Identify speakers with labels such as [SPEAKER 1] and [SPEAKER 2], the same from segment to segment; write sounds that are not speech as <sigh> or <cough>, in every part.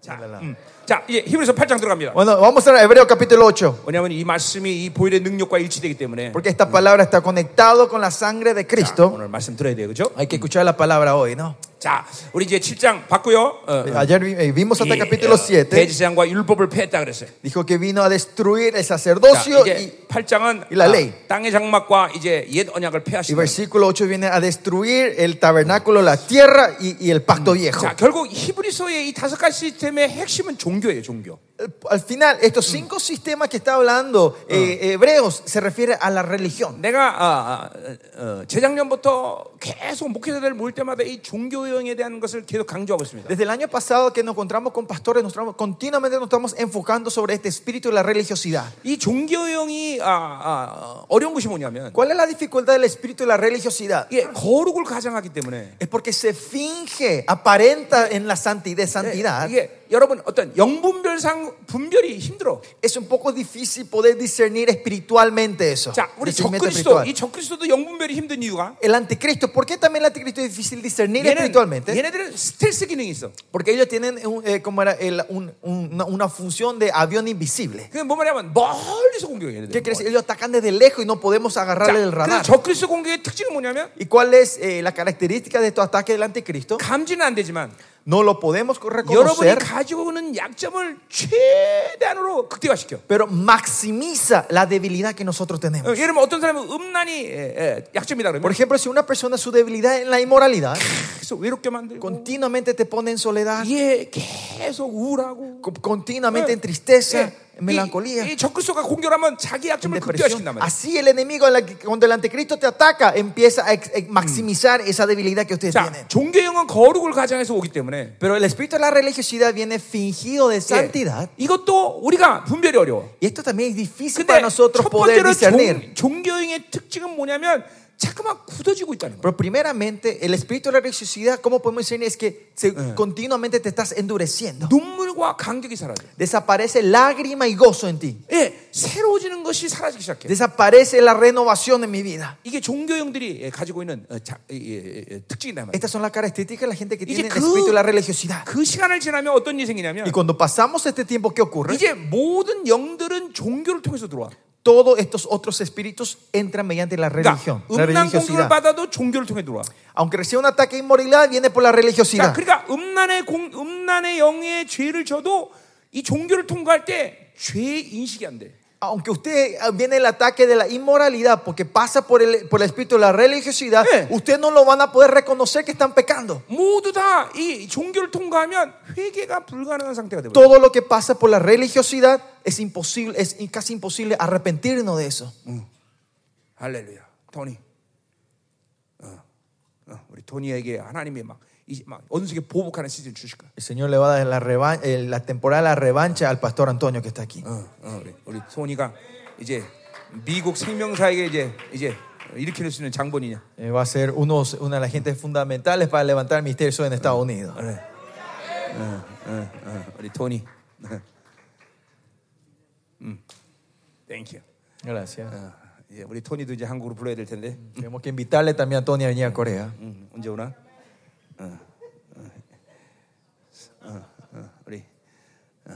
[SPEAKER 1] 자, 음. 자, 이제 히브리서 8장 들어갑니다.
[SPEAKER 2] Bueno, vamos a Hebreo capítulo 8.
[SPEAKER 1] 왜냐하면 이 말씀이 이 보일의 능력과 일치되기 때문에
[SPEAKER 2] Porque esta palabra está conectado con la sangre de Cristo.
[SPEAKER 1] 오늘 말씀 들어야 돼요, 그죠?
[SPEAKER 2] Hay que escuchar la palabra hoy, ¿no?
[SPEAKER 1] 자, 우리 이제 7장 봤고요. 어, 어.
[SPEAKER 2] Ayer vi- eh, vimos hasta el
[SPEAKER 1] 이,
[SPEAKER 2] capítulo
[SPEAKER 1] 어,
[SPEAKER 2] 7.
[SPEAKER 1] 대제사장과 율법을 폐했다 그랬어요.
[SPEAKER 2] Dijo que vino a destruir el
[SPEAKER 1] 자,
[SPEAKER 2] sacerdocio y,
[SPEAKER 1] 이제 8장은 아,
[SPEAKER 2] 이 랄레이.
[SPEAKER 1] 땅의 장막과 이제 옛 언약을
[SPEAKER 2] y
[SPEAKER 1] 폐하시는.
[SPEAKER 2] versículo 8 viene a destruir el tabernáculo, la tierra y, y el pacto viejo.
[SPEAKER 1] 자, 결국 히브리서의 이 다섯 가지 시스템의 핵심은 종교예요, 종교.
[SPEAKER 2] Al- Eh, Al final, estos cinco sistemas que está hablando eh, Hebreos se refiere a la religión.
[SPEAKER 1] 내가 아, 아, 어, 어, 재작년부터 계속 목회자들 모일 때마다 이 종교형에 대한 것을 계속 강조하고 있습니다.
[SPEAKER 2] Desde el año pasado que nos encontramos con pastores, nos estamos- continuamente nos estamos enfocando sobre este espíritu de la religiosidad.
[SPEAKER 1] 이 종교형이 아, 아, 어, 어려운 것이 뭐냐면
[SPEAKER 2] ¿Cuál es la dificultad del espíritu de la religiosidad?
[SPEAKER 1] 이게 거룩을 가장하기 때문에
[SPEAKER 2] Es porque se finge, aparenta en la santidad, santidad.
[SPEAKER 1] 예, 이게 여러분 어떤 영분별상 분별이 힘들어.
[SPEAKER 2] Es un poco difícil poder discernir espiritualmente eso.
[SPEAKER 1] 자, 우리
[SPEAKER 2] discernimiento
[SPEAKER 1] 적그리스도 이
[SPEAKER 2] espiritual.
[SPEAKER 1] 적그리스도도 영분별이 힘든 이유가
[SPEAKER 2] El anticristo, ¿por qué también el anticristo es difícil discernir
[SPEAKER 1] 얘는,
[SPEAKER 2] espiritualmente?
[SPEAKER 1] 얘네들은 스텔스 기능이 있어.
[SPEAKER 2] Porque ellos tienen un, eh, como era el- un- un- una, una función de avión invisible.
[SPEAKER 1] 그게 뭐 말하면 멀리서 공격해 얘네들.
[SPEAKER 2] ¿Qué crees? Ellos atacan desde lejos y no podemos agarrarle el radar.
[SPEAKER 1] 적그리스도 공격의 특징은 뭐냐면
[SPEAKER 2] ¿Y cuál es eh, la característica de estos ataques del anticristo?
[SPEAKER 1] 감지는 안 되지만
[SPEAKER 2] No lo podemos
[SPEAKER 1] 여러분이
[SPEAKER 2] reconocer,
[SPEAKER 1] 가지고 있는 약점을 최대한으로 극대화시켜. 어,
[SPEAKER 2] pero maximiza la debilidad que nosotros tenemos.
[SPEAKER 1] 예를 들면 어떤 사람은 음란이 에, 에, 약점이다
[SPEAKER 2] Por
[SPEAKER 1] 그러면
[SPEAKER 2] ejemplo, si una persona su debilidad en la inmoralidad,
[SPEAKER 1] 계속 외롭게 만들고
[SPEAKER 2] continuamente te pone en soledad,
[SPEAKER 1] 예 계속 우울하고
[SPEAKER 2] co- continuamente en tristeza,
[SPEAKER 1] 예,
[SPEAKER 2] en melancolía,
[SPEAKER 1] 이, 이 적그리스도가 공격하면 자기
[SPEAKER 2] en
[SPEAKER 1] 약점을
[SPEAKER 2] depresión.
[SPEAKER 1] 극대화시킨단 말이야.
[SPEAKER 2] Así el enemigo, en la que- cuando el anticristo te ataca, empieza a ex- a maximizar esa debilidad que ustedes
[SPEAKER 1] 자
[SPEAKER 2] tienen.
[SPEAKER 1] 종교형은 거룩을 가장해서 오기 때문에
[SPEAKER 2] Pero el espíritu de la religiosidad viene fingido de
[SPEAKER 1] 예,
[SPEAKER 2] santidad.
[SPEAKER 1] 이것도 우리가 분별이 어려워.
[SPEAKER 2] Y esto también es difícil
[SPEAKER 1] 근데
[SPEAKER 2] para
[SPEAKER 1] 첫
[SPEAKER 2] nosotros poder
[SPEAKER 1] 번째로
[SPEAKER 2] discernir.
[SPEAKER 1] 종, 종교형의 특징은 뭐냐면 자꾸만 굳어지고 있다는 거야.
[SPEAKER 2] Pero primeramente, el espíritu de la religiosidad, ¿cómo podemos discernir? Es que se- continuamente te estás endureciendo.
[SPEAKER 1] 눈물과 감격이 사라져.
[SPEAKER 2] Desaparece lágrima y gozo en ti.
[SPEAKER 1] 예, 새로워지는 것이 사라지기 시작해.
[SPEAKER 2] Desaparece la renovación en mi vida.
[SPEAKER 1] 이게 종교형들이 가지고 있는 어, 자- 이- 이- 이- 특징이다 말이야.
[SPEAKER 2] Estas son las características de la gente que
[SPEAKER 1] 이제
[SPEAKER 2] tiene el
[SPEAKER 1] 그-
[SPEAKER 2] espíritu de la religiosidad.
[SPEAKER 1] 그 시간을 지나면 어떤 일이 생기냐면
[SPEAKER 2] Y cuando pasamos este tiempo, ¿qué ocurre?
[SPEAKER 1] 이제 모든 영들은 종교를 통해서 들어와.
[SPEAKER 2] Todos estos otros espíritus entran mediante la religión,
[SPEAKER 1] 그러니까
[SPEAKER 2] la
[SPEAKER 1] 음란 공격을
[SPEAKER 2] religiosidad.
[SPEAKER 1] 받아도 종교를 통해 들어와.
[SPEAKER 2] Aunque reciba un ataque de inmoralidad, viene por la
[SPEAKER 1] 자,
[SPEAKER 2] religiosidad.
[SPEAKER 1] 그러니까 음란의 공, 음란의 영의 죄를 져도 이 종교를 통과할 때 죄 인식이 안 돼.
[SPEAKER 2] Aunque usted ah, viene el ataque de la inmoralidad porque pasa por el, por el espíritu de la religiosidad,
[SPEAKER 1] Eh.
[SPEAKER 2] usted no lo van a poder reconocer que están pecando.
[SPEAKER 1] 모두 다 이 종교를 통과하면 회개가 불가능한 상태가 되버려.
[SPEAKER 2] Todo lo que pasa por la religiosidad es imposible, es casi imposible arrepentirnos de eso.
[SPEAKER 1] 할렐루야. 토니. 어, 어, 우리 토니에게 하나님이 막, 이제 막 원수에게 보복하는 시즌 주실 거야.
[SPEAKER 2] El Señor le va a dar la, revan- eh, la temporada de la revancha al pastor Antonio que está aquí.
[SPEAKER 1] 어, 어, 우리, 우리 소니가 이제 미국 생명사에게 이제 이제 일으킬 수 있는 장본이냐.
[SPEAKER 2] Eh, va a ser unos, una de las gentes fundamentales para levantar el misterio en Estados Unidos.
[SPEAKER 1] 그래. 어, 어, 어, 우리 토니. 음, 땡큐.
[SPEAKER 2] Gracias.
[SPEAKER 1] 어, 이제 우리 토니도 이제 한국으로 불러야 될 텐데
[SPEAKER 2] Tenemos que invitarle también a Antonio a venir a Corea.
[SPEAKER 1] 음, 언제 오나? 어, 어, 어, 어, 우리 어,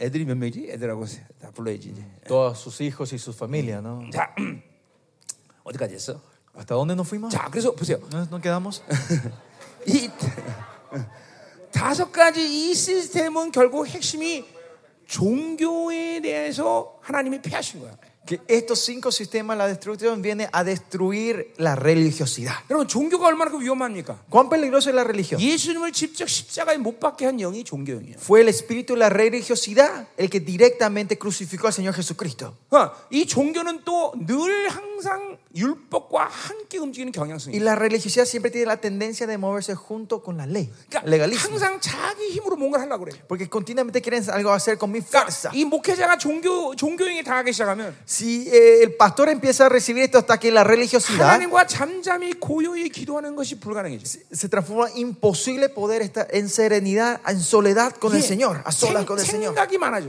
[SPEAKER 1] 애들이 몇 명이지? 애들하고 다 불러야지 이제.
[SPEAKER 2] Todos sus hijos y su familia, ¿no?
[SPEAKER 1] 자 <clears throat> 어디까지 했어?
[SPEAKER 2] ¿Hasta dónde nos fuimos?
[SPEAKER 1] 자 그래서 보세요. <laughs>
[SPEAKER 2] ¿No, no quedamos?
[SPEAKER 1] 이 다섯 가지 이 시스템은 결국 핵심이 종교에 대해서 하나님이 폐하신 거야.
[SPEAKER 2] Que estos cinco sistemas, la destrucción viene a destruir la religiosidad.
[SPEAKER 1] 여러분 종교가 얼마나 그 위험합니까?
[SPEAKER 2] ¿Cuán peligrosa es la religión?
[SPEAKER 1] 그렇죠. 예수님을 직접 십자가에 못 박게 한 영이 종교형이에요.
[SPEAKER 2] Fue el espíritu de la religiosidad el que directamente crucificó al Señor Jesucristo.
[SPEAKER 1] 어, 이 종교는 또 늘 항상 율법과 함께 움직이는 경향성이
[SPEAKER 2] Y
[SPEAKER 1] 있어요.
[SPEAKER 2] la religiosidad siempre tiene la tendencia de moverse junto con la ley,
[SPEAKER 1] 그러니까
[SPEAKER 2] legalismo.
[SPEAKER 1] 항상 자기 힘으로 뭔가 하려고 그래요.
[SPEAKER 2] Porque continuamente quieren algo hacer con mi
[SPEAKER 1] 그러니까
[SPEAKER 2] fuerza.
[SPEAKER 1] 이 목회자가 종교 종교형에 당하기 시작하면
[SPEAKER 2] Si eh, el pastor empieza a recibir esto hasta que la religiosidad
[SPEAKER 1] 하나님과 잠잠히 고요히 기도하는 것이 불가능해져.
[SPEAKER 2] se transforma
[SPEAKER 1] 아,
[SPEAKER 2] imposible poder estar en serenidad, en soledad con el Señor, a solas con el Señor.
[SPEAKER 1] 생각이 많아져.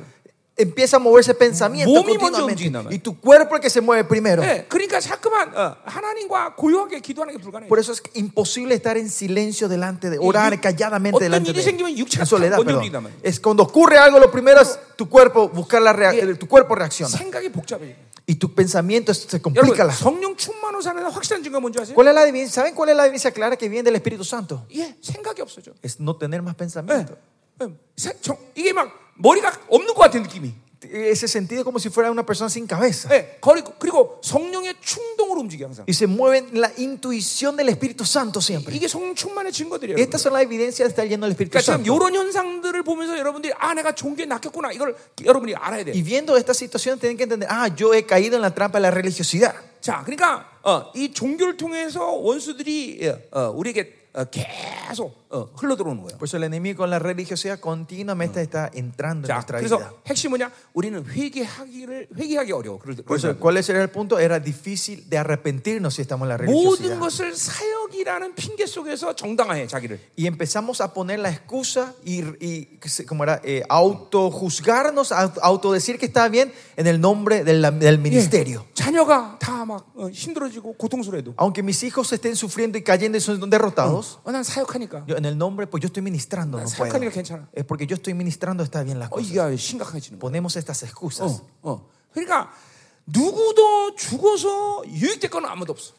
[SPEAKER 2] empieza a moverse pensamiento
[SPEAKER 1] 몸이 먼저 움직인단
[SPEAKER 2] continuamente.
[SPEAKER 1] 말이야.
[SPEAKER 2] Y tu cuerpo es el que se mueve primero.
[SPEAKER 1] 예, 그러니까 자꾸만 어, 하나님과 고요하게 기도하는 게 불가능해.
[SPEAKER 2] Por eso es imposible estar en silencio delante de, orar
[SPEAKER 1] 이-
[SPEAKER 2] calladamente
[SPEAKER 1] 어떤
[SPEAKER 2] delante
[SPEAKER 1] 일이
[SPEAKER 2] de
[SPEAKER 1] 생기면 육체가
[SPEAKER 2] en soledad.
[SPEAKER 1] 먼저
[SPEAKER 2] perdón.
[SPEAKER 1] 움직인단 말이야.
[SPEAKER 2] Es cuando ocurre algo, lo primero es tu cuerpo buscar la rea- eh,
[SPEAKER 1] 예.
[SPEAKER 2] tu cuerpo reacciona
[SPEAKER 1] 생각이 복잡해요.
[SPEAKER 2] y tu pensamiento se complica.
[SPEAKER 1] 여러분
[SPEAKER 2] la-
[SPEAKER 1] 성령 충만으로 사는 확실한 증거 뭔지 아세요?
[SPEAKER 2] ¿Cuál es la evidencia? ¿Saben cuál es la evidencia clara que viene del Espíritu Santo?
[SPEAKER 1] 예, 생각이 없어져.
[SPEAKER 2] Es no tener más
[SPEAKER 1] 예,
[SPEAKER 2] pensamiento.
[SPEAKER 1] 예, 세- 정- 이게 막 머리가 없는 것 같은 느낌이.
[SPEAKER 2] Ese sentido es como si fuera una persona sin cabeza.
[SPEAKER 1] 예, 그리고, 그리고 성령의 충동으로 움직여 항상.
[SPEAKER 2] Y se mueven la intuición del Espíritu Santo siempre.
[SPEAKER 1] 이게 성령 충만의 증거들이에요. 여러분.
[SPEAKER 2] Estas son las evidencias de estar lleno del Espíritu
[SPEAKER 1] 그러니까 지금
[SPEAKER 2] Santo.
[SPEAKER 1] 이런 현상들을 보면서 여러분들이 아 내가 종교에 낚였구나 이걸 여러분이 알아야
[SPEAKER 2] Y
[SPEAKER 1] 돼.
[SPEAKER 2] viendo esta situación tienen que entender, ah, yo he caído en la trampa de la religiosidad.
[SPEAKER 1] 자, 그러니까 어, 이 종교를 통해서 원수들이 예, 어, 우리에게 어, 계속 어, 흘러 들어오는 거예요.
[SPEAKER 2] Por eso el enemigo con la religiosidad continuamente está entrando en
[SPEAKER 1] 자,
[SPEAKER 2] nuestra
[SPEAKER 1] 그래서
[SPEAKER 2] vida.
[SPEAKER 1] 핵심 뭐냐? 우리는 회개하기를 회개하기 어려워. 그럴 때- 그럴
[SPEAKER 2] Por eso,
[SPEAKER 1] 때
[SPEAKER 2] ¿cuál sería el punto? Era difícil de arrepentirnos si estamos en la
[SPEAKER 1] 모든
[SPEAKER 2] religiosidad.
[SPEAKER 1] 것을 사역이라는 핑계 속에서 정당화해 자기를.
[SPEAKER 2] Y empezamos a poner la excusa y, y como era, eh, autojuzgarnos, au- autodecir que está bien en el nombre del, del ministerio.
[SPEAKER 1] 예. 자녀가 다 막 힘들어지고 고통스러워도
[SPEAKER 2] Aunque mis hijos estén sufriendo y cayendo y son derrotados,
[SPEAKER 1] 어, 난 사역하니까.
[SPEAKER 2] yo, en el nombre, pues yo estoy ministrando, no puedo.
[SPEAKER 1] 사역하니까 괜찮아.
[SPEAKER 2] Es porque yo estoy ministrando, está bien las
[SPEAKER 1] 어,
[SPEAKER 2] cosas.
[SPEAKER 1] 이게 심각해지는 거야.
[SPEAKER 2] Ponemos estas excusas.
[SPEAKER 1] 어, 어. 그러니까 누구도 죽어서 유익됐거나 아무도 없어.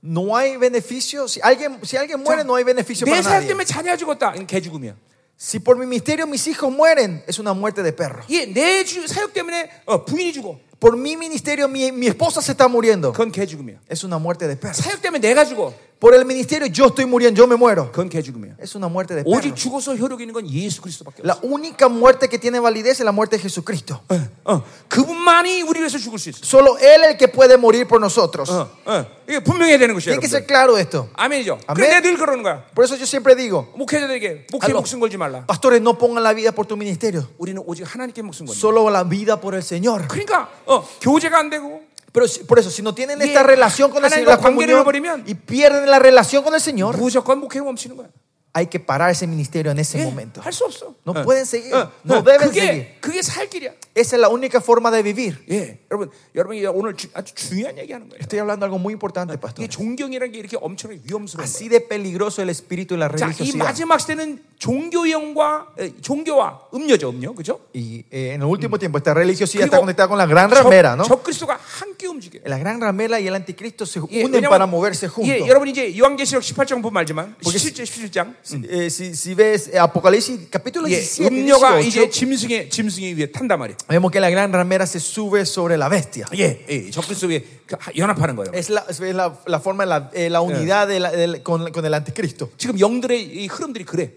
[SPEAKER 2] No hay beneficio. Si alguien, si alguien muere,
[SPEAKER 1] 자,
[SPEAKER 2] no hay beneficio
[SPEAKER 1] 내
[SPEAKER 2] para
[SPEAKER 1] 사역
[SPEAKER 2] nadie.
[SPEAKER 1] 때문에 자녀가 죽었다. 이건 개죽음이야.
[SPEAKER 2] Si por mi misterio mis hijos mueren, es una muerte de perro.
[SPEAKER 1] 예, 내 주, 사역 때문에 어, 부인이 죽어.
[SPEAKER 2] Por mi ministerio mi, mi esposa se está muriendo.
[SPEAKER 1] 그건 개죽음이야.
[SPEAKER 2] Es una muerte de perro.
[SPEAKER 1] 사역 때문에 내가 죽어.
[SPEAKER 2] Por el ministerio yo estoy muriendo, yo me muero.
[SPEAKER 1] 그건 개죽음이야.
[SPEAKER 2] Es una muerte de perro.
[SPEAKER 1] 오직 죽어서 효력 있는 건 예수 그리스도밖에 없어.
[SPEAKER 2] La única muerte que tiene validez es la muerte de Jesucristo.
[SPEAKER 1] 어, 그분만이 우리 위해서 죽을 수 있어.
[SPEAKER 2] Solo Él es el que puede morir por nosotros.
[SPEAKER 1] 어, 어. 이게 분명해야 되는 것이야.
[SPEAKER 2] Tiene que
[SPEAKER 1] 여러분들.
[SPEAKER 2] ser claro esto.
[SPEAKER 1] 아멘이죠.
[SPEAKER 2] 아멘.
[SPEAKER 1] 그래 내늘 그러는 거야.
[SPEAKER 2] Por eso yo siempre digo,
[SPEAKER 1] 목회자들에게 목회
[SPEAKER 2] Aló.
[SPEAKER 1] 목숨 걸지 말라.
[SPEAKER 2] pastores, no pongan la vida por tu ministerio,
[SPEAKER 1] 우리는 오직 하나님께 목숨 걸자.
[SPEAKER 2] solo la vida por el Señor.
[SPEAKER 1] 그러니까 어, 교제가 안 되고
[SPEAKER 2] Pero si- por eso, si no tienen
[SPEAKER 1] Yeah.
[SPEAKER 2] esta relación con el Señor,
[SPEAKER 1] 하나님과
[SPEAKER 2] la
[SPEAKER 1] 관계를
[SPEAKER 2] comunión,
[SPEAKER 1] 잃어버리면-
[SPEAKER 2] y pierden la relación con el Señor,
[SPEAKER 1] 무조건 목회 멈추는 거야. 예,
[SPEAKER 2] hay que parar ese ministerio en
[SPEAKER 1] 네, ¿Eh?
[SPEAKER 2] ese momento.
[SPEAKER 1] 할 수 없어.
[SPEAKER 2] No
[SPEAKER 1] 예.
[SPEAKER 2] pueden seguir,
[SPEAKER 1] 예.
[SPEAKER 2] no
[SPEAKER 1] 예.
[SPEAKER 2] deben
[SPEAKER 1] 그게
[SPEAKER 2] seguir.
[SPEAKER 1] 그게 살 길이야.
[SPEAKER 2] Esa es la única forma de vivir.
[SPEAKER 1] 예, 여러분, 여러분이 오늘 주- 아주 중요한 얘기하는 거예요.
[SPEAKER 2] Estoy hablando de algo muy importante,
[SPEAKER 1] 이게
[SPEAKER 2] pastor.
[SPEAKER 1] 존경이라는 게 이렇게 엄청나게 위험스러운 거예요.
[SPEAKER 2] Así de peligroso el espíritu y la
[SPEAKER 1] 자, 이
[SPEAKER 2] religiosidad.
[SPEAKER 1] 마지막 시대는 종교형과 에, 종교와 음료죠, 음료, 그렇죠?
[SPEAKER 2] Y eh, en el último tiempo, esta religiosidad está
[SPEAKER 1] 그리고
[SPEAKER 2] conectada con la gran ramera, ¿no?
[SPEAKER 1] 적그리스도가 함께 움직여요.
[SPEAKER 2] La gran ramera y eh, el anticristo se
[SPEAKER 1] 예,
[SPEAKER 2] unen para moverse
[SPEAKER 1] 예,
[SPEAKER 2] juntos.
[SPEAKER 1] 여러분 이제 요한계시록 18장 보면 알지만 17장 17장
[SPEAKER 2] Si, eh, si, si ves eh, Apocalipsis capítulo
[SPEAKER 1] 예,
[SPEAKER 2] 17,
[SPEAKER 1] 음료가 그렇죠? 이제
[SPEAKER 2] 18,
[SPEAKER 1] 짐승의 짐승의 위에 탄단 말이에요.
[SPEAKER 2] vemos que la gran ramera se sube sobre la bestia.
[SPEAKER 1] 예, 예, 적그리스도 위에 그 하- 연합하는 거예요.
[SPEAKER 2] Es la, es la, la forma, la, eh, la unidad de la- del- con, con el anticristo.
[SPEAKER 1] 지금 영들의 이 흐름들이 그래.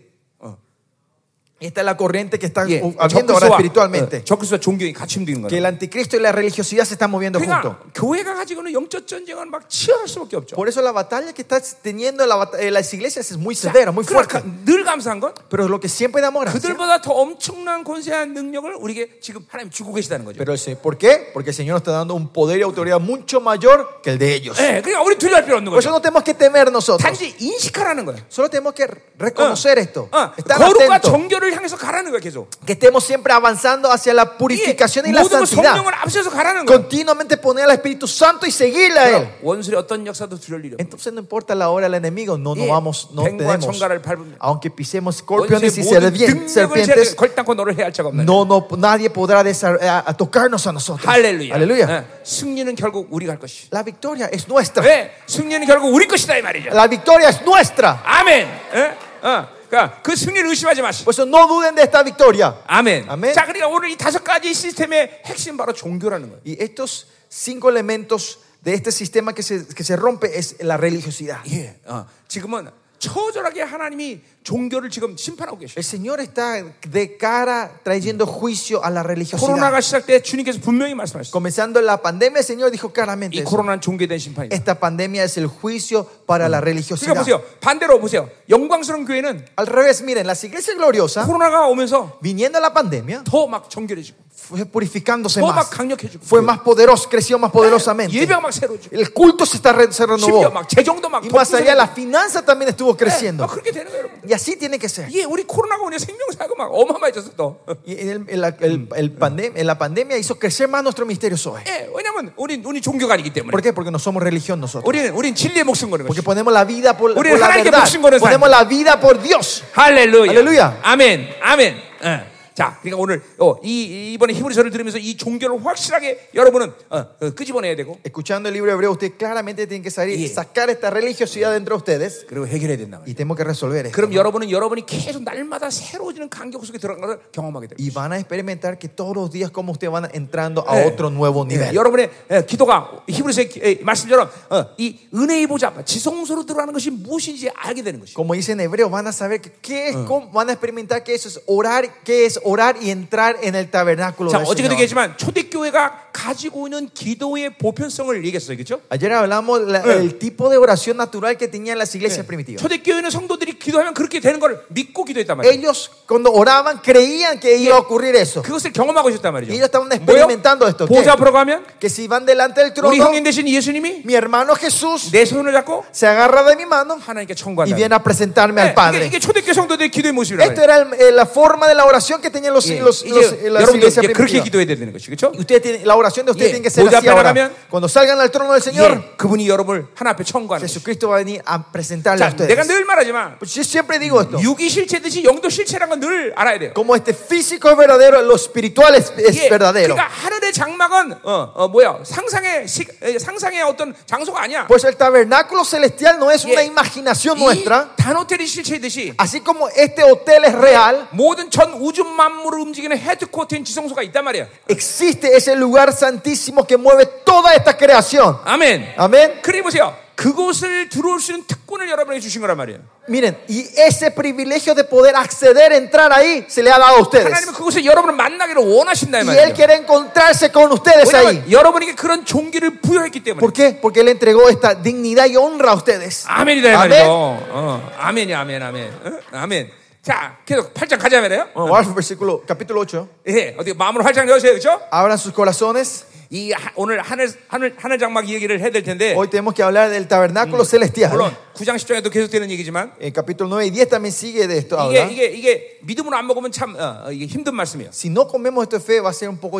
[SPEAKER 2] Esta es la corriente que está
[SPEAKER 1] 예,
[SPEAKER 2] uh, habiendo ahora espiritualmente.
[SPEAKER 1] 어, 적그리스도와 종교인 같이 움직이는
[SPEAKER 2] Que el
[SPEAKER 1] 거예요.
[SPEAKER 2] anticristo y la religiosidad se están moviendo juntos.
[SPEAKER 1] 그러니까 교회가 가지고는 영적 전쟁은 막 치열할 수밖에 없죠.
[SPEAKER 2] Por eso la batalla que está teniendo la bata- eh, las iglesias es muy severa, muy fuerte.
[SPEAKER 1] 그러니까 늘 감사한 건
[SPEAKER 2] Pero lo que siempre damos gracias.
[SPEAKER 1] 그들보다 더 엄청난 권세한 능력을 우리에게 지금 하나님 주고 계시다는 거죠.
[SPEAKER 2] Pero el- ¿Por qué? Porque el Señor nos está dando un poder y autoridad mucho mayor que el de ellos.
[SPEAKER 1] 예, 그러니까 우리 두려할 필요 없는
[SPEAKER 2] Por eso
[SPEAKER 1] 거죠.
[SPEAKER 2] no tenemos que temer nosotros.
[SPEAKER 1] 단지 인식하라는 거예요.
[SPEAKER 2] Solo tenemos que reconocer esto.
[SPEAKER 1] 어,
[SPEAKER 2] Estar
[SPEAKER 1] 거룩과
[SPEAKER 2] atentos.
[SPEAKER 1] 정결을 향해서 가라는 거야 계속.
[SPEAKER 2] Que estemos siempre avanzando hacia la
[SPEAKER 1] 이게
[SPEAKER 2] purificación y la
[SPEAKER 1] 모든 걸
[SPEAKER 2] santidad.
[SPEAKER 1] 성령을 앞세서 가라는 거야.
[SPEAKER 2] Continuamente poner al Espíritu Santo y seguirle a Él.
[SPEAKER 1] 원수의 어떤 역사도 두려울 일이 없어.
[SPEAKER 2] Entonces no importa la hora del enemigo, no, no
[SPEAKER 1] 예,
[SPEAKER 2] vamos, no
[SPEAKER 1] 뱀과
[SPEAKER 2] tenemos.
[SPEAKER 1] 청가를 밟으면
[SPEAKER 2] Aunque pisemos
[SPEAKER 1] 원수의
[SPEAKER 2] escorpiones y
[SPEAKER 1] 모든
[SPEAKER 2] servien-
[SPEAKER 1] 능력을 제압해
[SPEAKER 2] serpientes,
[SPEAKER 1] 걸당코 너를 해할 자가 없나니.
[SPEAKER 2] no, no, nadie podrá desa- eh, a- a tocarnos a nosotros.
[SPEAKER 1] 할렐루야.
[SPEAKER 2] Aleluya.
[SPEAKER 1] 예, 승리는 결국 우리가 할 것이.
[SPEAKER 2] La victoria es nuestra.
[SPEAKER 1] 왜? 승리는 결국 우리 것이다 이 말이죠.
[SPEAKER 2] La victoria es nuestra.
[SPEAKER 1] 아멘. 예? 어, 그러니까 그 승리를 의심하지 마시고.
[SPEAKER 2] Por eso no duden de esta victoria.
[SPEAKER 1] 아멘.
[SPEAKER 2] 아멘.
[SPEAKER 1] 자, 그러니까 오늘 이 다섯 가지 시스템의 핵심 바로 종교라는 거예요.
[SPEAKER 2] Y estos cinco elementos de este sistema que se, que se rompe es la religiosidad.
[SPEAKER 1] 예. 어, 지금은 처절하게 하나님이 종교를 지금 심판하고 계셔요.
[SPEAKER 2] El Señor está de cara trayendo juicio a la religiosidad.
[SPEAKER 1] 코로나가 시작될 때 주님께서 분명히 말씀하셨어요.
[SPEAKER 2] Comenzando la pandemia, el Señor dijo claramente,
[SPEAKER 1] 이
[SPEAKER 2] eso.
[SPEAKER 1] 코로나는 종교된 심판이다.
[SPEAKER 2] esta pandemia es el juicio para la
[SPEAKER 1] 그러니까
[SPEAKER 2] religiosidad.
[SPEAKER 1] 보세요. 반대로 보세요. 영광스러운 교회는
[SPEAKER 2] Al revés, miren, las iglesias gloriosas,
[SPEAKER 1] 코로나가 오면서
[SPEAKER 2] viniendo la pandemia,
[SPEAKER 1] 더 막 정결해지고
[SPEAKER 2] fue purificándose
[SPEAKER 1] 더
[SPEAKER 2] más.
[SPEAKER 1] 막 강력해지고
[SPEAKER 2] Fue más poderoso, creció más poderosamente.
[SPEAKER 1] 예배가 막 새로워지고
[SPEAKER 2] El culto se, está, re- se
[SPEAKER 1] 심지어
[SPEAKER 2] renovó.
[SPEAKER 1] 막 재정도 막
[SPEAKER 2] Y más allá, la
[SPEAKER 1] 돋보이고.
[SPEAKER 2] finanza también estuvo
[SPEAKER 1] 예, 막
[SPEAKER 2] creciendo.
[SPEAKER 1] 그렇게 되는 거예요, 여러분.
[SPEAKER 2] Y y así tiene que ser.
[SPEAKER 1] 예, 우리 코로나가 그냥 생명사고 막 어마어마해졌어 또.
[SPEAKER 2] Y en, el- en la, el- el pandem- en la pandemia hizo crecer más nuestro misterio SOE.
[SPEAKER 1] 예, 왜냐면 우리 우리 종교가 아니기 때문에.
[SPEAKER 2] ¿Por qué? Porque no somos religión nosotros.
[SPEAKER 1] 우리는 우린 진리의 목숨 거는
[SPEAKER 2] Porque
[SPEAKER 1] 거지.
[SPEAKER 2] ponemos la vida por,
[SPEAKER 1] Porque
[SPEAKER 2] por la
[SPEAKER 1] 하나님께
[SPEAKER 2] verdad.
[SPEAKER 1] 목숨 거는 삶.
[SPEAKER 2] Ponemos la vida por Dios.
[SPEAKER 1] 할렐루야.
[SPEAKER 2] 할렐루야.
[SPEAKER 1] 아멘. 아멘. 예. 자, 그러니까 오늘 어, 이 이번에 히브리서를 들으면서 이 종교를 확실하게 여러분은 어, 어, 끄집어내야 되고
[SPEAKER 2] Escuchando el libro hebreo, ustedes claramente tienen que salir y
[SPEAKER 1] Yeah.
[SPEAKER 2] sacar esta religiosidad dentro de ustedes.
[SPEAKER 1] 그리고 해결해야 된다 말이야.
[SPEAKER 2] Y tenemos que resolver esto.
[SPEAKER 1] 그럼 여러분은 여러분이 계속 날마다 새로워지는 간격 속에 들어간 것을 경험하게 됩니다.
[SPEAKER 2] Y van a experimentar que todos los días como ustedes van entrando a
[SPEAKER 1] 예.
[SPEAKER 2] otro nuevo nivel.
[SPEAKER 1] 예, 여러분의 예, 기도가 히브리서의 기- 예, 말씀처럼 어, 이 은혜의 보좌, 지성소로 들어가는 것이 무엇인지 알게 되는 것이.
[SPEAKER 2] Como dice en hebreo, van a saber que qué es, cómo- van a experimentar que eso es orar, que es orar y entrar en el tabernáculo.
[SPEAKER 1] 자,
[SPEAKER 2] del
[SPEAKER 1] 어저께도
[SPEAKER 2] Señor.
[SPEAKER 1] 얘기했지만 초대교회가 가지고 있는 기도의 보편성을 얘기했어요, 그렇죠?
[SPEAKER 2] Ayer hablamos la-
[SPEAKER 1] Eh.
[SPEAKER 2] el tipo de oración natural que tenían las iglesias
[SPEAKER 1] 예.
[SPEAKER 2] primitivas.
[SPEAKER 1] 초대교회는 성도들이 기도하면 그렇게 되는 걸 믿고 기도했단 말이에요.
[SPEAKER 2] Ellos cuando oraban creían que iba a ocurrir eso.
[SPEAKER 1] 그것을 경험하고 있었단 말이죠.
[SPEAKER 2] Y ellos estaban
[SPEAKER 1] 뭐요?
[SPEAKER 2] experimentando esto. ¿Qué?
[SPEAKER 1] 보좌 앞으로 가면
[SPEAKER 2] Que si van delante del
[SPEAKER 1] 우리
[SPEAKER 2] trono,
[SPEAKER 1] 형님 대신 예수님이
[SPEAKER 2] mi hermano Jesús
[SPEAKER 1] 내 손을 잡고
[SPEAKER 2] se agarra de mi mano
[SPEAKER 1] 하나님께
[SPEAKER 2] y
[SPEAKER 1] 청구한다. 예,
[SPEAKER 2] viene a presentarme al
[SPEAKER 1] 이게,
[SPEAKER 2] Padre.
[SPEAKER 1] 이게 초대교회 성도들의 기도의 모습이란
[SPEAKER 2] Esto
[SPEAKER 1] 말이에요.
[SPEAKER 2] era el- eh, la forma de la oración que tenían los,
[SPEAKER 1] 예,
[SPEAKER 2] los,
[SPEAKER 1] 이제
[SPEAKER 2] los- las
[SPEAKER 1] 여러분도
[SPEAKER 2] iglesias
[SPEAKER 1] 이제 그렇게
[SPEAKER 2] primitivas.
[SPEAKER 1] 기도해야 되는 것이 그렇죠?
[SPEAKER 2] Y ustedes tienen- la oración de ustedes
[SPEAKER 1] Yeah.
[SPEAKER 2] tiene que ser
[SPEAKER 1] Boya
[SPEAKER 2] así ahora.
[SPEAKER 1] Paragamen.
[SPEAKER 2] Cuando salgan al trono del Señor,
[SPEAKER 1] 예, 그분이 여러분을 하나님께 청구하는 것이.
[SPEAKER 2] Jesucristo va a venir a presentarle a
[SPEAKER 1] 자, 내가
[SPEAKER 2] ustedes.
[SPEAKER 1] 늘 말하지만
[SPEAKER 2] Pues yo siempre digo esto.
[SPEAKER 1] 육이 실체듯이 영도 실체란 건 늘 알아야 돼요.
[SPEAKER 2] Como este físico es verdadero, lo espiritual es, es
[SPEAKER 1] 그 예,
[SPEAKER 2] verdadero.
[SPEAKER 1] 그러니까 하늘의 장막은 어, 어, 뭐야 상상의 시- 에, 상상의 어떤 장소가 아니야.
[SPEAKER 2] Pues el tabernáculo celestial no es una
[SPEAKER 1] Yeah.
[SPEAKER 2] imaginación
[SPEAKER 1] 이
[SPEAKER 2] nuestra.
[SPEAKER 1] 단호텔이 실체이듯이
[SPEAKER 2] Así como este hotel es real,
[SPEAKER 1] 모든 전 우주 만물을 움직이는 헤드코트인 지성소가 있단 말이야.
[SPEAKER 2] existe ese lugar santísimo que mueve toda esta creación.
[SPEAKER 1] 아멘.
[SPEAKER 2] Amén.
[SPEAKER 1] 그리 보세요. 그곳을 들어올 수 있는 특권을 여러분에게 주신 거란 말이에요.
[SPEAKER 2] Miren, y ese privilegio de poder acceder, entrar ahí, se le ha dado a ustedes.
[SPEAKER 1] 하나님은 그곳에 여러분을 만나기를 원하신다 예. 이
[SPEAKER 2] Y Él
[SPEAKER 1] 말이에요.
[SPEAKER 2] quiere encontrarse con ustedes ahí.
[SPEAKER 1] 왜냐하면 여러분에게 그런 종기를 부여했기 때문에.
[SPEAKER 2] ¿Por qué? Porque Él entregó esta dignidad y honra a ustedes.
[SPEAKER 1] 아멘이다 이
[SPEAKER 2] 아멘.
[SPEAKER 1] 말이죠. 어, 아멘이 아멘 아멘 어? 아멘. 자 계속 팔짱 가자 말이에요. 어.
[SPEAKER 2] Vamos al versículo, capítulo 8.
[SPEAKER 1] 예, 어떻게 마음으로 활짝 열으세요, 그렇죠?
[SPEAKER 2] Abran sus corazones.
[SPEAKER 1] 이 하- 오늘 하늘 하늘 하늘 장막 얘기를 해야 될 텐데
[SPEAKER 2] Hoy tenemos que hablar del tabernáculo celestial.
[SPEAKER 1] 물론 9장 10장에도 계속되는 얘기지만
[SPEAKER 2] El capítulo 9 y 10 también sigue de esto.
[SPEAKER 1] 이게
[SPEAKER 2] Habla.
[SPEAKER 1] 이게 이게 믿음으로 안 먹으면 참 어, 어, 이게 힘든 말씀이에요.
[SPEAKER 2] Si no comemos esto de fe, va a ser un poco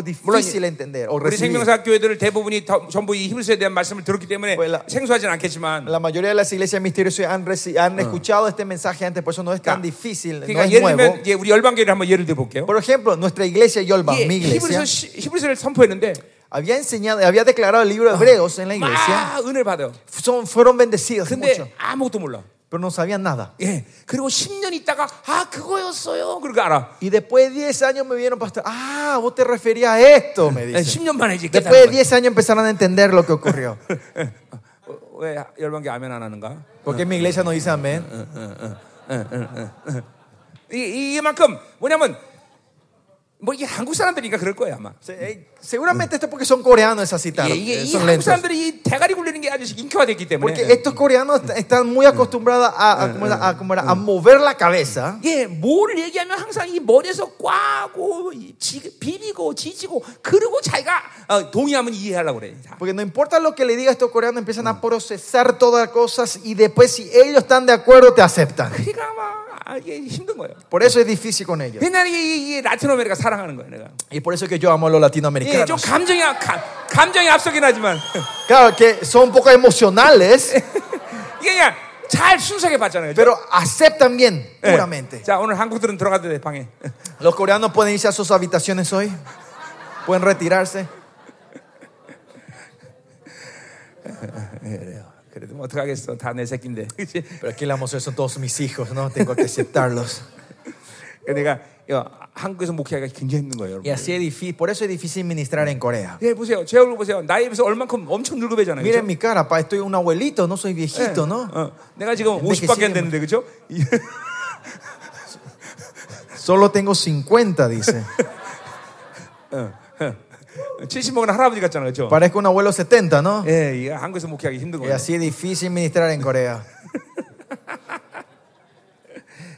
[SPEAKER 1] 이-
[SPEAKER 2] difícil entender o
[SPEAKER 1] 우리
[SPEAKER 2] recibir.
[SPEAKER 1] 생명사 교회들을 대부분이 더- 전부 이 히브리서에 대한 말씀을 들었기 때문에
[SPEAKER 2] Bueno, la-
[SPEAKER 1] 생소하진 않겠지만
[SPEAKER 2] La mayoría de las iglesias misteriosas han, reci- han escuchado este mensaje antes, por eso no es
[SPEAKER 1] Claro.
[SPEAKER 2] tan difícil, no
[SPEAKER 1] 그러니까
[SPEAKER 2] es
[SPEAKER 1] 예를
[SPEAKER 2] nuevo.
[SPEAKER 1] 들면 이제 우리 열방교회를 한번 예를 들어 볼게요.
[SPEAKER 2] Por ejemplo, nuestra iglesia Yolba, mi iglesia,
[SPEAKER 1] 히브리서 시- 히브리서를 선포했는데
[SPEAKER 2] había enseñado, había declarado el libro de Hebreos en la iglesia,
[SPEAKER 1] 막 은혜 받아요.
[SPEAKER 2] son, fueron bendecidos mucho,
[SPEAKER 1] 근데 아무것도 몰라.
[SPEAKER 2] pero no sabían nada.
[SPEAKER 1] 예. 그리고 10년 있다가 아 그거였어요. 그러고 알아.
[SPEAKER 2] Y después de 10 años me vieron, pastor, ah, vos te referías a esto, me
[SPEAKER 1] 예,
[SPEAKER 2] dicen.
[SPEAKER 1] 10년 만에 이제
[SPEAKER 2] Después de
[SPEAKER 1] 깨달은
[SPEAKER 2] 10 años empezaron a entender lo que ocurrió.
[SPEAKER 1] 거야. 어, 왜 열방교 아멘 안 하는가?
[SPEAKER 2] Porque mi iglesia no dice amén.
[SPEAKER 1] 이, 이만큼 뭐냐면 뭐 이게 한국 사람들이니까 그럴 거예요 아마.
[SPEAKER 2] Se- eh, Seguramente esto es porque son coreanos, esas citaron,
[SPEAKER 1] 예, 이게
[SPEAKER 2] eh,
[SPEAKER 1] 이
[SPEAKER 2] son
[SPEAKER 1] 한국
[SPEAKER 2] lentos.
[SPEAKER 1] 사람들이 이 대가리 굴리는 게 아주 인기화됐기 때문에.
[SPEAKER 2] Porque estos coreanos est- están muy acostumbrados a, a- como era- a- como era, a mover la cabeza.
[SPEAKER 1] 예, 뭘 얘기하면 항상 이 머리에서 꽈고 이 지, 비비고 지지고 그러고 자기가 어, 동의하면 이해하려고 그래. 다.
[SPEAKER 2] Porque no importa lo que le diga a estos coreanos, empiezan a procesar todas las cosas y después si ellos están de acuerdo te aceptan.
[SPEAKER 1] 그러니까 아마 아, 이게 힘든 거예요.
[SPEAKER 2] Por eso es difícil con ellos.
[SPEAKER 1] 옛날에 이, 이 라틴 아메리카 사랑하는 거예요, 내가.
[SPEAKER 2] Y por eso es que yo amo a los
[SPEAKER 1] 예, 좀
[SPEAKER 2] latinoamericanos.
[SPEAKER 1] 감정이 앞- 감, 감정이 앞서긴 하지만 <laughs>
[SPEAKER 2] Claro, que son un poco emocionales,
[SPEAKER 1] 이게 그냥 잘 순수하게 봤잖아요. 그죠?
[SPEAKER 2] pero aceptan bien,
[SPEAKER 1] 예.
[SPEAKER 2] puramente.
[SPEAKER 1] 자, 오늘 한국들은 들어가도 돼 방에. <laughs>
[SPEAKER 2] Los coreanos pueden irse a sus habitaciones hoy, pueden retirarse.
[SPEAKER 1] 그래요. 그래도 뭐 어떡하겠어. 다 내 새끼인데. <laughs> 그치?
[SPEAKER 2] Pero aquí la homosexual son todos mis hijos, ¿no? Tengo que aceptarlos.
[SPEAKER 1] 그러니까 내가 야, 한국에서 목회하기가 굉장히 힘든 거예요,
[SPEAKER 2] <laughs> Y
[SPEAKER 1] 여러분.
[SPEAKER 2] así es difícil, por eso es difícil ministrar en Corea.
[SPEAKER 1] 예, 보세요. 제 얼굴 보세요. 나이에 비해서 얼만큼 엄청 늙어 보이잖아요.
[SPEAKER 2] Miren
[SPEAKER 1] 그죠?
[SPEAKER 2] mi cara, pa, estoy un abuelito, no soy viejito, ¿no?
[SPEAKER 1] 어, 내가 지금
[SPEAKER 2] 근데
[SPEAKER 1] 50밖에 안
[SPEAKER 2] 그게
[SPEAKER 1] 됐는데 그죠? 이-
[SPEAKER 2] Solo tengo 50, <laughs> dice.
[SPEAKER 1] <laughs> 어, 70 먹은 할아버지 같잖아요. 그죠?
[SPEAKER 2] Parezco un abuelo 70, ¿no?
[SPEAKER 1] 예, 이게 한국에서 목회하기 힘든
[SPEAKER 2] Y
[SPEAKER 1] 거예요.
[SPEAKER 2] así es difícil ministrar en Corea.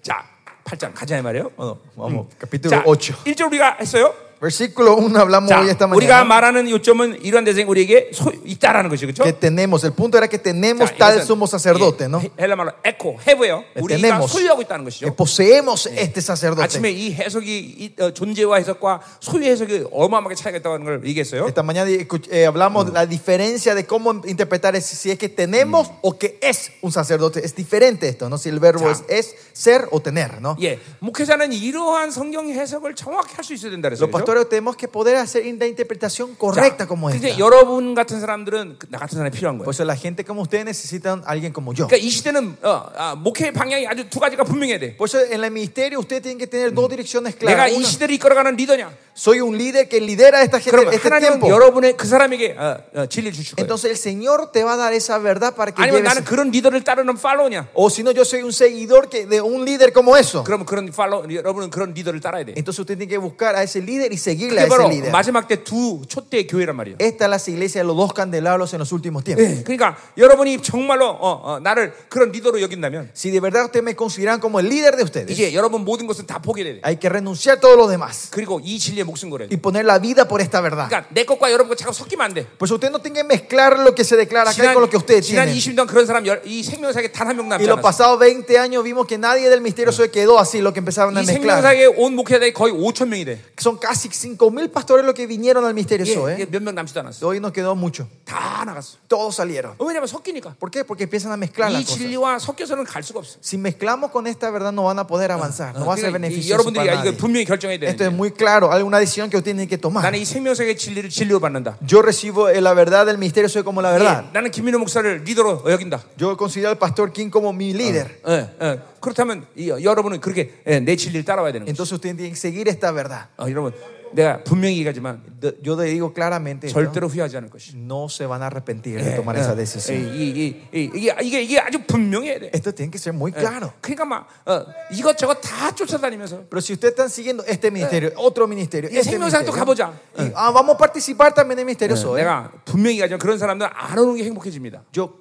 [SPEAKER 1] 자, 8장 가자 이 말이에요. 어.
[SPEAKER 2] Vamos, capítulo
[SPEAKER 1] 자,
[SPEAKER 2] 8.
[SPEAKER 1] 1절 우리가 했어요.
[SPEAKER 2] Versículo 1 hablamos
[SPEAKER 1] 자,
[SPEAKER 2] hoy esta
[SPEAKER 1] 우리가
[SPEAKER 2] mañana.
[SPEAKER 1] 뭐 말하는 요점은 이러한 대상이 우리에게 소- 있다라는 것이 그렇죠?
[SPEAKER 2] Que tenemos, el punto era que tenemos tal sumo
[SPEAKER 1] 예,
[SPEAKER 2] sacerdote, ¿no?
[SPEAKER 1] 헬라 말로 에코, 헤브예요.
[SPEAKER 2] Que
[SPEAKER 1] 우리가
[SPEAKER 2] tenemos,
[SPEAKER 1] 소유하고 있다는
[SPEAKER 2] que
[SPEAKER 1] 것이죠.
[SPEAKER 2] poseemos
[SPEAKER 1] 아침에
[SPEAKER 2] este sacerdote.
[SPEAKER 1] 이 해석이 이, 어, 존재와 해석과 소유 해석이 어마어마하게 차이가 있다는 걸 얘기했어요.
[SPEAKER 2] Esta mañana escuch- eh, hablamos de la diferencia de cómo interpretar es, si es que tenemos o que es un sacerdote. Es diferente esto, ¿no? Si el verbo es,
[SPEAKER 1] Ya.
[SPEAKER 2] es ser o tener, ¿no?
[SPEAKER 1] 예, 목회자는 이러한 성경 해석을 정확히 할 수 있어야 된다 그랬어요.
[SPEAKER 2] Los
[SPEAKER 1] 그죠?
[SPEAKER 2] pastores tenemos que poder hacer la interpretación
[SPEAKER 1] 자,
[SPEAKER 2] correcta como esta.
[SPEAKER 1] 근데 여러분 같은 사람들은 그- 나 같은 사람이 필요한 거예요.
[SPEAKER 2] Por eso la gente como ustedes necesitan a alguien como yo.
[SPEAKER 1] 그러니까 이 시대는 어, 아, 목회의 방향이 아주 두 가지가 분명해야 돼.
[SPEAKER 2] Por eso en el ministerio ustedes tienen que tener dos direcciones
[SPEAKER 1] 내가
[SPEAKER 2] claras.
[SPEAKER 1] 이
[SPEAKER 2] Una,
[SPEAKER 1] 시대를 이끌어가는 리더냐?
[SPEAKER 2] soy un líder que lidera esta gente,
[SPEAKER 1] 그러면
[SPEAKER 2] este
[SPEAKER 1] 하나님은
[SPEAKER 2] tiempo.
[SPEAKER 1] 여러분의 그 사람에게 어, 어, 진리를 주실 거예요.
[SPEAKER 2] Entonces el Señor te va a dar esa verdad para que
[SPEAKER 1] 아니면
[SPEAKER 2] lleves.
[SPEAKER 1] 나는 그런 리더를 따르는 팔로우냐?
[SPEAKER 2] O si no, yo soy un seguidor que, de un líder como eso.
[SPEAKER 1] 그러면 그런 팔로우 여러분은 그런 리더를 따라야 돼.
[SPEAKER 2] Entonces usted tiene que buscar a ese líder y seguirle a
[SPEAKER 1] 그게
[SPEAKER 2] ese
[SPEAKER 1] 바로
[SPEAKER 2] líder.
[SPEAKER 1] 마지막 때 두 초대 교회란 말이에요.
[SPEAKER 2] Esta es la iglesia de los dos candelabros en los últimos tiempos.
[SPEAKER 1] 그러니까 여러분이 정말로 어, 어, 나를 그런 리더로 여긴다면
[SPEAKER 2] Si de verdad ustedes me consideran como el líder de ustedes,
[SPEAKER 1] 이제 여러분 모든 것은 다 포기해야 돼.
[SPEAKER 2] hay que renunciar a todos los demás
[SPEAKER 1] 그리고 이 진리에 목숨 걸어야 돼.
[SPEAKER 2] y poner la vida por esta verdad.
[SPEAKER 1] 그러니까 내 것과 여러분 것 자꾸 섞이면 안 돼.
[SPEAKER 2] Pues usted no tiene que mezclar lo que se declara acá con lo que ustedes
[SPEAKER 1] 지난
[SPEAKER 2] tienen.
[SPEAKER 1] 20년 동안 그런 사람 열- 이 생명사에 단 한 명
[SPEAKER 2] Y
[SPEAKER 1] 남지
[SPEAKER 2] los
[SPEAKER 1] 않았어.
[SPEAKER 2] pasados 20 años vimos que nadie del misterio se quedó así, lo que empezaron a
[SPEAKER 1] 이
[SPEAKER 2] mezclar.
[SPEAKER 1] 생명사에 온 목회자들이 거의 5천 명이 돼. 예,
[SPEAKER 2] Son casi 5.000 pastores los que vinieron al misterio. eso, ¿eh?
[SPEAKER 1] 몇 명 남지도 않았어.
[SPEAKER 2] Hoy nos quedó mucho.
[SPEAKER 1] 다 나갔어.
[SPEAKER 2] Todos salieron.
[SPEAKER 1] 어, 왜냐면 섞이니까.
[SPEAKER 2] ¿Por qué? Porque empiezan a mezclar
[SPEAKER 1] 이
[SPEAKER 2] las cosas.
[SPEAKER 1] 진리와 섞여서는 갈 수가 없어.
[SPEAKER 2] Si mezclamos con esta verdad no van a poder avanzar, no va a ser
[SPEAKER 1] 그러니까 이-
[SPEAKER 2] beneficioso
[SPEAKER 1] 여러분들이
[SPEAKER 2] para
[SPEAKER 1] 이걸
[SPEAKER 2] nadie.
[SPEAKER 1] 분명히 결정해야 돼.
[SPEAKER 2] Esto es muy claro, hay una decisión que ustedes tienen que tomar.
[SPEAKER 1] 나는 이 생명사의 진리를 진리로 받는다.
[SPEAKER 2] Yo recibo eh, la verdad del misterio, soy como la
[SPEAKER 1] 예,
[SPEAKER 2] verdad.
[SPEAKER 1] 나는 김민호 목사를 리더로 여긴다.
[SPEAKER 2] Yo considero al pastor King como mi líder.
[SPEAKER 1] 예, 예. 그렇다면 이- 여러분은 그렇게 예, 내 진리를 따라와야 되는 거죠.
[SPEAKER 2] Entonces ustedes tienen que seguir esta verdad.
[SPEAKER 1] 어, 여러분, 내가 분명히 얘기하지만
[SPEAKER 2] De- Yo le digo claramente, esto,
[SPEAKER 1] 절대로 후회하지 않을 것이.
[SPEAKER 2] no se van a arrepentir de tomar
[SPEAKER 1] 예,
[SPEAKER 2] esa
[SPEAKER 1] 예,
[SPEAKER 2] decisión.
[SPEAKER 1] 이- 이- 이- 이게 이게 이게 아주 분명해야 돼.
[SPEAKER 2] Esto tiene que ser muy
[SPEAKER 1] 예.
[SPEAKER 2] claro.
[SPEAKER 1] 그러니까 막 어, 이것저것 다 쫓아다니면서
[SPEAKER 2] Pero si ustedes están siguiendo este ministerio, otro ministerio,
[SPEAKER 1] 예,
[SPEAKER 2] este
[SPEAKER 1] 생명상도 가보자.
[SPEAKER 2] ministerio, y, ah, vamos a participar también del misterio. soy.
[SPEAKER 1] 내가 분명히 얘기하지만 그런 사람들은 안 오는 게 행복해집니다.
[SPEAKER 2] Yo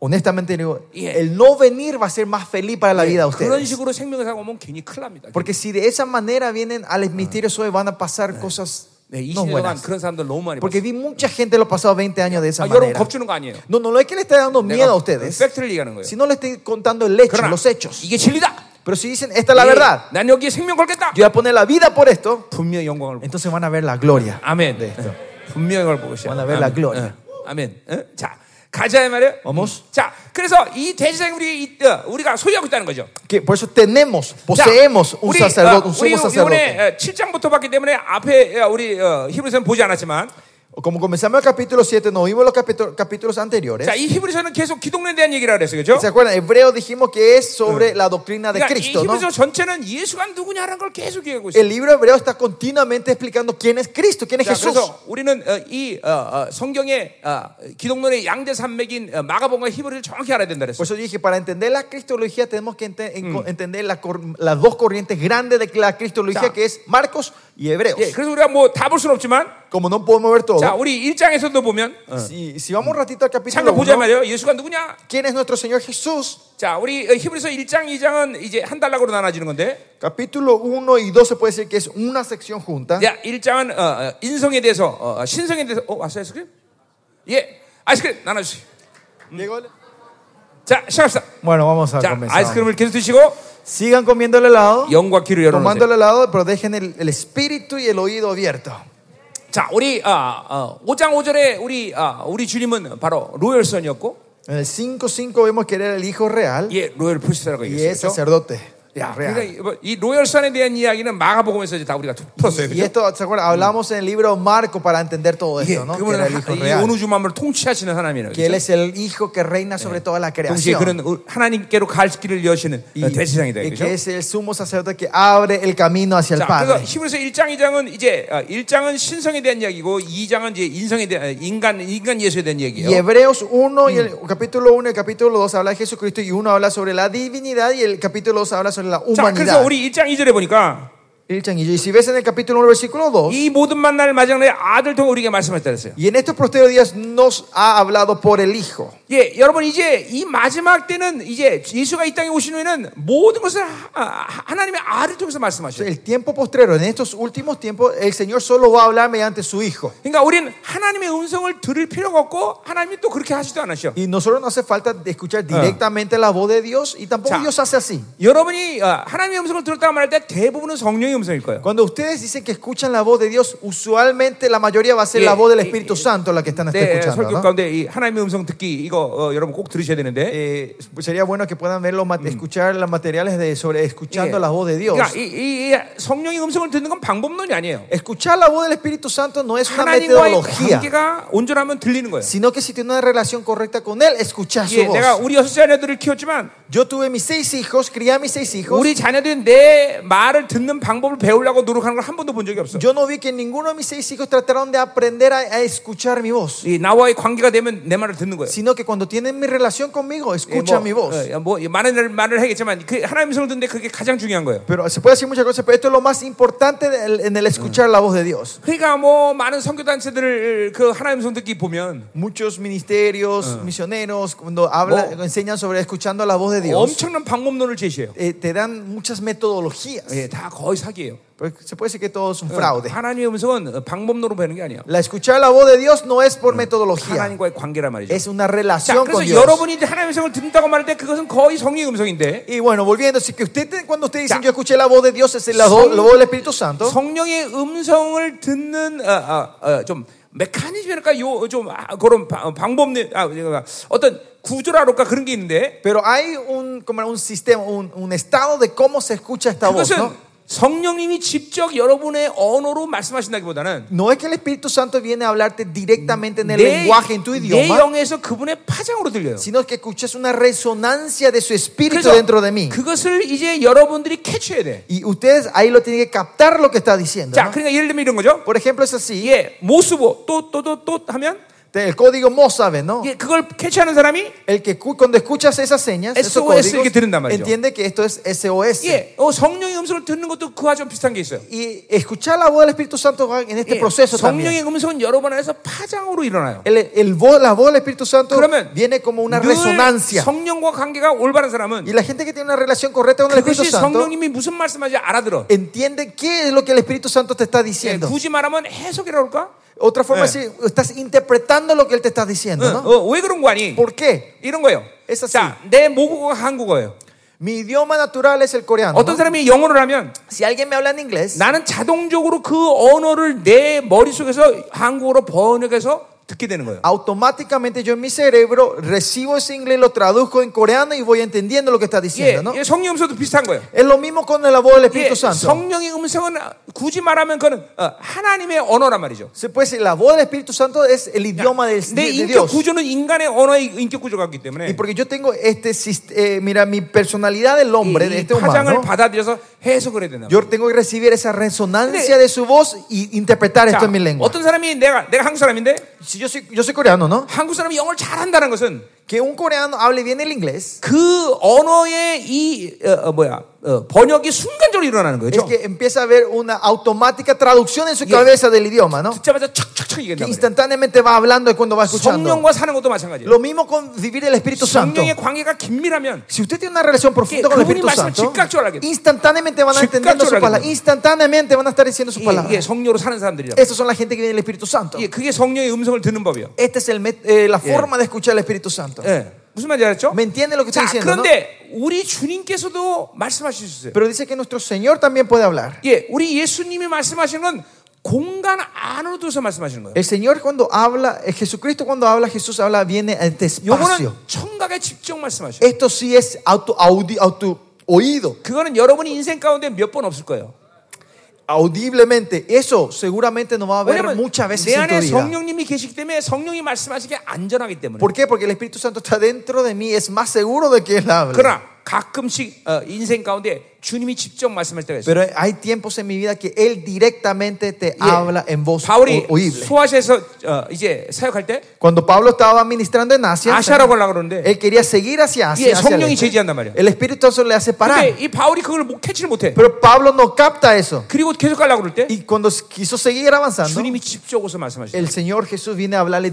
[SPEAKER 2] honestamente digo,
[SPEAKER 1] Yeah.
[SPEAKER 2] el no venir va a ser más feliz para la vida de
[SPEAKER 1] 그런
[SPEAKER 2] ustedes.
[SPEAKER 1] 식으로 생명상 오면 괜히 큰일 납니다.
[SPEAKER 2] Porque si de esa manera vienen al misterio hoy van a pasar cosas
[SPEAKER 1] 네,
[SPEAKER 2] no
[SPEAKER 1] 20년 동안
[SPEAKER 2] buenas.
[SPEAKER 1] 그런 사람들 너무 많이
[SPEAKER 2] Porque
[SPEAKER 1] 봤어요.
[SPEAKER 2] vi mucha gente los pasados 20 años de esa
[SPEAKER 1] 아, 여러분
[SPEAKER 2] manera.
[SPEAKER 1] 겁주는 거 아니에요.
[SPEAKER 2] No, no, no es que le pues. esté dando miedo a
[SPEAKER 1] 내가
[SPEAKER 2] ustedes,
[SPEAKER 1] 팩트를 얘기하는 거예요.
[SPEAKER 2] sino le estoy contando el hecho,
[SPEAKER 1] 그러나
[SPEAKER 2] los hechos.
[SPEAKER 1] 이게 진리다.
[SPEAKER 2] Pero si dicen, esta es la
[SPEAKER 1] 예,
[SPEAKER 2] verdad,
[SPEAKER 1] 난 여기에 생명 걸겠다.
[SPEAKER 2] yo voy a poner la vida por esto,
[SPEAKER 1] 예. 분명히 영광을 보고.
[SPEAKER 2] entonces van a ver la gloria.
[SPEAKER 1] 아멘.
[SPEAKER 2] 네, 또.
[SPEAKER 1] 분명히 영광을 보고 있어요.
[SPEAKER 2] 원하면 라
[SPEAKER 1] 아멘.
[SPEAKER 2] 글로리아.
[SPEAKER 1] 어, 아멘. 어? 자, 가자 이 말이에요. 음.
[SPEAKER 2] Vamos.
[SPEAKER 1] 자, 그래서 이 대지상 우리 이- 어, 우리가 소유하고 있다는 거죠.
[SPEAKER 2] Que por eso
[SPEAKER 1] 자,
[SPEAKER 2] tenemos, poseemos un
[SPEAKER 1] 우리,
[SPEAKER 2] sacerdote,
[SPEAKER 1] 어,
[SPEAKER 2] un sumo
[SPEAKER 1] 우리
[SPEAKER 2] sacerdote.
[SPEAKER 1] 이번에 7장부터 봤기 때문에 앞에 어, 우리 어, 히브리서는 보지 않았지만
[SPEAKER 2] Como comenzamos el capítulo 7, nos vimos los capítulo- capítulos anteriores.
[SPEAKER 1] 자, 이 히브리서는 계속 기독론에 대한 얘기를 하랬어요. 그죠?
[SPEAKER 2] ¿Se acuerdan? Hebreo dijimos que es sobre la doctrina de
[SPEAKER 1] 그러니까 이
[SPEAKER 2] Cristo, ¿no?
[SPEAKER 1] 히브리서 전체는 예수가 누구냐라는 걸 계속 얘기하고 있어요.
[SPEAKER 2] El libro hebreo está continuamente explicando quién es Cristo, quién es
[SPEAKER 1] 자,
[SPEAKER 2] Jesús.
[SPEAKER 1] 그래서 우리는 어, 이 어, 어, 성경의 어, 기독론의 양대 산맥인 어, 마가복음과 히브리를 정확히 알아야 된다
[SPEAKER 2] Por
[SPEAKER 1] 그랬어요.
[SPEAKER 2] eso dije, para entender la cristología tenemos que ente- en- entender la cor- las dos corrientes grandes de la cristología,
[SPEAKER 1] Ya.
[SPEAKER 2] que es Marcos y Hebreos.
[SPEAKER 1] 예, 그래서 우리가 뭐 다 볼 수는 없지만
[SPEAKER 2] Como no podemos ver todo, Ah.
[SPEAKER 1] 자, 우리 1장에서도 보면
[SPEAKER 2] si, si vamos un ratito al capítulo
[SPEAKER 1] 잠깐 보자
[SPEAKER 2] 1,
[SPEAKER 1] 말이에요. 예수가 누구냐?
[SPEAKER 2] ¿quién es nuestro Señor Jesús?
[SPEAKER 1] 자, 우리 어, 히브리서 1장, 2장은 이제 한 달락으로 나눠지는 건데.
[SPEAKER 2] Capítulo 1 y 2 se puede decir que es una sección junta.
[SPEAKER 1] 야, 1장은 어, 어, 인성에 대해서 어, 어, 신성에 대해서 어, 왔어요, 아이스크림? 예. 아이스크림 나눠 주세요.
[SPEAKER 2] Llegó el-
[SPEAKER 1] 자, 시작합시다.
[SPEAKER 2] Bueno, vamos a
[SPEAKER 1] 자,
[SPEAKER 2] comenzar.
[SPEAKER 1] 아이스크림을 계속 드시고
[SPEAKER 2] Sigan comiendo el helado.
[SPEAKER 1] 영과 귀를 열어
[SPEAKER 2] tomando
[SPEAKER 1] 놓으세요.
[SPEAKER 2] el helado, pero dejen el, el espíritu y el oído abierto.
[SPEAKER 1] 자, 우리 어, 어, 5장 5절에 우리 어, 우리 주님은 바로 로열 선이었고
[SPEAKER 2] En el 5.5 vemos que él era el hijo real
[SPEAKER 1] 예, 로열 프리스라고
[SPEAKER 2] y es
[SPEAKER 1] 얘기했어요. 그죠?
[SPEAKER 2] sacerdote
[SPEAKER 1] 야,
[SPEAKER 2] real.
[SPEAKER 1] 그러니까 이 로열 선에 대한 이야기는 마가복음에서 이제 다 우리가 풀었어요.
[SPEAKER 2] Y
[SPEAKER 1] 그죠?
[SPEAKER 2] esto, ¿se acuerdan? Hablamos en el libro Marco para entender todo
[SPEAKER 1] 예,
[SPEAKER 2] esto, ¿no? Que era el
[SPEAKER 1] 그분은
[SPEAKER 2] hijo
[SPEAKER 1] 하- 이
[SPEAKER 2] real.
[SPEAKER 1] 온우주 만물을 통치하시는 하나님이라고.
[SPEAKER 2] Que él
[SPEAKER 1] 그죠?
[SPEAKER 2] es el hijo que reina sobre toda la
[SPEAKER 1] 동시에
[SPEAKER 2] creación.
[SPEAKER 1] 그는 우- 하나님께로 갈 길을 여시는
[SPEAKER 2] Y,
[SPEAKER 1] 어, 대지상이다.
[SPEAKER 2] y
[SPEAKER 1] 그죠?
[SPEAKER 2] que es el sumo sacerdote que abre el camino hacia el
[SPEAKER 1] 자, 그래서
[SPEAKER 2] Padre.
[SPEAKER 1] 히브리서 1장 2장은 이제 어, 1장은 신성에 대한 이야기고 2장은 이제 인성에 대한 어, 인간 인간 예수에 대한
[SPEAKER 2] Y
[SPEAKER 1] 얘기예요.
[SPEAKER 2] Hebreos 1 y el capítulo 1 y el capítulo 2 habla de Jesucristo y uno habla sobre la divinidad y el capítulo 2 habla sobre la
[SPEAKER 1] 자, 그래서
[SPEAKER 2] humanidad.
[SPEAKER 1] 우리 1장 2절에 보니까
[SPEAKER 2] 1장 2절. Y si ves en el capítulo 1, versículo 2,
[SPEAKER 1] 이 모든 만날 마지막 날에 아들 통해 우리에게 말씀하셨다 그랬어요.
[SPEAKER 2] y en estos posteriores días nos ha hablado por el Hijo.
[SPEAKER 1] 예, 여러분 이제 이 마지막 때는 이제 예수가 이 땅에 오신 후에는 모든 것을 하- 아, 하나님의 아들 통해서 말씀하셔요.
[SPEAKER 2] El tiempo postrero, en estos últimos tiempos, el Señor solo va a hablar mediante su Hijo.
[SPEAKER 1] 그러니까 우리는 하나님의 음성을 들을 필요가 없고 하나님이 또 그렇게 하시도 않으셔.
[SPEAKER 2] Y nosotros no hace falta
[SPEAKER 1] Ah.
[SPEAKER 2] de escuchar directamente la voz de Dios y tampoco
[SPEAKER 1] Cha.
[SPEAKER 2] Dios hace así.
[SPEAKER 1] 여러분이 어, 하나님의 음성을 들었다고 말할 때 대부분은 성령의 음성일 거예요.
[SPEAKER 2] Cuando ustedes dicen que escuchan la voz de Dios, usualmente la mayoría va a ser
[SPEAKER 1] Eh,
[SPEAKER 2] la voz del
[SPEAKER 1] eh,
[SPEAKER 2] Espíritu
[SPEAKER 1] eh,
[SPEAKER 2] Santo la que están está
[SPEAKER 1] 네,
[SPEAKER 2] escuchando.
[SPEAKER 1] 설교
[SPEAKER 2] ¿no?
[SPEAKER 1] 가운데 이 하나님의 음성 듣기 이거 어, 여러분 꼭 들으셔야 되는데.
[SPEAKER 2] Eh, sería bueno que puedan ver los
[SPEAKER 1] Mm.
[SPEAKER 2] mat- escuchar los materiales de sobre
[SPEAKER 1] Eh,
[SPEAKER 2] escuchando la voz de Dios.
[SPEAKER 1] 그러니까 이, 이- 이 성령의 음성을 듣는 건 방법론이 아니에요.
[SPEAKER 2] Escuchar la voz del Espíritu Santo no es una
[SPEAKER 1] 하나님과의
[SPEAKER 2] metodología,
[SPEAKER 1] <laughs> 관계가 온전하면 들리는 거예요.
[SPEAKER 2] sino que si tienes una relación correcta con Él, escuchar su
[SPEAKER 1] 예, 내가
[SPEAKER 2] voz.
[SPEAKER 1] 우리 여섯 자녀들을 키웠지만
[SPEAKER 2] Yo tuve mis seis hijos, crié a mis seis hijos.
[SPEAKER 1] 우리 자녀들이 내 말을 듣는 방법을 배우려고 노력하는 걸 한 번도 본 적이 없어.
[SPEAKER 2] Yo no vi que ninguno de mis seis hijos trataron de aprender a, a escuchar mi voz,
[SPEAKER 1] 이 나와의 관계가 되면 내 말을 듣는 거예요.
[SPEAKER 2] sino que cuando tienen mi relación conmigo,
[SPEAKER 1] 예,
[SPEAKER 2] escuchan mi
[SPEAKER 1] 뭐,
[SPEAKER 2] voz.
[SPEAKER 1] 어, 뭐 많은 말을 하겠지만 그 하나님 성을 듣는데 그게 가장 중요한 거예요.
[SPEAKER 2] Pero se puede decir muchas cosas, pero esto es lo más importante del- en el escuchar la voz de Dios.
[SPEAKER 1] 그러니까 뭐 많은 선교 단체들을 그 하나님 성 듣기 보면
[SPEAKER 2] Muchos ministerios, misioneros, cuando hablan,
[SPEAKER 1] Bueno.
[SPEAKER 2] enseñan sobre escuchando la voz de Dios,
[SPEAKER 1] 엄청난 방법론을 제시해요.
[SPEAKER 2] eh, te dan muchas metodologías.
[SPEAKER 1] 예, 다 거의 사기예요.
[SPEAKER 2] Pero se puede decir que todo es un fraude.
[SPEAKER 1] 하나님의 음성은 방법론으로 배우는 게 아니에요.
[SPEAKER 2] La escuchar la voz de Dios no es por metodología,
[SPEAKER 1] 하나님과의 관계란 말이죠.
[SPEAKER 2] es una
[SPEAKER 1] 자,
[SPEAKER 2] relación con
[SPEAKER 1] 그래서
[SPEAKER 2] Dios.
[SPEAKER 1] 여러분이 이제 하나님의 성을 듣는다고 말할 때 그것은 거의 성령의 음성인데
[SPEAKER 2] Y bueno, volviendo, si que usted, cuando usted dice
[SPEAKER 1] Ya.
[SPEAKER 2] yo escuché la voz de Dios, es la, do- la voz del Espíritu Santo.
[SPEAKER 1] 성령의 음성을 듣는 어, 어, 어, 좀 메커니즘이랄까 요좀 아, 그런 바- 방법 내- 아, 내가 어떤 구조라랄까 그런 게 있는데
[SPEAKER 2] Pero hay un, como un sistema, un, un estado de cómo se escucha esta voz,
[SPEAKER 1] 그것은
[SPEAKER 2] ¿no?
[SPEAKER 1] 성령님이 직접 여러분의 언어로 말씀하신다기보다는
[SPEAKER 2] No es que el Espíritu Santo viene a hablarte directamente en el
[SPEAKER 1] 내,
[SPEAKER 2] lenguaje, en tu
[SPEAKER 1] 내
[SPEAKER 2] idioma,
[SPEAKER 1] 영에서 그분의 파장으로 들려요.
[SPEAKER 2] sino que escuchas una resonancia de su espíritu
[SPEAKER 1] 그래서
[SPEAKER 2] dentro de mí.
[SPEAKER 1] 그것을 이제 여러분들이 캐치해야 돼.
[SPEAKER 2] Y ustedes ahí lo tienen que captar lo que está diciendo.
[SPEAKER 1] 자,
[SPEAKER 2] ¿no?
[SPEAKER 1] 그러니까 예를 들면 이런 거죠.
[SPEAKER 2] Por ejemplo, es así:
[SPEAKER 1] 예, 모수보 또 또 또 또 하면
[SPEAKER 2] el código Mosave, ¿no?
[SPEAKER 1] 예, 그걸 캐치하는 사람이
[SPEAKER 2] El que cu- cuando escuchas esas señas, esos
[SPEAKER 1] SOS
[SPEAKER 2] códigos,
[SPEAKER 1] 이렇게 들은단 말이죠.
[SPEAKER 2] entiende que esto es SOS.
[SPEAKER 1] 예, 어, 성령의 음성을 듣는 것도 그와 좀 비슷한 게 있어요.
[SPEAKER 2] Y escuchar la voz del Espíritu Santo va en este
[SPEAKER 1] 예,
[SPEAKER 2] proceso
[SPEAKER 1] 성령의
[SPEAKER 2] también.
[SPEAKER 1] 음성은 여러분 안에서 파장으로 일어나요.
[SPEAKER 2] El, el vo- la voz del Espíritu Santo
[SPEAKER 1] 그러면
[SPEAKER 2] viene como una
[SPEAKER 1] 늘
[SPEAKER 2] resonancia.
[SPEAKER 1] 성령과 관계가 올바른 사람은
[SPEAKER 2] Y la gente que tiene una relación correcta con el Espíritu
[SPEAKER 1] 그것이
[SPEAKER 2] Santo
[SPEAKER 1] 성령님이 무슨 말씀하지 알아들어.
[SPEAKER 2] entiende qué es lo que el Espíritu Santo te está
[SPEAKER 1] 예,
[SPEAKER 2] diciendo.
[SPEAKER 1] 굳이 말하면 해석이라고 할까?
[SPEAKER 2] Otra forma
[SPEAKER 1] Eh.
[SPEAKER 2] es si estás interpretando lo que él te está diciendo,
[SPEAKER 1] 응,
[SPEAKER 2] ¿no?
[SPEAKER 1] 어, 왜 그런 거 아니?
[SPEAKER 2] ¿Por qué?
[SPEAKER 1] 이런 거예요.
[SPEAKER 2] It's a
[SPEAKER 1] 자, 내 모국어가 한국어예요.
[SPEAKER 2] Mi idioma natural es el coreano.
[SPEAKER 1] 어떤
[SPEAKER 2] ¿no?
[SPEAKER 1] 사람이 영어를 하면
[SPEAKER 2] Si alguien me habla en inglés,
[SPEAKER 1] 나는 자동적으로 그 언어를 내 머릿속에서 한국어로 번역해서 듣게 되는
[SPEAKER 2] 아,
[SPEAKER 1] 거예요.
[SPEAKER 2] automáticamente yo en mi cerebro recibo ese inglés, lo traduzco en coreano y voy entendiendo lo que está
[SPEAKER 1] 예,
[SPEAKER 2] diciendo, ¿no?
[SPEAKER 1] 예, 성령 음성도 비슷한 거예요.
[SPEAKER 2] Es lo mismo con la voz del
[SPEAKER 1] 예,
[SPEAKER 2] Espíritu Santo.
[SPEAKER 1] 성령의 음성은 굳이 말하면 그는 어, 하나님의 언어란 말이죠.
[SPEAKER 2] Se puede decir, la voz del Espíritu Santo es el idioma del-
[SPEAKER 1] 내
[SPEAKER 2] de, de
[SPEAKER 1] 인격
[SPEAKER 2] Dios.
[SPEAKER 1] 구조는 인간의 언어의 인격 구조가 있기
[SPEAKER 2] Y
[SPEAKER 1] 때문에
[SPEAKER 2] porque yo tengo este, sist- eh, mira, mi personalidad del
[SPEAKER 1] 이,
[SPEAKER 2] hombre, de
[SPEAKER 1] 이
[SPEAKER 2] este
[SPEAKER 1] 파장을
[SPEAKER 2] humano,
[SPEAKER 1] 받아들여서 해석을 해야 된다.
[SPEAKER 2] yo tengo que recibir esa resonancia
[SPEAKER 1] Pero-
[SPEAKER 2] de su voz y interpretar
[SPEAKER 1] 자,
[SPEAKER 2] esto en mi lengua.
[SPEAKER 1] 어떤 사람이 내가 내가 한국 사람인데
[SPEAKER 2] Si yo soy, yo soy coreano, ¿no?
[SPEAKER 1] 한국 사람이 영어를 잘한다는 것은
[SPEAKER 2] Que un coreano hable bien el inglés
[SPEAKER 1] 그 언어의 이 어, 어, 뭐야 어, 번역이 순간적으로 일어나는 그렇죠?
[SPEAKER 2] es
[SPEAKER 1] 거죠.
[SPEAKER 2] que empieza a haber una automática traducción en su
[SPEAKER 1] Ye-
[SPEAKER 2] cabeza del idioma, ¿no?
[SPEAKER 1] 듣자마자 척척척
[SPEAKER 2] Que
[SPEAKER 1] 얘기한다. 말이에요.
[SPEAKER 2] instantáneamente va hablando de cuando va escuchando.
[SPEAKER 1] 성령과 사는 것도 마찬가지예요.
[SPEAKER 2] Lo mismo con vivir el Espíritu Santo.
[SPEAKER 1] 성령의 관계가 긴밀하면
[SPEAKER 2] Si usted tiene una relación profunda
[SPEAKER 1] Que-
[SPEAKER 2] con el
[SPEAKER 1] 그분이
[SPEAKER 2] Espíritu
[SPEAKER 1] 말씀을
[SPEAKER 2] Santo,
[SPEAKER 1] 즉각적으로 알게 돼.
[SPEAKER 2] instantáneamente van a entender su
[SPEAKER 1] 즉각적으로
[SPEAKER 2] palabra.
[SPEAKER 1] 알게 돼.
[SPEAKER 2] Instantáneamente van a estar diciendo su palabra.
[SPEAKER 1] 이게 예, 성령으로 사는 사람들이라.
[SPEAKER 2] Estos son la gente que viene del Espíritu Santo.
[SPEAKER 1] 예, 그게 성령의 음성을 듣는 법이요.
[SPEAKER 2] Esta es el met- eh, la forma de escuchar el Espíritu Santo.
[SPEAKER 1] 예. 무슨 말인지 알았죠?
[SPEAKER 2] ¿Me entiende lo que
[SPEAKER 1] 자,
[SPEAKER 2] estoy diciendo? no?
[SPEAKER 1] 그런데 우리 주님께서도 말씀하실 수 있어요.
[SPEAKER 2] Pero dice que nuestro Señor también puede hablar.
[SPEAKER 1] 예, 우리 예수님이 말씀하시는 건 공간 안으로 들어서 말씀하시는 거예요.
[SPEAKER 2] El Señor cuando habla, eh, Jesucristo cuando habla, Jesús habla, viene a este
[SPEAKER 1] 예, 요거는
[SPEAKER 2] espacio.
[SPEAKER 1] 예. 청각에 직접 말씀하셔요.
[SPEAKER 2] Esto sí es auto, audi- auto- oído,
[SPEAKER 1] 그거는 여러분 인생 가운데 몇 번 없을 거예요.
[SPEAKER 2] audiblemente. Eso seguramente nos va a ver
[SPEAKER 1] 아, 왜냐면
[SPEAKER 2] muchas veces
[SPEAKER 1] 내
[SPEAKER 2] en tu
[SPEAKER 1] 안에
[SPEAKER 2] vida.
[SPEAKER 1] 성령님이 계시기 때문에 성령이 말씀하시기 안전하기 때문에.
[SPEAKER 2] ¿Por qué? Porque el Espíritu Santo está dentro de mí, es más seguro de que Él habla.
[SPEAKER 1] 그러나 가끔씩 어, 인생 가운데 주님이 직접 말씀할 때가 있어요.
[SPEAKER 2] Pero hay tiempos en mi vida que Él directamente te
[SPEAKER 1] 예,
[SPEAKER 2] habla en voz
[SPEAKER 1] 바울이
[SPEAKER 2] o- oíble.
[SPEAKER 1] 소아시에서 어, 이제 사역할 때
[SPEAKER 2] Cuando Pablo estaba ministrando en Asia,
[SPEAKER 1] 아시아라고 하려고 그러는데
[SPEAKER 2] él quería seguir hacia Asia.
[SPEAKER 1] 예,
[SPEAKER 2] hacia el,
[SPEAKER 1] 성령이
[SPEAKER 2] este.
[SPEAKER 1] 제지한단 말이야.
[SPEAKER 2] El Espíritu Santo le hace parar.
[SPEAKER 1] 근데 이 바울이 그걸 못 캐치를 못해.
[SPEAKER 2] Pero Pablo no capta eso.
[SPEAKER 1] 그리고 계속 가려고 그럴 때
[SPEAKER 2] Y cuando quiso seguir avanzando,
[SPEAKER 1] 주님이 직접 오서 말씀하시죠.
[SPEAKER 2] el Señor Jesús viene a hablarle
[SPEAKER 1] 왜냐하면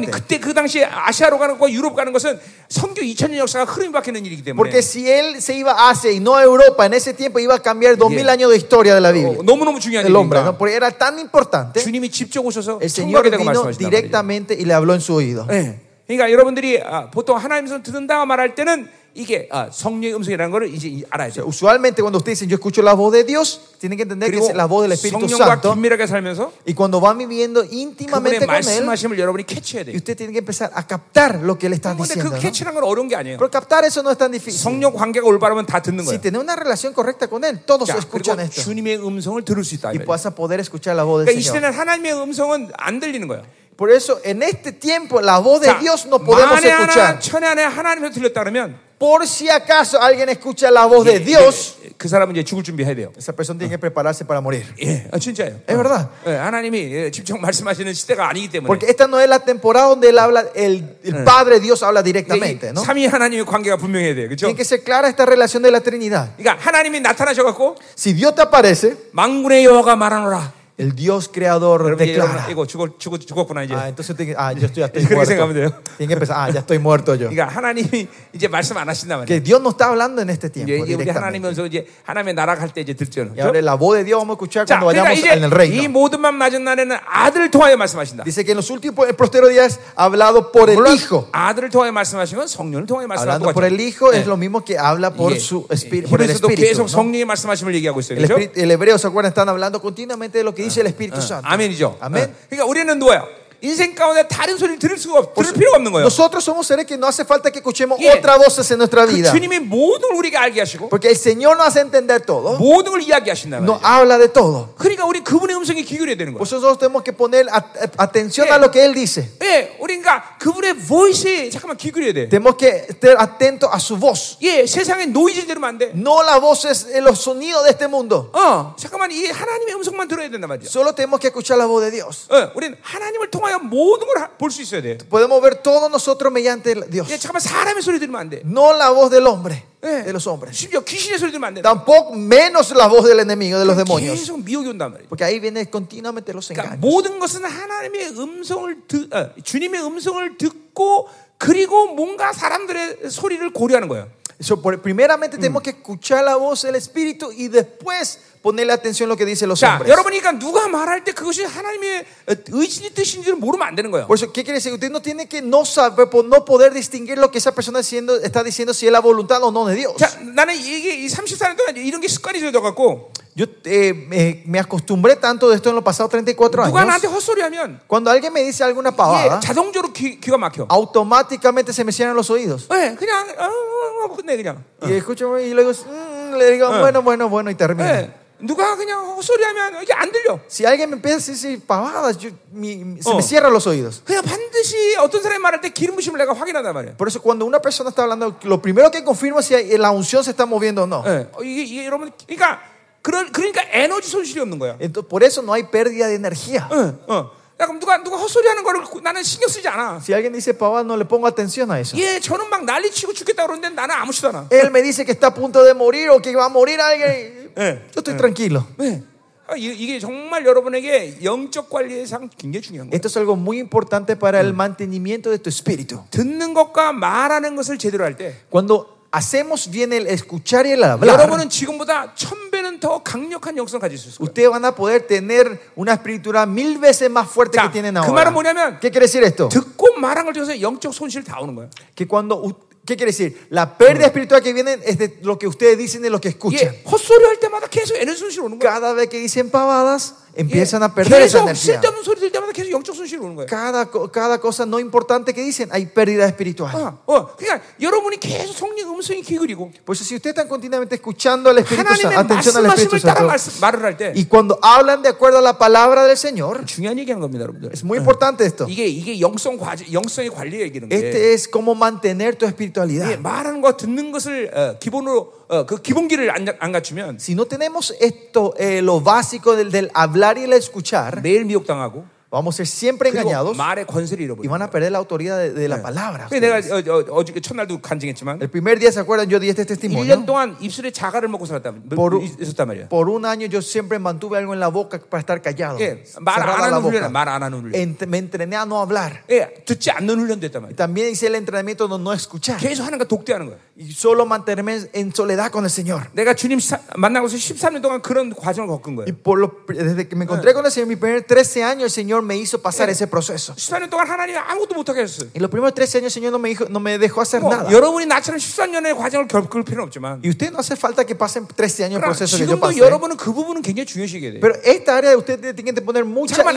[SPEAKER 2] directamente.
[SPEAKER 1] 그때 그 당시에 아시아로 가는 것과 유럽 가는 것은 성교 2000년 역사가 흐름이 바뀌는 일이기 때문에
[SPEAKER 2] Porque si él se iba a Asia y no a Europa, en ese tiempo iba a cambiar dos mil
[SPEAKER 1] Yeah.
[SPEAKER 2] años de historia de la
[SPEAKER 1] 어,
[SPEAKER 2] Biblia.
[SPEAKER 1] 너무너무 중요한
[SPEAKER 2] El hombre, Oh, ¿no?
[SPEAKER 1] 일입니다.
[SPEAKER 2] porque era tan importante.
[SPEAKER 1] 주님이 직접 오셔서
[SPEAKER 2] El
[SPEAKER 1] 청하게
[SPEAKER 2] Señor
[SPEAKER 1] 되고
[SPEAKER 2] vino
[SPEAKER 1] 말씀하신단 말이죠.
[SPEAKER 2] directamente y le habló en su oído.
[SPEAKER 1] 예. 그러니까 여러분들이 아, 보통 하나님 선 듣는다 말할 때는 이게 아, 성령의 음성이라는 걸 이제 이- 알아야 돼요.
[SPEAKER 2] Usualmente cuando ustedes dicen yo escucho la voz de Dios, tienen que entender que
[SPEAKER 1] 그리고
[SPEAKER 2] es la voz del Espíritu
[SPEAKER 1] 성령과
[SPEAKER 2] Santo.
[SPEAKER 1] 긴밀하게 살면서
[SPEAKER 2] Y cuando van viviendo
[SPEAKER 1] 그분의
[SPEAKER 2] íntimamente con Él,
[SPEAKER 1] 말씀하심을 여러분이 캐치해야
[SPEAKER 2] y
[SPEAKER 1] 돼요.
[SPEAKER 2] usted tiene que empezar a captar lo que Él está
[SPEAKER 1] 근데
[SPEAKER 2] diciendo.
[SPEAKER 1] 그
[SPEAKER 2] ¿no?
[SPEAKER 1] 캐치라는 건 어려운 게 아니에요.
[SPEAKER 2] Pero captar eso no es tan difícil.
[SPEAKER 1] 성령 관계가 올바르면 다 듣는
[SPEAKER 2] Si
[SPEAKER 1] 거예요.
[SPEAKER 2] tenés una relación correcta con Él, todos
[SPEAKER 1] 자,
[SPEAKER 2] escuchan
[SPEAKER 1] 그리고
[SPEAKER 2] esto.
[SPEAKER 1] 주님의 음성을 들을 수 있다. 이
[SPEAKER 2] Y
[SPEAKER 1] 말이에요.
[SPEAKER 2] vas a poder escuchar la voz
[SPEAKER 1] 그러니까
[SPEAKER 2] del
[SPEAKER 1] 이
[SPEAKER 2] Señor.
[SPEAKER 1] 시대는 하나님의 음성은 안 들리는 거예요.
[SPEAKER 2] Por eso, en este tiempo, la voz de
[SPEAKER 1] 자,
[SPEAKER 2] Dios no podemos
[SPEAKER 1] 만에 하나
[SPEAKER 2] escuchar.
[SPEAKER 1] 천에 하나 하나님에서 들렸다 그러면
[SPEAKER 2] Por si acaso alguien escucha la voz de
[SPEAKER 1] 예,
[SPEAKER 2] Dios,
[SPEAKER 1] 예, 그 사람은 이제 죽을 준비해야 돼요.
[SPEAKER 2] esa persona tiene que prepararse para morir.
[SPEAKER 1] 예, 아, 진짜예요.
[SPEAKER 2] Es verdad.
[SPEAKER 1] 예, 하나님이 예, 직접 말씀하시는 시대가 아니기 때문에
[SPEAKER 2] Porque esta no es la temporada donde él habla, el, el Padre Dios habla directamente, ¿no?
[SPEAKER 1] 그러니까 삼위 하나님의 관계가 분명해야 돼요. 그렇죠?
[SPEAKER 2] Tiene que ser clara esta relación de la Trinidad.
[SPEAKER 1] 그러니까 하나님이 나타나셔 갖고
[SPEAKER 2] Si Dios te aparece,
[SPEAKER 1] 망군의 여호와가 말하노라.
[SPEAKER 2] el Dios creador
[SPEAKER 1] 여러분 이제
[SPEAKER 2] declara.
[SPEAKER 1] 여러분, 이거 죽었 죽었 죽었구나 이제.
[SPEAKER 2] Ah, entonces tiene que- ah, yo estoy, <laughs> ya estoy
[SPEAKER 1] Yo creo que se
[SPEAKER 2] muerto.
[SPEAKER 1] engañó.
[SPEAKER 2] Tiene que empezar, ah, ya estoy muerto <laughs> yo.
[SPEAKER 1] 그러니까 하나님이 이제 말씀 안 하신단 말이에요.
[SPEAKER 2] Que Dios no está hablando en este tiempo
[SPEAKER 1] 이제, 이제 우리
[SPEAKER 2] directamente.
[SPEAKER 1] 하나님면서 이제 하나님의 나라 갈 때 이제 듣죠.
[SPEAKER 2] Y ahora la voz de Dios vamos a escuchar
[SPEAKER 1] 자,
[SPEAKER 2] cuando
[SPEAKER 1] 그러니까
[SPEAKER 2] vayamos en
[SPEAKER 1] 이제
[SPEAKER 2] el
[SPEAKER 1] 이
[SPEAKER 2] reino.
[SPEAKER 1] 모든 맘 낮은 날에는 아들을 통하여 말씀하신다.
[SPEAKER 2] Dice que en los últimos, el postero días ha hablado por el
[SPEAKER 1] 물론
[SPEAKER 2] Hijo.
[SPEAKER 1] 아들을 통해 말씀하신 건 성령을 통해 말씀하신
[SPEAKER 2] Hablando
[SPEAKER 1] 것
[SPEAKER 2] por
[SPEAKER 1] 같아요.
[SPEAKER 2] el Hijo es lo mismo que habla por su espíritu, por el
[SPEAKER 1] 히브리서도
[SPEAKER 2] Espíritu.
[SPEAKER 1] 계속
[SPEAKER 2] ¿no?
[SPEAKER 1] 성령의 말씀하심을 얘기하고 있어요.
[SPEAKER 2] El,
[SPEAKER 1] 그죠?
[SPEAKER 2] espíritu- el hebreo, ¿se acuerdan? Están hablando continuamente de lo que dice el Espíritu Santo.
[SPEAKER 1] 아멘이죠.
[SPEAKER 2] Amén.
[SPEAKER 1] 어. 그러니까 우리는 누구야? 인생 가운데 다른 소리를 들을 수가 없, 들을 필요가 없는 거예요.
[SPEAKER 2] Nosotros somos seres que no hace falta que escuchemos
[SPEAKER 1] Yeah.
[SPEAKER 2] otras voces en nuestra
[SPEAKER 1] 그
[SPEAKER 2] vida.
[SPEAKER 1] 주님이 모든 걸 우리가 알게 하시고
[SPEAKER 2] Porque el Señor nos hace entender todo,
[SPEAKER 1] 모든 걸 이야기하신다.
[SPEAKER 2] nos habla de todo.
[SPEAKER 1] 그러니까 우리 그분의 음성에 기울여야 되는 거예요.
[SPEAKER 2] Por eso nosotros tenemos que poner at- at- atención
[SPEAKER 1] Yeah.
[SPEAKER 2] a lo que Él dice.
[SPEAKER 1] 예, 우리 그러니까 그분의 voice에 잠깐만 기울여야 돼.
[SPEAKER 2] Tenemos que estar atentos a su voz.
[SPEAKER 1] 예, 세상의 노이즈 들으면 안 돼.
[SPEAKER 2] No las voces, eh, los sonidos de este mundo.
[SPEAKER 1] 어, 잠깐만 이 하나님의 음성만 들어야 된단 말이야.
[SPEAKER 2] Solo tenemos que escuchar la voz de Dios.
[SPEAKER 1] 어, 우리는 하나님을 통하여 모든 걸 볼 수 있어야 돼.
[SPEAKER 2] Podemos ver todo nosotros mediante el- Dios.
[SPEAKER 1] 예, 잠깐만 사람의 소리 들으면 안 돼.
[SPEAKER 2] No la voz del hombre,
[SPEAKER 1] Yeah.
[SPEAKER 2] de los hombres.
[SPEAKER 1] 심지어 귀신의 소리 들으면 안 돼.
[SPEAKER 2] Tampoco menos la voz del enemigo, de los demonios.
[SPEAKER 1] 계속 미혹이 온단 말이야.
[SPEAKER 2] Porque ahí viene continuamente los
[SPEAKER 1] 그러니까
[SPEAKER 2] engaños.
[SPEAKER 1] 모든 것은 하나님의 음성을 듣, 어, 주님의 음성을 듣고 그리고 뭔가 사람들의 소리를 고려하는 거예요.
[SPEAKER 2] So, por- primeramente tenemos que escuchar la voz del Espíritu y después ponerle atención a lo que dicen los
[SPEAKER 1] 자,
[SPEAKER 2] hombres.
[SPEAKER 1] 여러분이 그러니까 누가 말할 때 그것이 하나님의 어, 의지 뜻인지를 모르면 안 되는 거예요.
[SPEAKER 2] Por eso, ¿qué quiere decir? Usted no tiene que no saber, por no poder distinguir lo que esa persona diciendo, está diciendo si es la voluntad o no de Dios.
[SPEAKER 1] 자, 나는 이게 이 34년 동안 이런 게 습관이 되어갖고
[SPEAKER 2] Yo eh, me, me acostumbré tanto de esto en los pasados 34
[SPEAKER 1] 누가
[SPEAKER 2] años.
[SPEAKER 1] 나한테 헛소리하면
[SPEAKER 2] Cuando alguien me dice alguna
[SPEAKER 1] 이게
[SPEAKER 2] pavada,
[SPEAKER 1] 자동적으로 귀, 귀가 막혀.
[SPEAKER 2] automáticamente se me cierran los oídos.
[SPEAKER 1] 예, 그냥 어, 어, 어, 끝내 그냥.
[SPEAKER 2] Y escucho y luego mm, le digo, bueno, bueno, bueno, y termino.
[SPEAKER 1] 예, 누가 그냥 헛소리하면 이게 안 들려.
[SPEAKER 2] Si alguien me empieza a decir pavadas, yo- mi- mi- se
[SPEAKER 1] Oh.
[SPEAKER 2] me cierran los oídos.
[SPEAKER 1] 그냥 반드시 어떤 사람이 말할 때 기름 부심을 내가 확인한단 말이에요.
[SPEAKER 2] Por eso cuando una persona está hablando, lo primero que confirma es si hay- la unción se está moviendo o no.
[SPEAKER 1] 예, 어, 이게, 이게 여러분, 그러니까 그런 그러니까 에너지 손실이 없는 거야.
[SPEAKER 2] Entonces, por eso no hay pérdida de energía.
[SPEAKER 1] 예, 어. 야, 그럼 누가 누가 헛소리하는 거를 구- 나는 신경 쓰지 않아.
[SPEAKER 2] Si alguien dice pavada, no le pongo atención a eso.
[SPEAKER 1] 예, 저는 막 난리 치고 죽겠다 그러는데 나는 아무렇지도 않아.
[SPEAKER 2] Él me dice que está a punto de morir o que va a morir alguien.
[SPEAKER 1] Eh.
[SPEAKER 2] Yo estoy tranquilo.
[SPEAKER 1] 예. 아, 이- 이게 정말 여러분에게 영적 관리상 굉장히 중요한 거예요.
[SPEAKER 2] Esto es algo muy importante para
[SPEAKER 1] Mm.
[SPEAKER 2] el mantenimiento de tu espíritu.
[SPEAKER 1] 듣는 것과 말하는 것을 제대로 할 때
[SPEAKER 2] Cuando hacemos bien el escuchar y el hablar,
[SPEAKER 1] 여러분은 지금보다 천 배는 더 강력한 영성 가질 수 있을 거예요.
[SPEAKER 2] ustedes van a poder tener una espiritualidad mil veces más fuerte
[SPEAKER 1] Ya,
[SPEAKER 2] que tienen
[SPEAKER 1] ¿qué 말은
[SPEAKER 2] ahora.
[SPEAKER 1] 뭐냐면,
[SPEAKER 2] ¿Qué quiere decir esto?
[SPEAKER 1] 듣고 말한 걸 통해서 영적 손실 다 오는 거예요.
[SPEAKER 2] que cuando u- ¿Qué quiere decir? La pérdida espiritual que viene es de lo que ustedes dicen Mm. y lo que
[SPEAKER 1] 예,
[SPEAKER 2] escuchan.
[SPEAKER 1] 헛소리 할 때마다 계속 에너지 손실 오는 거예요.
[SPEAKER 2] Cada vez que dicen pavadas, empiezan a perder esa
[SPEAKER 1] 예. 계속
[SPEAKER 2] energía.
[SPEAKER 1] 쓸데없는 그러니까. 소리 들 때마다 계속 영적 손실이 오는 거예요.
[SPEAKER 2] Cada, co- cada cosa no importante que dicen, hay pérdida espiritual.
[SPEAKER 1] 어, 어, 그러니까 여러분이 계속 성령 음성이 기울이고
[SPEAKER 2] Por eso, si ustedes están continuamente escuchando al Espíritu Santo,
[SPEAKER 1] 하나님의
[SPEAKER 2] atención al Espíritu
[SPEAKER 1] 말씀하심을 따라
[SPEAKER 2] Santo,
[SPEAKER 1] 말씀, 말을 할 때
[SPEAKER 2] y cuando hablan de acuerdo a la palabra del Señor,
[SPEAKER 1] 중요한 얘기하는 겁니다, 여러분들.
[SPEAKER 2] es muy importante esto.
[SPEAKER 1] 이게 이게 영성 과제, 영성의 관리 얘기는 데
[SPEAKER 2] Este es cómo mantener tu
[SPEAKER 1] 예,
[SPEAKER 2] espiritualidad.
[SPEAKER 1] 말하는 거 듣는 것을 어, 기본으로 어, 그 기본기를 안, 안 갖추면
[SPEAKER 2] Si no tenemos esto, eh, lo básico del, del hablar y el escuchar,
[SPEAKER 1] 매일 미혹당하고
[SPEAKER 2] vamos a ser siempre
[SPEAKER 1] 그리고
[SPEAKER 2] engañados
[SPEAKER 1] 말의 권세를
[SPEAKER 2] y
[SPEAKER 1] 잃어버려.
[SPEAKER 2] van a perder la autoridad de, de la palabra.
[SPEAKER 1] 그 내가 어, 어, 어저께 첫날도 간증했지만
[SPEAKER 2] El primer día, ¿se acuerdan? Yo di este
[SPEAKER 1] 1년
[SPEAKER 2] testimonio.
[SPEAKER 1] 동안 입술에 자갈을 먹고 살았다. 뭐,
[SPEAKER 2] 보루-
[SPEAKER 1] 있었단 말이야.
[SPEAKER 2] Por un año yo siempre mantuve algo en la boca para estar callado.
[SPEAKER 1] 예, 말 안
[SPEAKER 2] Cerrada la
[SPEAKER 1] 하는 훈련,
[SPEAKER 2] boca.
[SPEAKER 1] 말안 하는 훈련.
[SPEAKER 2] Ent- me entrené a no hablar.
[SPEAKER 1] 예, 듣지 않는 훈련도 했단
[SPEAKER 2] Y
[SPEAKER 1] 말이야.
[SPEAKER 2] también hice el entrenamiento de no escuchar.
[SPEAKER 1] 계속 하는 거 독대하는 거야.
[SPEAKER 2] Y solo mantenerme en soledad con el Señor.
[SPEAKER 1] 내가 주님 사- 만나고서 13년 동안 그런 과정을 겪은 거예요.
[SPEAKER 2] Y por lo- desde que me encontré con el Señor, mis primeros 13 años, el Señor me hizo pasar ese proceso.
[SPEAKER 1] 13년 동안 하나님이 아무것도 못하게 했어요.
[SPEAKER 2] Y los primeros 13 años el Señor no me, dijo, no me dejó hacer
[SPEAKER 1] 뭐,
[SPEAKER 2] nada.
[SPEAKER 1] 여러분이 나처럼 13년의 과정을 겪을 필요는 없지만
[SPEAKER 2] Y usted no hace falta que pasen 13 años el
[SPEAKER 1] 그러나
[SPEAKER 2] proceso que yo
[SPEAKER 1] 지금도
[SPEAKER 2] pasé.
[SPEAKER 1] 여러분은 그 부분은 굉장히 중요시게 돼요.
[SPEAKER 2] Pero esta área usted tiene que poner mucha
[SPEAKER 1] 잠깐만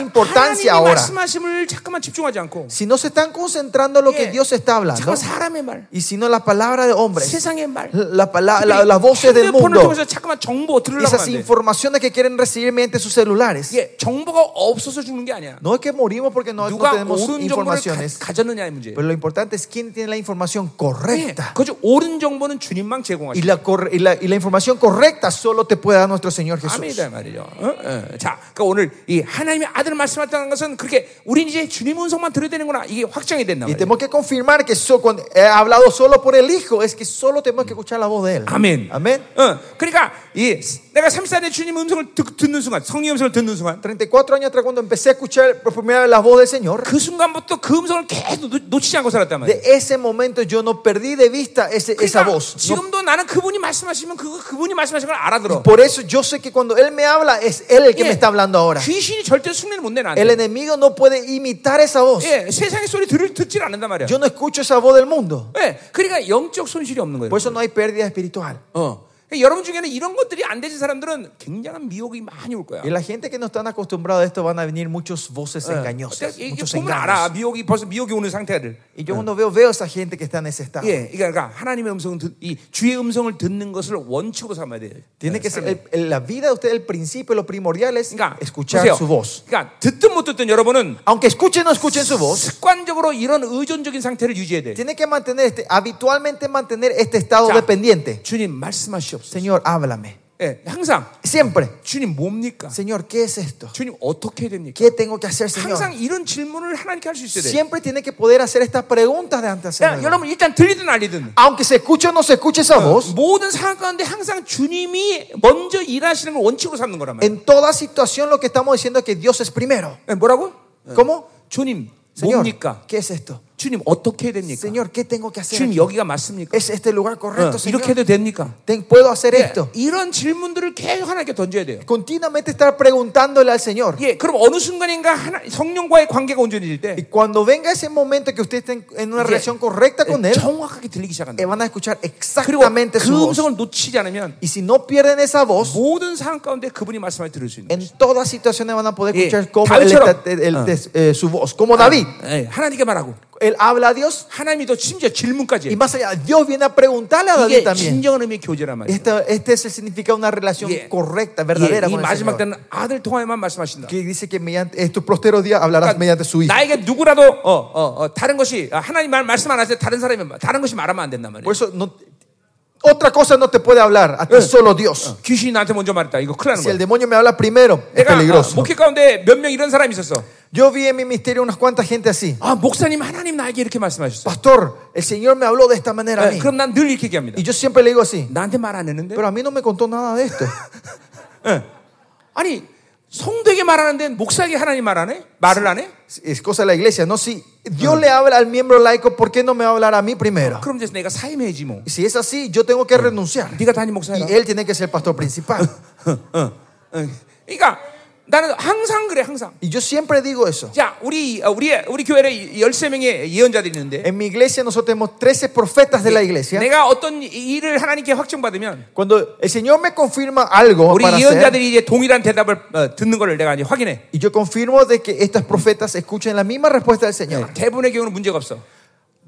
[SPEAKER 1] 하나님의
[SPEAKER 2] importancia ahora.
[SPEAKER 1] 말씀하심을 잠깐만 집중하지 않고
[SPEAKER 2] Si no se están concentrando en lo
[SPEAKER 1] 예,
[SPEAKER 2] que Dios está hablando,
[SPEAKER 1] 잠깐 사람의 말,
[SPEAKER 2] y si no la palabra de hombres,
[SPEAKER 1] 세상의 말,
[SPEAKER 2] la pala- la- las voces del
[SPEAKER 1] 핸드폰을
[SPEAKER 2] mundo,
[SPEAKER 1] 통해서 잠깐만 정보 들으려고
[SPEAKER 2] esas
[SPEAKER 1] 하는데
[SPEAKER 2] informaciones que quieren recibir mediante sus celulares,
[SPEAKER 1] 이게 정보가 없어서 죽는 게 아니야.
[SPEAKER 2] no es que morimos porque no, no
[SPEAKER 1] 누가
[SPEAKER 2] tenemos
[SPEAKER 1] 옳은 정보를 가,
[SPEAKER 2] informaciones,
[SPEAKER 1] 가졌느냐의 문제.
[SPEAKER 2] pero lo importante es quién tiene la información
[SPEAKER 1] 예,
[SPEAKER 2] correcta.
[SPEAKER 1] 그죠? 옳은 정보는 주님만
[SPEAKER 2] Y
[SPEAKER 1] 제공하시죠.
[SPEAKER 2] la, corre- y, la, y la información correcta solo te puede dar nuestro Señor Jesús.
[SPEAKER 1] 아멘이다 말이죠. 어? 어. 자, 그러니까 오늘 이 하나님의 아들 말씀하셨다는 것은 그렇게 우린 이제 주님 음성만 들어야 되는구나 이게 확정이 됐나
[SPEAKER 2] Y
[SPEAKER 1] 말이에요.
[SPEAKER 2] tenemos que confirmar que so- cuando he hablado solo por el Hijo, es que solo tenemos que escuchar la voz de Él.
[SPEAKER 1] 아멘.
[SPEAKER 2] Amén.
[SPEAKER 1] 어, 그러니까 이 내가 34년 주님 음성을 듣, 듣는 순간, 성령 음성을 듣는 순간,
[SPEAKER 2] 34 años atrás, cuando empecé a escuchar por primera vez la voz del Señor,
[SPEAKER 1] 그 순간부터 그 음성을 계속 놓, 놓치지 않고 살았단 말이에요.
[SPEAKER 2] de ese momento yo no perdí de vista ese- esa
[SPEAKER 1] 네, 그러니까
[SPEAKER 2] voz. No-
[SPEAKER 1] 지금도 나는 그분이 말씀하시면 그거 그분이 말씀하신 걸 알아들어.
[SPEAKER 2] por eso yo sé que cuando Él me habla, es Él el que
[SPEAKER 1] 예,
[SPEAKER 2] me está hablando ahora.
[SPEAKER 1] 귀신이 절대 흉내를 못 내나.
[SPEAKER 2] El enemigo no puede imitar esa voz.
[SPEAKER 1] 예, 세상의 소리 들을 듣질 않는단 말이야.
[SPEAKER 2] Yo no escucho esa voz del mundo.
[SPEAKER 1] 예, 그러니까 영적 손실이 없는 거예요.
[SPEAKER 2] Por eso no hay pérdida espiritual.
[SPEAKER 1] 어. 그러니까 여러분 중에는 이런 것들이 안 되는 사람들은 굉장한 미혹이 많이 올 거야.
[SPEAKER 2] Y la gente que no están acostumbrada a esto van a venir muchas voces engañosas,
[SPEAKER 1] 이게
[SPEAKER 2] muchos
[SPEAKER 1] 보면 알아.
[SPEAKER 2] engaños.
[SPEAKER 1] 미혹이 벌써 미혹이 오는 상태를.
[SPEAKER 2] Y yo cuando veo, veo a esa gente que está en ese estado.
[SPEAKER 1] 예, 그러니까 하나님의 음성은 듣- 이 주의 음성을 듣는 것을 원칙으로 삼아야 돼요.
[SPEAKER 2] Tiene que ser el- el- la vida de usted, el principio, lo primordial es
[SPEAKER 1] 그러니까
[SPEAKER 2] escuchar
[SPEAKER 1] 보세요.
[SPEAKER 2] su voz.
[SPEAKER 1] 그러니까 듣든 못 듣든 여러분은
[SPEAKER 2] Aunque escuchen o no escuchen su voz,
[SPEAKER 1] 습관적으로 이런 의존적인 상태를 유지해야 돼.
[SPEAKER 2] tiene que mantener este, habitualmente mantener este estado
[SPEAKER 1] 자.
[SPEAKER 2] dependiente.
[SPEAKER 1] 주님 말씀하시옵소서.
[SPEAKER 2] Señor, háblame.
[SPEAKER 1] 예, 항상
[SPEAKER 2] Siempre.
[SPEAKER 1] 주님 뭡니까?
[SPEAKER 2] Señor, ¿qué es esto?
[SPEAKER 1] 주님 어떻게 해야 됩니까?
[SPEAKER 2] ¿Qué tengo que hacer,
[SPEAKER 1] 항상
[SPEAKER 2] Señor?
[SPEAKER 1] 이런 질문을 하나님께 할 수 있어야 돼.
[SPEAKER 2] Siempre tiene que poder hacer estas preguntas de antes.
[SPEAKER 1] 야, 여러분 일단 들리든 알리든
[SPEAKER 2] Aunque se escuche o no se escuche esa voz,
[SPEAKER 1] 모든 상황 가운데 항상 주님이 먼저 일하시는 걸 원칙으로 삼는 거란 말이야.
[SPEAKER 2] en toda situación lo que estamos diciendo es que Dios es primero.
[SPEAKER 1] 예, 뭐라고?
[SPEAKER 2] ¿Cómo?
[SPEAKER 1] 주님
[SPEAKER 2] Señor,
[SPEAKER 1] 뭡니까?
[SPEAKER 2] ¿qué es esto?
[SPEAKER 1] 주님 어떻게 해야 됩니까?
[SPEAKER 2] Señor, ¿qué tengo que hacer?
[SPEAKER 1] 주님 여기가 맞습니까?
[SPEAKER 2] ¿Es este el lugar correcto,
[SPEAKER 1] 어, 이렇게
[SPEAKER 2] Señor?
[SPEAKER 1] 해도 됩니까?
[SPEAKER 2] Ten- ¿Puedo hacer
[SPEAKER 1] 예,
[SPEAKER 2] esto?
[SPEAKER 1] 이런 질문들을 계속 하나님께 던져야 돼요.
[SPEAKER 2] continuamente estar preguntándole al Señor.
[SPEAKER 1] 예, 그럼 어느 순간인가 하나, 성령과의 관계가 온전해질 때
[SPEAKER 2] Y cuando venga ese momento que usted estén en
[SPEAKER 1] Yeah.
[SPEAKER 2] una relación correcta con
[SPEAKER 1] 예,
[SPEAKER 2] Él,
[SPEAKER 1] 정확하게 들리기
[SPEAKER 2] eh,
[SPEAKER 1] 시작한다.
[SPEAKER 2] van a escuchar
[SPEAKER 1] 그리고
[SPEAKER 2] exactamente su
[SPEAKER 1] 그
[SPEAKER 2] voz.
[SPEAKER 1] 음성을 놓치지 않으면
[SPEAKER 2] Y si no pierden esa voz,
[SPEAKER 1] 모든 상황 가운데 그분이 말씀을 들을 수 있는
[SPEAKER 2] en todas situaciones van a poder
[SPEAKER 1] Yeah.
[SPEAKER 2] escuchar cómo él
[SPEAKER 1] David처럼.
[SPEAKER 2] está- él- él- eh, su voz. Como David,
[SPEAKER 1] 거예요. 예, 하나님께 말하고
[SPEAKER 2] él habla a Dios
[SPEAKER 1] 하나님이 더 심지어 질문까지
[SPEAKER 2] y
[SPEAKER 1] 해요.
[SPEAKER 2] más allá, Dios viene a preguntarle a David 예,
[SPEAKER 1] 이게
[SPEAKER 2] también.
[SPEAKER 1] 진정한 의미의 교제란 말이에요.
[SPEAKER 2] Esta- Este, es el significado de una relación
[SPEAKER 1] Yeah.
[SPEAKER 2] correcta,
[SPEAKER 1] 예,
[SPEAKER 2] verdadera
[SPEAKER 1] 이
[SPEAKER 2] con el
[SPEAKER 1] 마지막
[SPEAKER 2] Señor.
[SPEAKER 1] 때는 아들 통하여만 말씀하신다. 그러니까
[SPEAKER 2] Que dice que mediante estos posteros días hablarás mediante su hijo.
[SPEAKER 1] 나에게 누구라도 어, 어, 어, 다른 것이 아, 하나님 말 말씀 안 하세요. 다른 사람이 말- 다른 것이 말하면 안 된단 말이에요.
[SPEAKER 2] Por eso, no- otra cosa no te puede hablar, a ti solo Dios.
[SPEAKER 1] 귀신이 나한테 먼저 말했다. 이거 큰일 나는
[SPEAKER 2] Si el
[SPEAKER 1] 거야.
[SPEAKER 2] demonio me habla primero, es
[SPEAKER 1] 내가 아,
[SPEAKER 2] peligroso.
[SPEAKER 1] 목회 가운데 몇 명 이런 사람이 있었어.
[SPEAKER 2] Yo vi en mi misterio unas cuantas gente así.
[SPEAKER 1] 아 목사님 하나님 나에게 이렇게 말씀하셨어.
[SPEAKER 2] Pastor, el Señor me habló de esta manera a
[SPEAKER 1] 예,
[SPEAKER 2] mí.
[SPEAKER 1] 그럼 난 늘 이렇게 얘기합니다.
[SPEAKER 2] Y yo siempre le digo así,
[SPEAKER 1] 나한테 말 안 했는데.
[SPEAKER 2] pero a mí no me contó nada de esto.
[SPEAKER 1] 아니 성도에게 말하는데 목사에게 하나님 말 안 해? 말을 안 해?
[SPEAKER 2] Es cosa de la iglesia, ¿no? Si Dios le habla al miembro laico, ¿por qué no me va a hablar a mí primero?
[SPEAKER 1] 그럼 이제 내가 사임해야지 뭐.
[SPEAKER 2] Y Si es así, yo tengo que renunciar.
[SPEAKER 1] 네가 단임 목사야. 어,
[SPEAKER 2] Y él tiene que ser pastor principal.
[SPEAKER 1] 그러니까 나는 항상 그래 항상.
[SPEAKER 2] Y yo siempre digo eso.
[SPEAKER 1] 자, 우리 어, 우리 우리 교회에 13명의 예언자들이 있는데
[SPEAKER 2] En mi iglesia nosotros tenemos 13 profetas de la iglesia.
[SPEAKER 1] 내가 어떤 일을 하나님께 확정받으면
[SPEAKER 2] Cuando el Señor me confirma algo
[SPEAKER 1] 우리
[SPEAKER 2] para hacer,
[SPEAKER 1] 예언자들이 이제 동일한 대답을 어, 듣는 것을 내가 이제 확인해.
[SPEAKER 2] y yo confirmo de que estos profetas escuchen la misma respuesta del Señor.
[SPEAKER 1] 대부분의 경우는 문제가 없어.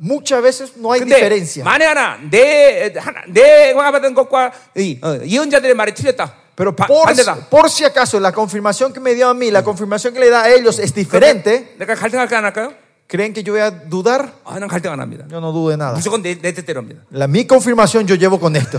[SPEAKER 2] Muchas veces no hay
[SPEAKER 1] 근데
[SPEAKER 2] diferencia.
[SPEAKER 1] 만에 하나 내 하나, 내가 받은 것과 이, 어, 예언자들의 말이 틀렸다.
[SPEAKER 2] Pero
[SPEAKER 1] 바-
[SPEAKER 2] por,
[SPEAKER 1] 반대다.
[SPEAKER 2] por si acaso la confirmación que me dio a mí, la confirmación que le da a ellos es diferente,
[SPEAKER 1] 내가 갈등할까 안 할까요?
[SPEAKER 2] ¿creen que yo voy a dudar?
[SPEAKER 1] 아, 난 갈등 안 합니다.
[SPEAKER 2] Yo no dude nada.
[SPEAKER 1] 무조건 내, 내 뜻대로 합니다.
[SPEAKER 2] La, mi confirmación yo llevo con esto.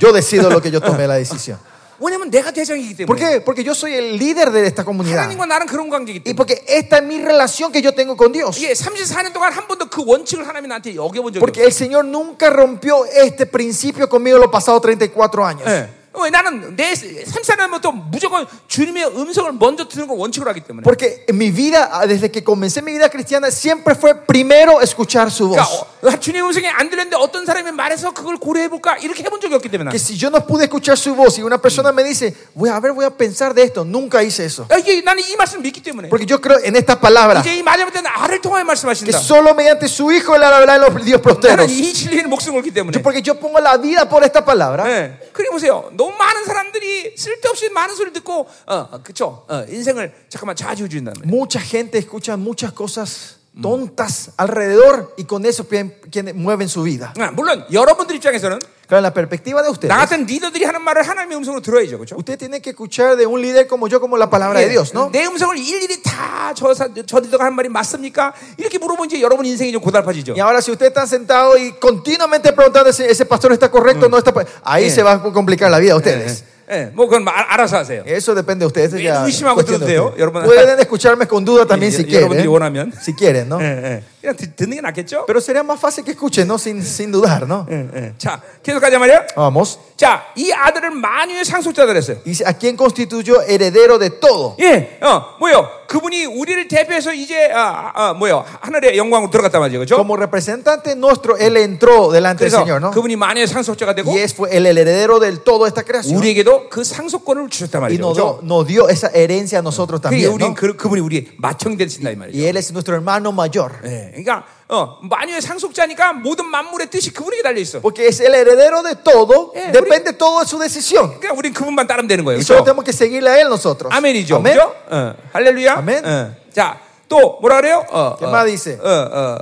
[SPEAKER 2] Yo decido lo que yo tomé la decisión.
[SPEAKER 1] 왜냐면 내가 대장이기
[SPEAKER 2] ¿Por
[SPEAKER 1] 때문에.
[SPEAKER 2] qué? Porque yo soy el líder de esta comunidad.
[SPEAKER 1] 하나님과 나는 그런 관계이기
[SPEAKER 2] Y
[SPEAKER 1] 때문에.
[SPEAKER 2] porque esta es mi relación que yo tengo con Dios.
[SPEAKER 1] 이게 34년 동안 한 번도 그 원칙을 하나님이 나한테 어겨본 적이
[SPEAKER 2] Porque el Señor nunca rompió este principio conmigo los pasados 34 años.
[SPEAKER 1] 없어요. 예. 왜 나는 내 34년부터 무조건 주님의 음성을 먼저 듣는 걸 원칙으로 하기 때문에.
[SPEAKER 2] Porque en mi vida, ah, desde que comencé mi vida cristiana, siempre fue primero escuchar su
[SPEAKER 1] 그러니까
[SPEAKER 2] voz.
[SPEAKER 1] 어, 주님의 음성이 안 들렸는데 어떤 사람이 말해서 그걸 고려해 볼까 이렇게 해본 적이 없기 때문에.
[SPEAKER 2] Que si yo no pude escuchar su voz y una persona me dice, voy a ver, voy a pensar de esto, nunca hice eso.
[SPEAKER 1] 나는. 이게 나는 이 말씀을 믿기 때문에.
[SPEAKER 2] Porque yo creo en esta palabra,
[SPEAKER 1] 이제 이 마지막 때는 알을 통하여
[SPEAKER 2] que
[SPEAKER 1] 말씀하신다.
[SPEAKER 2] solo mediante su Hijo es la verdad de los Dios
[SPEAKER 1] 나는
[SPEAKER 2] prosteros.
[SPEAKER 1] 이 진리에는 목숨 걸기 때문에.
[SPEAKER 2] Yo- Porque yo pongo la vida por esta palabra.
[SPEAKER 1] 예. 그리고 보세요. 너무 많은 사람들이 쓸데없이 많은 소리를 듣고, 어, 그쵸. 어, 인생을 잠깐만 좌지우지한다는 거예요.
[SPEAKER 2] Mucha gente escucha muchas cosas tontas alrededor y con eso pien- quien- mueven su vida.
[SPEAKER 1] 아, 물론 여러분들 입장에서는
[SPEAKER 2] Claro, en la perspectiva de ustedes,
[SPEAKER 1] 나 같은 리더들이 하는 말을 하나님의 음성으로 들어야죠, 그렇죠?
[SPEAKER 2] usted tiene que escuchar de un líder como yo, como la palabra de Dios,
[SPEAKER 1] 예.
[SPEAKER 2] ¿no?
[SPEAKER 1] 내 음성을 일일이 다저 저 리더가 하는 말이 맞습니까? 이렇게 물어보면 이제 여러분 인생이 좀 고달파지죠.
[SPEAKER 2] Y ahora si usted está sentado y continuamente preguntando si ese pastor está correcto o no está, pa- ahí se va a complicar la vida a ustedes.
[SPEAKER 1] 예, 뭐 그건 마- 알아서 하세요.
[SPEAKER 2] Eso depende de ustedes. eso ya
[SPEAKER 1] Uy, sí me hago
[SPEAKER 2] cuestión de
[SPEAKER 1] todo
[SPEAKER 2] ustedes.
[SPEAKER 1] feo, hermano.
[SPEAKER 2] Pueden escucharme con duda también
[SPEAKER 1] Y-
[SPEAKER 2] si
[SPEAKER 1] y- hermano, yo buena,
[SPEAKER 2] quieren.
[SPEAKER 1] man.
[SPEAKER 2] Si quieren, ¿no?
[SPEAKER 1] 예, 예. 그냥 듣- 듣는 게 낫겠죠?
[SPEAKER 2] Pero sería más fácil que escuchen, ¿no? Sin, sin dudar, ¿no?
[SPEAKER 1] 예, 예. 자, 계속 가자 말이야.
[SPEAKER 2] Vamos.
[SPEAKER 1] 자, 이 아들을 만유의 상속자들 했어요.
[SPEAKER 2] Dice, ¿a quién constituyó heredero de todo?
[SPEAKER 1] 예, 어, 뭐요? 그분이 우리를 대표해서 이제, 아, 아, 뭐요? 하늘의 영광으로 들어갔단 말이죠, 그렇죠?
[SPEAKER 2] Como representante nuestro, él entró delante del
[SPEAKER 1] 그래서
[SPEAKER 2] Señor, ¿no?
[SPEAKER 1] 그분이 만유의 상속자가 되고
[SPEAKER 2] Y es fue el, el heredero del todo esta creación.
[SPEAKER 1] 우리에게도 그 상속권을 주셨단
[SPEAKER 2] Y
[SPEAKER 1] 말이죠,
[SPEAKER 2] nos
[SPEAKER 1] 그렇죠?
[SPEAKER 2] dio, nos dio esa herencia a nosotros
[SPEAKER 1] 그러니까
[SPEAKER 2] también.
[SPEAKER 1] 우린
[SPEAKER 2] ¿no?
[SPEAKER 1] 그, 그분이 우리의 마청이 되신다 이 말이죠.
[SPEAKER 2] Y él es nuestro hermano mayor.
[SPEAKER 1] 예, 그러니까 어, 만유의 상속자니까 모든 만물의 뜻이 그분에게 달려 있어.
[SPEAKER 2] Porque es el heredero de todo,
[SPEAKER 1] Eh,
[SPEAKER 2] depende todo de su decisión.
[SPEAKER 1] 그러니까 우린 그분만 따르면 되는 거예요.
[SPEAKER 2] Y
[SPEAKER 1] 그렇죠?
[SPEAKER 2] solo tenemos que seguirle a él nosotros.
[SPEAKER 1] 아멘이죠.
[SPEAKER 2] Amén.
[SPEAKER 1] 그죠? 어, 할렐루야.
[SPEAKER 2] 아멘.
[SPEAKER 1] 어. 자, 또 뭐라 그래요? 어,
[SPEAKER 2] ¿Qué más dice?
[SPEAKER 1] 어, 어,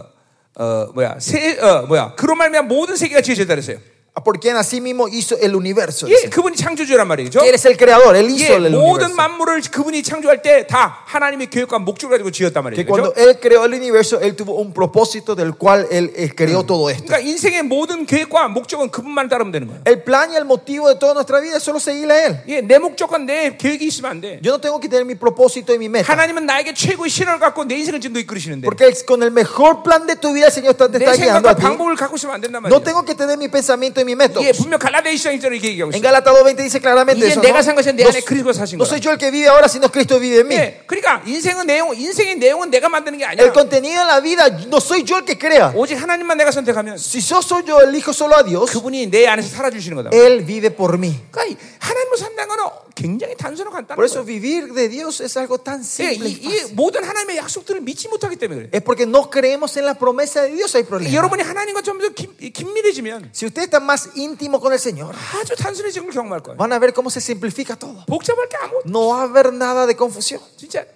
[SPEAKER 1] 어, 뭐야? 세, 어, 뭐야? 그로 말면 모든 세계가 지어졌다 그랬어요.
[SPEAKER 2] Por quien así mismo hizo el universo.
[SPEAKER 1] 예,
[SPEAKER 2] dice.
[SPEAKER 1] 그분이 창조주란 말이죠.
[SPEAKER 2] Él es el creador, él hizo
[SPEAKER 1] 예,
[SPEAKER 2] el
[SPEAKER 1] 모든
[SPEAKER 2] universo.
[SPEAKER 1] 만물을 그분이 창조할 때 다 하나님의 계획과 목적을 가지고 지었단 말이죠. 그죠?
[SPEAKER 2] Que cuando él creó el universo, él tuvo un propósito del cual él, él creó todo esto.
[SPEAKER 1] 그러니까 인생의 모든 계획과 목적은 그분만 따르면 되는 거예요.
[SPEAKER 2] El plan y el motivo de toda nuestra vida es solo seguirle a él.
[SPEAKER 1] 예, 내 목적과 내 계획이 있으면 안 돼.
[SPEAKER 2] Yo no tengo que tener mi propósito y mi meta.
[SPEAKER 1] 하나님은 나에게 최고의 신을 갖고 내 인생을 지금도 이끌으시는데
[SPEAKER 2] Porque es con el mejor plan de tu vida el Señor está- te
[SPEAKER 1] 내
[SPEAKER 2] está guiando
[SPEAKER 1] 생각과
[SPEAKER 2] a ti.
[SPEAKER 1] 방법을 갖고 있으면 안 된단 말이야.
[SPEAKER 2] No tengo que tener mi pensamiento y mi método.
[SPEAKER 1] 예, 분명 갈라디아서 1장에 이렇게 얘기하고
[SPEAKER 2] En
[SPEAKER 1] 있어.
[SPEAKER 2] Gálatas 2.20 dice claramente
[SPEAKER 1] 이제
[SPEAKER 2] eso.
[SPEAKER 1] 내가
[SPEAKER 2] ¿no?
[SPEAKER 1] 산 것이 내
[SPEAKER 2] No
[SPEAKER 1] 안에 그리스도가 사신
[SPEAKER 2] No
[SPEAKER 1] 거야.
[SPEAKER 2] soy yo el que vive ahora, sino Cristo vive en mí.
[SPEAKER 1] 예, 그러니까 인생은 내용, 인생의 내용은 내가 만드는 게 아니야.
[SPEAKER 2] El contenido de la vida no soy yo el que crea.
[SPEAKER 1] 오직 하나님만 내가 선택하면
[SPEAKER 2] Si yo soy yo, elijo solo a Dios,
[SPEAKER 1] 그분이 내 안에서 살아주시는 거다.
[SPEAKER 2] Él vive por mí.
[SPEAKER 1] 그러니까 이 하나님을 산다는 거는 굉장히 단순하고 간단한
[SPEAKER 2] Por
[SPEAKER 1] 거야.
[SPEAKER 2] eso vivir de Dios es algo tan
[SPEAKER 1] 예,
[SPEAKER 2] simple.
[SPEAKER 1] 이, 이
[SPEAKER 2] y fácil.
[SPEAKER 1] 모든 하나님의 약속들을 믿지 못하기 때문에 그래.
[SPEAKER 2] Es porque no creemos en la promesa de Dios, hay problema.
[SPEAKER 1] 여러분이 하나님과 점점 긴, 긴밀해지면
[SPEAKER 2] Si usted está más íntimo con el Señor,
[SPEAKER 1] 아주 단순해진 걸 경험할 거야.
[SPEAKER 2] van a ver cómo se simplifica todo.
[SPEAKER 1] 복잡할 게 아무
[SPEAKER 2] No va a haber nada de confusión,
[SPEAKER 1] 진짜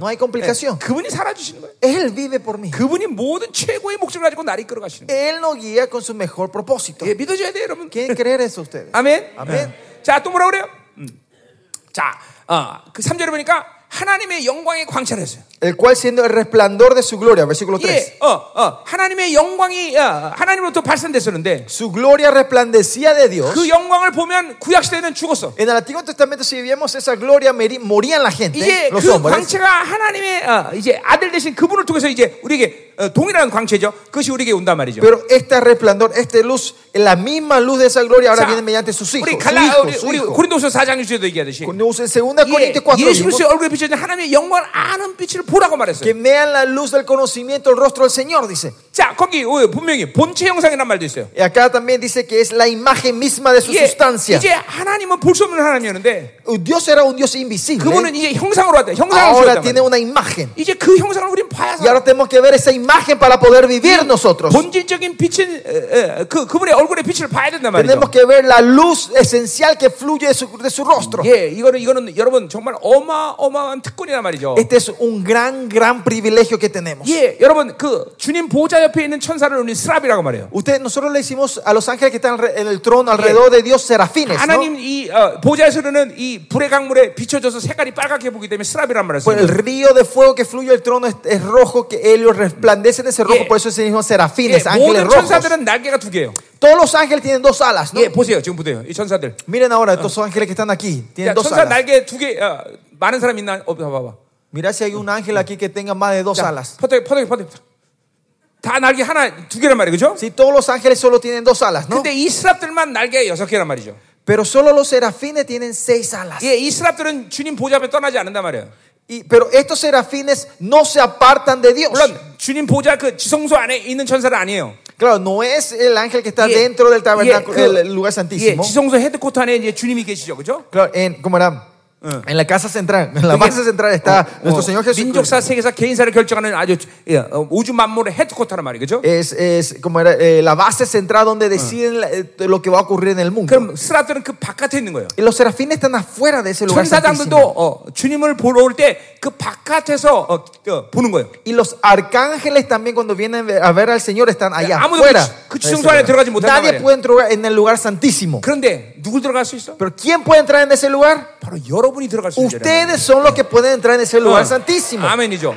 [SPEAKER 2] no hay complicación.
[SPEAKER 1] 그분이 살아주시는 거야.
[SPEAKER 2] Él vive por mí.
[SPEAKER 1] 그분이 모든 최고의 목적을 가지고 나를 이끌어 가시는 거야.
[SPEAKER 2] Él nos guía con su mejor propósito.
[SPEAKER 1] 예, 믿어줘야 돼, 여러분.
[SPEAKER 2] ¿Quieren creer eso ustedes?
[SPEAKER 1] 아멘.
[SPEAKER 2] 아멘.
[SPEAKER 1] 예. 자, 또 뭐라 그래요? 음. 자, 어, 그 3절에 보니까 하나님의 영광이 광채했어요.
[SPEAKER 2] El cual siendo el resplandor de su gloria, versículo 3.
[SPEAKER 1] 예, 어, 어, 하나님의 영광이 어, 하나님으로부터 발산됐었는데
[SPEAKER 2] Su gloria resplandecía de Dios.
[SPEAKER 1] 그 영광을 보면 구약 시대는 죽었어.
[SPEAKER 2] En el Antiguo Testamento, si vivíamos esa gloria, meri- morían la gente,
[SPEAKER 1] 이제
[SPEAKER 2] los
[SPEAKER 1] 그
[SPEAKER 2] hombres.
[SPEAKER 1] 광채가 하나님의 어, 이제 아들 대신 그분을 통해서 이제 우리에게 어, 동일한 광채죠. 그것이 우리에게 온단 말이죠.
[SPEAKER 2] Pero este resplandor, esta luz, la misma luz de esa gloria ahora
[SPEAKER 1] 자,
[SPEAKER 2] viene mediante sus hijos.
[SPEAKER 1] 우리
[SPEAKER 2] Su
[SPEAKER 1] 갈라
[SPEAKER 2] hijo,
[SPEAKER 1] u리,
[SPEAKER 2] su
[SPEAKER 1] 우리
[SPEAKER 2] hijo.
[SPEAKER 1] 고린도서 4장 6절도 얘기하듯이
[SPEAKER 2] Cuando usa en 2 Corintios
[SPEAKER 1] 예,
[SPEAKER 2] 4,
[SPEAKER 1] 예수 그리스도의 얼굴에 비춰진 하나님의 영광을 아는 빛을 보라고
[SPEAKER 2] Que
[SPEAKER 1] 말했어요.
[SPEAKER 2] vean la luz del conocimiento, el rostro del Señor, dice.
[SPEAKER 1] 자, 거기 어, 분명히 본체 형상이란 말도 있어요.
[SPEAKER 2] Y acá también dice que es la imagen misma de su
[SPEAKER 1] 이게
[SPEAKER 2] sustancia. Uh,
[SPEAKER 1] 이제 하나님은 볼 수 없는 하나님이었는데
[SPEAKER 2] Dios era un Dios invisible.
[SPEAKER 1] 그분은 이제 형상으로 왔다. 형상으로
[SPEAKER 2] Ahora
[SPEAKER 1] 왔다.
[SPEAKER 2] tiene una imagen.
[SPEAKER 1] 이제 그 형상을 우리는 봐야
[SPEAKER 2] Y ahora
[SPEAKER 1] 살아.
[SPEAKER 2] tenemos que ver esa imagen para poder vivir nosotros.
[SPEAKER 1] 본질적인 빛은 에, 에, 그 그분의 얼굴의 빛을 봐야 된단 말이죠.
[SPEAKER 2] Tenemos que ver la luz esencial que fluye de su, de su rostro.
[SPEAKER 1] 예, 이거는 이거는 여러분 정말 어마어마한 특권이란 말이죠.
[SPEAKER 2] Este es un gran, gran privilegio que tenemos.
[SPEAKER 1] 예, 여러분 그 주님 보좌 옆에 있는 천사를 우리 스랍이라고 말해요.
[SPEAKER 2] Usted, nosotros le hicimos a los ángeles que están re- en el trono alrededor de Dios serafines. ¿no?
[SPEAKER 1] 하나님 이 어, 보좌에서는 이 불의 강물에 비춰져서 색깔이 빨갛게 보기 때문에 스랍이란 말을
[SPEAKER 2] Por
[SPEAKER 1] 써요.
[SPEAKER 2] el río de fuego que fluye del trono es, es rojo, que ellos resplandecen ese rojo, por eso se dijo
[SPEAKER 1] 예,
[SPEAKER 2] serafines, ángeles
[SPEAKER 1] 모든
[SPEAKER 2] rojos.
[SPEAKER 1] 천사들은 날개가 두 개예요.
[SPEAKER 2] Todos los ángeles tienen dos alas, ¿no?
[SPEAKER 1] 예, 보세요. 지금 보세요. 이 천사들.
[SPEAKER 2] Miren ahora estos ángeles que están aquí,
[SPEAKER 1] 야,
[SPEAKER 2] tienen dos
[SPEAKER 1] 천사
[SPEAKER 2] alas.
[SPEAKER 1] 날개 두 개. 어, 많은 사람 있나? 어, 봐봐 봐.
[SPEAKER 2] Mirá si hay un ángel aquí que tenga más de dos alas.
[SPEAKER 1] 퍼덕이 퍼덕이 퍼덕이. 다 날개 하나 두 개란 말이에요. 그죠?
[SPEAKER 2] Si todos los ángeles solo tienen dos alas, ¿no?
[SPEAKER 1] 근데 이 스랍들만 날개가 여섯 개란 말이죠.
[SPEAKER 2] Pero solo los serafines tienen seis alas.
[SPEAKER 1] 예, 이 스랍들은 주님 보좌 앞에 떠나지 않는단 말이에요.
[SPEAKER 2] Y- pero estos serafines no se apartan de Dios.
[SPEAKER 1] 물론 주님 보좌 그 지성소 안에 있는 천사는 아니에요.
[SPEAKER 2] Claro, no es el ángel que está
[SPEAKER 1] 예,
[SPEAKER 2] dentro del
[SPEAKER 1] 예,
[SPEAKER 2] tabernáculo,
[SPEAKER 1] 그,
[SPEAKER 2] del lugar
[SPEAKER 1] 예,
[SPEAKER 2] santísimo.
[SPEAKER 1] 지성소 헤드코트 안에 이제 주님이 계시죠, 그죠?
[SPEAKER 2] Claro, en, ¿cómo era? En la casa central, en la
[SPEAKER 1] 그게,
[SPEAKER 2] base central está nuestro
[SPEAKER 1] 어,
[SPEAKER 2] Señor Jesucristo.
[SPEAKER 1] 민족사 세계사 개인사를 결정하는 아주 예, 어, 우주 만물의 헤드코트란 말이죠.
[SPEAKER 2] Es, es como era eh, la base central donde deciden la- eh, lo que va a ocurrir en el mundo.
[SPEAKER 1] 그럼 스라들은 그 바깥에 있는 거예요.
[SPEAKER 2] Y los serafines están afuera de ese lugar
[SPEAKER 1] 천사장들도
[SPEAKER 2] santísimo.
[SPEAKER 1] 어, 주님을 보러 올 때 그 바깥에서 어, 어, 보는 거예요.
[SPEAKER 2] Y los arcángeles también cuando vienen a ver al Señor están allá
[SPEAKER 1] 아무도
[SPEAKER 2] afuera.
[SPEAKER 1] 그 지- 그
[SPEAKER 2] de ese
[SPEAKER 1] 지성소 안에
[SPEAKER 2] lugar.
[SPEAKER 1] 들어가지 못한단
[SPEAKER 2] Nadie
[SPEAKER 1] 말이에요.
[SPEAKER 2] puede entrar en el lugar santísimo.
[SPEAKER 1] 그런데 누굴 들어갈 수 있어?
[SPEAKER 2] Pero ¿quién puede entrar en ese lugar?
[SPEAKER 1] 바로 여러분이 들어갈 수 있어요.
[SPEAKER 2] Ustedes son los que pueden entrar en ese lugar santísimo.
[SPEAKER 1] 아멘이죠.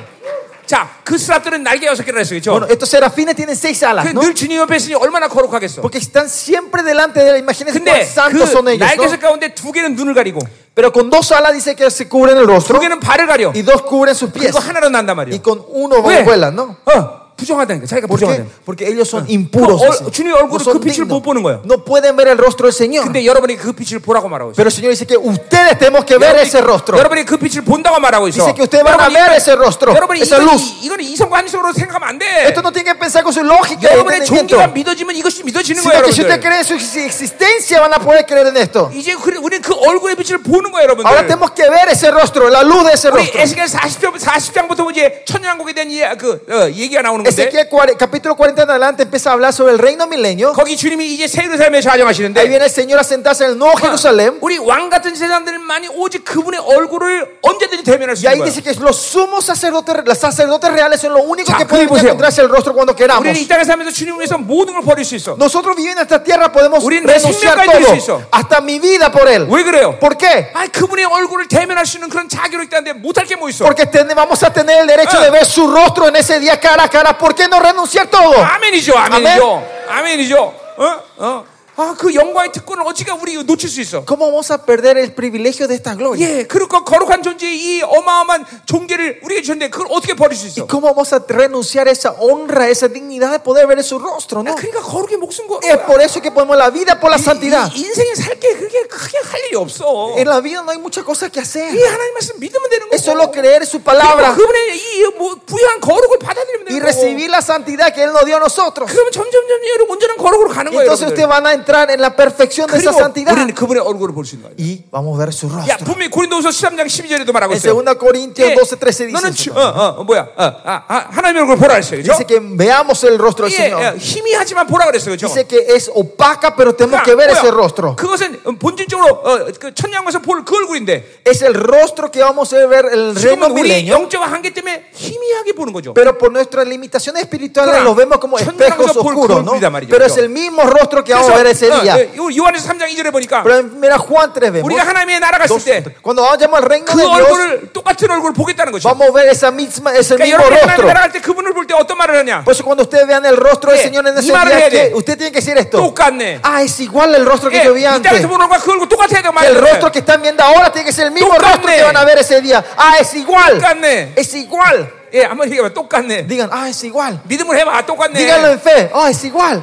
[SPEAKER 1] 자, 그 스라들은 날개 여섯 개라 했어요,
[SPEAKER 2] Bueno,
[SPEAKER 1] 그렇죠?
[SPEAKER 2] estos serafines tienen seis alas, ¿no?
[SPEAKER 1] 늘 주님 옆에 있으니 얼마나 거룩하겠어.
[SPEAKER 2] Porque están siempre delante de él. Imagínense cuán
[SPEAKER 1] 근데
[SPEAKER 2] santos son
[SPEAKER 1] 그
[SPEAKER 2] ellos. ¿no?
[SPEAKER 1] 날개석 가운데 두 개는 눈을 가리고
[SPEAKER 2] Pero con dos alas dice que se cubren el
[SPEAKER 1] 두
[SPEAKER 2] rostro
[SPEAKER 1] 개는 발을 가려.
[SPEAKER 2] y dos cubren sus pies.
[SPEAKER 1] 그리고 하나로 난단 말이야.
[SPEAKER 2] Y con uno
[SPEAKER 1] 왜?
[SPEAKER 2] vuelan, ¿no?
[SPEAKER 1] 어, 부정하다니까. 자기가
[SPEAKER 2] ¿Por qué?
[SPEAKER 1] 부정하다.
[SPEAKER 2] Porque ellos son impuros.
[SPEAKER 1] 어,
[SPEAKER 2] dice.
[SPEAKER 1] 주님의 얼굴을
[SPEAKER 2] No son
[SPEAKER 1] 그 빛을
[SPEAKER 2] dignos.
[SPEAKER 1] 못 보는 거예요.
[SPEAKER 2] No pueden ver el rostro del Señor.
[SPEAKER 1] 근데 여러분이 그 빛을 보라고 말하고 있어.
[SPEAKER 2] Pero el Señor dice que ustedes tenemos que ver ese rostro.
[SPEAKER 1] 여러분이 그 빛을 본다고 말하고 있어.
[SPEAKER 2] Dice que ustedes van a
[SPEAKER 1] 여러분이
[SPEAKER 2] ver
[SPEAKER 1] 이거-
[SPEAKER 2] ese rostro,
[SPEAKER 1] 여러분이
[SPEAKER 2] esa
[SPEAKER 1] 이거-
[SPEAKER 2] luz.
[SPEAKER 1] 이거는 이성과 한성으로 생각하면 안 돼.
[SPEAKER 2] Esto no tiene que pensar con su lógica. y
[SPEAKER 1] 여러분의
[SPEAKER 2] entendimiento,
[SPEAKER 1] 종교가 믿어지면 이것이 믿어지는 거예요,
[SPEAKER 2] Sino que si usted
[SPEAKER 1] 여러분들.
[SPEAKER 2] cree en su ex- existencia, van a poder creer en esto.
[SPEAKER 1] 이제 그- 우리는 그 얼굴의 빛을 보는 거예요, 여러분들.
[SPEAKER 2] Ahora tenemos que ver ese rostro, la luz de ese
[SPEAKER 1] 우리
[SPEAKER 2] rostro.
[SPEAKER 1] 에스겔 40장 40장부터 이제 천년왕국에 대한 이- 그 어, 얘기가 나오는 건데
[SPEAKER 2] Ezequiel 40, capítulo 40 en adelante empieza a hablar sobre el reino milenio.
[SPEAKER 1] 거기 주님이 이제 새 예루살렘에 좌정하시는데
[SPEAKER 2] Ahí viene el Señor a sentarse en el nuevo Jerusalén.
[SPEAKER 1] 우리 왕 같은 세상들만이 오직 그분의 얼굴을 언제든지 대면할 수
[SPEAKER 2] Y ahí
[SPEAKER 1] 있는 거예요.
[SPEAKER 2] dice que los sumos sacerdotes, los sacerdotes reales son los únicos
[SPEAKER 1] Ya,
[SPEAKER 2] que pueden
[SPEAKER 1] 그리 보세요.
[SPEAKER 2] encontrarse el rostro cuando queramos.
[SPEAKER 1] 우리는 이 땅에 살면서 주님 위해서 모든 걸 버릴 수 있어.
[SPEAKER 2] Nosotros viviendo en esta tierra podemos
[SPEAKER 1] 우리는
[SPEAKER 2] renunciar
[SPEAKER 1] 생명까지 드릴 수
[SPEAKER 2] todo,
[SPEAKER 1] 있어.
[SPEAKER 2] hasta mi vida por Él.
[SPEAKER 1] 왜 그래요?
[SPEAKER 2] ¿Por qué?
[SPEAKER 1] 아, 그분의 얼굴을 대면할 수 있는 그런 자격이 있다는데 못할 게 뭐 있어?
[SPEAKER 2] Porque ten- vamos a tener el derecho
[SPEAKER 1] Ah.
[SPEAKER 2] de ver su rostro en ese día cara a cara. ¿Por qué no renunciar todo?
[SPEAKER 1] 아멘이죠, 아멘이죠, 아멘이죠. 어, 어. 아, 그 영광의 특권을 어찌가 우리 이거 놓칠 수 있어?
[SPEAKER 2] ¿Cómo vamos a perder el privilegio de esta gloria?
[SPEAKER 1] 예, 그리고 거룩한 존재의 이 어마어마한 종교를 우리에게 주는데 그걸 어떻게 버릴 수 있어?
[SPEAKER 2] ¿Cómo vamos a renunciar esa honra, esa dignidad de poder ver su rostro?
[SPEAKER 1] 아,
[SPEAKER 2] ¿no?
[SPEAKER 1] 그러니까 거룩의 목숨 거.
[SPEAKER 2] Es por eso que ponemos la vida por la santidad.
[SPEAKER 1] 인생에 살게 그게 크게 할 일이 없어.
[SPEAKER 2] En la vida no hay muchas cosas que hacer.
[SPEAKER 1] 이 하나님 말씀 믿으면 되는
[SPEAKER 2] Es
[SPEAKER 1] 거고.
[SPEAKER 2] solo creer su
[SPEAKER 1] 그리고
[SPEAKER 2] palabra
[SPEAKER 1] 그분의 이 뭐, 부여한 거룩을 받아들이면
[SPEAKER 2] y
[SPEAKER 1] 되는 거고.
[SPEAKER 2] recibir la santidad que Él nos dio a nosotros.
[SPEAKER 1] 그러면 점점점 여러분 온전한 거룩으로 가는 거예요.
[SPEAKER 2] Entonces
[SPEAKER 1] 여러분들.
[SPEAKER 2] ustedes van a entrar en la perfección de esa
[SPEAKER 1] 그리고
[SPEAKER 2] santidad
[SPEAKER 1] 우리는 그분의 얼굴을 볼 수 있는 거예요.
[SPEAKER 2] y vamos a ver su
[SPEAKER 1] 야,
[SPEAKER 2] rostro.
[SPEAKER 1] 분명히 고린도후서 13장 12절에도 말하고
[SPEAKER 2] En
[SPEAKER 1] 있어요.
[SPEAKER 2] 2 Corintios
[SPEAKER 1] 예,
[SPEAKER 2] 12, 13 dice,
[SPEAKER 1] 너는 주,
[SPEAKER 2] eso
[SPEAKER 1] 어,
[SPEAKER 2] también.
[SPEAKER 1] 어, 뭐야? 어, 아, 아, 하나님의 얼굴 보라 그랬어요. 그죠?
[SPEAKER 2] dice que veamos el rostro del
[SPEAKER 1] 예, 예,
[SPEAKER 2] Señor.
[SPEAKER 1] 희미하지만 보라 그랬어요. 그죠?
[SPEAKER 2] Dice que es opaca, pero tenemos
[SPEAKER 1] 그러니까
[SPEAKER 2] que ver
[SPEAKER 1] 뭐야?
[SPEAKER 2] ese rostro.
[SPEAKER 1] 그것은 본질적으로 어, 그 천양에서 볼 그 얼굴인데
[SPEAKER 2] Es el rostro que vamos a ver el reino
[SPEAKER 1] 지금은 우리
[SPEAKER 2] milenio.
[SPEAKER 1] 영적 한계 때문에 희미하게 보는 거죠.
[SPEAKER 2] Pero por nuestras limitaciones espirituales
[SPEAKER 1] Claro.
[SPEAKER 2] lo vemos como
[SPEAKER 1] Son
[SPEAKER 2] espejos
[SPEAKER 1] rostros por-
[SPEAKER 2] oscuros, ¿no?
[SPEAKER 1] por vida, amarillo.
[SPEAKER 2] Pero es el mismo rostro que vamos a ver ese
[SPEAKER 1] 어,
[SPEAKER 2] día.
[SPEAKER 1] 예, 요- 요한에서 3장 2절에 보니까
[SPEAKER 2] Pero mira Juan 3 vemos.
[SPEAKER 1] 우리가 하나님의 나라 갔을
[SPEAKER 2] Dos,
[SPEAKER 1] 때 그
[SPEAKER 2] cuando vayamos al reino de Dios,
[SPEAKER 1] 얼굴을 똑같은 얼굴 보겠다는 거죠.
[SPEAKER 2] vamos a ver esa misma, ese
[SPEAKER 1] 그러니까
[SPEAKER 2] mismo
[SPEAKER 1] 여러분 하나님
[SPEAKER 2] rostro.
[SPEAKER 1] 나라 갈 때 그분을 볼 때 어떤 말을 하냐?
[SPEAKER 2] Por eso cuando ustedes vean el rostro del
[SPEAKER 1] Sí,
[SPEAKER 2] Señor en
[SPEAKER 1] y
[SPEAKER 2] ese
[SPEAKER 1] mal
[SPEAKER 2] día,
[SPEAKER 1] viene.
[SPEAKER 2] que- usted tiene que decir esto.
[SPEAKER 1] 똑같네.
[SPEAKER 2] Ah, es igual el rostro que yo vi
[SPEAKER 1] 예, 아, 이
[SPEAKER 2] antes.
[SPEAKER 1] 땅에서 보는 것과 그 얼굴 똑같아야 되고
[SPEAKER 2] Que el
[SPEAKER 1] 말이야.
[SPEAKER 2] rostro que están viendo ahora tiene que ser el mismo
[SPEAKER 1] Tocane.
[SPEAKER 2] rostro que van a ver ese día. Ah, es igual.
[SPEAKER 1] Tocane.
[SPEAKER 2] Es igual.
[SPEAKER 1] 예, 한번 얘기해봐. 똑같네.
[SPEAKER 2] Digan, ah, es igual.
[SPEAKER 1] 믿음을 해봐. 똑같네.
[SPEAKER 2] Díganlo en fe. Ah, es igual.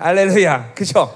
[SPEAKER 1] 할렐루야. 그쵸?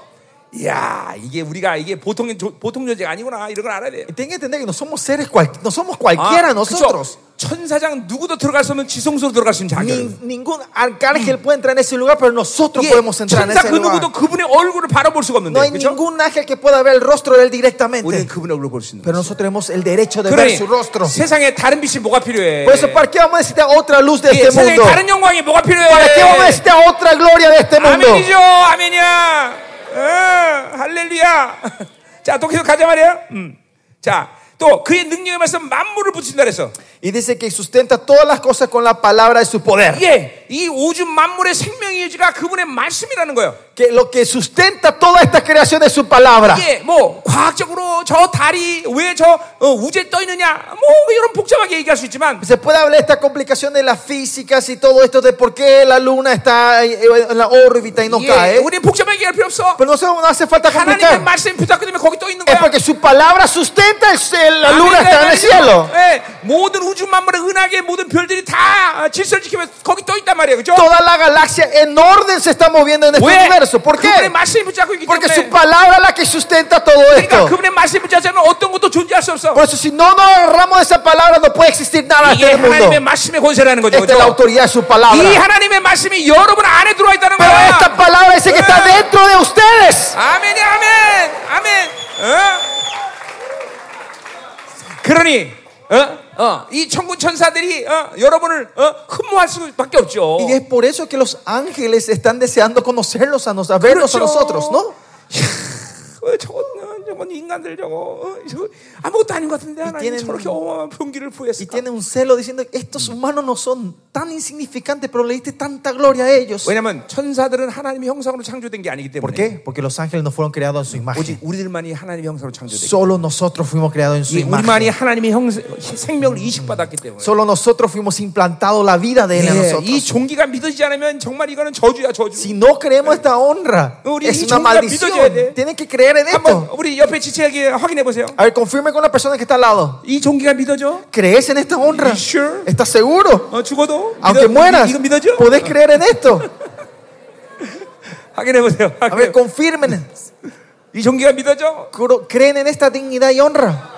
[SPEAKER 1] 이야 이게 우리가 이게 보통 조- 보통 존재가 아니구나 이런 걸 알아야 돼요.
[SPEAKER 2] Tienen que entender que no somos seres cual, no somos
[SPEAKER 1] 아, Ah,
[SPEAKER 2] cualquiera nosotros.
[SPEAKER 1] 그쵸? 천사장 누구도 들어갈 수 없는 지성소로 들어갈 수 있는
[SPEAKER 2] Ni-
[SPEAKER 1] 자격.
[SPEAKER 2] ningún arcángel puede entrar en ese lugar, pero nosotros
[SPEAKER 1] 이게
[SPEAKER 2] podemos entrar en
[SPEAKER 1] 천사
[SPEAKER 2] ese
[SPEAKER 1] 그
[SPEAKER 2] lugar.
[SPEAKER 1] 누구도 그분의 얼굴을 바라볼 수가
[SPEAKER 2] No
[SPEAKER 1] 없는데,
[SPEAKER 2] hay
[SPEAKER 1] 그렇죠?
[SPEAKER 2] ningún ángel que pueda ver el rostro de él
[SPEAKER 1] 우리는
[SPEAKER 2] directamente.
[SPEAKER 1] 그분의 얼굴을 볼 수 있는 거예요.
[SPEAKER 2] Pero nosotros tenemos el derecho de ver su rostro.
[SPEAKER 1] 그러니 세상에 다른 빛이 뭐가 필요해?
[SPEAKER 2] Por eso, ¿para qué vamos a necesitar otra luz de
[SPEAKER 1] 예,
[SPEAKER 2] este
[SPEAKER 1] 세상에
[SPEAKER 2] mundo?
[SPEAKER 1] 다른 영광이 뭐가 필요해?
[SPEAKER 2] ¿Para qué vamos a necesitar otra gloria de este mundo?
[SPEAKER 1] 아멘이죠, 아멘이야. 어, 할렐루야. <laughs> 자, 또 계속 가자 말이야. 음. 자, 또 그의 능력에 말서 만물을 붙인다 그래서
[SPEAKER 2] Y dice que sustenta todas las cosas con la palabra de su poder.
[SPEAKER 1] 이게 이 우주 만물의 생명의 유지가 그분의 말씀이라는 거예요.
[SPEAKER 2] Que lo que sustenta toda esta creación es su palabra.
[SPEAKER 1] 이게 뭐 과학적으로 저 달이 왜 저 어, 우주에 떠 있느냐 뭐 이런 복잡하게 얘기할 수 있지만
[SPEAKER 2] Se puede hablar de esta complicación de las físicas y todo esto de por qué la luna está eh, en la órbita y no
[SPEAKER 1] 예,
[SPEAKER 2] cae.
[SPEAKER 1] 우리는 복잡하게 얘기할 필요 없어.
[SPEAKER 2] Pero no, se- no hace falta
[SPEAKER 1] 하나님의
[SPEAKER 2] complicar.
[SPEAKER 1] 말씀이 붙었기 때문에 거기 떠 있는
[SPEAKER 2] Es
[SPEAKER 1] 거야.
[SPEAKER 2] porque su palabra sustenta el, el- la luna
[SPEAKER 1] 아멘,
[SPEAKER 2] está en el
[SPEAKER 1] 아멘,
[SPEAKER 2] cielo.
[SPEAKER 1] 아멘. 예, 모든 우주 만물의 은하계 모든 별들이 다 질서를 지키면서 거기 떠 있단 말이에요. 그죠?
[SPEAKER 2] Toda la galaxia en orden se está moviendo en este
[SPEAKER 1] 왜?
[SPEAKER 2] universo. ¿Por
[SPEAKER 1] 그분의
[SPEAKER 2] qué?
[SPEAKER 1] 말씀이 붙잡고 있기
[SPEAKER 2] Porque su
[SPEAKER 1] 때문에.
[SPEAKER 2] palabra es la que sustenta todo
[SPEAKER 1] 그러니까
[SPEAKER 2] esto.
[SPEAKER 1] 그분의 말씀이 붙잡지 않으면 어떤 것도 존재할 수 없어.
[SPEAKER 2] Por eso si no nos agarramos de esa palabra no puede existir nada en
[SPEAKER 1] 이게
[SPEAKER 2] este mundo.
[SPEAKER 1] 하나님의 말씀의 권세라는 거죠.
[SPEAKER 2] Esta es la
[SPEAKER 1] 그죠?
[SPEAKER 2] autoridad de su
[SPEAKER 1] 이
[SPEAKER 2] palabra.
[SPEAKER 1] 하나님의 말씀이 여러분 안에 들어와 있다는
[SPEAKER 2] Pero
[SPEAKER 1] 거야.
[SPEAKER 2] esta palabra dice que está
[SPEAKER 1] 예.
[SPEAKER 2] dentro de ustedes.
[SPEAKER 1] 아멘이 아멘 아멘 어? 그러니 어? 어, 이 천군 천사들이 어, 여러분을 어, 흠모할 수밖에 없죠
[SPEAKER 2] Y es por eso que los ángeles están deseando conocerlos a nosotros, vernos a nosotros, ¿no?
[SPEAKER 1] 어, 저건, 어, 저건 인간들 저거 어, 저거 아무것도 아닌 것 같은데 하나님
[SPEAKER 2] 이때는-
[SPEAKER 1] 저렇게 어마어마한 병기를
[SPEAKER 2] Y
[SPEAKER 1] 부여했을까
[SPEAKER 2] tiene un celo diciendo, estos humanos no son tan insignificantes, pero le diste tanta gloria a ellos.
[SPEAKER 1] 왜냐하면 천사들은 하나님의 형상으로 창조된 게 아니기
[SPEAKER 2] ¿Por
[SPEAKER 1] 때문에
[SPEAKER 2] qué? Porque los ángeles no fueron creados en su
[SPEAKER 1] 오직
[SPEAKER 2] imagen.
[SPEAKER 1] 우리들만이 하나님의 형상으로 창조된 게
[SPEAKER 2] Solo nosotros fuimos creados en su
[SPEAKER 1] 우리만이
[SPEAKER 2] imagen.
[SPEAKER 1] 하나님의 형, 생명을 이식받았기 때문에
[SPEAKER 2] Solo nosotros fuimos implantados la vida de él en
[SPEAKER 1] 예, 이
[SPEAKER 2] nosotros.
[SPEAKER 1] 종기가 믿어지지 않으면 정말 이거는 저주야 저주
[SPEAKER 2] Si no creemos esta honra,
[SPEAKER 1] Uri,
[SPEAKER 2] es
[SPEAKER 1] y
[SPEAKER 2] una
[SPEAKER 1] 종기가
[SPEAKER 2] maldición.
[SPEAKER 1] 믿어져야 돼.
[SPEAKER 2] Tienen que creer en
[SPEAKER 1] 한번
[SPEAKER 2] esto.
[SPEAKER 1] 우리 옆에 지체에게 확인해 보세요.
[SPEAKER 2] A ver, confirme con la persona que está al lado.
[SPEAKER 1] 이 종기가 믿어져?
[SPEAKER 2] ¿Crees en esta honra?
[SPEAKER 1] You sure?
[SPEAKER 2] ¿Estás seguro?
[SPEAKER 1] 어, 죽어도?
[SPEAKER 2] Aunque
[SPEAKER 1] 믿어,
[SPEAKER 2] mueras,
[SPEAKER 1] 이- 이거 믿어져?
[SPEAKER 2] podés creer en esto.
[SPEAKER 1] 확인해 보세요.
[SPEAKER 2] A <laughs> ver, confirmen.
[SPEAKER 1] 이 종기가 믿어져?
[SPEAKER 2] Cro- ¿Creen en esta dignidad y honra?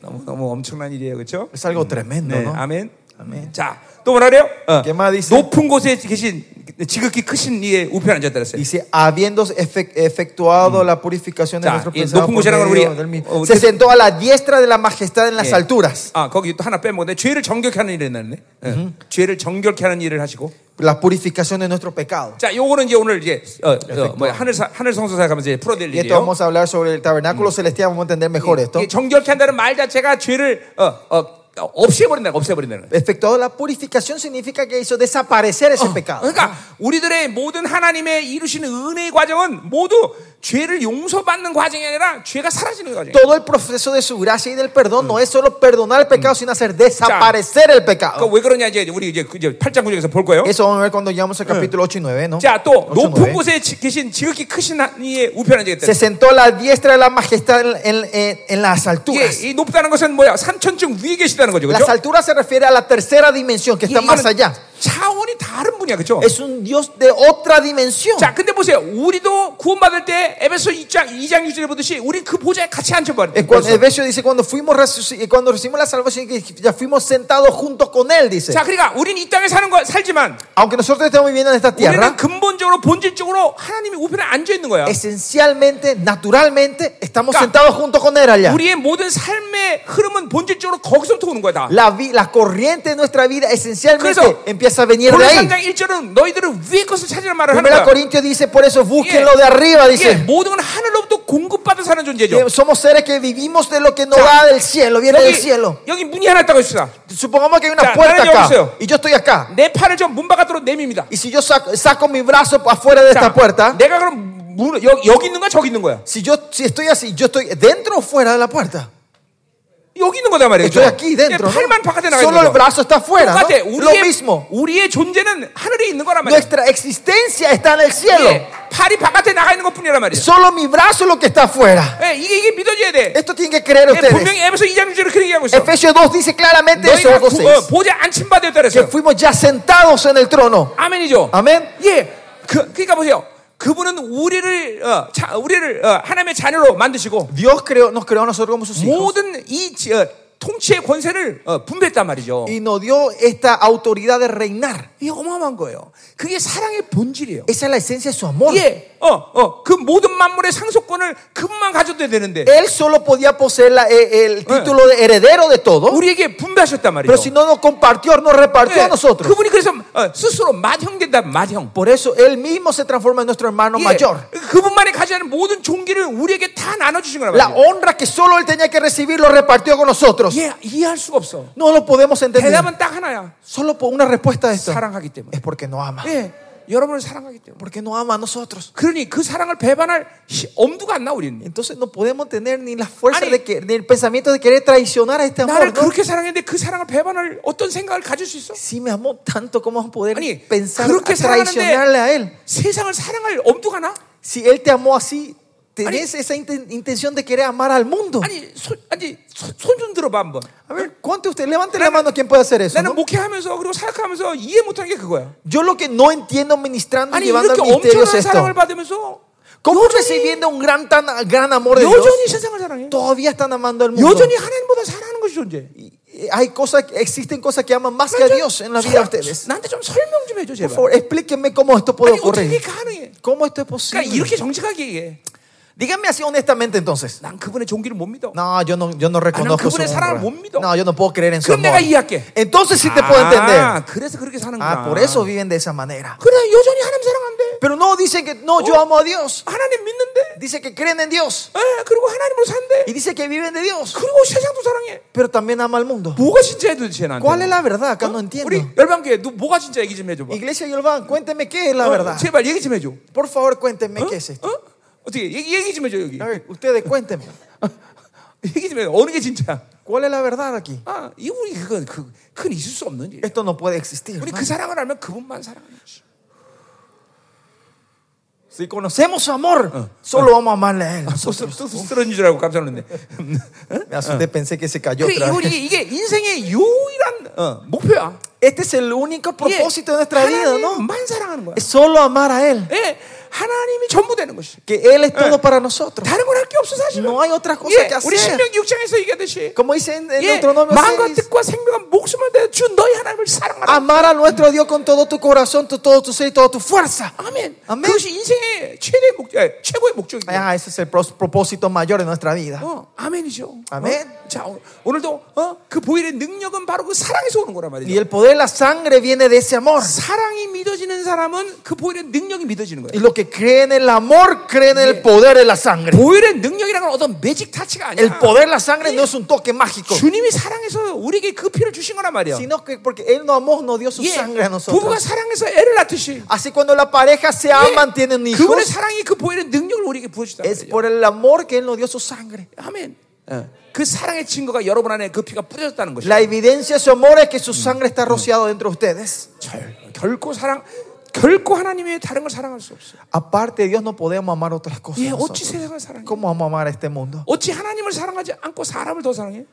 [SPEAKER 1] 너무 너무 엄청난 일이에요, 그렇죠?
[SPEAKER 2] Es algo tremendo,
[SPEAKER 1] 네,
[SPEAKER 2] ¿no?
[SPEAKER 1] 아멘.
[SPEAKER 2] 아멘.
[SPEAKER 1] 자, 또 뭐라 그래요? 어,
[SPEAKER 2] ¿Qué más dice?
[SPEAKER 1] 높은 곳에 계신 지극히 크신 이의 우편 앉았다 그랬어요.
[SPEAKER 2] Dice, habiendo efe- efectuado la purificación de
[SPEAKER 1] Ya,
[SPEAKER 2] nuestro
[SPEAKER 1] y el
[SPEAKER 2] pecado, por
[SPEAKER 1] Dokumentarán
[SPEAKER 2] medio
[SPEAKER 1] Uri-
[SPEAKER 2] del mismo,
[SPEAKER 1] oh,
[SPEAKER 2] se
[SPEAKER 1] ¿qué-
[SPEAKER 2] sentó a la diestra de la majestad en las
[SPEAKER 1] Yeah.
[SPEAKER 2] alturas.
[SPEAKER 1] 아, 거기 또 하나 빼먹었네. 죄를 정결케 하는 일을 했네. 어, 죄를 정결케 하는 일을 하시고.
[SPEAKER 2] La purificación de nuestro pecado.
[SPEAKER 1] 자, 요거는 이제 오늘 이제 어, 어, 뭐 하늘 사- 하늘 성소사 가면서 이제 풀어드릴
[SPEAKER 2] Y esto
[SPEAKER 1] 일이에요.
[SPEAKER 2] vamos a hablar sobre el tabernáculo celestial, vamos a entender mejor esto.
[SPEAKER 1] 이게 정결케 한다는 말 자체가 죄를 어, 어, 어, 없애버린다, 없애버린다는 거예요.
[SPEAKER 2] Efectuado la purificación significa que hizo desaparecer ese pecado.
[SPEAKER 1] 그러니까 우리들의 모든 하나님의 이루시는 은혜의 과정은 모두 죄를 용서받는 과정이 아니라 죄가 사라지는 과정이에요.
[SPEAKER 2] Todo el proceso de su gracia y del perdón no es solo perdonar el pecado, sino hacer desaparecer el pecado.
[SPEAKER 1] 그러니까 왜 그러냐 이제 우리 이제 그 이제 8장 9절에서 볼 거예요.
[SPEAKER 2] Eso vamos a ver cuando llegamos al capítulo 8 y 9, ¿no?
[SPEAKER 1] 자, 또
[SPEAKER 2] 8,
[SPEAKER 1] 높은
[SPEAKER 2] 9.
[SPEAKER 1] 곳에 지- 계신 지극히 크신 이의 우편한 자겠다.
[SPEAKER 2] Se sentó a la diestra de la majestad en, en- en- en las alturas.
[SPEAKER 1] 이게 이 높다는 것은 뭐야? 삼천층 위에 계시다는 거죠.
[SPEAKER 2] Las
[SPEAKER 1] 그렇죠?
[SPEAKER 2] alturas se refiere a la tercera dimensión que está más allá.
[SPEAKER 1] 차원이 다른 분이야. 그렇죠?
[SPEAKER 2] Es un Dios de otra dimensión.
[SPEAKER 1] 자, 근데 보세요. 우리도 구원받을 때 에베소 2장 2장 6절에 보듯이 우리 그 보좌에 같이 앉혀
[SPEAKER 2] Eh, Cuando,
[SPEAKER 1] 버렸어요.
[SPEAKER 2] Efesios dice cuando fuimos resuc- eh, cuando recibimos la salvación que ya fuimos sentados juntos con él dice
[SPEAKER 1] 자, 그러니까 우리는 이 땅에 사는 거 살지만
[SPEAKER 2] aunque nosotros estamos viviendo en esta
[SPEAKER 1] 우리는
[SPEAKER 2] tierra
[SPEAKER 1] 근본적으로 본질적으로 하나님이 우편에 앉아 있는 거야.
[SPEAKER 2] esencialmente naturalmente estamos
[SPEAKER 1] Ca-
[SPEAKER 2] sentados juntos con él allá
[SPEAKER 1] 우리의 모든 삶의 흐름은 본질적으로 거기서부터 오는 거야. 다.
[SPEAKER 2] la, vi- la corriente de nuestra vida esencialmente
[SPEAKER 1] 그래서
[SPEAKER 2] empieza a venir de ahí
[SPEAKER 1] 3장 1절은 너희들은 위의 것을 찾으란 말을 하는
[SPEAKER 2] 1
[SPEAKER 1] 거야.
[SPEAKER 2] Corintios dice por eso búsquenlo de arriba
[SPEAKER 1] 이게
[SPEAKER 2] dice
[SPEAKER 1] 모든 건 하늘로부터 공급받아 사는 존재죠.
[SPEAKER 2] Eh, somos seres que vivimos de lo que nos
[SPEAKER 1] Ca-
[SPEAKER 2] da del cielo viene del
[SPEAKER 1] 여기,
[SPEAKER 2] cielo
[SPEAKER 1] 여기 문이 하나 있다고 했시다.
[SPEAKER 2] Supongamos que hay una
[SPEAKER 1] Ya,
[SPEAKER 2] puerta
[SPEAKER 1] nadie
[SPEAKER 2] acá
[SPEAKER 1] abrió.
[SPEAKER 2] y yo estoy acá.
[SPEAKER 1] 내 팔을 저 문 바깥으로 내밉니다.
[SPEAKER 2] Y si yo saco, saco mi brazo afuera de esta
[SPEAKER 1] 자,
[SPEAKER 2] puerta,
[SPEAKER 1] 내가 그럼 문, 여, 여기 있는 거야 저기 있는 거야.
[SPEAKER 2] si yo si estoy así, yo estoy dentro o fuera de la puerta.
[SPEAKER 1] 여기 있는 거다 말이에요.
[SPEAKER 2] Estoy
[SPEAKER 1] 그죠?
[SPEAKER 2] aquí dentro.
[SPEAKER 1] 예, 팔만 바깥에
[SPEAKER 2] ¿no?
[SPEAKER 1] 나가
[SPEAKER 2] Solo el
[SPEAKER 1] 있는 거.
[SPEAKER 2] brazo está afuera. ¿no?
[SPEAKER 1] 똑같아.
[SPEAKER 2] Lo
[SPEAKER 1] 우리의,
[SPEAKER 2] mismo.
[SPEAKER 1] 우리의 존재는 하늘에 있는 거란 말이에요.
[SPEAKER 2] Nuestra existencia está en el cielo.
[SPEAKER 1] 예, 팔이 바깥에 나가 있는 것뿐이란 말이에요.
[SPEAKER 2] Solo mi brazo es lo que está afuera.
[SPEAKER 1] 예, 이게 이게 믿어져야 돼.
[SPEAKER 2] Esto tienen que creer
[SPEAKER 1] 예,
[SPEAKER 2] ustedes.
[SPEAKER 1] 분명히 에베소 2장 6절에 그렇게 얘기하고 있어.
[SPEAKER 2] Efesios 2 dice claramente eso.
[SPEAKER 1] 너희가
[SPEAKER 2] Efesios
[SPEAKER 1] 구- 어,
[SPEAKER 2] 6,
[SPEAKER 1] 보좌 안침 받았다
[SPEAKER 2] que
[SPEAKER 1] 그랬어요.
[SPEAKER 2] fuimos ya sentados en el trono.
[SPEAKER 1] 아멘이죠.
[SPEAKER 2] Amén.
[SPEAKER 1] 예. 그, 그러니까 보세요. 그분은 우리를 어, 자, 우리를 어, 하나님의 자녀로 만드시고
[SPEAKER 2] Dios creó, nos creó a nosotros como sus hijos.
[SPEAKER 1] 모든 이 지- 어, 통치의 권세를 어, 분배했단 말이죠.
[SPEAKER 2] Y nos dio esta autoridad de reinar.
[SPEAKER 1] 이게 어마어마한 거예요. 그게 사랑의 본질이에요.
[SPEAKER 2] Esa es la esencia de su amor.
[SPEAKER 1] 예, 어, 어, 그 모든 만물의 상속권을 그분만 가져도 되는데
[SPEAKER 2] Él solo podía poseer la- eh, el título de heredero de
[SPEAKER 1] 어?
[SPEAKER 2] todo.
[SPEAKER 1] 우리에게 분배하셨단 말이죠. 예.
[SPEAKER 2] Pero si no nos compartió, nos repartió a nosotros.
[SPEAKER 1] 그분이 그래서 어, 스스로 맏형 된다, 맏형.
[SPEAKER 2] Por eso Él mismo se transforma en nuestro hermano
[SPEAKER 1] 예,
[SPEAKER 2] mayor.
[SPEAKER 1] 그분만이 가지는 모든 종기를 우리에게 다 나눠주신 거란
[SPEAKER 2] La
[SPEAKER 1] 말이에요.
[SPEAKER 2] honra que solo Él tenía que recibir lo repartió con nosotros.
[SPEAKER 1] 예, 이해할 수가 없어.
[SPEAKER 2] No lo podemos entender.
[SPEAKER 1] 대답은 딱 하나야.
[SPEAKER 2] Solo por una respuesta a esto
[SPEAKER 1] 사랑하기 때문에.
[SPEAKER 2] es porque no ama.
[SPEAKER 1] 예, 여러분을 사랑하기 때문에.
[SPEAKER 2] Porque no ama a nosotros.
[SPEAKER 1] 그러니 그 사랑을 배반할 시- 엄두가 안 나, 우리는.
[SPEAKER 2] Entonces no podemos tener ni la fuerza
[SPEAKER 1] Ani.
[SPEAKER 2] de que, ni el pensamiento de querer traicionar a este
[SPEAKER 1] 나를
[SPEAKER 2] amor. ¿no?
[SPEAKER 1] 그렇게 사랑했는데 그 사랑을 배반할 어떤 생각을 가질 수 있어?
[SPEAKER 2] Si me amó tanto, ¿cómo vamos a poder
[SPEAKER 1] Ani,
[SPEAKER 2] pensar
[SPEAKER 1] 그렇게
[SPEAKER 2] a traicionarle a Él?
[SPEAKER 1] 세상을 사랑할 엄두가 나?
[SPEAKER 2] Si Él te amó así, tenés esa inten- intención de querer amar al mundo.
[SPEAKER 1] 아니, 손, 아니, 손 좀 들어봐 한번.
[SPEAKER 2] A ver, ¿cuánto usted? Levante la mano, ¿quién puede hacer eso?
[SPEAKER 1] 나는
[SPEAKER 2] no?
[SPEAKER 1] 목회하면서 그리고 사역하면서 이해 못하는 게 그거야.
[SPEAKER 2] Yo lo que no entiendo ministrando y
[SPEAKER 1] 아니
[SPEAKER 2] llevando
[SPEAKER 1] 이렇게
[SPEAKER 2] al ministerio es
[SPEAKER 1] 엄청난 사랑을
[SPEAKER 2] esto.
[SPEAKER 1] 받으면서
[SPEAKER 2] ¿Cómo recibiendo un gran, tan, gran amor de Dios?
[SPEAKER 1] 여전히 세상을 사랑해.
[SPEAKER 2] Todavía están amando al mundo.
[SPEAKER 1] 여전히 하나님보다 사랑하는 것이 존재.
[SPEAKER 2] Y- y Hay cosas, existen cosas que aman más que a
[SPEAKER 1] 좀
[SPEAKER 2] Dios en la vida de
[SPEAKER 1] 설-
[SPEAKER 2] ustedes.
[SPEAKER 1] 나한테 좀 설명 좀 해줘
[SPEAKER 2] Por
[SPEAKER 1] 제발.
[SPEAKER 2] favor, explíquenme cómo esto puede
[SPEAKER 1] 아니 어떻게 이게
[SPEAKER 2] ocurrir.
[SPEAKER 1] 가능해?
[SPEAKER 2] ¿Cómo esto es
[SPEAKER 1] 그러니까
[SPEAKER 2] posible?
[SPEAKER 1] 이렇게 정직하게 얘기해.
[SPEAKER 2] Díganme así honestamente entonces.
[SPEAKER 1] 난 그분의 종기를 못 믿어.
[SPEAKER 2] No, yo no, yo no reconozco su
[SPEAKER 1] 그분의 사랑을
[SPEAKER 2] honra.
[SPEAKER 1] 못 믿어.
[SPEAKER 2] No, yo no puedo creer en su
[SPEAKER 1] 그럼 내가
[SPEAKER 2] amor.
[SPEAKER 1] 이해할게.
[SPEAKER 2] Entonces sí te puedo entender.
[SPEAKER 1] 뭐 아, 그래서 그렇게 사는구나.
[SPEAKER 2] Ah, por eso viven de esa manera.
[SPEAKER 1] 그래 여전히 하나님 사랑한대.
[SPEAKER 2] Pero no dicen que no, yo amo a Dios.
[SPEAKER 1] 하나님 믿는데.
[SPEAKER 2] Dicen que creen en Dios.
[SPEAKER 1] 예, 그리고 하나님으로 산대.
[SPEAKER 2] Y dicen que viven de Dios.
[SPEAKER 1] 그리고 세상도 사랑해.
[SPEAKER 2] Pero también ama al mundo.
[SPEAKER 1] 뭐가 진짜야 도대체
[SPEAKER 2] ¿Cuál
[SPEAKER 1] 나한테? 어?
[SPEAKER 2] es la verdad? Acá no
[SPEAKER 1] 우리
[SPEAKER 2] entiendo.
[SPEAKER 1] 열방교회 너 뭐가 진짜 얘기 좀 해줘봐.
[SPEAKER 2] Iglesia Yolván, cuénteme qué es la
[SPEAKER 1] 어,
[SPEAKER 2] verdad.
[SPEAKER 1] 제발 얘기 좀 해줘.
[SPEAKER 2] Por favor, cuénteme qué es esto.
[SPEAKER 1] 어? 어떻게 얘기, 얘기 좀 해줘 여기.
[SPEAKER 2] A ver, ustedes cuéntenme.
[SPEAKER 1] 얘기 좀 해줘. 어느 게 진짜?
[SPEAKER 2] ¿Cuál es la verdad aquí?
[SPEAKER 1] 아, 이 우리 그건 그, 그건 있을 수 없는 일.
[SPEAKER 2] Esto no puede existir.
[SPEAKER 1] 우리
[SPEAKER 2] ¿no?
[SPEAKER 1] 그 사랑을 알면 그분만 사랑하는 거지.
[SPEAKER 2] Si conocemos su amor, solo vamos a amarle a él.
[SPEAKER 1] 쑥쑥 쑥쑥 쓰러진 줄 알고 깜짝 놀랐네.
[SPEAKER 2] Me asusté, pensé que se cayó
[SPEAKER 1] 그래,
[SPEAKER 2] otra
[SPEAKER 1] 이거
[SPEAKER 2] vez.
[SPEAKER 1] 이게, 이게 인생의 유일한 어, 목표야.
[SPEAKER 2] Este es el único
[SPEAKER 1] 이게
[SPEAKER 2] propósito de nuestra vida, ¿no?
[SPEAKER 1] 하나님만 사랑하는 거야.
[SPEAKER 2] Es solo amar a él.
[SPEAKER 1] 예, 하나님이 전부 되는 것이.
[SPEAKER 2] Que él es todo para nosotros.
[SPEAKER 1] 다른 건 할 게 없어 사실은.
[SPEAKER 2] No hay otra cosa
[SPEAKER 1] 예,
[SPEAKER 2] que
[SPEAKER 1] 우리
[SPEAKER 2] hacer.
[SPEAKER 1] 신명 6장에서 얘기하듯이
[SPEAKER 2] Como dice en, en
[SPEAKER 1] 예,
[SPEAKER 2] Deuteronomio
[SPEAKER 1] 마음과
[SPEAKER 2] 6,
[SPEAKER 1] 뜻과 생명과 목숨을 다해 주 너희 하나님을 사랑하라.
[SPEAKER 2] amar a nuestro Dios con todo tu corazón, tu- todo tu ser y toda tu fuerza.
[SPEAKER 1] 아멘.
[SPEAKER 2] 아멘.
[SPEAKER 1] 그것이 인생의 최대 목, 아, 최고의 목적이에요.
[SPEAKER 2] Ah, ese es el pros- propósito mayor de nuestra vida.
[SPEAKER 1] 어, 아멘이죠.
[SPEAKER 2] 아멘.
[SPEAKER 1] 어? 자, 오- 오늘도 어? 그 보일의 능력은 바로 그 사랑에서 오는 거란
[SPEAKER 2] Y
[SPEAKER 1] 말이죠.
[SPEAKER 2] el poder de la sangre viene de ese amor.
[SPEAKER 1] 사랑이 믿어지는 사람은 그 보일의 능력이 믿어지는
[SPEAKER 2] Y
[SPEAKER 1] 거예요.
[SPEAKER 2] los que creen en el amor creen en el poder de la sangre.
[SPEAKER 1] 보일의 능력이라는 건 어떤 매직 타치가 아니야.
[SPEAKER 2] El poder de la sangre no es un toque mágico,
[SPEAKER 1] 주님이 사랑해서 우리에게 그 피를 주신 거란 말이야.
[SPEAKER 2] sino que porque Él nos amó, nos dio su
[SPEAKER 1] 예,
[SPEAKER 2] sangre a
[SPEAKER 1] 부부가
[SPEAKER 2] nosotros.
[SPEAKER 1] 사랑해서 애를 낳듯이
[SPEAKER 2] Así cuando la pareja se aman, tienen
[SPEAKER 1] 예, 그분의
[SPEAKER 2] hijos,
[SPEAKER 1] 사랑이 그 보일의 능력을 우리에게 부어주다
[SPEAKER 2] es por el amor que Él nos dio su sangre.
[SPEAKER 1] 아멘. 예. 그 사랑의 증거가 여러분 안에 그 피가 뿌려졌다는 것이.
[SPEAKER 2] La evidencia de su amor es que su sangre está rociada dentro de ustedes.
[SPEAKER 1] 절, 결코 사랑 결코 하나님의 다른 걸 사랑할 수 없어요.
[SPEAKER 2] Aparte de Dios no podemos amar otras cosas.
[SPEAKER 1] 예, 어찌
[SPEAKER 2] nosotros.
[SPEAKER 1] 세상을 아, 사랑해?
[SPEAKER 2] ¿Cómo vamos a amar a este mundo?
[SPEAKER 1] 어찌 하나님을 사랑하지 않고 사람을 더 사랑해?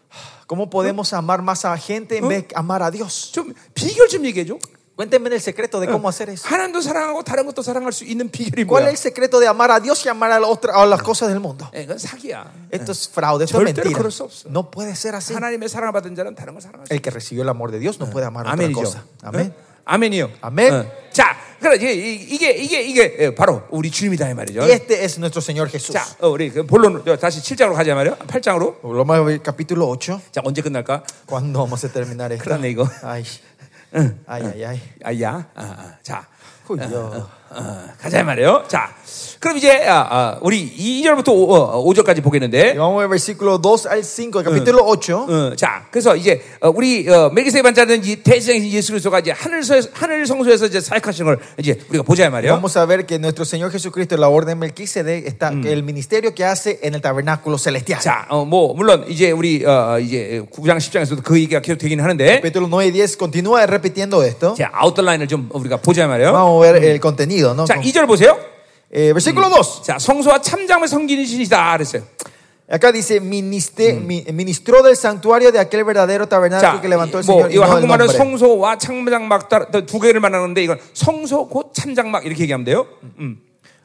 [SPEAKER 2] ¿Cómo podemos amar más a gente en vez de amar a Dios?
[SPEAKER 1] 좀 비결 좀 얘기해 줘.
[SPEAKER 2] Cuéntenme el secreto de cómo hacer eso.
[SPEAKER 1] 하나님도 사랑하고 다른 것도 사랑할 수 있는 비결이
[SPEAKER 2] ¿Cuál
[SPEAKER 1] 뭐야?
[SPEAKER 2] es el secreto de amar a Dios y amar a, la otra- a las cosas del mundo?
[SPEAKER 1] 예, 이건 사기야.
[SPEAKER 2] Esto es fraude, esto es
[SPEAKER 1] 절대로
[SPEAKER 2] mentira.
[SPEAKER 1] 그럴 수 없어.
[SPEAKER 2] No puede ser así.
[SPEAKER 1] 하나님의 사랑을 받은 자는 다른 걸 사랑할 수.
[SPEAKER 2] El que recibió el amor de Dios no puede amar a otra
[SPEAKER 1] 아멘이죠.
[SPEAKER 2] cosa. Amén.
[SPEAKER 1] 응? 아멘이요.
[SPEAKER 2] 아멘.
[SPEAKER 1] 응. 자, 그래 이게 이게 이게, 이게 예, 바로 우리 주님이다 이 말이죠.
[SPEAKER 2] Y este es nuestro Señor Jesús.
[SPEAKER 1] 자, 어, 우리 그 본론 저, 다시 7장으로 가자 말이요. 8장으로.
[SPEAKER 2] Vamos a ver capítulo 8.
[SPEAKER 1] 자, 언제 끝날까?
[SPEAKER 2] ¿Cuándo vamos a terminar esto?
[SPEAKER 1] 그러네 이거.
[SPEAKER 2] Ay, ay, ay. ay.
[SPEAKER 1] 아야. 아, 아. 자. ah.
[SPEAKER 2] Uy, yo.
[SPEAKER 1] 어, 가자 이 말이에요. 자, 그럼 이제 아, 아, 우리 2절부터 5, 절까지
[SPEAKER 2] Y
[SPEAKER 1] 보겠는데,
[SPEAKER 2] vamos a ver versículo 2 al 5, el capítulo 8.
[SPEAKER 1] 어, 자, 그래서 이제 어, 우리 어, 메기세의 반자는 이 대지장이신 예수 그리스도가 이제 하늘 하늘 성소에서 이제 사역하신 걸 이제 우리가 보자 이 말이에요.
[SPEAKER 2] Vamos a ver que nuestro Señor Jesucristo, la orden Melquisedec, está que el ministerio que hace en el tabernáculo celestial.
[SPEAKER 1] 자, 어, 뭐 물론 이제 우리 어, 이제 9장 10장에서도 그 얘기가 계속 되긴 하는데,
[SPEAKER 2] Capítulo 9 y 10 continúa repitiendo esto.
[SPEAKER 1] 자, 아웃라인을 좀 우리가 보자 이 말이에요.
[SPEAKER 2] Vamos a ver el contenido, ¿no?
[SPEAKER 1] 자, 2절 보세요.
[SPEAKER 2] Eh, versículo 2.
[SPEAKER 1] 자, 성소와 참장을 섬기는 신이다 그랬어요.
[SPEAKER 2] Acá dice, "Ministe- mi- ministró del santuario de aquel verdadero tabernáculo
[SPEAKER 1] 자,
[SPEAKER 2] que levantó el
[SPEAKER 1] 뭐
[SPEAKER 2] Señor. y
[SPEAKER 1] 이거
[SPEAKER 2] no del
[SPEAKER 1] 한국말은
[SPEAKER 2] nombre".
[SPEAKER 1] 성소와 참장막 따라- 두 개를 말하는데 이건 성소 곧 참장막 이렇게 얘기하면 돼요. 음.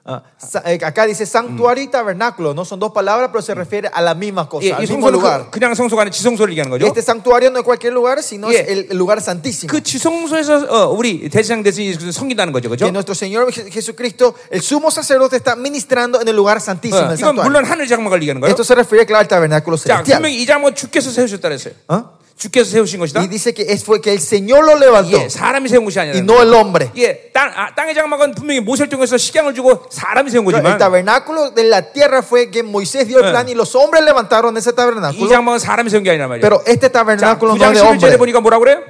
[SPEAKER 2] Ah, sa- eh, acá dice santuario y tabernáculo, no son dos palabras, pero se refiere a la misma cosa,
[SPEAKER 1] 예,
[SPEAKER 2] al
[SPEAKER 1] 이
[SPEAKER 2] mismo
[SPEAKER 1] 성소는
[SPEAKER 2] lugar.
[SPEAKER 1] 그, 그냥 성소가 예, 아니라 지성소를 얘기하는 거죠.
[SPEAKER 2] Este santuario no es cualquier lugar, sino
[SPEAKER 1] Yeah.
[SPEAKER 2] es el, el lugar santísimo.
[SPEAKER 1] 그 지성소에서 어, 우리 대장 대신 예수를 섬긴다는 거죠, 그죠? 어,
[SPEAKER 2] Que nuestro Señor Je- Jesucristo, el sumo sacerdote, está ministrando en el lugar santísimo,
[SPEAKER 1] 어,
[SPEAKER 2] el
[SPEAKER 1] 이건
[SPEAKER 2] santuario.
[SPEAKER 1] 물론 하늘 장막을 얘기하는 거예요. 예,
[SPEAKER 2] Esto se refiere, claro, al tabernáculo
[SPEAKER 1] 자,
[SPEAKER 2] celestial.
[SPEAKER 1] 분명히 이 장막은 주께서 세우셨다 그랬어요.
[SPEAKER 2] ¿Ah?
[SPEAKER 1] 주께서 세우신 것이다.
[SPEAKER 2] Y dice que es, fue que el Señor lo levantó
[SPEAKER 1] 예, 사람이 세운 것이
[SPEAKER 2] y
[SPEAKER 1] 아니라.
[SPEAKER 2] no el hombre.
[SPEAKER 1] 예, 땅, 아, 땅의 장막은 분명히 모세를 통해서 식양을 주고 사람이 세운
[SPEAKER 2] El
[SPEAKER 1] 거지만
[SPEAKER 2] tabernáculo de la tierra fue que Moisés dio el
[SPEAKER 1] Eh.
[SPEAKER 2] plan y los hombres levantaron ese
[SPEAKER 1] 이
[SPEAKER 2] tabernáculo.
[SPEAKER 1] 장막은 사람이 세운 게 아니란 말이에요.
[SPEAKER 2] Pero este
[SPEAKER 1] 자,
[SPEAKER 2] tabernáculo no
[SPEAKER 1] 9장
[SPEAKER 2] es de
[SPEAKER 1] 11절에
[SPEAKER 2] hombre.
[SPEAKER 1] 보니까 뭐라 그래요?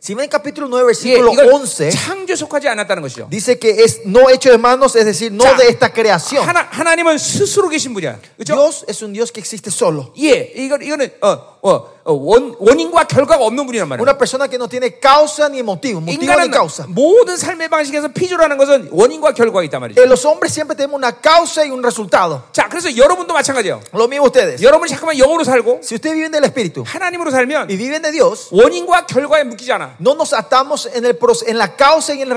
[SPEAKER 2] Si ven el capítulo 9,
[SPEAKER 1] 예,
[SPEAKER 2] versículo
[SPEAKER 1] 이건
[SPEAKER 2] 11,
[SPEAKER 1] 창조 속하지 않았다는 것이죠.
[SPEAKER 2] dice que es no hecho de manos, es decir, no
[SPEAKER 1] 자,
[SPEAKER 2] de esta creación.
[SPEAKER 1] 하나, 하나님은 스스로 계신 분이야. 그죠?
[SPEAKER 2] Dios es un Dios que existe solo.
[SPEAKER 1] 예, 이거, 이거는, 어, 어, 어, 원, 원인과 결과가 없는 분이란 말이야.
[SPEAKER 2] Una persona que no tiene causa ni motivo, motivo ni
[SPEAKER 1] 인간은
[SPEAKER 2] causa.
[SPEAKER 1] 모든 삶의 방식에서 피조라는 것은 원인과 결과가 있단 말이죠.
[SPEAKER 2] Eh, los hombres siempre tenemos una causa y un resultado.
[SPEAKER 1] 자, 그래서 여러분도 마찬가지예요.
[SPEAKER 2] Lo mismo ustedes.
[SPEAKER 1] 여러분이 잠깐만 영으로 살고
[SPEAKER 2] Si ustedes viven del Espíritu
[SPEAKER 1] 하나님으로 살면
[SPEAKER 2] y viven de Dios,
[SPEAKER 1] 원인과 결과에 묶이지 않아.
[SPEAKER 2] no nos atamos en, el, proce- en la causa y en el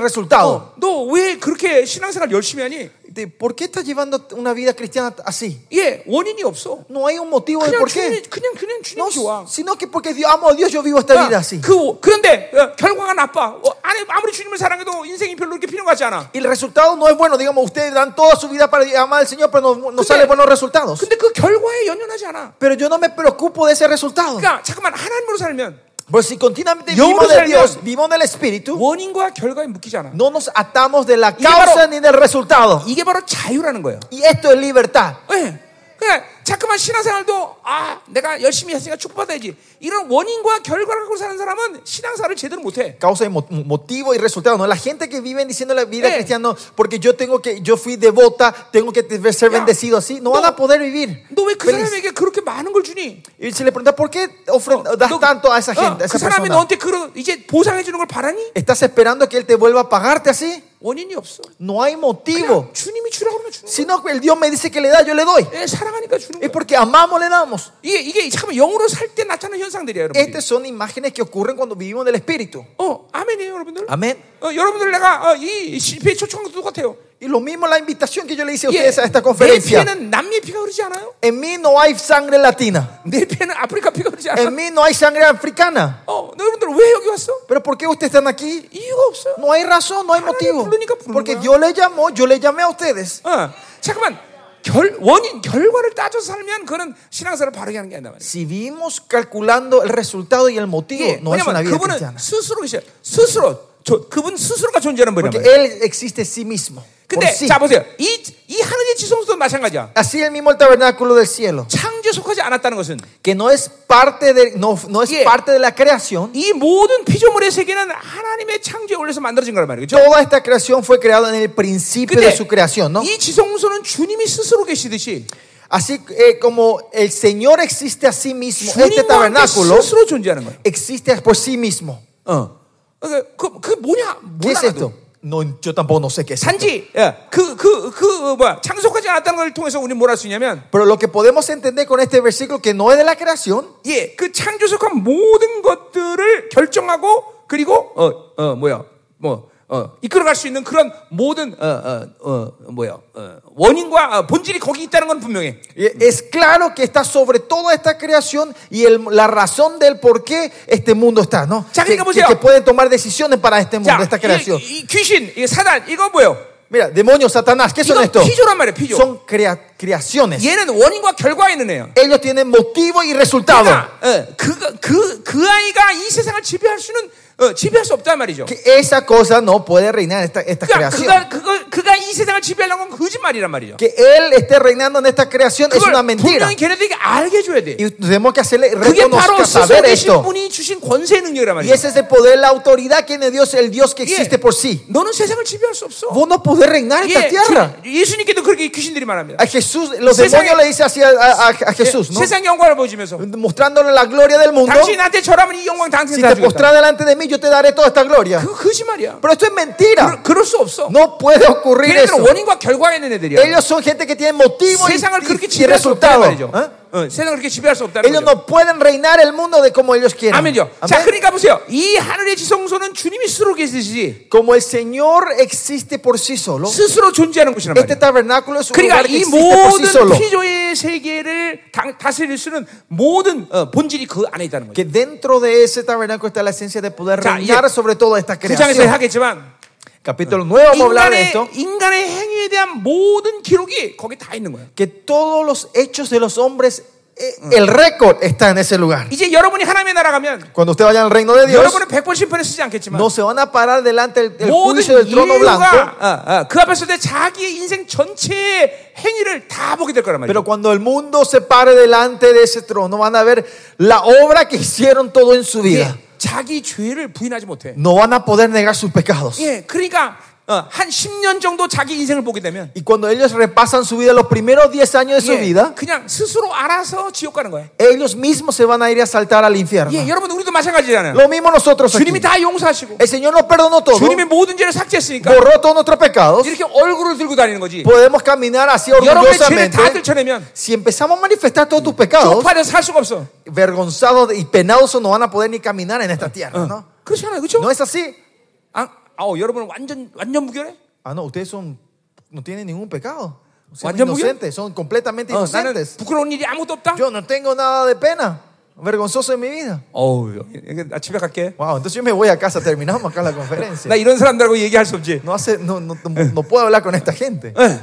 [SPEAKER 1] 어,
[SPEAKER 2] resultado.
[SPEAKER 1] 너 왜 그렇게 신앙생활 열심히 하니?
[SPEAKER 2] De, ¿Por qué estás llevando una vida cristiana así?
[SPEAKER 1] 예, 원인이 없어.
[SPEAKER 2] No hay un motivo de
[SPEAKER 1] 그냥
[SPEAKER 2] por qué.
[SPEAKER 1] 주님, 그냥 그냥 주님
[SPEAKER 2] No,
[SPEAKER 1] 좋아.
[SPEAKER 2] sino que porque Dios, amo a Dios, yo vivo esta vida
[SPEAKER 1] 아,
[SPEAKER 2] así.
[SPEAKER 1] 그, 그런데 어, 결과가 나빠. 어, 아니, 아무리 주님을 사랑해도 인생이 별로 그렇게 필요 같지 않아.
[SPEAKER 2] Y el resultado no es bueno. Digamos, ustedes dan toda su vida para amar al Señor, pero no, no salen buenos resultados.
[SPEAKER 1] 근데 그 결과에 연연하지 않아.
[SPEAKER 2] Pero yo no me preocupo de ese resultado.
[SPEAKER 1] 그러니까 잠깐만 하나님으로 살면
[SPEAKER 2] Pero si continuamente
[SPEAKER 1] Yo no
[SPEAKER 2] vivimos de
[SPEAKER 1] sé
[SPEAKER 2] Dios,
[SPEAKER 1] bien.
[SPEAKER 2] vivimos del Espíritu,
[SPEAKER 1] 원인과 결과에 묶이지 않아.
[SPEAKER 2] no nos atamos de la
[SPEAKER 1] Y claro.
[SPEAKER 2] causa ni del resultado.
[SPEAKER 1] 이게 바로 자유라는 거예요.
[SPEAKER 2] Y esto es libertad.
[SPEAKER 1] 예. 그러니까 잠깐만 신앙생활도 아 내가 열심히 했으니까 축복받아야지. 이런 원인과 결과를 갖고 사는 사람은 신앙생활을 제대로 못해.
[SPEAKER 2] Causa y mo- motivo y resultado. ¿no? La gente que vive diciendo la vida
[SPEAKER 1] Eh.
[SPEAKER 2] cristiana, porque yo tengo que, yo fui devota, tengo que te- ser
[SPEAKER 1] Ya.
[SPEAKER 2] bendecido así,
[SPEAKER 1] No.
[SPEAKER 2] no van a poder vivir.
[SPEAKER 1] 너 왜 그
[SPEAKER 2] feliz.
[SPEAKER 1] 사람에게 그렇게 많은 걸 주니?
[SPEAKER 2] Y se le pregunta, ¿por qué ofre- das
[SPEAKER 1] 너-
[SPEAKER 2] tanto a esa
[SPEAKER 1] 어,
[SPEAKER 2] gente, a
[SPEAKER 1] 그
[SPEAKER 2] esa
[SPEAKER 1] 사람이
[SPEAKER 2] persona?
[SPEAKER 1] 너한테 그 이제 보상해 주는 걸 바라니?
[SPEAKER 2] ¿Estás esperando que él te vuelva a pagarte así?
[SPEAKER 1] 원인이 없어.
[SPEAKER 2] No hay motivo.
[SPEAKER 1] 그냥 주님이 주라고 그러면 주는
[SPEAKER 2] Sino que el Dios me dice que le da, yo le doy.
[SPEAKER 1] 거야. 예, 사랑하니까 주는
[SPEAKER 2] Es
[SPEAKER 1] 거야.
[SPEAKER 2] porque amamos, le damos.
[SPEAKER 1] 이게 이게 잠깐 영으로 살 때 나타나는 현상들이야, 여러분.
[SPEAKER 2] Estas son imágenes que ocurren cuando vivimos del Espíritu.
[SPEAKER 1] 어, 아멘이에요, 여러분들.
[SPEAKER 2] Amén.
[SPEAKER 1] 어, 여러분들 내가 어, 이 실패 초청한 것도 똑같아요.
[SPEAKER 2] Y lo mismo la invitación que yo le hice a
[SPEAKER 1] 예,
[SPEAKER 2] ustedes a esta
[SPEAKER 1] 내
[SPEAKER 2] conferencia.
[SPEAKER 1] 피에는 남미 피가 흐르지 않아요?
[SPEAKER 2] En mí no hay sangre latina.
[SPEAKER 1] 내 피에는 아프리카 피가 흐르지 않아요?
[SPEAKER 2] En mí no hay sangre africana.
[SPEAKER 1] 어, 너 여러분들 왜 여기 왔어?
[SPEAKER 2] Pero ¿por qué ustedes están aquí?
[SPEAKER 1] 이유가 없어요.
[SPEAKER 2] No hay razón, no hay motivo. Porque Dios le llamó, yo le llamé a ustedes.
[SPEAKER 1] 어, 잠깐만. 결, 원인, 결과를 따져서 살면 그거는 신앙사를 바르게 하는 게 아니다 말이야.
[SPEAKER 2] Si vivimos calculando el resultado y el motivo,
[SPEAKER 1] 이게
[SPEAKER 2] no es una
[SPEAKER 1] 왜냐면
[SPEAKER 2] vida
[SPEAKER 1] 그분은
[SPEAKER 2] cristiana.
[SPEAKER 1] 스스로 계셔. 스스로 저, 그분 스스로가 존재하는 분이란
[SPEAKER 2] Porque
[SPEAKER 1] 말이야.
[SPEAKER 2] Él existe en sí mismo. Por
[SPEAKER 1] 근데
[SPEAKER 2] sí.
[SPEAKER 1] 자 보세요. 이, 이 하늘의 지성소도 마찬가지야.
[SPEAKER 2] Así el mismo el tabernáculo del cielo,
[SPEAKER 1] 창조에 속하지 않았다는 것은
[SPEAKER 2] que no es parte de, no, no es
[SPEAKER 1] Yeah.
[SPEAKER 2] parte de la creación.
[SPEAKER 1] 이 모든 피조물의 세계는 하나님의 창조에 올려서 만들어진 거란 말이죠.
[SPEAKER 2] Toda esta creación fue creada en el principio de
[SPEAKER 1] 근데
[SPEAKER 2] su creación, ¿no?
[SPEAKER 1] 이 지성소는 주님이 스스로 계시듯이
[SPEAKER 2] Así eh, como el Señor existe a sí
[SPEAKER 1] 뭐
[SPEAKER 2] mismo, este
[SPEAKER 1] 주님과 함께
[SPEAKER 2] tabernáculo
[SPEAKER 1] 스스로 존재하는 거예요.
[SPEAKER 2] existe por sí mismo.
[SPEAKER 1] 어. 그, 그, 그 뭐냐?
[SPEAKER 2] ¿Qué
[SPEAKER 1] 몰라.
[SPEAKER 2] es esto? No, yo tampoco no sé qué es. esto.
[SPEAKER 1] 단지 그 그 그 뭐야 창속하지 않았다는 걸 통해서 우리는 뭘 할 수 있냐면
[SPEAKER 2] Pero lo que podemos entender con este versículo que no es de la creación,
[SPEAKER 1] 예 그 창조속한 모든 것들을 결정하고 그리고 어 어 뭐야 뭐 어, 이끌어갈 수 있는 그런 모든 어어어 뭐야 어, 원인과 어, 본질이 거기 있다는 건 분명해.
[SPEAKER 2] eh, es claro que está sobre toda esta creación y el- la razón del por qué este mundo está, ¿no?
[SPEAKER 1] Ya,
[SPEAKER 2] Que,
[SPEAKER 1] que-
[SPEAKER 2] que- que pueden tomar decisiones para este mundo,
[SPEAKER 1] 자,
[SPEAKER 2] esta
[SPEAKER 1] 이,
[SPEAKER 2] creación.
[SPEAKER 1] 이 귀신, 이 사단 이거 뭐요?
[SPEAKER 2] Mira, demonios, Satanás, ¿qué son
[SPEAKER 1] 이건
[SPEAKER 2] estos?
[SPEAKER 1] 피조란 말이에요, 피조.
[SPEAKER 2] Son crea- creaciones.
[SPEAKER 1] 얘는 원인과 결과에 있는 애야.
[SPEAKER 2] Ellos
[SPEAKER 1] 뭐.
[SPEAKER 2] tienen motivo y resultado.
[SPEAKER 1] 그 그러니까 어, 그거- 그, 그, 아이가 이 세상을 지배할 수는 어, 지배할 수 없단 말이죠.
[SPEAKER 2] Que esa cosa no puede reinar en esta, esta
[SPEAKER 1] 그러니까
[SPEAKER 2] creación.
[SPEAKER 1] 그가, 그가, 그가 이 세상을 지배하려는 건 거짓말이란 말이죠.
[SPEAKER 2] Que él esté reinando en esta creación es
[SPEAKER 1] 그, 그걸
[SPEAKER 2] una mentira.
[SPEAKER 1] 분명히 걔네들에게 알게 해줘야 돼.
[SPEAKER 2] Y tenemos que hacerle
[SPEAKER 1] 그게 바로
[SPEAKER 2] reconocer,
[SPEAKER 1] 스스로
[SPEAKER 2] saber
[SPEAKER 1] 계신
[SPEAKER 2] esto.
[SPEAKER 1] 분이 주신 권세 능력이란
[SPEAKER 2] Y
[SPEAKER 1] 말이죠.
[SPEAKER 2] ese es el poder, la autoridad que tiene Dios, el Dios que
[SPEAKER 1] 예,
[SPEAKER 2] existe por sí.
[SPEAKER 1] 너는 세상을 지배할 수 없어.
[SPEAKER 2] Vos no podés reinar en esta
[SPEAKER 1] 예,
[SPEAKER 2] tierra.
[SPEAKER 1] 주- 예수님께도 그렇게 귀신들이 말합니다.
[SPEAKER 2] A Jesús, los
[SPEAKER 1] Sesan-
[SPEAKER 2] demonios le dicen así a, a- a Jesús, ¿no?
[SPEAKER 1] 세상 영광을 보여주면서
[SPEAKER 2] Mostrándole la gloria del mundo.
[SPEAKER 1] 당신 나한테 절하면 이 영광 당신
[SPEAKER 2] Si
[SPEAKER 1] 다 주겠다.
[SPEAKER 2] te postras delante de mí, yo te daré toda esta gloria.
[SPEAKER 1] 그 거짓말이야.
[SPEAKER 2] Pero esto es mentira.
[SPEAKER 1] 그, 그럴 수 없어.
[SPEAKER 2] No puede ocurrir eso.
[SPEAKER 1] 걔네들은 원인과 결과가 있는 애들이야.
[SPEAKER 2] Ellos son gente que tiene motivo y,
[SPEAKER 1] 세상을
[SPEAKER 2] y-
[SPEAKER 1] 그렇게
[SPEAKER 2] y
[SPEAKER 1] 지배할 수 없다는
[SPEAKER 2] resultado.
[SPEAKER 1] 말이죠.
[SPEAKER 2] ¿Eh?
[SPEAKER 1] 어, 세상을 그렇게 지배할 수 없다는
[SPEAKER 2] Ellos
[SPEAKER 1] 거죠.
[SPEAKER 2] no pueden reinar el mundo de como ellos quieren.
[SPEAKER 1] 아멘이죠. 자,
[SPEAKER 2] Amén.
[SPEAKER 1] 그러니까 보세요. 이 하늘의 지성소는 주님이 스스로 계시지
[SPEAKER 2] Como el Señor existe por sí solo,
[SPEAKER 1] 스스로 존재하는 곳이란
[SPEAKER 2] este
[SPEAKER 1] 말이에요.
[SPEAKER 2] tabernáculo es un
[SPEAKER 1] 그러니까
[SPEAKER 2] lugar que
[SPEAKER 1] 이
[SPEAKER 2] existe por sí
[SPEAKER 1] 모든
[SPEAKER 2] solo.
[SPEAKER 1] 피조의 세계를 당- 다스릴 수는 모든 어, 본질이 그 안에 있다는 거죠.
[SPEAKER 2] Que dentro de ese tabernáculo está la esencia de poder
[SPEAKER 1] 자,
[SPEAKER 2] reinar
[SPEAKER 1] 이제
[SPEAKER 2] sobre toda esta
[SPEAKER 1] 그 구장에서
[SPEAKER 2] creación.
[SPEAKER 1] 하겠지만
[SPEAKER 2] Capítulo 9 vamos a hablar de
[SPEAKER 1] 인간의,
[SPEAKER 2] esto.
[SPEAKER 1] 인간의 행위에 대한 모든 기록이 거기 다 있는 거예요.
[SPEAKER 2] que todos los hechos de los hombres, eh, el récord está en ese lugar.
[SPEAKER 1] 이제 여러분이 하나님의 나라 가면
[SPEAKER 2] Cuando usted vaya al reino de Dios,
[SPEAKER 1] 여러분은 100번 심판에 쓰지 않겠지만
[SPEAKER 2] no se van a parar delante del, del
[SPEAKER 1] 모든
[SPEAKER 2] juicio del trono blanco.
[SPEAKER 1] 인류가 어, 어, 그 앞에서 내 자기의 인생 전체의 행위를 다 보게 될 거란 말이에요.
[SPEAKER 2] Pero cuando el mundo se pare delante de ese trono, van a ver la obra que hicieron todo en su
[SPEAKER 1] 예,
[SPEAKER 2] vida.
[SPEAKER 1] 자기 죄를 부인하지 못해.
[SPEAKER 2] No van a poder negar sus pecados.
[SPEAKER 1] 예, 그러니까 어, 한 10년 정도 자기 인생을 보게 되면
[SPEAKER 2] Y cuando ellos repasan su vida, los primeros 10 años de su
[SPEAKER 1] 예,
[SPEAKER 2] vida,
[SPEAKER 1] 그냥 스스로 알아서 지옥 가는 거예요.
[SPEAKER 2] ellos mismos se van a ir a saltar al infierno.
[SPEAKER 1] 예, 여러분 우리도 마찬가지잖아요.
[SPEAKER 2] Lo mismo nosotros aquí.
[SPEAKER 1] 주님이 다 용서하시고
[SPEAKER 2] El Señor nos perdonó todo,
[SPEAKER 1] 주님이 모든 죄를 삭제했으니까
[SPEAKER 2] borró todos nuestros pecados.
[SPEAKER 1] 이렇게 얼굴을 들고 다니는 거지.
[SPEAKER 2] Podemos caminar así
[SPEAKER 1] 여러분의 죄를 다
[SPEAKER 2] orgullosamente.
[SPEAKER 1] 들춰내면
[SPEAKER 2] Si empezamos a manifestar todos tus pecados,
[SPEAKER 1] 쪽팔려 살 수가 없어.
[SPEAKER 2] vergonzados y penados no van a poder ni caminar en esta
[SPEAKER 1] 어. ah.
[SPEAKER 2] tierra, ¿no?
[SPEAKER 1] 그렇지 않아요, 그렇죠?
[SPEAKER 2] ¿No es así?
[SPEAKER 1] 아, 아우, 여러분 완전 완전 무결해?
[SPEAKER 2] Ah, no, ustedes son, no tienen ningún pecado. Son
[SPEAKER 1] ¿완전 무결?
[SPEAKER 2] inocentes, son completamente
[SPEAKER 1] 어, 나는
[SPEAKER 2] inocentes.
[SPEAKER 1] 부끄러운 일이 아무것도 없다.
[SPEAKER 2] Yo no tengo nada de pena, vergonzoso en mi vida.
[SPEAKER 1] 어우, 나 집에 갈게.
[SPEAKER 2] Wow, entonces yo me voy a casa, terminamos acá la
[SPEAKER 1] <laughs>
[SPEAKER 2] conferencia.
[SPEAKER 1] 나 이런 사람들하고 얘기할 수 없지.
[SPEAKER 2] No, hace, no, no, no- no puedo hablar con esta gente.
[SPEAKER 1] 예.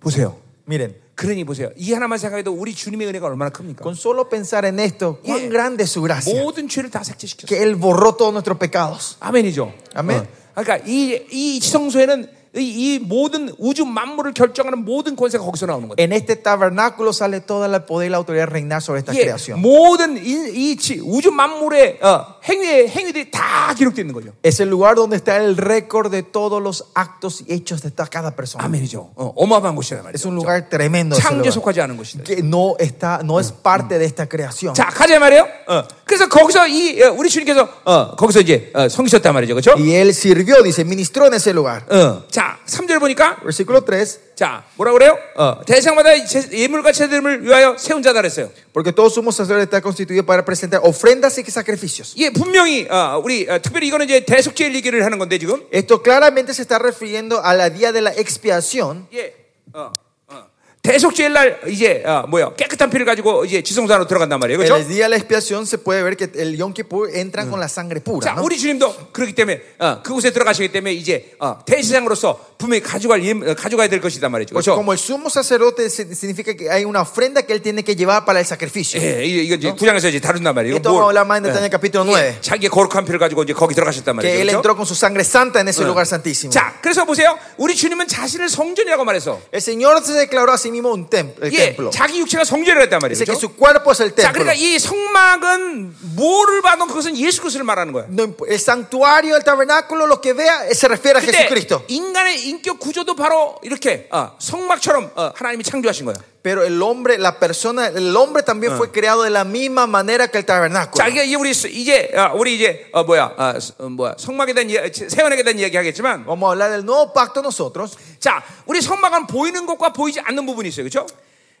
[SPEAKER 1] 보세요.
[SPEAKER 2] Miren,
[SPEAKER 1] 그러니 보세요. 이 하나만 생각해도 우리 주님의 은혜가 얼마나 큽니까?
[SPEAKER 2] con solo pensar en esto, cuán
[SPEAKER 1] Yeah.
[SPEAKER 2] grande es su gracia,
[SPEAKER 1] 모든 죄를 다 삭제시켰어.
[SPEAKER 2] que Él borró todos nuestros pecados.
[SPEAKER 1] 아멘이죠.
[SPEAKER 2] 아멘.
[SPEAKER 1] 어. 그러니까 이, 이 지성소에는 이, 이 모든 우주 만물을 결정하는 모든 권세가 거기서 나오는 거예요.
[SPEAKER 2] En este tabernáculo sale toda la poder y la autoridad de reinar sobre esta
[SPEAKER 1] 이게
[SPEAKER 2] creación.
[SPEAKER 1] 모든 이, 이 지- 우주 만물의 어, 행위의 행위들이 다 기록되어 있는 거죠.
[SPEAKER 2] Es el lugar donde está el récord de todos los actos y hechos de esta- cada persona.
[SPEAKER 1] 아멘이죠. 어, 마어마한 곳이란
[SPEAKER 2] Es
[SPEAKER 1] 말이죠.
[SPEAKER 2] un lugar tremendo. ese
[SPEAKER 1] 창조에
[SPEAKER 2] lugar,
[SPEAKER 1] 속하지 않은 곳이다.
[SPEAKER 2] que no, está, no es parte de esta creación.
[SPEAKER 1] 자, 가자 말이에요. 어. 그래서 거기서 이 어, 우리 주님께서 어, 거기서 이제 어, 성기셨단 말이죠. 그렇죠?
[SPEAKER 2] Y él sirvió, dice, ministró en ese lugar.
[SPEAKER 1] 어. 자, 3절 보니까
[SPEAKER 2] Versículo 3.
[SPEAKER 1] 자, 뭐라 그래요? 어, 대상마다 제- 예물과 제대를 위하여 세운 자다 그랬어요.
[SPEAKER 2] Porque todo sumo sacerdote está constituido para presentar ofrendas y sacrificios.
[SPEAKER 1] 이게 분명히 어, 우리 어, 특별히 이거는 이제 대속죄 얘기를 하는 건데 지금
[SPEAKER 2] Esto claramente se está refiriendo a la día de la expiación.
[SPEAKER 1] 예, 어, 어. 대속죄일 날 이제 어, 뭐야 깨끗한 피를 가지고 이제 지성소 안으로 들어간단 말이에요,
[SPEAKER 2] En el
[SPEAKER 1] 그렇죠?
[SPEAKER 2] día de la expiación se puede ver que el Yom Kippur entran con la sangre pura.
[SPEAKER 1] 자,
[SPEAKER 2] ¿no?
[SPEAKER 1] 우리 주님도 그렇기 때문에 어, 그곳에 들어가시기 때문에 이제 어, 대시장으로서 분명히 가져갈 예- 어, 가져가야 될 것이단 말이죠,
[SPEAKER 2] Pues
[SPEAKER 1] 그렇죠?
[SPEAKER 2] como el sumo sacerdote si- significa que hay una ofrenda que él tiene que llevar para el sacrificio.
[SPEAKER 1] 예, 이- 이거 이제 구장에서 이제 다룬단 말이에요.
[SPEAKER 2] Esto
[SPEAKER 1] 이거
[SPEAKER 2] vamos
[SPEAKER 1] 뭘-
[SPEAKER 2] a hablar más en detalle en el capítulo 9.
[SPEAKER 1] 자기의 거룩한 피를 가지고 이제 거기 들어가셨단
[SPEAKER 2] Que él
[SPEAKER 1] 네. 말이죠. 그렇죠?
[SPEAKER 2] entró con su sangre santa en ese lugar santísimo.
[SPEAKER 1] 자, 그래서 보세요. 우리 주님은 자신을 성전이라고 말해서
[SPEAKER 2] El Señor se declaró a sí mismo un templo, el
[SPEAKER 1] 예,
[SPEAKER 2] templo.
[SPEAKER 1] 자기 육체가 성전이라 했단 말이에요.
[SPEAKER 2] Dice que
[SPEAKER 1] 그렇죠?
[SPEAKER 2] su cuerpo es el
[SPEAKER 1] 자,
[SPEAKER 2] templo.
[SPEAKER 1] 그러니까 이 성막은 뭐를 봐도 그것은 예수 그리스도를 말하는 거예요.
[SPEAKER 2] No imp- el santuario, el tabernáculo, lo que vea, eh, se refiere a
[SPEAKER 1] 근데
[SPEAKER 2] Jesucristo.
[SPEAKER 1] 인간의 인격 구조도 바로 이렇게 어, 성막처럼 어, 하나님이 창조하신 거예요.
[SPEAKER 2] Pero el hombre, la persona, el hombre también fue creado de la misma manera que el tabernáculo.
[SPEAKER 1] 자, 이게 이제 우리 스- 이제 어, 우리 이제 어, 뭐야 어, 스- 어, 뭐야 성막에 대한 이야- 세원에 대한 이야기하겠지만,
[SPEAKER 2] Vamos a hablar del nuevo pacto nosotros.
[SPEAKER 1] 자, 우리 성막은 보이는 것과 보이지 않는 부분이 있어요, 그렇죠?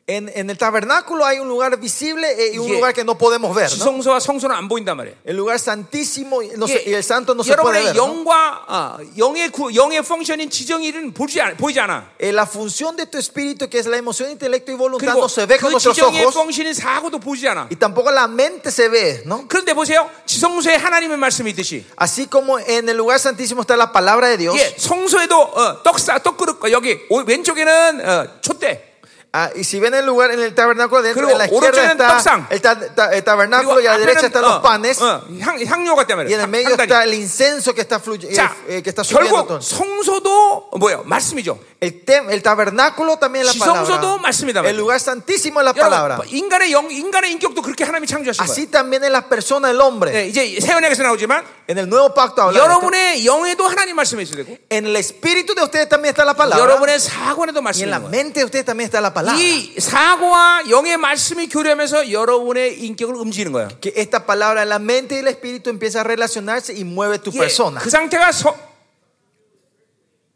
[SPEAKER 2] En, en el tabernáculo hay un lugar visible eh, y un
[SPEAKER 1] Yeah.
[SPEAKER 2] lugar que no podemos ver. ¿no?
[SPEAKER 1] 지성소와 성소는 안 보인단 말이에요.
[SPEAKER 2] El lugar santísimo y, no se- y
[SPEAKER 1] 이게
[SPEAKER 2] el santo no se puede
[SPEAKER 1] 여러분의
[SPEAKER 2] ver. ¿no?
[SPEAKER 1] 영과 어, 영의 구- 영의 펑션인 지정일은 보지 않- 보이지 않아.
[SPEAKER 2] Eh, La función de tu espíritu, que es la emoción, intelecto y voluntad,
[SPEAKER 1] 그리고
[SPEAKER 2] no se ve con
[SPEAKER 1] 그
[SPEAKER 2] nuestros
[SPEAKER 1] 지정의
[SPEAKER 2] ojos
[SPEAKER 1] 펑션인 사고도 보이지 않아.
[SPEAKER 2] y tampoco la mente se ve, ¿no?
[SPEAKER 1] 그런데 보세요. 지성소에 하나님의 말씀이 있듯이
[SPEAKER 2] Así como en el lugar santísimo está la palabra de Dios,
[SPEAKER 1] 예, 성소에도 어, 떡사 떡그릇과 여기 오- 왼쪽에는 어, 촛대
[SPEAKER 2] Ah, y si ven el lugar en el tabernáculo, dentro
[SPEAKER 1] 그리고
[SPEAKER 2] de la izquierda
[SPEAKER 1] 오른쪽에는
[SPEAKER 2] está
[SPEAKER 1] 떡상.
[SPEAKER 2] el ta- ta- el tabernáculo y a la
[SPEAKER 1] ah,
[SPEAKER 2] derecha están los panes.
[SPEAKER 1] 어, 향, 향료 같단
[SPEAKER 2] Y
[SPEAKER 1] 말이에요.
[SPEAKER 2] en el medio
[SPEAKER 1] 향단이.
[SPEAKER 2] está el incenso que está, fluy-
[SPEAKER 1] 자,
[SPEAKER 2] eh, eh, que está
[SPEAKER 1] 결국
[SPEAKER 2] subiendo. todo.
[SPEAKER 1] 성소도 뭐예요? 말씀이죠.
[SPEAKER 2] El, tem- el tabernáculo también es la
[SPEAKER 1] 지성소도 말씀이다
[SPEAKER 2] palabra. El
[SPEAKER 1] 말이에요.
[SPEAKER 2] lugar santísimo es la palabra.
[SPEAKER 1] 여러분, 인간의 영, 인간의 인격도 그렇게 하나님이 창조하신 거예요.
[SPEAKER 2] Así también es la persona del hombre.
[SPEAKER 1] 네, 이제 세원에서 나오지만
[SPEAKER 2] En el nuevo pacto habla de esto.
[SPEAKER 1] 여러분의 영에도 하나님 말씀이 있어야 되고
[SPEAKER 2] En el espíritu de ustedes también está la palabra.
[SPEAKER 1] 여러분의 사관에도
[SPEAKER 2] Y
[SPEAKER 1] 말씀이
[SPEAKER 2] en la
[SPEAKER 1] 있는 거예요.
[SPEAKER 2] mente de ustedes también está la palabra.
[SPEAKER 1] 이 사고와 영의 말씀이 교류하면서 여러분의 인격을 움직이는 거야.
[SPEAKER 2] Que esta palabra, la mente y el espíritu empieza a relacionarse y mueve tu
[SPEAKER 1] 예,
[SPEAKER 2] persona.
[SPEAKER 1] 그 상태가 서,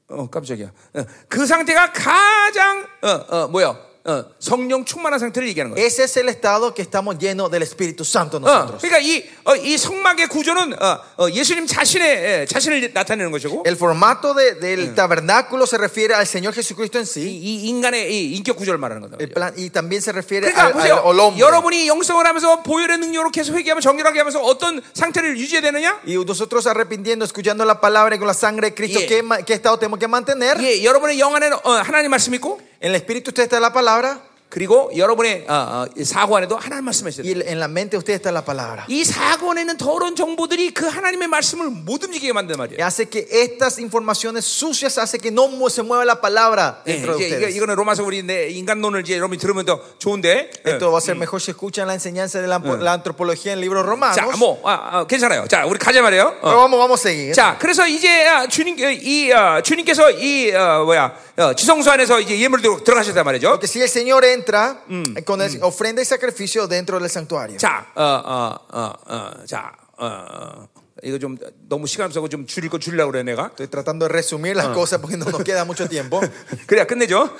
[SPEAKER 1] 어 깜짝이야. 어, 그 상태가 가장 어, 어, 뭐야? 어, 성령 충만한 상태를 얘기하는 거야.
[SPEAKER 2] Ese es el estado que estamos llenos del Espíritu Santo
[SPEAKER 1] 어,
[SPEAKER 2] nosotros.
[SPEAKER 1] 그러니까 이, 어, 이 성막의 구조는 어, 어, 예수님 자신의 예, 자신을 나타내는 것이고
[SPEAKER 2] El formato de- del tabernáculo se refiere al Señor Jesucristo en
[SPEAKER 1] 이,
[SPEAKER 2] sí
[SPEAKER 1] 이 인간의 이 인격 구조를 말하는 거다.
[SPEAKER 2] el plan- y también se refiere
[SPEAKER 1] 그러니까
[SPEAKER 2] al, al-
[SPEAKER 1] 보세요.
[SPEAKER 2] al hombre.
[SPEAKER 1] 여러분이 영성을 하면서 보혈의 능력으로 계속 회개하며 정결하게 하면서 어떤 상태를 유지해야 되느냐?
[SPEAKER 2] Y nosotros arrepintiendo, escuchando la palabra y con la sangre de Cristo,
[SPEAKER 1] Yeah.
[SPEAKER 2] ¿qué, ma- qué estado tenemos que mantener?
[SPEAKER 1] 예, 여러분의 영 안에는 어, 하나님 말씀 있고
[SPEAKER 2] En el Espíritu usted está la palabra
[SPEAKER 1] 그리고 여러분의 어, 어, 사고 안에도 하나님 말씀이 있어야
[SPEAKER 2] y
[SPEAKER 1] 돼요.
[SPEAKER 2] el- en la mente usted está la palabra.
[SPEAKER 1] 이 사고 안에는 더러운 정보들이 그 하나님의 말씀을 못 움직이게 만든
[SPEAKER 2] Y
[SPEAKER 1] 말이에요.
[SPEAKER 2] hace que estas informaciones sucias hace que no mu- se mueva la palabra
[SPEAKER 1] 예,
[SPEAKER 2] dentro de
[SPEAKER 1] 이제 이거,
[SPEAKER 2] ustedes.
[SPEAKER 1] 이거는 로마서 우리 내 인간론을 이제 여러분이 들으면 더 좋은데. 예.
[SPEAKER 2] Esto va a ser mejor si escuchan la enseñanza de la, la antropología en el libro
[SPEAKER 1] 자,
[SPEAKER 2] Romanos.
[SPEAKER 1] 뭐 아, 아, 괜찮아요. 자, 우리 가자 말이에요. 어.
[SPEAKER 2] Pero vamos, vamos a seguir.
[SPEAKER 1] 자, 그래서 이제 아, 주님 이 아, 주님께서 이 어, 뭐야 어, 지성소 안에서 이제 예물을 들고 들어가셨단 네. 말이죠.
[SPEAKER 2] Porque si el Señor entra con el- ofrenda y sacrificio dentro del santuario.
[SPEAKER 1] 자, 어, 어, 어, 어, 자, 어, 어, 이거 좀 너무 시간 없어서 좀 줄일 거 줄이려고 그래 내가. 뭐?
[SPEAKER 2] Estoy tratando de resumir las cosas porque no nos queda mucho
[SPEAKER 1] <laughs>
[SPEAKER 2] tiempo.
[SPEAKER 1] 그래야 끝내죠.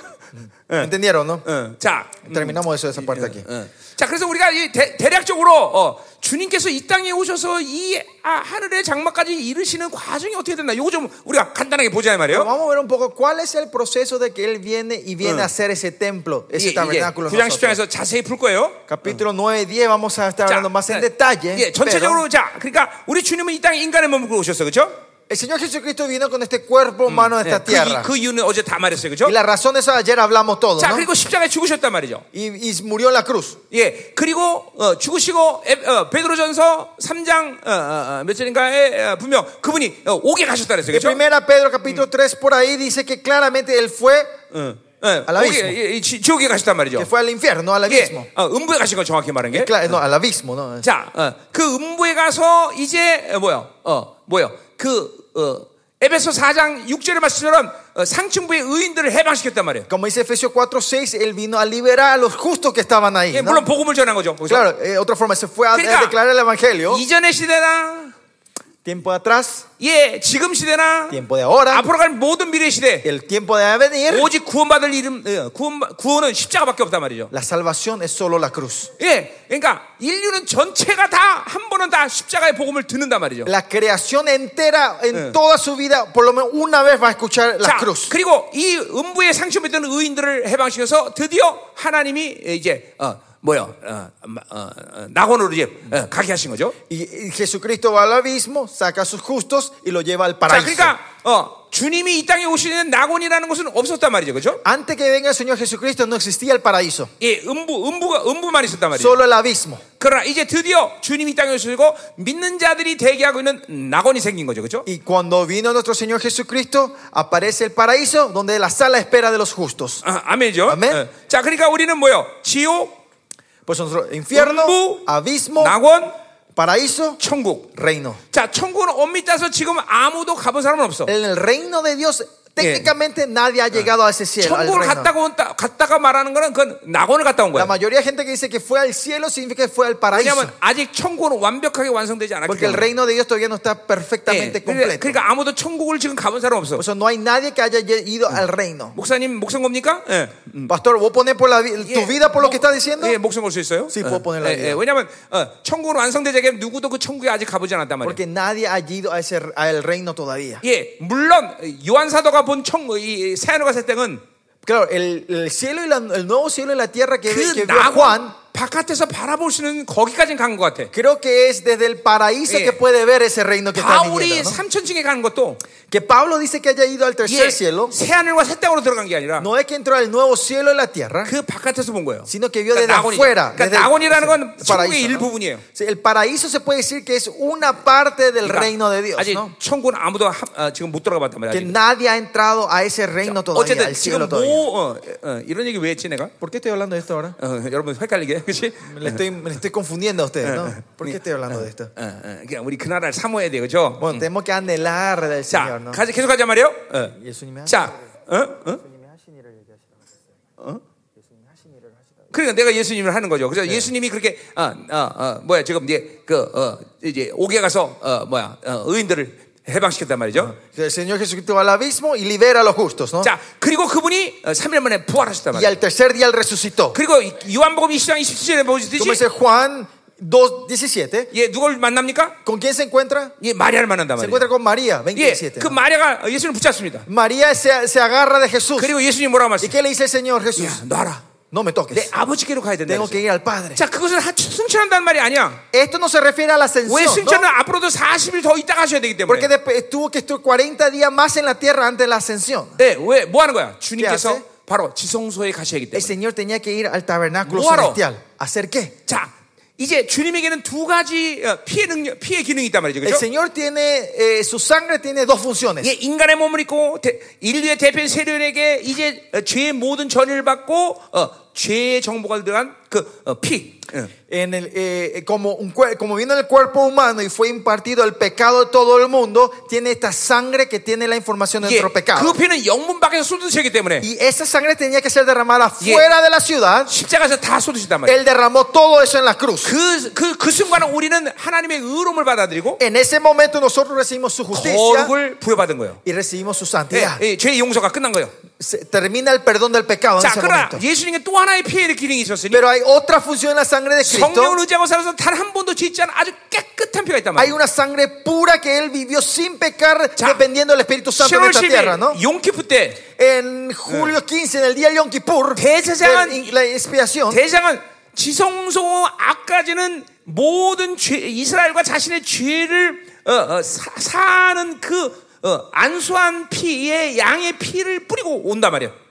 [SPEAKER 2] ¿Entendieron, no?
[SPEAKER 1] 어, 자,
[SPEAKER 2] Terminamos eso, esa parte aquí.
[SPEAKER 1] 어. 자, 그래서 우리가 이 대, 대략적으로 어, 주님께서 이 땅에 오셔서 이 아, 하늘의 장막까지 이르시는 과정이 어떻게 된다. 요거 좀 우리가 간단하게 보자 이
[SPEAKER 2] Pero
[SPEAKER 1] 말이에요.
[SPEAKER 2] vamos a ver un poco cuál es el proceso de que Él viene y viene a hacer ese templo,
[SPEAKER 1] 예, 이게,
[SPEAKER 2] ese
[SPEAKER 1] 이게 9장
[SPEAKER 2] tabernáculo. en nosotros.
[SPEAKER 1] 10장에서 자세히 풀 거예요.
[SPEAKER 2] Capítulo 9 y 10 vamos a estar hablando más en detalle.
[SPEAKER 1] 예,
[SPEAKER 2] pero-
[SPEAKER 1] 전체적으로 자, 그러니까 우리 주님은 이 땅에 인간의 몸으로 오셨어, 그렇죠?
[SPEAKER 2] El Señor Jesucristo vino con este cuerpo humano de esta
[SPEAKER 1] 그, 이-
[SPEAKER 2] tierra.
[SPEAKER 1] 그 이유는 어제 다 말했어요, 그렇죠?
[SPEAKER 2] y la razón de eso ayer hablamos todo,
[SPEAKER 1] 자,
[SPEAKER 2] ¿no?
[SPEAKER 1] 그리고 십자가에 죽으셨단 말이죠.
[SPEAKER 2] Y, y murió en la cruz.
[SPEAKER 1] 예, 그리고 어, 죽으시고 에- 어, 베드로전서 3장 어, 어, 어, 몇 절인가에 어, 분명 그분이 어, 오게 가셨다 그랬어요.
[SPEAKER 2] En
[SPEAKER 1] 그렇죠?
[SPEAKER 2] primera Pedro capítulo 3 por ahí dice que claramente Él fue,
[SPEAKER 1] 예,
[SPEAKER 2] al abismo.
[SPEAKER 1] 오게, 예, 예, 지- 지옥에 가셨단 말이죠.
[SPEAKER 2] que fue al infierno, al abismo.
[SPEAKER 1] 예, 어, 음부에 가신 거 정확히 말하는 게.
[SPEAKER 2] Cla- no, al abismo, ¿no?
[SPEAKER 1] 자, 어, 그 음부에 가서 이제 어, 뭐요? 어, 뭐요? 그 어, 에베소 4장 6절의 말씀처럼 어, 상층부의 의인들을 해방시켰단 말이에요.
[SPEAKER 2] Como dice Efesios 4, 6, Él vino a liberar a los justos que estaban ahí.
[SPEAKER 1] 예,
[SPEAKER 2] ¿no?
[SPEAKER 1] 물론 복음을 전한 거죠. 거기서.
[SPEAKER 2] Claro, eh, otra forma, se fue a, a
[SPEAKER 1] Claro.
[SPEAKER 2] declarar el Evangelio.
[SPEAKER 1] 이전의 시대나
[SPEAKER 2] Tiempo de atrás,
[SPEAKER 1] 예, 예. 지금 시대나
[SPEAKER 2] tiempo de ahora,
[SPEAKER 1] 앞으로 갈 모든 미래 시대
[SPEAKER 2] el tiempo de venir.
[SPEAKER 1] 오직 구원받을 이름 예, 구원 구원은 십자가밖에 없단 말이죠.
[SPEAKER 2] La salvación es solo la cruz.
[SPEAKER 1] 예, 그러니까 인류는 전체가 다 한 번은 다 십자가의 복음을 듣는단 말이죠.
[SPEAKER 2] La creación entera en toda su vida, por lo menos una vez va a escuchar la
[SPEAKER 1] 자,
[SPEAKER 2] cruz.
[SPEAKER 1] 그리고 이 음부에 상처받던 의인들을 해방시켜서 드디어 하나님이 이제 어, 뭐야 어, 어, 어, 낙원으로 이제 어, 가게 하신 거죠.
[SPEAKER 2] Y, y Jesucristo va al abismo, saca a sus justos y lo lleva al
[SPEAKER 1] 자,
[SPEAKER 2] paraíso.
[SPEAKER 1] 그러니까 어, 주님이 이 땅에 오시는 낙원이라는 것은 없었단 말이죠, 그렇죠?
[SPEAKER 2] Antes que venga el Señor Jesucristo no existía el paraíso,
[SPEAKER 1] 예, 음부 음부가 음부만 있었단 말이죠.
[SPEAKER 2] solo el abismo.
[SPEAKER 1] 그러나 이제 드디어 주님이 이 땅에 오시고 믿는 자들이 대기하고 있는 낙원이 생긴 거죠. 그렇죠?
[SPEAKER 2] Y cuando vino nuestro Señor Jesucristo, aparece el paraíso donde la sala espera de los justos.
[SPEAKER 1] 아, 아멘이죠.
[SPEAKER 2] 아멘.
[SPEAKER 1] 예. 자, 그러니까 우리는 뭐요? 지옥,
[SPEAKER 2] Pues nosotros, infierno,
[SPEAKER 1] 음부, 뭐?
[SPEAKER 2] abismo,
[SPEAKER 1] 낙원,
[SPEAKER 2] paraíso,
[SPEAKER 1] 천국.
[SPEAKER 2] reino.
[SPEAKER 1] 자, 천국은 엄밀히 따서 지금 아무도 가본 사람은 없어.
[SPEAKER 2] En el reino de Dios, técnicamente nadie ha llegado a ese cielo. al
[SPEAKER 1] 천국을
[SPEAKER 2] reino.
[SPEAKER 1] 갔다고 온다, 갔다가 말하는 거는 그건 낙원을 갔다 온
[SPEAKER 2] La
[SPEAKER 1] 거야.
[SPEAKER 2] mayoría de gente que dice que fue al cielo significa que fue al paraíso.
[SPEAKER 1] 왜냐하면 아직 천국은 완벽하게 완성되지 않았기
[SPEAKER 2] Porque el
[SPEAKER 1] 때문에.
[SPEAKER 2] reino de Dios todavía no está
[SPEAKER 1] 예,
[SPEAKER 2] perfectamente
[SPEAKER 1] 그러니까,
[SPEAKER 2] completo.
[SPEAKER 1] 그러니까 아무도 천국을 지금 가본 사람 없어.
[SPEAKER 2] Por eso no hay nadie que haya ido al reino.
[SPEAKER 1] 목사님 목숨 겁니까? 예.
[SPEAKER 2] Pastor, ¿vos pones por la vi-
[SPEAKER 1] 예,
[SPEAKER 2] tu vida por lo
[SPEAKER 1] 목-
[SPEAKER 2] que estás diciendo?
[SPEAKER 1] 예, 목숨 걸 수 있어요?
[SPEAKER 2] Sí, puedo poner la vida.
[SPEAKER 1] 왜냐하면 어, 천국은 완성되지 않게 누구도 그 천국에 아직 가보지 않았단 말이에요.
[SPEAKER 2] Porque nadie ha ido a ese, al reino todavía.
[SPEAKER 1] 예, 물론 요한 사도가 본 천국, 이 새하늘과 새 땅은
[SPEAKER 2] Claro, el, el cielo y la- el nuevo cielo y la tierra que,
[SPEAKER 1] 그
[SPEAKER 2] que vio
[SPEAKER 1] 낙원,
[SPEAKER 2] Juan
[SPEAKER 1] 바깥에서 바라보시는 거기까지는 간 것 같아.
[SPEAKER 2] Creo que es desde el paraíso
[SPEAKER 1] Sí.
[SPEAKER 2] que puede ver ese reino que está
[SPEAKER 1] 바울이
[SPEAKER 2] viniendo. ¿no?
[SPEAKER 1] 삼천층에 가는 것도
[SPEAKER 2] Que Pablo dice que haya ido al tercer
[SPEAKER 1] 예,
[SPEAKER 2] cielo,
[SPEAKER 1] 새 하늘과 새 땅으로 들어간 게 아니라
[SPEAKER 2] no es que entró al nuevo cielo y la tierra,
[SPEAKER 1] 그 바깥에서 본 거예요.
[SPEAKER 2] sino que vio desde
[SPEAKER 1] 그러니까 낙원이-
[SPEAKER 2] afuera.
[SPEAKER 1] 그러니까
[SPEAKER 2] desde el-
[SPEAKER 1] 낙원이라는 건
[SPEAKER 2] el
[SPEAKER 1] 천국의
[SPEAKER 2] paraíso, ¿no?
[SPEAKER 1] 일부분이에요.
[SPEAKER 2] Sí, El paraíso se puede decir que es una parte del
[SPEAKER 1] 그러니까
[SPEAKER 2] reino de Dios,
[SPEAKER 1] 아직
[SPEAKER 2] ¿no?
[SPEAKER 1] 천국은 아무도 하- 아, 지금 못 들어가 봤단 말이야.
[SPEAKER 2] Que
[SPEAKER 1] 아직.
[SPEAKER 2] nadie ha entrado a ese reino todavía,
[SPEAKER 1] 어쨌든
[SPEAKER 2] al
[SPEAKER 1] 지금
[SPEAKER 2] cielo
[SPEAKER 1] 뭐
[SPEAKER 2] todavía.
[SPEAKER 1] 어, 어, 이런 얘기 왜 했지 내가?
[SPEAKER 2] ¿Por qué estoy hablando de esto ahora?
[SPEAKER 1] 어, 여러분 헷갈리게 <laughs> 그렇지?
[SPEAKER 2] Me le estoy, me le estoy confundiendo a ustedes, <laughs> ¿no? ¿Por qué estoy hablando de esto?
[SPEAKER 1] 우리 어, 그 나라를 사모해야 돼 그죠?
[SPEAKER 2] Bueno, tenemos que anhelar del
[SPEAKER 1] 자
[SPEAKER 2] Señor, ¿no?
[SPEAKER 1] 가자, 계속 가자 말이요. 어.
[SPEAKER 2] 예수님이 하-
[SPEAKER 1] 자, 어? 어? 그러니까 내가 예수님을 하는 거죠. 그래서 예수님이 그렇게 아, 아, 아, 뭐야 지금 이제 그 어, 이제 옥에 가서 어, 뭐야 어, 의인들을 해방시켰단 말이죠.
[SPEAKER 2] que El Señor Jesucristo va al abismo y libera a los justos, ¿no?
[SPEAKER 1] 자, 그리고 그분이 어, 3일 만에 부활하셨단
[SPEAKER 2] Y
[SPEAKER 1] 말이에요.
[SPEAKER 2] al tercer día él resucitó.
[SPEAKER 1] 그리고 이- 요한복음 20장 27절에
[SPEAKER 2] Como
[SPEAKER 1] 보시듯이
[SPEAKER 2] dice Juan 2, 17.
[SPEAKER 1] 예, 누굴 만납니까?
[SPEAKER 2] ¿Con quién se encuentra?
[SPEAKER 1] 예, 마리아를 만난단 말이에요.
[SPEAKER 2] Se encuentra con María,
[SPEAKER 1] 예,
[SPEAKER 2] 27.
[SPEAKER 1] 그 마리아가 예수를 붙잡습니다.
[SPEAKER 2] María se, se agarra de Jesús.
[SPEAKER 1] 그리고 예수님 뭐라고
[SPEAKER 2] ¿Y
[SPEAKER 1] 말씀?
[SPEAKER 2] qué le dice el Señor Jesús?
[SPEAKER 1] 야, 놔라.
[SPEAKER 2] No me
[SPEAKER 1] 내
[SPEAKER 2] toques.
[SPEAKER 1] 아버지께로 가야 된다.
[SPEAKER 2] Tengo que
[SPEAKER 1] 그랬어요.
[SPEAKER 2] ir al Padre.
[SPEAKER 1] 자, 그것은 하- 승천한다는 말이 아니야.
[SPEAKER 2] Esto no se refiere a la
[SPEAKER 1] 왜
[SPEAKER 2] ascensión.
[SPEAKER 1] 승천은
[SPEAKER 2] ¿no?
[SPEAKER 1] 앞으로도 40일 더 있다 가셔야 되기 때문에.
[SPEAKER 2] Porque después tuvo que estar 40 días más en la tierra antes de la ascensión.
[SPEAKER 1] 네, 왜 뭐 하는 거야? 주님께서
[SPEAKER 2] 하세요?
[SPEAKER 1] 바로 지성소에 가셔야 하기
[SPEAKER 2] El
[SPEAKER 1] 때문에.
[SPEAKER 2] Señor tenía que ir al tabernáculo
[SPEAKER 1] Bueno.
[SPEAKER 2] celestial. ¿Hacer qué?
[SPEAKER 1] 자, 이제 주님에게는 두 가지 어, 피해 능력, 피해 기능이 있단 말이죠.
[SPEAKER 2] El
[SPEAKER 1] 그렇죠?
[SPEAKER 2] Señor tiene, eh, su sangre tiene dos funciones.
[SPEAKER 1] 예, 인간의 몸을 입고 대- 인류의 대표인 세련에게 이제 어, 죄의 모든 전율을 받고 어, 죄의 정보가 들어간 그 어, 피. 예.
[SPEAKER 2] en el, eh, como, un, cuer- como vino en el cuerpo humano y fue impartido el pecado de todo el mundo, tiene esta sangre que tiene la información
[SPEAKER 1] 예,
[SPEAKER 2] de nuestro
[SPEAKER 1] 그
[SPEAKER 2] pecado.
[SPEAKER 1] 피는 영문 밖에서 쏟으시기 때문에
[SPEAKER 2] Y esa sangre tenía que ser derramada fuera de la ciudad.
[SPEAKER 1] 십자가에서 다 쏟으신단 말이에요.
[SPEAKER 2] Él derramó todo eso en la cruz.
[SPEAKER 1] 그, 그, 그 순간은 우리는 하나님의 의로움을 받아들이고
[SPEAKER 2] En ese momento nosotros recibimos su justicia
[SPEAKER 1] 거룩을 부여받은 거예요.
[SPEAKER 2] y recibimos su
[SPEAKER 1] 예,
[SPEAKER 2] santidad.
[SPEAKER 1] 예, 죄의 용서가 끝난 거예요.
[SPEAKER 2] Se- termina el perdón del pecado en
[SPEAKER 1] 자,
[SPEAKER 2] ese
[SPEAKER 1] 그러나
[SPEAKER 2] momento.
[SPEAKER 1] 예수님께 또 하나의 피해의 기능이 있었으니
[SPEAKER 2] Pero hay otra función en la sangre de Cristo.
[SPEAKER 1] 성령을 의지하고 살아서 단 한 번도 짓지 않은 아주 깨끗한 피가 있단
[SPEAKER 2] Hay
[SPEAKER 1] 말이에요.
[SPEAKER 2] una sangre pura que Él vivió sin pecar
[SPEAKER 1] 자,
[SPEAKER 2] dependiendo del Espíritu Santo de
[SPEAKER 1] 10월
[SPEAKER 2] esta tierra, ¿no?
[SPEAKER 1] 10일 용키프 때
[SPEAKER 2] En julio 15, en el día de Yom Kippur,
[SPEAKER 1] 대제사장은
[SPEAKER 2] el- la expiación,
[SPEAKER 1] 대장은 지성소 앞까지는 모든 죄, 이스라엘과 자신의 죄를 어, 어, 사, 사는 그 어, 안수한 피에 양의 피를 뿌리고 온단 말이에요.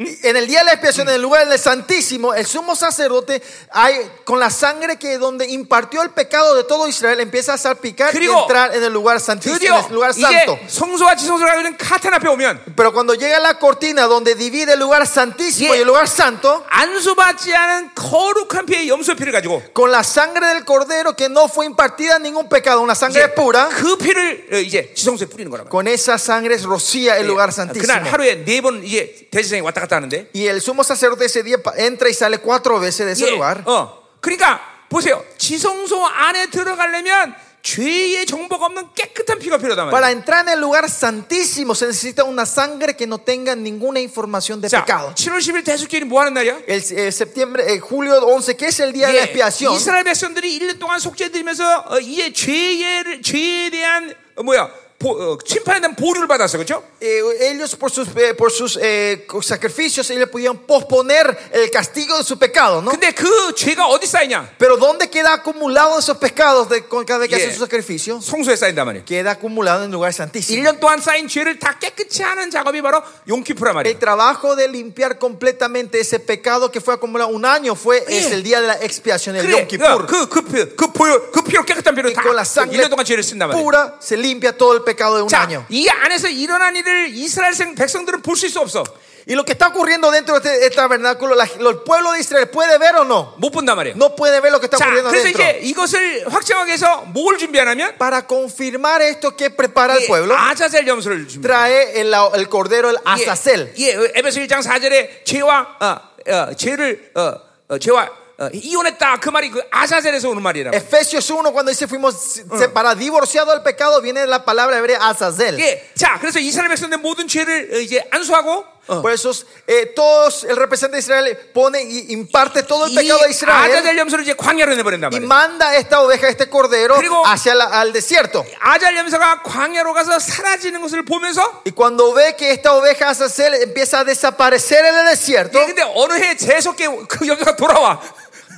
[SPEAKER 2] en el día de la expiación, en el lugar del Santísimo, el sumo sacerdote, hay, con la sangre que donde impartió el pecado de todo Israel, empieza a salpicar y
[SPEAKER 1] 그리고
[SPEAKER 2] entrar en el lugar santísimo, en
[SPEAKER 1] 드디어
[SPEAKER 2] el lugar santo.
[SPEAKER 1] 이제 성소와 지성소가 있는 카탄 앞에 오면
[SPEAKER 2] Pero cuando llega la cortina donde divide el lugar santísimo
[SPEAKER 1] Yeah.
[SPEAKER 2] y el lugar santo,
[SPEAKER 1] 안수받지 않은 거룩한 피의 염소 피를 가지고
[SPEAKER 2] con la sangre del cordero que no fue impartida en ningún pecado, una sangre
[SPEAKER 1] 이제
[SPEAKER 2] pura,
[SPEAKER 1] 그 피를 어, 이제 지성소에 뿌리는 거란 말이에요.
[SPEAKER 2] con esa sangre rocía el lugar santísimo.
[SPEAKER 1] 그날 하루에 네 번 이제 대제사장이 왔다 갔다 하는데
[SPEAKER 2] Y el sumo sacerdote ese día pa- entra y sale cuatro veces de ese
[SPEAKER 1] 예,
[SPEAKER 2] lugar.
[SPEAKER 1] 어. 그러니까 보세요. 지성소 안에 들어가려면 죄의 정보가 없는 깨끗한 피가 필요하단
[SPEAKER 2] Para
[SPEAKER 1] 말이에요.
[SPEAKER 2] entrar en el lugar santísimo se necesita una sangre que no tenga ninguna información de
[SPEAKER 1] 자,
[SPEAKER 2] pecado.
[SPEAKER 1] 7월 10일 대속절이 뭐 하는 날이야?
[SPEAKER 2] El, eh, septiembre, eh, julio 11, que es el día de la
[SPEAKER 1] 예,
[SPEAKER 2] expiación,
[SPEAKER 1] 이스라엘 백성들이 1년 동안 속죄드리면서 어, 이제 죄의 죄에 대한 어, 뭐야? 보, 어, 심판에 대한 보류를 받았어. 그렇죠?
[SPEAKER 2] eh, ellos por sus, eh, por sus eh, co- sacrificios, ellos pudieron posponer el castigo de su pecado, ¿no?
[SPEAKER 1] 근데 그 죄가 어디 쌓이냐?
[SPEAKER 2] Pero ¿dónde queda acumulado esos pecados de, con cada vez que
[SPEAKER 1] Yeah.
[SPEAKER 2] hacen su sacrificio?
[SPEAKER 1] 성소에 쌓인단 말이에요.
[SPEAKER 2] Queda acumulado en el lugar santísimo.
[SPEAKER 1] 1년 동안 쌓인 죄를 다 깨끗이 하는 작업이 바로 용키프란 말이에요.
[SPEAKER 2] El trabajo de limpiar completamente ese pecado que fue acumulado un año fue
[SPEAKER 1] Yeah.
[SPEAKER 2] es el día de la expiación, el
[SPEAKER 1] 예, 그래,
[SPEAKER 2] Yom Kippur.
[SPEAKER 1] 그그그 그, 보여 그 피로 깨끗한 피로 다
[SPEAKER 2] con la sangre
[SPEAKER 1] 1년 동안 죄를 쓴단 말이에요.
[SPEAKER 2] pura se limpia todo el pecado de un
[SPEAKER 1] 자,
[SPEAKER 2] año.
[SPEAKER 1] 이 안에서 일어난 일을 이스라엘 생- 백성들은 볼 수 있어 없어.
[SPEAKER 2] Y lo que está ocurriendo dentro de este, este tabernáculo, la- el pueblo de Israel puede ver o no.
[SPEAKER 1] 못 본단 말이에요.
[SPEAKER 2] No puede ver lo que está
[SPEAKER 1] 자,
[SPEAKER 2] ocurriendo
[SPEAKER 1] 그래서
[SPEAKER 2] dentro.
[SPEAKER 1] 이제 이것을 확정하기 위해서 뭘 준비하냐면
[SPEAKER 2] Para confirmar esto que prepara el
[SPEAKER 1] 예,
[SPEAKER 2] pueblo,
[SPEAKER 1] 아자셀 염소를 준비.
[SPEAKER 2] trae el, el cordero, el
[SPEAKER 1] 예,
[SPEAKER 2] Azazel.
[SPEAKER 1] 예, 에베소 1장 4절에 죄와 어, 어, 죄를 어, 어, 죄와 어, 이혼했다 그 말이 그 아자셀에서 오는 말이라고.
[SPEAKER 2] Efesios 1, cuando dice fuimos separados, divorciados del pecado, viene la palabra hebrea Azazel.
[SPEAKER 1] 예, 자, 그래서 이스라엘 백성들 모든 죄를 어, 이제 안수하고 어,
[SPEAKER 2] Por eso, eh, todos, el representante de Israel pone y imparte todo el
[SPEAKER 1] 이
[SPEAKER 2] pecado de Israel
[SPEAKER 1] 아자셀 염소를 이제 광야로 내버린단
[SPEAKER 2] y
[SPEAKER 1] 말이에요.
[SPEAKER 2] manda esta oveja, este cordero,
[SPEAKER 1] 그리고-
[SPEAKER 2] hacia la- al desierto.
[SPEAKER 1] 아자셀 염소가 광야로 가서 사라지는 것을 보면서
[SPEAKER 2] Y cuando ve que esta oveja Azazel empieza a desaparecer en el desierto,
[SPEAKER 1] 예, 근데 어느 해 재석계 그 염소가 돌아와.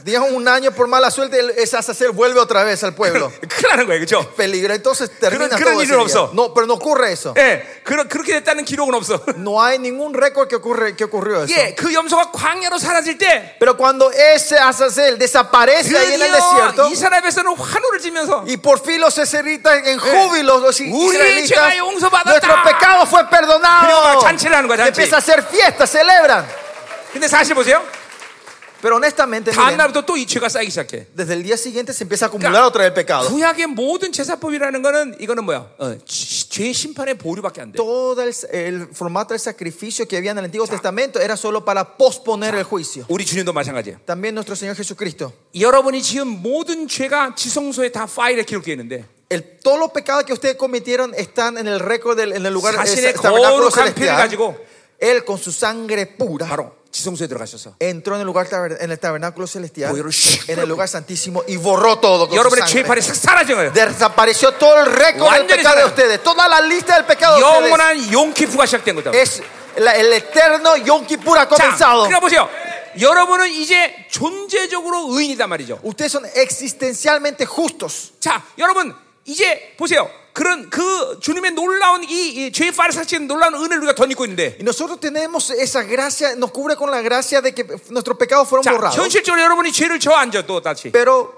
[SPEAKER 2] Dijo un año por mala suerte, el- el sacer vuelve otra vez al pueblo.
[SPEAKER 1] <laughs> 큰일 나는 거예요. 그죠?
[SPEAKER 2] Peligro. Entonces termina
[SPEAKER 1] 그런-
[SPEAKER 2] todo
[SPEAKER 1] 그런
[SPEAKER 2] ese
[SPEAKER 1] 일은
[SPEAKER 2] día.
[SPEAKER 1] 없어.
[SPEAKER 2] No, pero no ocurre eso.
[SPEAKER 1] 예. 그러, 그렇게 됐다는 기록은 없어.
[SPEAKER 2] No hay ningún récord que, ocurre, que ocurrió eso.
[SPEAKER 1] 예. 그 염소가 광야로 사라질 때
[SPEAKER 2] Pero cuando ese Azazel
[SPEAKER 1] 그
[SPEAKER 2] desaparece ahí en el desierto,
[SPEAKER 1] 드디어 이스라엘에서는 환호를 지면서
[SPEAKER 2] y por fin los eseritas en júbilo, los i-
[SPEAKER 1] Uri,
[SPEAKER 2] israelitas,
[SPEAKER 1] llega y unso받았다.
[SPEAKER 2] nuestro pecado fue
[SPEAKER 1] 그리고
[SPEAKER 2] perdonado.
[SPEAKER 1] 잔치를 하는 거야,
[SPEAKER 2] Y
[SPEAKER 1] 잔치.
[SPEAKER 2] Empieza a hacer fiestas, celebran.
[SPEAKER 1] 근데 사실 보세요.
[SPEAKER 2] Pero honestamente, miren,
[SPEAKER 1] 다음 날부터 또 이 죄가 쌓이기 시작해.
[SPEAKER 2] desde el día siguiente se empieza a acumular otra vez el pecado.
[SPEAKER 1] 구약의 모든 제사법이라는 거는 이거는 뭐야? 어, 지- 죄 심판의 보류밖에 안 돼.
[SPEAKER 2] Todo el, el formato del sacrificio que había en el Antiguo Testamento era solo para posponer el juicio.
[SPEAKER 1] 우리 주님도 마찬가지예요.
[SPEAKER 2] También nuestro Señor Jesucristo.
[SPEAKER 1] 여러분이 지은 모든 죄가 지성소에 다 파일에 기록되어 있는데
[SPEAKER 2] El, todos los pecados que ustedes cometieron están en el récord, del- en el lugar
[SPEAKER 1] 자신의
[SPEAKER 2] el tabernáculo
[SPEAKER 1] 거룩한 피를
[SPEAKER 2] celestial.
[SPEAKER 1] 가지고
[SPEAKER 2] Él con su sangre pura
[SPEAKER 1] 바로 지성소에 들어가셔서
[SPEAKER 2] entró en el lugar taber- en el tabernáculo celestial,
[SPEAKER 1] Boyero, shh.
[SPEAKER 2] en el lugar santísimo y borró todo con su
[SPEAKER 1] 여러분의
[SPEAKER 2] sangre.
[SPEAKER 1] 죄의 팔이 싹 사라진 거예요.
[SPEAKER 2] 네. Desapareció todo el récord del
[SPEAKER 1] 완전히
[SPEAKER 2] pecado de
[SPEAKER 1] 사라져.
[SPEAKER 2] ustedes, toda la lista del pecado de ustedes.
[SPEAKER 1] 영원한 용키프가 시작된 거다.
[SPEAKER 2] Es la- el eterno Yom Kippur ha
[SPEAKER 1] 자,
[SPEAKER 2] comenzado.
[SPEAKER 1] 그러니까 보세요. 여러분은 이제 존재적으로 의인이단 말이죠.
[SPEAKER 2] Ustedes son existencialmente justos.
[SPEAKER 1] 자, 여러분 이제 보세요. 그런 그 주님의 놀라운 이, 이 죄의 팔을 사치는 놀라운 은혜를 우리가 덧입고 있는데
[SPEAKER 2] Y nosotros tenemos esa gracia, nos cubre con la gracia de que nuestros pecados fueron
[SPEAKER 1] 자,
[SPEAKER 2] borrados.
[SPEAKER 1] 현실적으로 여러분이 죄를 져 앉아 또
[SPEAKER 2] 네.
[SPEAKER 1] 다시
[SPEAKER 2] Pero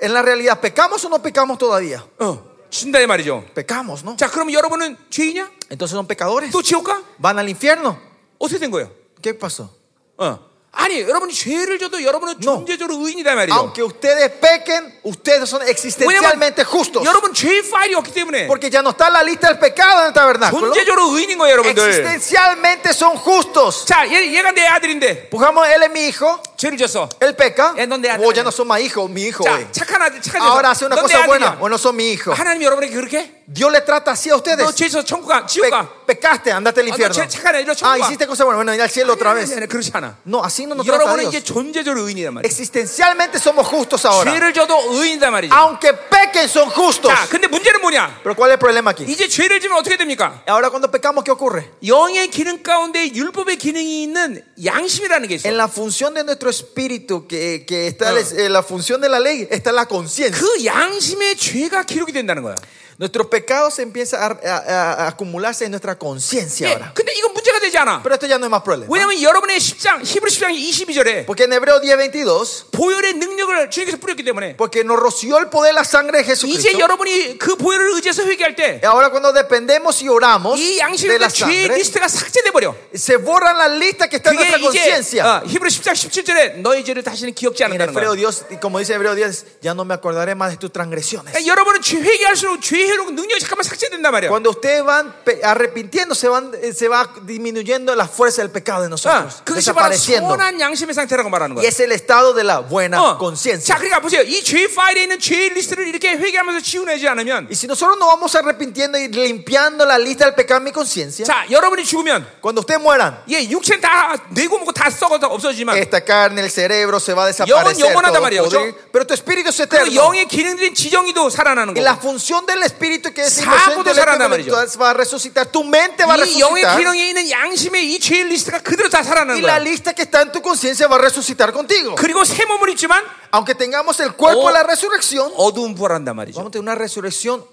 [SPEAKER 2] en la realidad, ¿pecamos o no pecamos todavía?
[SPEAKER 1] 어, 진다 이 말이죠.
[SPEAKER 2] Pecamos, ¿no?
[SPEAKER 1] 자, 그럼 여러분은 죄이냐?
[SPEAKER 2] Entonces son pecadores.
[SPEAKER 1] 또 지옥 가?
[SPEAKER 2] Van al infierno.
[SPEAKER 1] 어떻게 된 거예요?
[SPEAKER 2] ¿Qué pasó?
[SPEAKER 1] 어. 아니, 여러분이 죄를 져도 여러분은
[SPEAKER 2] No.
[SPEAKER 1] 존재적으로 의인이다 말이죠.
[SPEAKER 2] Aunque ustedes pequen, ustedes son
[SPEAKER 1] 왜냐면
[SPEAKER 2] existencialmente justos.
[SPEAKER 1] 여러분 죄의 파일이 없기 때문에
[SPEAKER 2] Porque ya no está la lista del pecado en el tabernáculo.
[SPEAKER 1] 존재적으로 의인인 거예요, 여러분들.
[SPEAKER 2] Existencialmente son justos.
[SPEAKER 1] 자, 얘, 얘가 내 아들인데
[SPEAKER 2] Pujamos, él es mi hijo.
[SPEAKER 1] 죄를 졌어.
[SPEAKER 2] Él peca.
[SPEAKER 1] ¿En dónde
[SPEAKER 2] O ya
[SPEAKER 1] andan?
[SPEAKER 2] no son más hijos, mi hijo. hoy.
[SPEAKER 1] 자, 착한 아들, 착한
[SPEAKER 2] Ahora hace una
[SPEAKER 1] 넌내
[SPEAKER 2] cosa buena.
[SPEAKER 1] 아들이야.
[SPEAKER 2] O no son mi hijo.
[SPEAKER 1] 하나님 여러분에게 그렇게? 해?
[SPEAKER 2] Dios le trata así a ustedes.
[SPEAKER 1] 너 죄에서 천국 가, 지옥
[SPEAKER 2] Pe-
[SPEAKER 1] 가.
[SPEAKER 2] pecaste, andate al
[SPEAKER 1] no,
[SPEAKER 2] infierno.
[SPEAKER 1] che- checa, no, checa.
[SPEAKER 2] Ah, hiciste cosas buenas. Bueno, ven al cielo otra
[SPEAKER 1] 아니, 아니,
[SPEAKER 2] vez.
[SPEAKER 1] 아니, 네, 그렇지 않아.
[SPEAKER 2] No, así no nos trata
[SPEAKER 1] 여러분은
[SPEAKER 2] Dios.
[SPEAKER 1] 이제 존재적으로 의인이란 말이야.
[SPEAKER 2] Existencialmente somos justos ahora.
[SPEAKER 1] 죄를 져도 의인이다 말이죠.
[SPEAKER 2] Aunque pequen, son justos.
[SPEAKER 1] 자, 근데 문제는 뭐냐?
[SPEAKER 2] Pero ¿cuál es el problema aquí?
[SPEAKER 1] 이제 죄를 지면 어떻게 됩니까?
[SPEAKER 2] Ahora cuando pecamos, ¿qué ocurre?
[SPEAKER 1] 영의 기능 가운데 율법의 기능이 있는 양심이라는 게 있어요.
[SPEAKER 2] En la función de nuestro espíritu, que, que está
[SPEAKER 1] Ah.
[SPEAKER 2] la- eh, la función de la ley, está la conciencia.
[SPEAKER 1] 그 양심의 죄가 기록이 된다는 거야.
[SPEAKER 2] Nuestros pecados empiezan a, a- a- a acumularse en nuestra conciencia
[SPEAKER 1] 예,
[SPEAKER 2] ahora.
[SPEAKER 1] 근데 이건 문제가 되지 않아.
[SPEAKER 2] Pero esto ya no es más problema.
[SPEAKER 1] 왜냐면 여러분의 10장, 히브리 10장 22절에
[SPEAKER 2] Porque en Hebreo 10:22,
[SPEAKER 1] 보혈의 능력을 주님께서 뿌렸기 때문에
[SPEAKER 2] porque nos roció el poder de la sangre de
[SPEAKER 1] 이제
[SPEAKER 2] Jesucristo.
[SPEAKER 1] 여러분이 그렇죠, 그 보혈을 의지해서 회개할 때 이
[SPEAKER 2] Ahora cuando dependemos y
[SPEAKER 1] 예,
[SPEAKER 2] oramos de
[SPEAKER 1] 양심의
[SPEAKER 2] la
[SPEAKER 1] 죄의
[SPEAKER 2] sangre,
[SPEAKER 1] 리스트가 삭제돼 버려.
[SPEAKER 2] se borran las listas que está en
[SPEAKER 1] 그러니까 그게
[SPEAKER 2] nuestra
[SPEAKER 1] 이제
[SPEAKER 2] conciencia.
[SPEAKER 1] 어, 히브리 10장 17절에 너의 죄를 다시는 기억지
[SPEAKER 2] En
[SPEAKER 1] 않는다는 거야.
[SPEAKER 2] Hebreo Dios, y como dice Hebreo 10, ya no me acordaré más de tus transgresiones.
[SPEAKER 1] 그러니까 여러분은 죄 회개할수록 죄의 회로 능력이 잠깐만 삭제된단 말이야. 어,
[SPEAKER 2] Cuando ustedes van pe- arrepintiendo, se, van, eh, se va disminuyendo la fuerza del pecado de
[SPEAKER 1] 아,
[SPEAKER 2] nosotros,
[SPEAKER 1] 그것이 바로
[SPEAKER 2] desapareciendo.
[SPEAKER 1] 선한 양심의 상태라고 말하는
[SPEAKER 2] Y
[SPEAKER 1] 거야.
[SPEAKER 2] es el estado de la buena
[SPEAKER 1] 어. 자,
[SPEAKER 2] conciencia.
[SPEAKER 1] 그러니까 보세요. 이 죄 파일에 있는 죄의 리스트를 이렇게 회개하면서 지우내지 않으면
[SPEAKER 2] Y si nosotros no vamos arrepintiendo y limpiando la lista del pecado en mi conciencia,
[SPEAKER 1] 자, 여러분이 죽으면
[SPEAKER 2] cuando ustedes mueran,
[SPEAKER 1] 예, 육체는 다 뇌고 뭐고 다 썩어서 없어지지만
[SPEAKER 2] esta carne, el cerebro se va a desaparecer.
[SPEAKER 1] 영원하단
[SPEAKER 2] todo
[SPEAKER 1] 말이에요,
[SPEAKER 2] podrido. pero tu espíritu es
[SPEAKER 1] 그
[SPEAKER 2] eterno.
[SPEAKER 1] 영의 기능들인 지정이도 살아나는
[SPEAKER 2] Y
[SPEAKER 1] 거고
[SPEAKER 2] la función del espíritu que es
[SPEAKER 1] Saco
[SPEAKER 2] inocente,
[SPEAKER 1] de
[SPEAKER 2] el
[SPEAKER 1] sarana,
[SPEAKER 2] espíritu va a resucitar. Tu mente va a
[SPEAKER 1] 이 영의
[SPEAKER 2] resucitar.
[SPEAKER 1] 기능에 있는 양심의 이 죄의 리스트가 그대로 다
[SPEAKER 2] Y
[SPEAKER 1] 살아나는
[SPEAKER 2] la
[SPEAKER 1] 거야
[SPEAKER 2] lista que está en tu conciencia va a resucitar contigo.
[SPEAKER 1] 그리고 새 몸을 입지만
[SPEAKER 2] Aunque tengamos el cuerpo
[SPEAKER 1] Oh. Eh.
[SPEAKER 2] de la resurrección,
[SPEAKER 1] 어두운 부활한단 말이죠
[SPEAKER 2] vamos a tener una resurrección
[SPEAKER 1] 예.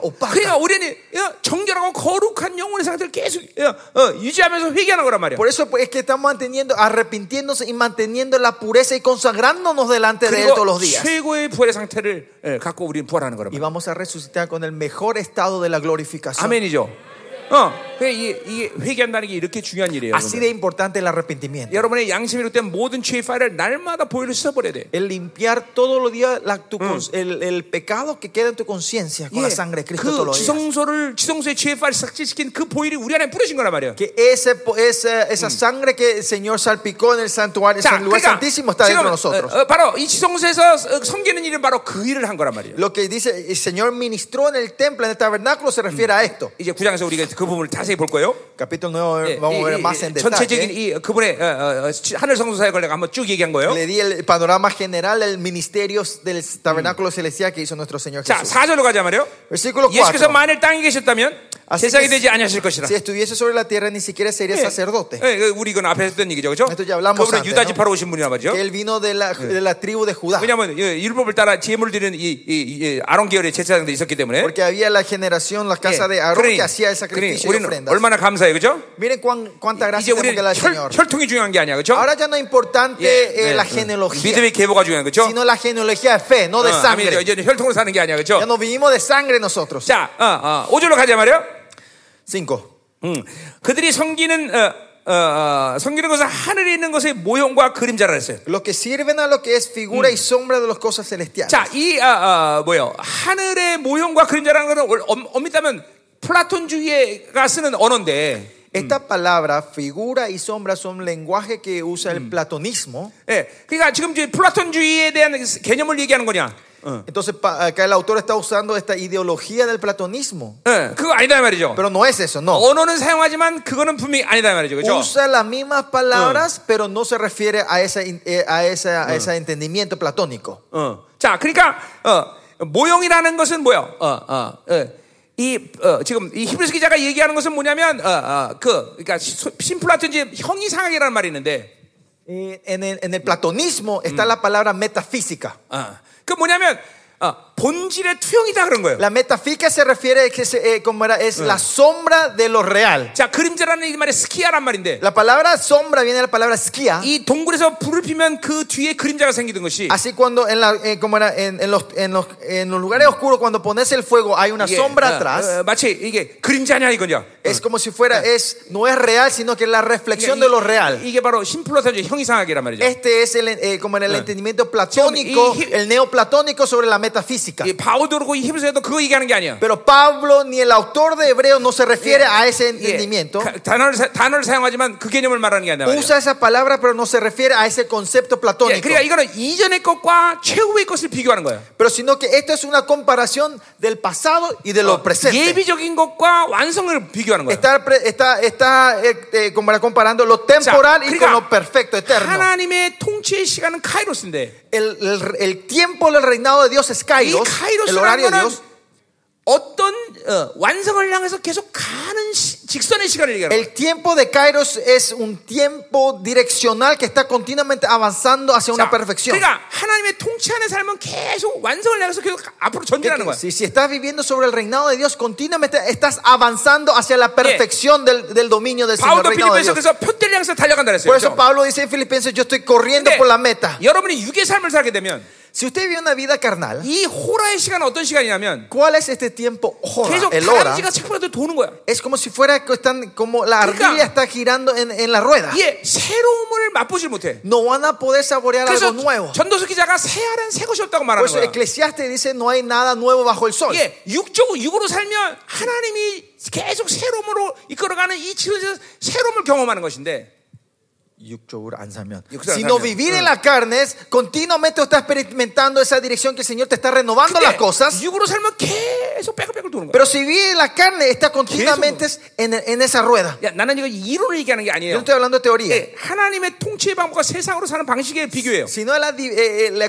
[SPEAKER 1] 그러니까
[SPEAKER 2] opaca.
[SPEAKER 1] 우리는 예, 정결하고 거룩한 영혼의 상태를 계속 예, 어, 유지하면서 회개하는 거란 말이야
[SPEAKER 2] Por eso es que estamos manteniendo, arrepintiéndose y manteniendo la pureza y consagrándonos delante de Él todos
[SPEAKER 1] 그리고
[SPEAKER 2] los días.
[SPEAKER 1] 최고의 부활의 상태를 예, 갖고 우리는 부활하는 거란
[SPEAKER 2] Y
[SPEAKER 1] 말이야
[SPEAKER 2] vamos a resucitar con el mejor estado de la glorificación.
[SPEAKER 1] 아멘이죠 어, 그러니까 이게, 이게 회개한다는 게 이렇게 중요한 일이에요
[SPEAKER 2] Así
[SPEAKER 1] 여러분.
[SPEAKER 2] de importante el arrepentimiento.
[SPEAKER 1] 여러분의 양심으로 된 모든 죄의 파일을 날마다 보혈로 씻어버려야 돼
[SPEAKER 2] El limpiar todos los días la- tu cons- el, el pecado que queda en tu conciencia con
[SPEAKER 1] 예,
[SPEAKER 2] la sangre de
[SPEAKER 1] 그
[SPEAKER 2] Cristo todos los días.
[SPEAKER 1] 지성소를 지성소의 죄발 삭제시킨 그 보일이 우리 안에 뿌려진 거란 말이야.
[SPEAKER 2] Que ese, po- esa, esa sangre que el Señor salpicó en el santuario, en el lugar
[SPEAKER 1] 그
[SPEAKER 2] santísimo, está dentro de nosotros.
[SPEAKER 1] 그러니까 어, 어, 바로 이 지성소에서 어, 섬기는 일은 바로 그 일을 한 거란 말이에요.
[SPEAKER 2] Lo que dice el Señor ministró en el templo, en el tabernáculo, se refiere a esto.
[SPEAKER 1] 이제 구장에서 우리가 그 부분을 자세히 볼 거예요.
[SPEAKER 2] Capítulo 9,
[SPEAKER 1] 예,
[SPEAKER 2] vamos a ver
[SPEAKER 1] 이- 이-
[SPEAKER 2] más en
[SPEAKER 1] 전체적인
[SPEAKER 2] detalle.
[SPEAKER 1] 이 그분의 어, 어, 어, 지- 하늘 성소사에 걸려 한번 쭉 얘기한 거예요.
[SPEAKER 2] Le di el panorama general del ministerio del tabernáculo celestial que hizo nuestro Señor
[SPEAKER 1] 자,
[SPEAKER 2] Jesús.
[SPEAKER 1] 4절로 가자 말이요.
[SPEAKER 2] Versículo
[SPEAKER 1] 예수께서
[SPEAKER 2] 4.
[SPEAKER 1] 만일 땅에 계셨다면
[SPEAKER 2] Así
[SPEAKER 1] 세상이
[SPEAKER 2] que
[SPEAKER 1] 되지 아니하실 것이라.
[SPEAKER 2] si estuviese sobre la tierra ni siquiera sería
[SPEAKER 1] 예.
[SPEAKER 2] sacerdote.
[SPEAKER 1] 예, 그 우리 이건 앞에 했던 얘기죠, 그렇죠?
[SPEAKER 2] Esto ya hablamos
[SPEAKER 1] 그분은
[SPEAKER 2] antes,
[SPEAKER 1] 유다
[SPEAKER 2] ¿no?
[SPEAKER 1] 지파로 오신 분이란 말이죠.
[SPEAKER 2] Que él vino de la, de la tribu de Judá.
[SPEAKER 1] 왜냐하면 예, 율법을 따라 제물 드리는 이, 이, 이, 이 아론 계열의 제사장도 있었기 때문에.
[SPEAKER 2] Porque había la generación, la casa
[SPEAKER 1] 예,
[SPEAKER 2] de Aarón
[SPEAKER 1] 그러니-
[SPEAKER 2] que hacía el
[SPEAKER 1] 그러니
[SPEAKER 2] sacrificio y
[SPEAKER 1] 우리는
[SPEAKER 2] ofrendas.
[SPEAKER 1] 얼마나 감사해요, 그죠?
[SPEAKER 2] Miren cuán- cuánta
[SPEAKER 1] 이제
[SPEAKER 2] gracia tenemos
[SPEAKER 1] 우리
[SPEAKER 2] que dar al
[SPEAKER 1] 혈,
[SPEAKER 2] Señor.
[SPEAKER 1] 혈통이 중요한 게 아니야, 그죠? 예,
[SPEAKER 2] Ahora ya no es importante eh, la genealogía,
[SPEAKER 1] 믿음의 계보가 중요한 거죠.
[SPEAKER 2] sino la genealogía de fe, no de
[SPEAKER 1] 어, 아멘.
[SPEAKER 2] sangre.
[SPEAKER 1] 이제 혈통으로 사는 게 아니야,
[SPEAKER 2] Ya
[SPEAKER 1] 그죠?
[SPEAKER 2] no vivimos de sangre nosotros.
[SPEAKER 1] 자, 어, 어, 5절로 가자 말이요.
[SPEAKER 2] 5.
[SPEAKER 1] 음, 그들이 섬기는 어, 어, 어, 섬기는 것은 하늘에 있는 것의 모형과 그림자라 했어요.
[SPEAKER 2] Los que sirven a lo que es figura y sombra de las cosas celestiales.
[SPEAKER 1] 자, 이 아, 아, 뭐요? 하늘의 모형과 그림자라는 것은 월- 엄- 엄밀하면 플라톤주의가 쓰는 언어인데,
[SPEAKER 2] Esta palabra, figura y sombra, son lenguaje que usa el platonismo.
[SPEAKER 1] 예, 그러니까 지금 이제 플라톤주의에 대한 개념을 얘기하는 거냐? 어.
[SPEAKER 2] Entonces, pa- acá el autor está usando esta ideología del platonismo.
[SPEAKER 1] 예, 그거 아니다 이 말이죠.
[SPEAKER 2] Pero no es eso, no.
[SPEAKER 1] 언어는 사용하지만 그거는 분명히 아니다 이 말이죠, 그렇죠?
[SPEAKER 2] Usa las mismas palabras, pero no se refiere a ese, in- eh, a esa- a ese entendimiento platónico.
[SPEAKER 1] 어. 자, 그러니까 어, 모형이라는 것은 뭐야? 어, 어, 어. 이 어, 지금 이 히브리스 기자가 얘기하는 것은 뭐냐면 어, 어, 그 그러니까 소- 심플라톤주의 형이상학이라는 말이 있는데.
[SPEAKER 2] Eh, en, el, en el platonismo está la palabra metafísica.
[SPEAKER 1] 아, 그 뭐냐면 아, 본질의 투영이다 그런 거예요.
[SPEAKER 2] La metafísica se refiere a que se- eh, como era, es la sombra de lo real.
[SPEAKER 1] 자, 그림자라는 이 말이 스키아란 말인데
[SPEAKER 2] La palabra sombra viene de la palabra skia.
[SPEAKER 1] 이 동굴에서 불을 피면 그 뒤에 그림자가 생기던 것이
[SPEAKER 2] Así cuando en, la, eh, como era, en, en los, en, los, en los lugares oscuros, cuando pones el fuego, hay una
[SPEAKER 1] 이게,
[SPEAKER 2] sombra
[SPEAKER 1] 어,
[SPEAKER 2] atrás.
[SPEAKER 1] 어, 마치 이게 그림자냐 이거냐.
[SPEAKER 2] es como si fuera, es, no es real, sino que es la reflexión de lo real.
[SPEAKER 1] 이, 게 바로 심플러서의 형이상학이란 말이죠.
[SPEAKER 2] este es el, eh, como en el entendimiento platónico,
[SPEAKER 1] Sí, y-
[SPEAKER 2] el neoplatónico sobre la metafísica.
[SPEAKER 1] 이 바오도르고 이 히브리서도 그거 얘기하는 게 아니야.
[SPEAKER 2] Pero Pablo ni el autor de Hebreos no se refiere a ese
[SPEAKER 1] 예,
[SPEAKER 2] entendimiento.
[SPEAKER 1] 가- 단어를 사- 단어를 사용하지만 그 개념을 말하는 게 아니야. 말이야.
[SPEAKER 2] Usa esa palabra, pero no se refiere a ese concepto
[SPEAKER 1] 예,
[SPEAKER 2] platónico.
[SPEAKER 1] 그러니까 이거는 이전의 것과 최후의 것을 비교하는 거예요.
[SPEAKER 2] Pero sino que esto es una comparación del pasado Oh, y de lo presente.
[SPEAKER 1] 어, 예비적인 것과 완성을 비교하는 거예요.
[SPEAKER 2] Está, pre- está, está eh, eh, como- comparando lo temporal y con lo perfecto, eterno.
[SPEAKER 1] 하나님의 통치의 시간은 카이로스인데
[SPEAKER 2] El, el- el tiempo del reinado de Dios es
[SPEAKER 1] 이
[SPEAKER 2] Kairos, el
[SPEAKER 1] 카이로스라는
[SPEAKER 2] horario de
[SPEAKER 1] 거는
[SPEAKER 2] Dios.
[SPEAKER 1] 어떤 어, 완성을 향해서 계속 가는 시- 직선의 시간을 얘기하는 거예요.
[SPEAKER 2] El tiempo de Kairos es un tiempo direccional que está continuamente avanzando hacia una
[SPEAKER 1] 자,
[SPEAKER 2] perfección.
[SPEAKER 1] 그러니까 하나님의 통치하는 삶은 계속 완성을 향해서 계속 앞으로 전진하는 거야.
[SPEAKER 2] Si, si estás viviendo sobre el reinado de Dios, continuamente estás avanzando hacia la perfección del, del dominio del Señor.
[SPEAKER 1] 바울도
[SPEAKER 2] reinado de
[SPEAKER 1] 필리핀에서
[SPEAKER 2] Dios.
[SPEAKER 1] 그래서 표대를 향해서 달려간다
[SPEAKER 2] Por
[SPEAKER 1] 그랬어요.
[SPEAKER 2] eso
[SPEAKER 1] 그렇죠?
[SPEAKER 2] Pablo dice en Filipenses, yo estoy corriendo
[SPEAKER 1] 근데
[SPEAKER 2] por la meta.
[SPEAKER 1] 여러분이 육의 삶을 살게 되면
[SPEAKER 2] Si usted vive una vida carnal,
[SPEAKER 1] 이 호라의 시간은 어떤 시간이냐면
[SPEAKER 2] ¿cuál es este tiempo? Hora,
[SPEAKER 1] 계속
[SPEAKER 2] el hora.
[SPEAKER 1] 다람쥐가 책보라도 도는 거야.
[SPEAKER 2] Es como si fuera que están, como la
[SPEAKER 1] Claro.
[SPEAKER 2] ardilla está girando en, en la rueda.
[SPEAKER 1] 이게 새로움을 맛보질 못해.
[SPEAKER 2] No van a poder saborear algo
[SPEAKER 1] 그래서
[SPEAKER 2] nuevo.
[SPEAKER 1] 전도서 기자가 새하란 새 것이 없다고
[SPEAKER 2] Por
[SPEAKER 1] 말하는
[SPEAKER 2] eso
[SPEAKER 1] 거야.
[SPEAKER 2] Eclesiastes dice, no hay nada nuevo bajo el sol.
[SPEAKER 1] 예, 육적 육으로 살면 하나님이 계속 새로움으로 이끌어가는 이 치료에서 새로움을 경험하는 것인데
[SPEAKER 2] Yukchobur ansamión.
[SPEAKER 1] Yukchobur
[SPEAKER 2] Si no
[SPEAKER 1] ansamión.
[SPEAKER 2] vivir en la carne, es, continuamente estás experimentando esa dirección que el Señor te está renovando las
[SPEAKER 1] 근데
[SPEAKER 2] cosas.
[SPEAKER 1] 육으로 살면 계속 빼글빼글 도는 거야.
[SPEAKER 2] Pero si vive en la carne, está continuamente en, en esa rueda.
[SPEAKER 1] 야, 나는 이거 이론을 얘기하는 게
[SPEAKER 2] Yo no
[SPEAKER 1] 아니에요.
[SPEAKER 2] estoy hablando de teoría,
[SPEAKER 1] 예, 하나님의 통치의 방법과 세상으로 사는 방식에 비교해요.
[SPEAKER 2] sino la, di- eh, eh, la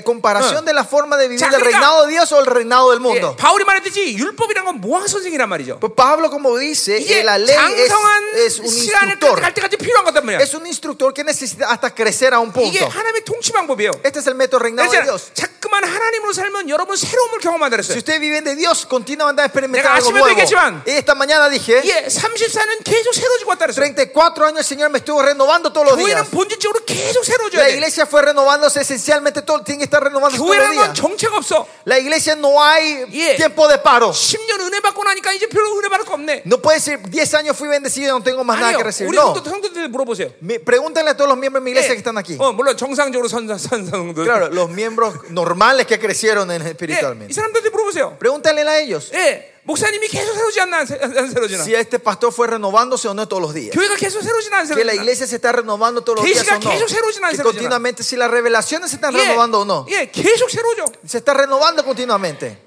[SPEAKER 1] Ah.
[SPEAKER 2] comparación de la forma de vivir
[SPEAKER 1] Ya,
[SPEAKER 2] del
[SPEAKER 1] mira.
[SPEAKER 2] reinado de Dios o el reinado del
[SPEAKER 1] 예,
[SPEAKER 2] mundo.
[SPEAKER 1] 바울이 말했듯이 율법이란 건 모학 선생이란 말이죠.
[SPEAKER 2] Pues Pablo, como dice, eh,
[SPEAKER 1] 이게
[SPEAKER 2] la ley
[SPEAKER 1] 장성한
[SPEAKER 2] es, es un
[SPEAKER 1] 시간을 끝-
[SPEAKER 2] instructor.
[SPEAKER 1] 갈 때까지 필요한 거단 말이야.
[SPEAKER 2] Es un instructor que necesita hasta crecer a un
[SPEAKER 1] 이게
[SPEAKER 2] punto.
[SPEAKER 1] 하나님의 통치 방법이에요.
[SPEAKER 2] Este es el método del reinado de
[SPEAKER 1] 그래서
[SPEAKER 2] Dios.
[SPEAKER 1] 자꾸만 하나님으로 살면 여러분 새로움을 경험한다
[SPEAKER 2] Si
[SPEAKER 1] 그랬어요.
[SPEAKER 2] ustedes viven de Dios, continuamente van a experimentar
[SPEAKER 1] Mira,
[SPEAKER 2] algo
[SPEAKER 1] así me
[SPEAKER 2] nuevo.
[SPEAKER 1] dijeron.
[SPEAKER 2] Y esta mañana dije,
[SPEAKER 1] 예, 34는 계속 새로워지고 왔다 그랬어요.
[SPEAKER 2] 34 años el Señor me estuvo renovando todos los días.
[SPEAKER 1] 교회는 본질적으로 계속 새로워져야
[SPEAKER 2] La
[SPEAKER 1] 돼.
[SPEAKER 2] iglesia fue renovándose esencialmente todo, tiene que estar renovándose todos los
[SPEAKER 1] 교회라는 건
[SPEAKER 2] días.
[SPEAKER 1] 정체가 없어.
[SPEAKER 2] La iglesia no hay
[SPEAKER 1] Yeah.
[SPEAKER 2] tiempo de paro.
[SPEAKER 1] 10년 은혜 받고 나니까 이제 별로 은혜 받을 거 없네.
[SPEAKER 2] No puede decir 10 años fui bendecido y no tengo más nada que
[SPEAKER 1] 아니요.
[SPEAKER 2] recibir.
[SPEAKER 1] 우리
[SPEAKER 2] No.
[SPEAKER 1] 성도, 성도들 물어보세요.
[SPEAKER 2] Me- Pregúntale a todos los miembros de mi iglesia
[SPEAKER 1] 예.
[SPEAKER 2] que están aquí.
[SPEAKER 1] 어, 물론 정상적으로 선사 선성도.
[SPEAKER 2] <laughs> Claro, los miembros normales que crecieron en-
[SPEAKER 1] 예, 이
[SPEAKER 2] espiritualmente.
[SPEAKER 1] 사람들한테 물어보세요.
[SPEAKER 2] Pregúntale a ellos
[SPEAKER 1] 예, 목사님이 계속 새로지 않나 안 새- 안 새로지나.
[SPEAKER 2] si este pastor fue renovándose o no todos los días.
[SPEAKER 1] 교회가 계속 새로지나 안
[SPEAKER 2] Que la
[SPEAKER 1] 새로지나.
[SPEAKER 2] iglesia se está renovando todos los días
[SPEAKER 1] Iglesia
[SPEAKER 2] o no.
[SPEAKER 1] 계속 새로워지나 안
[SPEAKER 2] Que
[SPEAKER 1] 새로워지나.
[SPEAKER 2] continuamente si las revelaciones se están renovando o no.
[SPEAKER 1] 예, 예, 계속 새로죠.
[SPEAKER 2] Se está renovando continuamente.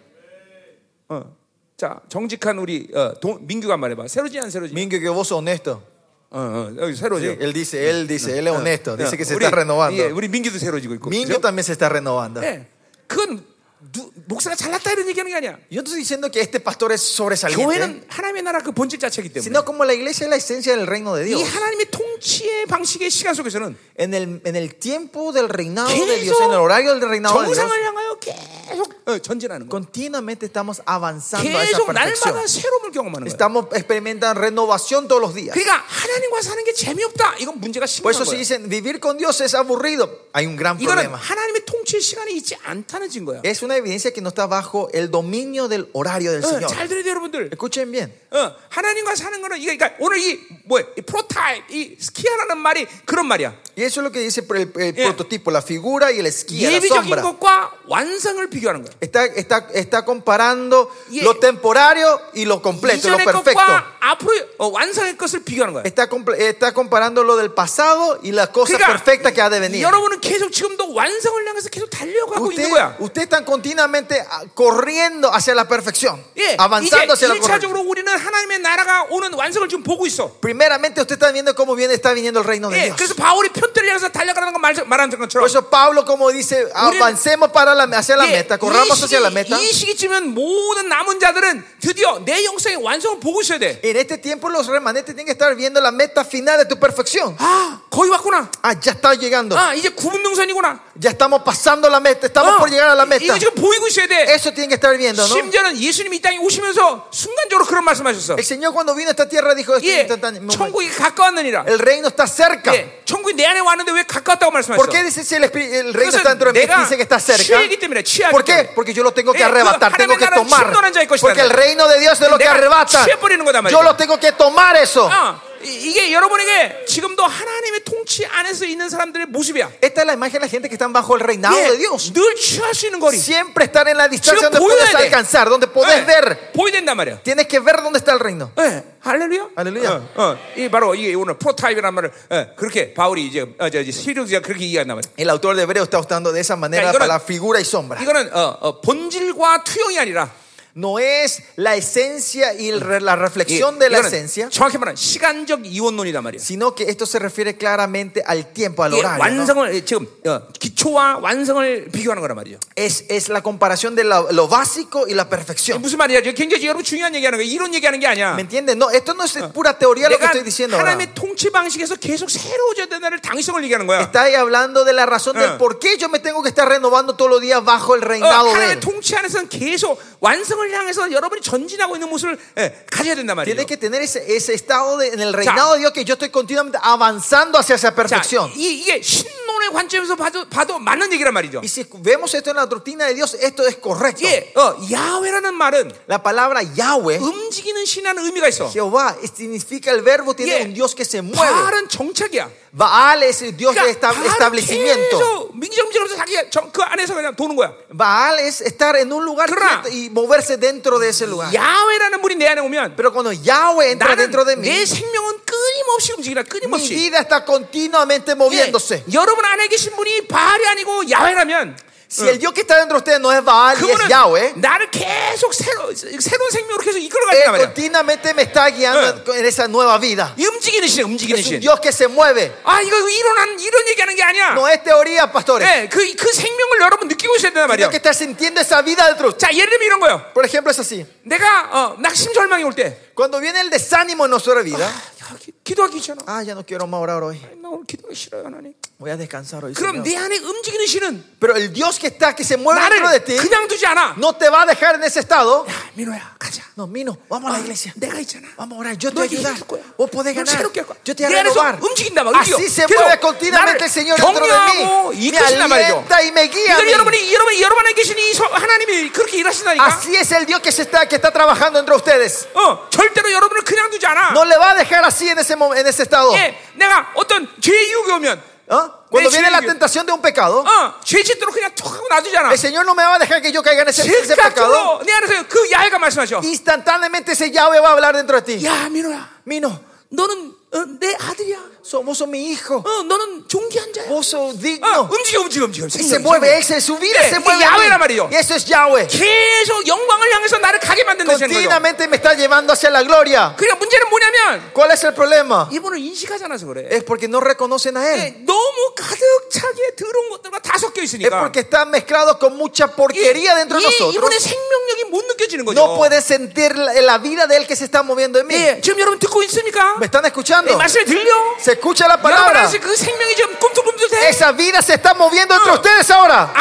[SPEAKER 1] 어. 자, 정직한 우리 어, 동, 민규가 말해봐. 새로지 안 새로지.
[SPEAKER 2] Mingo, que vos sos honesto.
[SPEAKER 1] 어, 어, 여기 새로죠.
[SPEAKER 2] Sí, él dice, él dice, él es
[SPEAKER 1] 네,
[SPEAKER 2] honesto, dice que se
[SPEAKER 1] 우리,
[SPEAKER 2] está renovando.
[SPEAKER 1] 예, 우리 민규도 새로지고 있고.
[SPEAKER 2] Mingo
[SPEAKER 1] 그죠?
[SPEAKER 2] Eh. también se está renovando.
[SPEAKER 1] 예, 그건 누- 목사가 잘났다 이런 얘기하는 게 아니야.
[SPEAKER 2] Yo no estoy diciendo que este pastor es sobresaliente, ¿eh?
[SPEAKER 1] 교회는 하나님의 나라 그 본질 자체이기 때문에
[SPEAKER 2] sino como la iglesia es la esencia del reino de
[SPEAKER 1] 이
[SPEAKER 2] Dios.
[SPEAKER 1] 하나님의 통치의 방식의 시간 속에서는
[SPEAKER 2] En el, en el tiempo del reinado de Dios, en el horario del
[SPEAKER 1] 계속
[SPEAKER 2] reinado de Dios,
[SPEAKER 1] 정상을 향하여 계속 어, 전진하는 거야.
[SPEAKER 2] continuamente estamos avanzando a esa
[SPEAKER 1] 계속
[SPEAKER 2] perfección.
[SPEAKER 1] 날마다 새로움을 경험하는 거야.
[SPEAKER 2] Estamos experimentando renovación todos los días.
[SPEAKER 1] 그러니까 하나님과 사는 게 재미없다. 이건 문제가 심한
[SPEAKER 2] Por eso si
[SPEAKER 1] 거야.
[SPEAKER 2] dicen vivir con Dios es aburrido, hay un gran
[SPEAKER 1] 이거는
[SPEAKER 2] problema.
[SPEAKER 1] 하나님의 통치의 시간이 있지 않다는 증거야.
[SPEAKER 2] Es una evidencia que no está bajo el dominio del horario del
[SPEAKER 1] 어,
[SPEAKER 2] Señor.
[SPEAKER 1] 잘 들으세요, 여러분들.
[SPEAKER 2] Escuchen bien.
[SPEAKER 1] 어, 하나님과 사는 거는 이게 그러니까 오늘 이뭐 프로타입 이 스키아라는 말이 그런 말이야.
[SPEAKER 2] Y eso es lo que dice por el, el
[SPEAKER 1] Yeah.
[SPEAKER 2] prototipo, la figura Eh, y el esquí, la
[SPEAKER 1] 예비적인
[SPEAKER 2] sombra.
[SPEAKER 1] 것과 완성을 비교하는 거야.
[SPEAKER 2] Está, está, está comparando
[SPEAKER 1] Yeah.
[SPEAKER 2] lo temporario y lo completo, lo
[SPEAKER 1] 이전의
[SPEAKER 2] perfecto.
[SPEAKER 1] 것과 앞으로 어, 완성의 것을 비교하는 거야.
[SPEAKER 2] Está, comple- está comparando lo del pasado y la cosa perfecta que ha de venir.
[SPEAKER 1] 그러니까 여러분은 계속 지금도 완성을 향해서 계속 달려가고
[SPEAKER 2] Usted,
[SPEAKER 1] 있는 거야.
[SPEAKER 2] usted está continuamente ah, corriendo hacia la perfección,
[SPEAKER 1] 예, 이제
[SPEAKER 2] avanzando hacia la perfección.
[SPEAKER 1] 일차적으로 우리는 하나님의 나라가 오는 완성을 지금 보고 있어.
[SPEAKER 2] Primeramente, usted está viendo cómo viene, está viniendo el reino de
[SPEAKER 1] 예,
[SPEAKER 2] Dios.
[SPEAKER 1] 그래서 바울이 편들을 향해서 달려가는 거 말, 말하는
[SPEAKER 2] Por
[SPEAKER 1] 것처럼.
[SPEAKER 2] eso Pablo, como dice, avancemos para la, hacia la
[SPEAKER 1] 예,
[SPEAKER 2] meta, corramos
[SPEAKER 1] 이,
[SPEAKER 2] hacia la meta.
[SPEAKER 1] 시기, 이 시기쯤은 모든 남은 자들은 드디어 내 영성의 완성을 보고 있어야 돼.
[SPEAKER 2] En este tiempo los remanentes tienen que estar viendo la meta final de tu perfección.
[SPEAKER 1] 아, 거의 왔구나.
[SPEAKER 2] Ah, Ah. ya está llegando.
[SPEAKER 1] 아, 이제 구분능선이구나. 어.
[SPEAKER 2] Ya estamos pasando la meta, estamos por llegar a la
[SPEAKER 1] 이거
[SPEAKER 2] meta.
[SPEAKER 1] 지금 보이고 있어야 돼.
[SPEAKER 2] Eso tienen que estar viendo, ¿no?
[SPEAKER 1] 심지어는 예수님이 이 땅에 오시면서 순간적으로 그런 말씀하셨어.
[SPEAKER 2] El Señor cuando vino a esta tierra dijo esto
[SPEAKER 1] 예,
[SPEAKER 2] instantáneamente.
[SPEAKER 1] 천국이 가까웠느니라.
[SPEAKER 2] El reino está cerca.
[SPEAKER 1] 예, 천국이 내 안에 왔는데 왜 가까웠다고
[SPEAKER 2] ¿Por
[SPEAKER 1] 말씀하셨어?
[SPEAKER 2] qué dice si el, espí- el reino está
[SPEAKER 1] 그것은
[SPEAKER 2] dentro de mí?
[SPEAKER 1] 내가
[SPEAKER 2] Dice que está cerca.
[SPEAKER 1] 취하기 때문에 취하기
[SPEAKER 2] ¿Por
[SPEAKER 1] 때문에
[SPEAKER 2] qué? Porque yo lo tengo que
[SPEAKER 1] 예,
[SPEAKER 2] arrebatar,
[SPEAKER 1] 그
[SPEAKER 2] tengo que
[SPEAKER 1] 하나님의 나라는
[SPEAKER 2] tomar.
[SPEAKER 1] 충돌한 자의 것이다.
[SPEAKER 2] Porque el reino de Dios es lo que
[SPEAKER 1] 내가
[SPEAKER 2] arrebata.
[SPEAKER 1] 취해버리는 거다 말이야.
[SPEAKER 2] Yo lo tengo que tomar eso.
[SPEAKER 1] 아, 이- 이게 여러분에게 지금도 하나님의 통치 안에서 있는 사람들의 모습이야.
[SPEAKER 2] Esta es la imagen de la gente que están bajo el reinado
[SPEAKER 1] 예,
[SPEAKER 2] de Dios.
[SPEAKER 1] 늘 취할 수 있는 거리.
[SPEAKER 2] Siempre estar en la distancia
[SPEAKER 1] 지금
[SPEAKER 2] donde
[SPEAKER 1] 보여야
[SPEAKER 2] puedes
[SPEAKER 1] 돼. 예,
[SPEAKER 2] alcanzar, donde puedes ver.
[SPEAKER 1] 보이 된단 말이야.
[SPEAKER 2] Tienes que ver dónde está el reino.
[SPEAKER 1] 예, 할렐루야.
[SPEAKER 2] 할렐루야.
[SPEAKER 1] 어, 어, 이 바로 이게 오늘 프로타입이라는 말을 예, 그렇게 바울이 이제 어, 저, 저, 시리즈가 그렇게 이해한단 말이야.
[SPEAKER 2] El autor de Hebreo está usando de esa manera
[SPEAKER 1] Ya, 이거는-
[SPEAKER 2] para la figura y sombra.
[SPEAKER 1] 이거는 어, 어, 본질과 투영이 아니라
[SPEAKER 2] No es la esencia y el re- la
[SPEAKER 1] 이-
[SPEAKER 2] reflexión de la
[SPEAKER 1] 이거는
[SPEAKER 2] esencia,
[SPEAKER 1] 정확히 말하면 시간적 이원론이단 말이야.
[SPEAKER 2] sino que esto se refiere claramente al tiempo, al
[SPEAKER 1] 이게
[SPEAKER 2] horario. ¿no?
[SPEAKER 1] 완성을 지금 어, 기초와 완성을 비교하는 거란 말이죠.
[SPEAKER 2] Es, es la comparación de la- lo básico y la perfección.
[SPEAKER 1] 무슨 말이야? 이거 굉장히 여러분 중요한 얘기하는 거야. 이론 얘기하는 게 아니야.
[SPEAKER 2] ¿Me entiendes? No, esto no es pura teoría lo que
[SPEAKER 1] 내가
[SPEAKER 2] estoy diciendo ahora.
[SPEAKER 1] 하나님의 통치 방식에서 계속 새로워져야 된다는 당위성을 얘기하는 거야.
[SPEAKER 2] Está ahí hablando de la razón
[SPEAKER 1] Eh.
[SPEAKER 2] del por qué yo me tengo que estar renovando todos los días bajo el
[SPEAKER 1] 어,
[SPEAKER 2] reinado de
[SPEAKER 1] 하나님의
[SPEAKER 2] él.
[SPEAKER 1] 통치 안에서는 계속 완성을 향해서 여러분이 전진하고 있는 모습을 예, 가져야 된단 말이에요.
[SPEAKER 2] Tiene que tener ese, ese estado de- en el reinado de Dios que yo estoy continuamente avanzando hacia esa
[SPEAKER 1] 자,
[SPEAKER 2] perfección.
[SPEAKER 1] 이, 이게 신론의 관점에서 봐도, 봐도 맞는 얘기란 말이죠.
[SPEAKER 2] Y si vemos esto en la doctrina de Dios, esto es correcto.
[SPEAKER 1] 예, 어, 야훼라는 말은
[SPEAKER 2] La palabra Yahweh,
[SPEAKER 1] 움직이는 신이라는 의미가 있어.
[SPEAKER 2] Jehová, significa el verbo, tiene
[SPEAKER 1] Yeah.
[SPEAKER 2] un Dios que se mueve.
[SPEAKER 1] 바알은 정착이야.
[SPEAKER 2] Baal es el Dios de
[SPEAKER 1] 그러니까
[SPEAKER 2] esta-
[SPEAKER 1] 바알은
[SPEAKER 2] establecimiento.
[SPEAKER 1] 계속 민정민정하면서 자기가 정- 그 안에서 그냥 도는 거야.
[SPEAKER 2] Baal es estar en un lugar
[SPEAKER 1] Claro.
[SPEAKER 2] quieto y moverse dentro de ese
[SPEAKER 1] 아.
[SPEAKER 2] lugar.
[SPEAKER 1] 야훼라는 분이 내 안에 오면
[SPEAKER 2] Pero cuando Yahweh entra dentro de
[SPEAKER 1] 나는
[SPEAKER 2] mí,
[SPEAKER 1] 내 생명은 끊임없이 움직이라
[SPEAKER 2] mi
[SPEAKER 1] 끊임없이.
[SPEAKER 2] vida está continuamente
[SPEAKER 1] 예,
[SPEAKER 2] moviéndose.
[SPEAKER 1] 여러분 안에 계신 분이 바알이 아니고 야훼라면
[SPEAKER 2] Si el Dios que está dentro de ustedes no es Baal y es
[SPEAKER 1] 그분은
[SPEAKER 2] Yahweh,
[SPEAKER 1] 나를 계속 새로, 새로운 생명으로 계속 이끌어간단
[SPEAKER 2] Él
[SPEAKER 1] 말이야.
[SPEAKER 2] continuamente me está guiando en esa nueva vida.
[SPEAKER 1] 이 움직이는 신, 움직이는
[SPEAKER 2] Es un
[SPEAKER 1] 신.
[SPEAKER 2] Dios que se mueve.
[SPEAKER 1] 아 이거 일어난 이런 얘기하는 게 아니야.
[SPEAKER 2] No es teoría, pastores.
[SPEAKER 1] 예, 그, 그 생명을 여러분 느끼고 있어야 된단 말이야.
[SPEAKER 2] Sino que está sintiendo esa vida dentro. de usted.
[SPEAKER 1] 자, 예를 들면 이런 거요.
[SPEAKER 2] Por ejemplo, es así.
[SPEAKER 1] 내가 어, 낙심 절망이 올 때,
[SPEAKER 2] Cuando viene el desánimo en nuestra vida,
[SPEAKER 1] 야, 기, 기도하기 귀찮아.
[SPEAKER 2] ah, ya no quiero más orar hoy.
[SPEAKER 1] 나 오늘 기도하기 싫어요, 하나님.
[SPEAKER 2] Voy a descansar hoy.
[SPEAKER 1] 그럼
[SPEAKER 2] Señor.
[SPEAKER 1] 내 안에 움직이는 신은
[SPEAKER 2] Pero el Dios que está, que se mueve dentro de
[SPEAKER 1] 나를
[SPEAKER 2] ti,
[SPEAKER 1] 그냥 두지 않아.
[SPEAKER 2] no te va a dejar en ese estado.
[SPEAKER 1] 야, 민호야, 가자.
[SPEAKER 2] No, Mino, vamos a la iglesia.
[SPEAKER 1] 내가 있잖아.
[SPEAKER 2] Vamos a orar. Yo te voy a
[SPEAKER 1] 너에게
[SPEAKER 2] ayudar.
[SPEAKER 1] 해줄 거야.
[SPEAKER 2] Vos podés
[SPEAKER 1] 널
[SPEAKER 2] ganar.
[SPEAKER 1] 새롭게 할 거야.
[SPEAKER 2] Yo te voy
[SPEAKER 1] 내
[SPEAKER 2] a
[SPEAKER 1] 안에서
[SPEAKER 2] renovar.
[SPEAKER 1] 움직인다 막
[SPEAKER 2] Así se mueve continuamente el Señor dentro de
[SPEAKER 1] 경려하고
[SPEAKER 2] mí. Me
[SPEAKER 1] 이끄신단 말이죠.
[SPEAKER 2] alienta y me guía. a
[SPEAKER 1] 이건
[SPEAKER 2] mí.
[SPEAKER 1] 여러분이 여러분 여러분 안에 계신 이 서- 하나님이 그렇게 일하신다니까.
[SPEAKER 2] Así es el Dios que, se está, que está trabajando entre ustedes.
[SPEAKER 1] 어, 절대로 여러분을 그냥 두지 않아.
[SPEAKER 2] No le va a dejar así en ese, mom- en ese estado.
[SPEAKER 1] 예, 내가 어떤 죄의 유혹이 오면
[SPEAKER 2] ¿Ah? Cuando
[SPEAKER 1] 내
[SPEAKER 2] viene la
[SPEAKER 1] 죄의 유혹.
[SPEAKER 2] tentación de un pecado,
[SPEAKER 1] 어, 죄 짓도록 그냥 툭 하고 놔두지 않아.
[SPEAKER 2] el Señor no me va a dejar que yo caiga en ese, ese pecado.
[SPEAKER 1] 즉각적으로 내 안에서 그 야훼가 말씀하셔.
[SPEAKER 2] Instantáneamente ese Yahweh va a hablar dentro de ti.
[SPEAKER 1] 야, 민호야.
[SPEAKER 2] Mino,
[SPEAKER 1] 너는 어, 내 아들이야.
[SPEAKER 2] so- vos sos mi hijo.
[SPEAKER 1] 어, 너는 종기한 자야.
[SPEAKER 2] Vos sos
[SPEAKER 1] 어,
[SPEAKER 2] digno.
[SPEAKER 1] 움직여, 움직여, 움직여.
[SPEAKER 2] Y
[SPEAKER 1] 생명,
[SPEAKER 2] se mueve,
[SPEAKER 1] 생명.
[SPEAKER 2] ese, su vida
[SPEAKER 1] Eh,
[SPEAKER 2] se
[SPEAKER 1] eh,
[SPEAKER 2] mueve.
[SPEAKER 1] Yahweh era
[SPEAKER 2] a mí.
[SPEAKER 1] amarillo.
[SPEAKER 2] Y eso es Yahweh.
[SPEAKER 1] 계속 영광을 향해서 나를 가게 만든다는 거죠.
[SPEAKER 2] Continuamente me está llevando hacia la gloria.
[SPEAKER 1] 그러니까 문제는 뭐냐면
[SPEAKER 2] ¿Cuál es el problema?
[SPEAKER 1] 이분을 인식하지 않아서 그래. 예, Eh,
[SPEAKER 2] Es porque no reconocen a Él.
[SPEAKER 1] 너무 가득 차게 더러운 것들과 다 섞여
[SPEAKER 2] Es
[SPEAKER 1] 있으니까
[SPEAKER 2] porque está mezclado con mucha
[SPEAKER 1] 예,
[SPEAKER 2] porquería dentro de
[SPEAKER 1] 이,
[SPEAKER 2] nosotros.
[SPEAKER 1] 이분의 생명력이 못 느껴지는 거죠.
[SPEAKER 2] No puedes sentir la, la vida de Él que se está moviendo en mí.
[SPEAKER 1] 예, 지금 여러분 듣고 있습니까?
[SPEAKER 2] ¿Me están
[SPEAKER 1] 이
[SPEAKER 2] escuchando?
[SPEAKER 1] 말씀이 네, 들려?
[SPEAKER 2] Se escucha la
[SPEAKER 1] 여러분
[SPEAKER 2] palabra.
[SPEAKER 1] 아직 그 생명이 지금 꿈틀꿈틀해.
[SPEAKER 2] Esa vida se está moviendo entre
[SPEAKER 1] Ah.
[SPEAKER 2] ustedes ahora.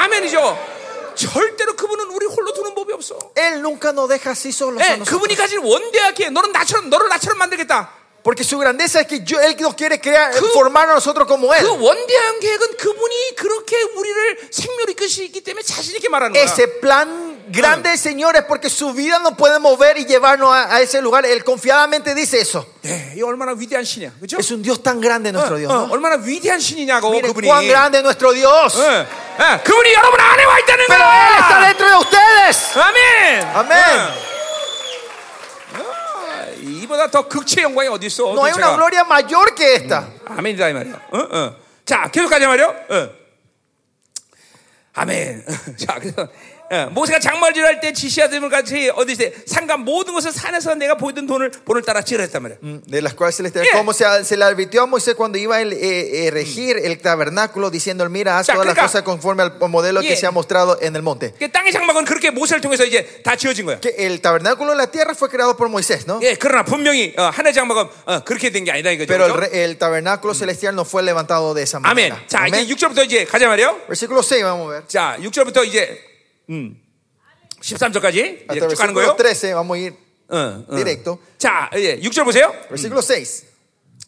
[SPEAKER 1] 아멘이죠. 절대로 그분은 우리 홀로 두는 법이 없어.
[SPEAKER 2] Él nunca nos deja así solos. a
[SPEAKER 1] 예,
[SPEAKER 2] nosotros.
[SPEAKER 1] 그분이 가진 원대하게 너는 나처럼 너를 나처럼 만들겠다.
[SPEAKER 2] Porque su grandeza es que yo- Él nos quiere crear,
[SPEAKER 1] Cu-
[SPEAKER 2] formar a nosotros como Él.
[SPEAKER 1] 그 원대한 계획은 그분이 그렇게 우리를 생명이 끝이 있기 때문에 자신 있게 말하는 거야.
[SPEAKER 2] Ese plan grande del Señor es porque su vida nos puede mover y llevarnos a, a ese lugar. Él confiadamente dice eso.
[SPEAKER 1] 네, 이 얼마나 위대한 신이야, 그렇죠?
[SPEAKER 2] Es un Dios tan grande nuestro Dios. ¿no?
[SPEAKER 1] 얼마나 위대한 신이냐고
[SPEAKER 2] Miren
[SPEAKER 1] 그분이.
[SPEAKER 2] cuán grande es nuestro Dios.
[SPEAKER 1] 예, 예, 그분이 여러분 안에 와 있다는
[SPEAKER 2] Pero Él está
[SPEAKER 1] 거야.
[SPEAKER 2] dentro de ustedes.
[SPEAKER 1] 아멘.
[SPEAKER 2] 아멘.
[SPEAKER 1] 예. 아, 이보다 더 극치의 영광이 어디 있어?
[SPEAKER 2] No hay
[SPEAKER 1] 도대체가.
[SPEAKER 2] una gloria mayor que esta.
[SPEAKER 1] 아멘이다 이 말이야. 어? 어. 자 계속 가자 말이요. 어. 아멘. <laughs> 자 그래서 어, 모세가 장말질 할때 지시하듯 같이 어디 때 상간 모든 것을 산에서 내가 보이던 돈을 본을 따라 지르했단 말이야.
[SPEAKER 2] Mm, de las cuales celestiales,
[SPEAKER 1] Bien.
[SPEAKER 2] como se, se le advirtió a Moisés cuando iba a el- eh, eh, regir el tabernáculo, diciendo, mira, haz
[SPEAKER 1] Ya,
[SPEAKER 2] todas las
[SPEAKER 1] 그러니까-
[SPEAKER 2] cosas conforme al modelo
[SPEAKER 1] Bien.
[SPEAKER 2] que se ha mostrado en el monte.
[SPEAKER 1] 그 땅의 장막은 그렇게 모세를 통해서 이제 다 지어진 거야.
[SPEAKER 2] Que el tabernáculo de la tierra fue creado por Moisés, ¿no?
[SPEAKER 1] 예, 그러나 분명히 어, 하나의 장막은 어, 그렇게 된 게 아니다 이거죠.
[SPEAKER 2] Pero el,
[SPEAKER 1] 그죠?
[SPEAKER 2] re- el tabernáculo celestial no fue levantado de esa manera.
[SPEAKER 1] 아멘. 자
[SPEAKER 2] Amén.
[SPEAKER 1] 이제 6절부터 이제 가자 말이요.
[SPEAKER 2] Versículo 6, vamos a ver.
[SPEAKER 1] 자 6절부터 이제 음, 13절까지
[SPEAKER 2] Hasta
[SPEAKER 1] 이제 쭉 가는 거예요.
[SPEAKER 2] versículo 13, vamos a ir
[SPEAKER 1] 어, 어.
[SPEAKER 2] directo.
[SPEAKER 1] 자 예, 6절 보세요.
[SPEAKER 2] Versículo 6.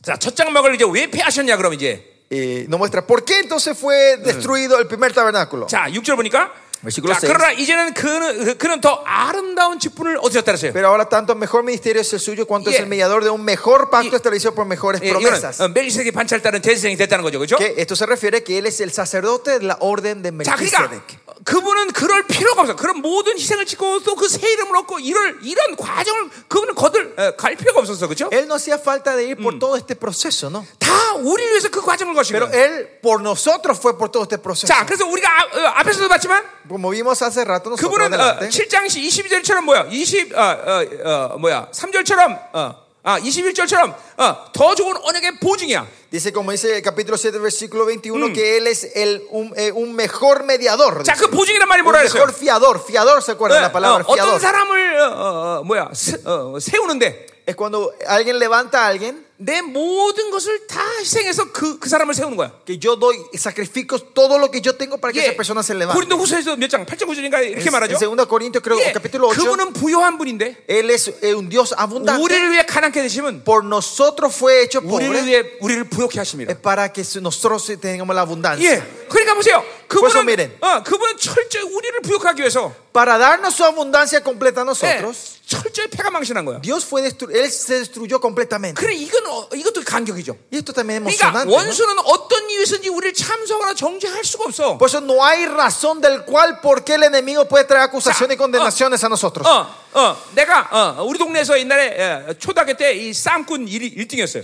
[SPEAKER 1] 자, 첫 장막을 이제 왜 폐하셨냐 그럼 이제.
[SPEAKER 2] eh, nos muestra por qué entonces fue destruido el primer tabernáculo.
[SPEAKER 1] 자, 6절 보니까
[SPEAKER 2] Versículo
[SPEAKER 1] 자,
[SPEAKER 2] seis.
[SPEAKER 1] 그러나 이제는 그는 그는 더 아름다운 직분을 얻으셨다 그랬어요.
[SPEAKER 2] Pero ahora tanto mejor ministerio es el suyo cuanto es
[SPEAKER 1] Yeah.
[SPEAKER 2] el mediador de un mejor pacto
[SPEAKER 1] Yeah.
[SPEAKER 2] establecido por mejores
[SPEAKER 1] 예,
[SPEAKER 2] promesas.
[SPEAKER 1] 이거는 어, 멜기세덱의 반차를 따른 대세생이 됐다는 거죠. 그렇죠?
[SPEAKER 2] Que esto se refiere que él es el sacerdote de la orden de
[SPEAKER 1] 자, 그러니까
[SPEAKER 2] Melquisedec.
[SPEAKER 1] 그분은 그럴 필요가 없어. 그런 모든 희생을 치고 또 그 새 이름을 얻고 이런 이런 과정을 그분은 거들 어, 갈 필요가 없었어. 그렇죠?
[SPEAKER 2] Él no hacía falta de ir por todo este proceso, ¿no?
[SPEAKER 1] 다 우리를 위해서 그 과정을 거신
[SPEAKER 2] Pero
[SPEAKER 1] 거예요.
[SPEAKER 2] él por nosotros fue por todo este proceso.
[SPEAKER 1] 자, 그래서 우리가 아- 어, 앞에서도 봤지만
[SPEAKER 2] Como vimos hace rato nosotros
[SPEAKER 1] 그분은 어,
[SPEAKER 2] adelante,
[SPEAKER 1] 7장 22절처럼 뭐야? 20 어, 어, 어, 뭐야? 3절처럼 어, 아 21절처럼 어, 더 좋은 언약의 보증이야.
[SPEAKER 2] dice como dice el capítulo 7 versículo 21 que él es el un, eh, un mejor mediador.
[SPEAKER 1] 자,
[SPEAKER 2] dice.
[SPEAKER 1] 그 보증이란 말이
[SPEAKER 2] un
[SPEAKER 1] 뭐라 그랬어요?
[SPEAKER 2] mejor fiador, fiador se acuerdan
[SPEAKER 1] Eh,
[SPEAKER 2] la palabra
[SPEAKER 1] 어, 떤
[SPEAKER 2] fiador.
[SPEAKER 1] 사람을 어, 어, 어, 뭐야? 세, 우는데
[SPEAKER 2] Es cuando alguien levanta a alguien
[SPEAKER 1] 내 모든 것을 다 희생해서 그, 그 사람을 세우는 거야. 예.
[SPEAKER 2] que yo doy sacrifico todo lo que yo tengo para que esa persona se levante.
[SPEAKER 1] 고린도 후서에서 몇 장? 8장 9절인가 이렇게 말하죠.
[SPEAKER 2] En 2 Corintios creo
[SPEAKER 1] 예,
[SPEAKER 2] capítulo 8
[SPEAKER 1] 그분은 부요한 분인데
[SPEAKER 2] él es eh, un Dios abundante.
[SPEAKER 1] 우리를 위해 가난케 되시면
[SPEAKER 2] por nosotros fue hecho
[SPEAKER 1] 우리를
[SPEAKER 2] pobre
[SPEAKER 1] 위해 우리를 부욕케 하십니다.
[SPEAKER 2] es para que nosotros tengamos la abundancia.
[SPEAKER 1] 예. 그러니까 보세요.
[SPEAKER 2] 벌써
[SPEAKER 1] 그분은
[SPEAKER 2] 미래.
[SPEAKER 1] 어, 그분은 철저히 우리를 부욕하기 위해서
[SPEAKER 2] Para darnos su abundancia completa
[SPEAKER 1] 예,
[SPEAKER 2] a nosotros,
[SPEAKER 1] 철저히 패가 망신한 거야.
[SPEAKER 2] Dios fue destru- él se destruyó completamente.
[SPEAKER 1] 그래 이건 어, 이것도 간격이죠.
[SPEAKER 2] Y esto también es
[SPEAKER 1] 그러니까
[SPEAKER 2] emocionante. ¿no?
[SPEAKER 1] 원수는 어떤 이유에서인지 우리를 참소하거나 정죄할 수가 없어.
[SPEAKER 2] Por eso no hay razón del cual por qué el enemigo puede traer acusaciones
[SPEAKER 1] O sea,
[SPEAKER 2] y condenaciones a nosotros.
[SPEAKER 1] 어, 어, 내가 어, 우리 동네에서 옛날에 에, 초등학교 때 이 쌈꾼 1, 등이었어요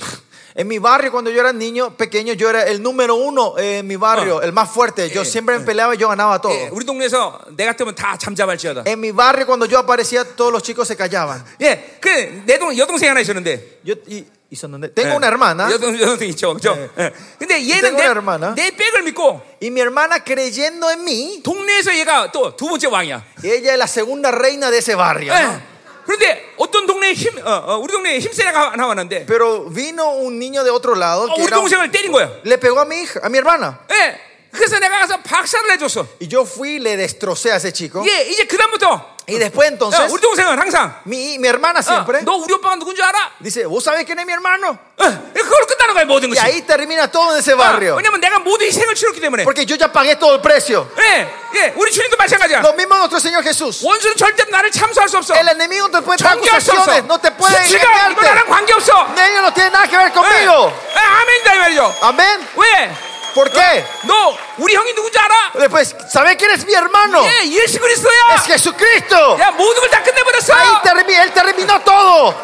[SPEAKER 2] En mi barrio, cuando yo era niño pequeño, yo era el número uno eh, en mi barrio, el más fuerte. Yo siempre me peleaba y yo ganaba todo.
[SPEAKER 1] 예, 우리 동네에서 내가 뜨면 다 잠잠할지어다.
[SPEAKER 2] En mi barrio, cuando yo aparecía, todos los chicos se callaban.
[SPEAKER 1] 예, 그내동 여동생 하나 있었는데.
[SPEAKER 2] Yo, y, y son donde- Tengo
[SPEAKER 1] 예,
[SPEAKER 2] una hermana.
[SPEAKER 1] 여동, 여동생 있죠, 그죠?
[SPEAKER 2] 네.
[SPEAKER 1] 예. 근데 얘는
[SPEAKER 2] 내가
[SPEAKER 1] 내,
[SPEAKER 2] una hermana.
[SPEAKER 1] 내 백을 믿고
[SPEAKER 2] Y mi hermana creyendo en mí,
[SPEAKER 1] 동네에서 얘가 또 두 번째 왕이야.
[SPEAKER 2] ella es la segunda reina de ese barrio. ¿no?
[SPEAKER 1] 예. 그런데 어떤 동네에 힘, 어, 어, 우리 동네에 힘센 애가 하나 왔는데
[SPEAKER 2] Pero vino un niño de otro lado
[SPEAKER 1] 어,
[SPEAKER 2] que
[SPEAKER 1] 우리
[SPEAKER 2] era un-
[SPEAKER 1] 동생을 때린 거야.
[SPEAKER 2] le pegó a mi hija, a mi hermana.
[SPEAKER 1] 예. 그래서 내가 가서 박살을 해줬어.
[SPEAKER 2] Y yo fui y le destrocé a ese chico.
[SPEAKER 1] 예, 이제 그다음부터
[SPEAKER 2] Y después
[SPEAKER 1] 어,
[SPEAKER 2] entonces,
[SPEAKER 1] 우리 동생은 항상
[SPEAKER 2] mi, mi hermana
[SPEAKER 1] 어,
[SPEAKER 2] siempre
[SPEAKER 1] 너 우리 오빠가 누군지 알아?
[SPEAKER 2] dice, ¿vos sabés quién es mi hermano?
[SPEAKER 1] 어, 그걸로 끝나는 거야 모든
[SPEAKER 2] Y
[SPEAKER 1] 것이.
[SPEAKER 2] ahí termina todo en ese
[SPEAKER 1] 아,
[SPEAKER 2] barrio.
[SPEAKER 1] 왜냐면 내가 모든 희생을 치렀기 때문에.
[SPEAKER 2] Porque yo ya pagué todo el precio.
[SPEAKER 1] 예, 예, 우리 주님도 마찬가지야.
[SPEAKER 2] Lo mismo nuestro Señor Jesús.
[SPEAKER 1] 원수는 절대 나를 참수할 수 없어.
[SPEAKER 2] El enemigo no te puede dar
[SPEAKER 1] 정죄할 수 없어.
[SPEAKER 2] acusaciones, no te puede
[SPEAKER 1] 수치가
[SPEAKER 2] engañarte.
[SPEAKER 1] 이거 나랑 관계 없어.
[SPEAKER 2] Ellos no tienen nada que ver
[SPEAKER 1] 예,
[SPEAKER 2] conmigo.
[SPEAKER 1] 예, 아멘이다 이 말이죠.
[SPEAKER 2] Amén.
[SPEAKER 1] 왜?
[SPEAKER 2] ¿Por qué?
[SPEAKER 1] 너 우리 형이 누군지 알아?
[SPEAKER 2] Después, ¿sabés quién es mi hermano?
[SPEAKER 1] 예, 예수 그리스도야.
[SPEAKER 2] Es Jesucristo.
[SPEAKER 1] 야, 모든 걸 다 끝내버렸어.
[SPEAKER 2] Ahí termi- él terminó todo.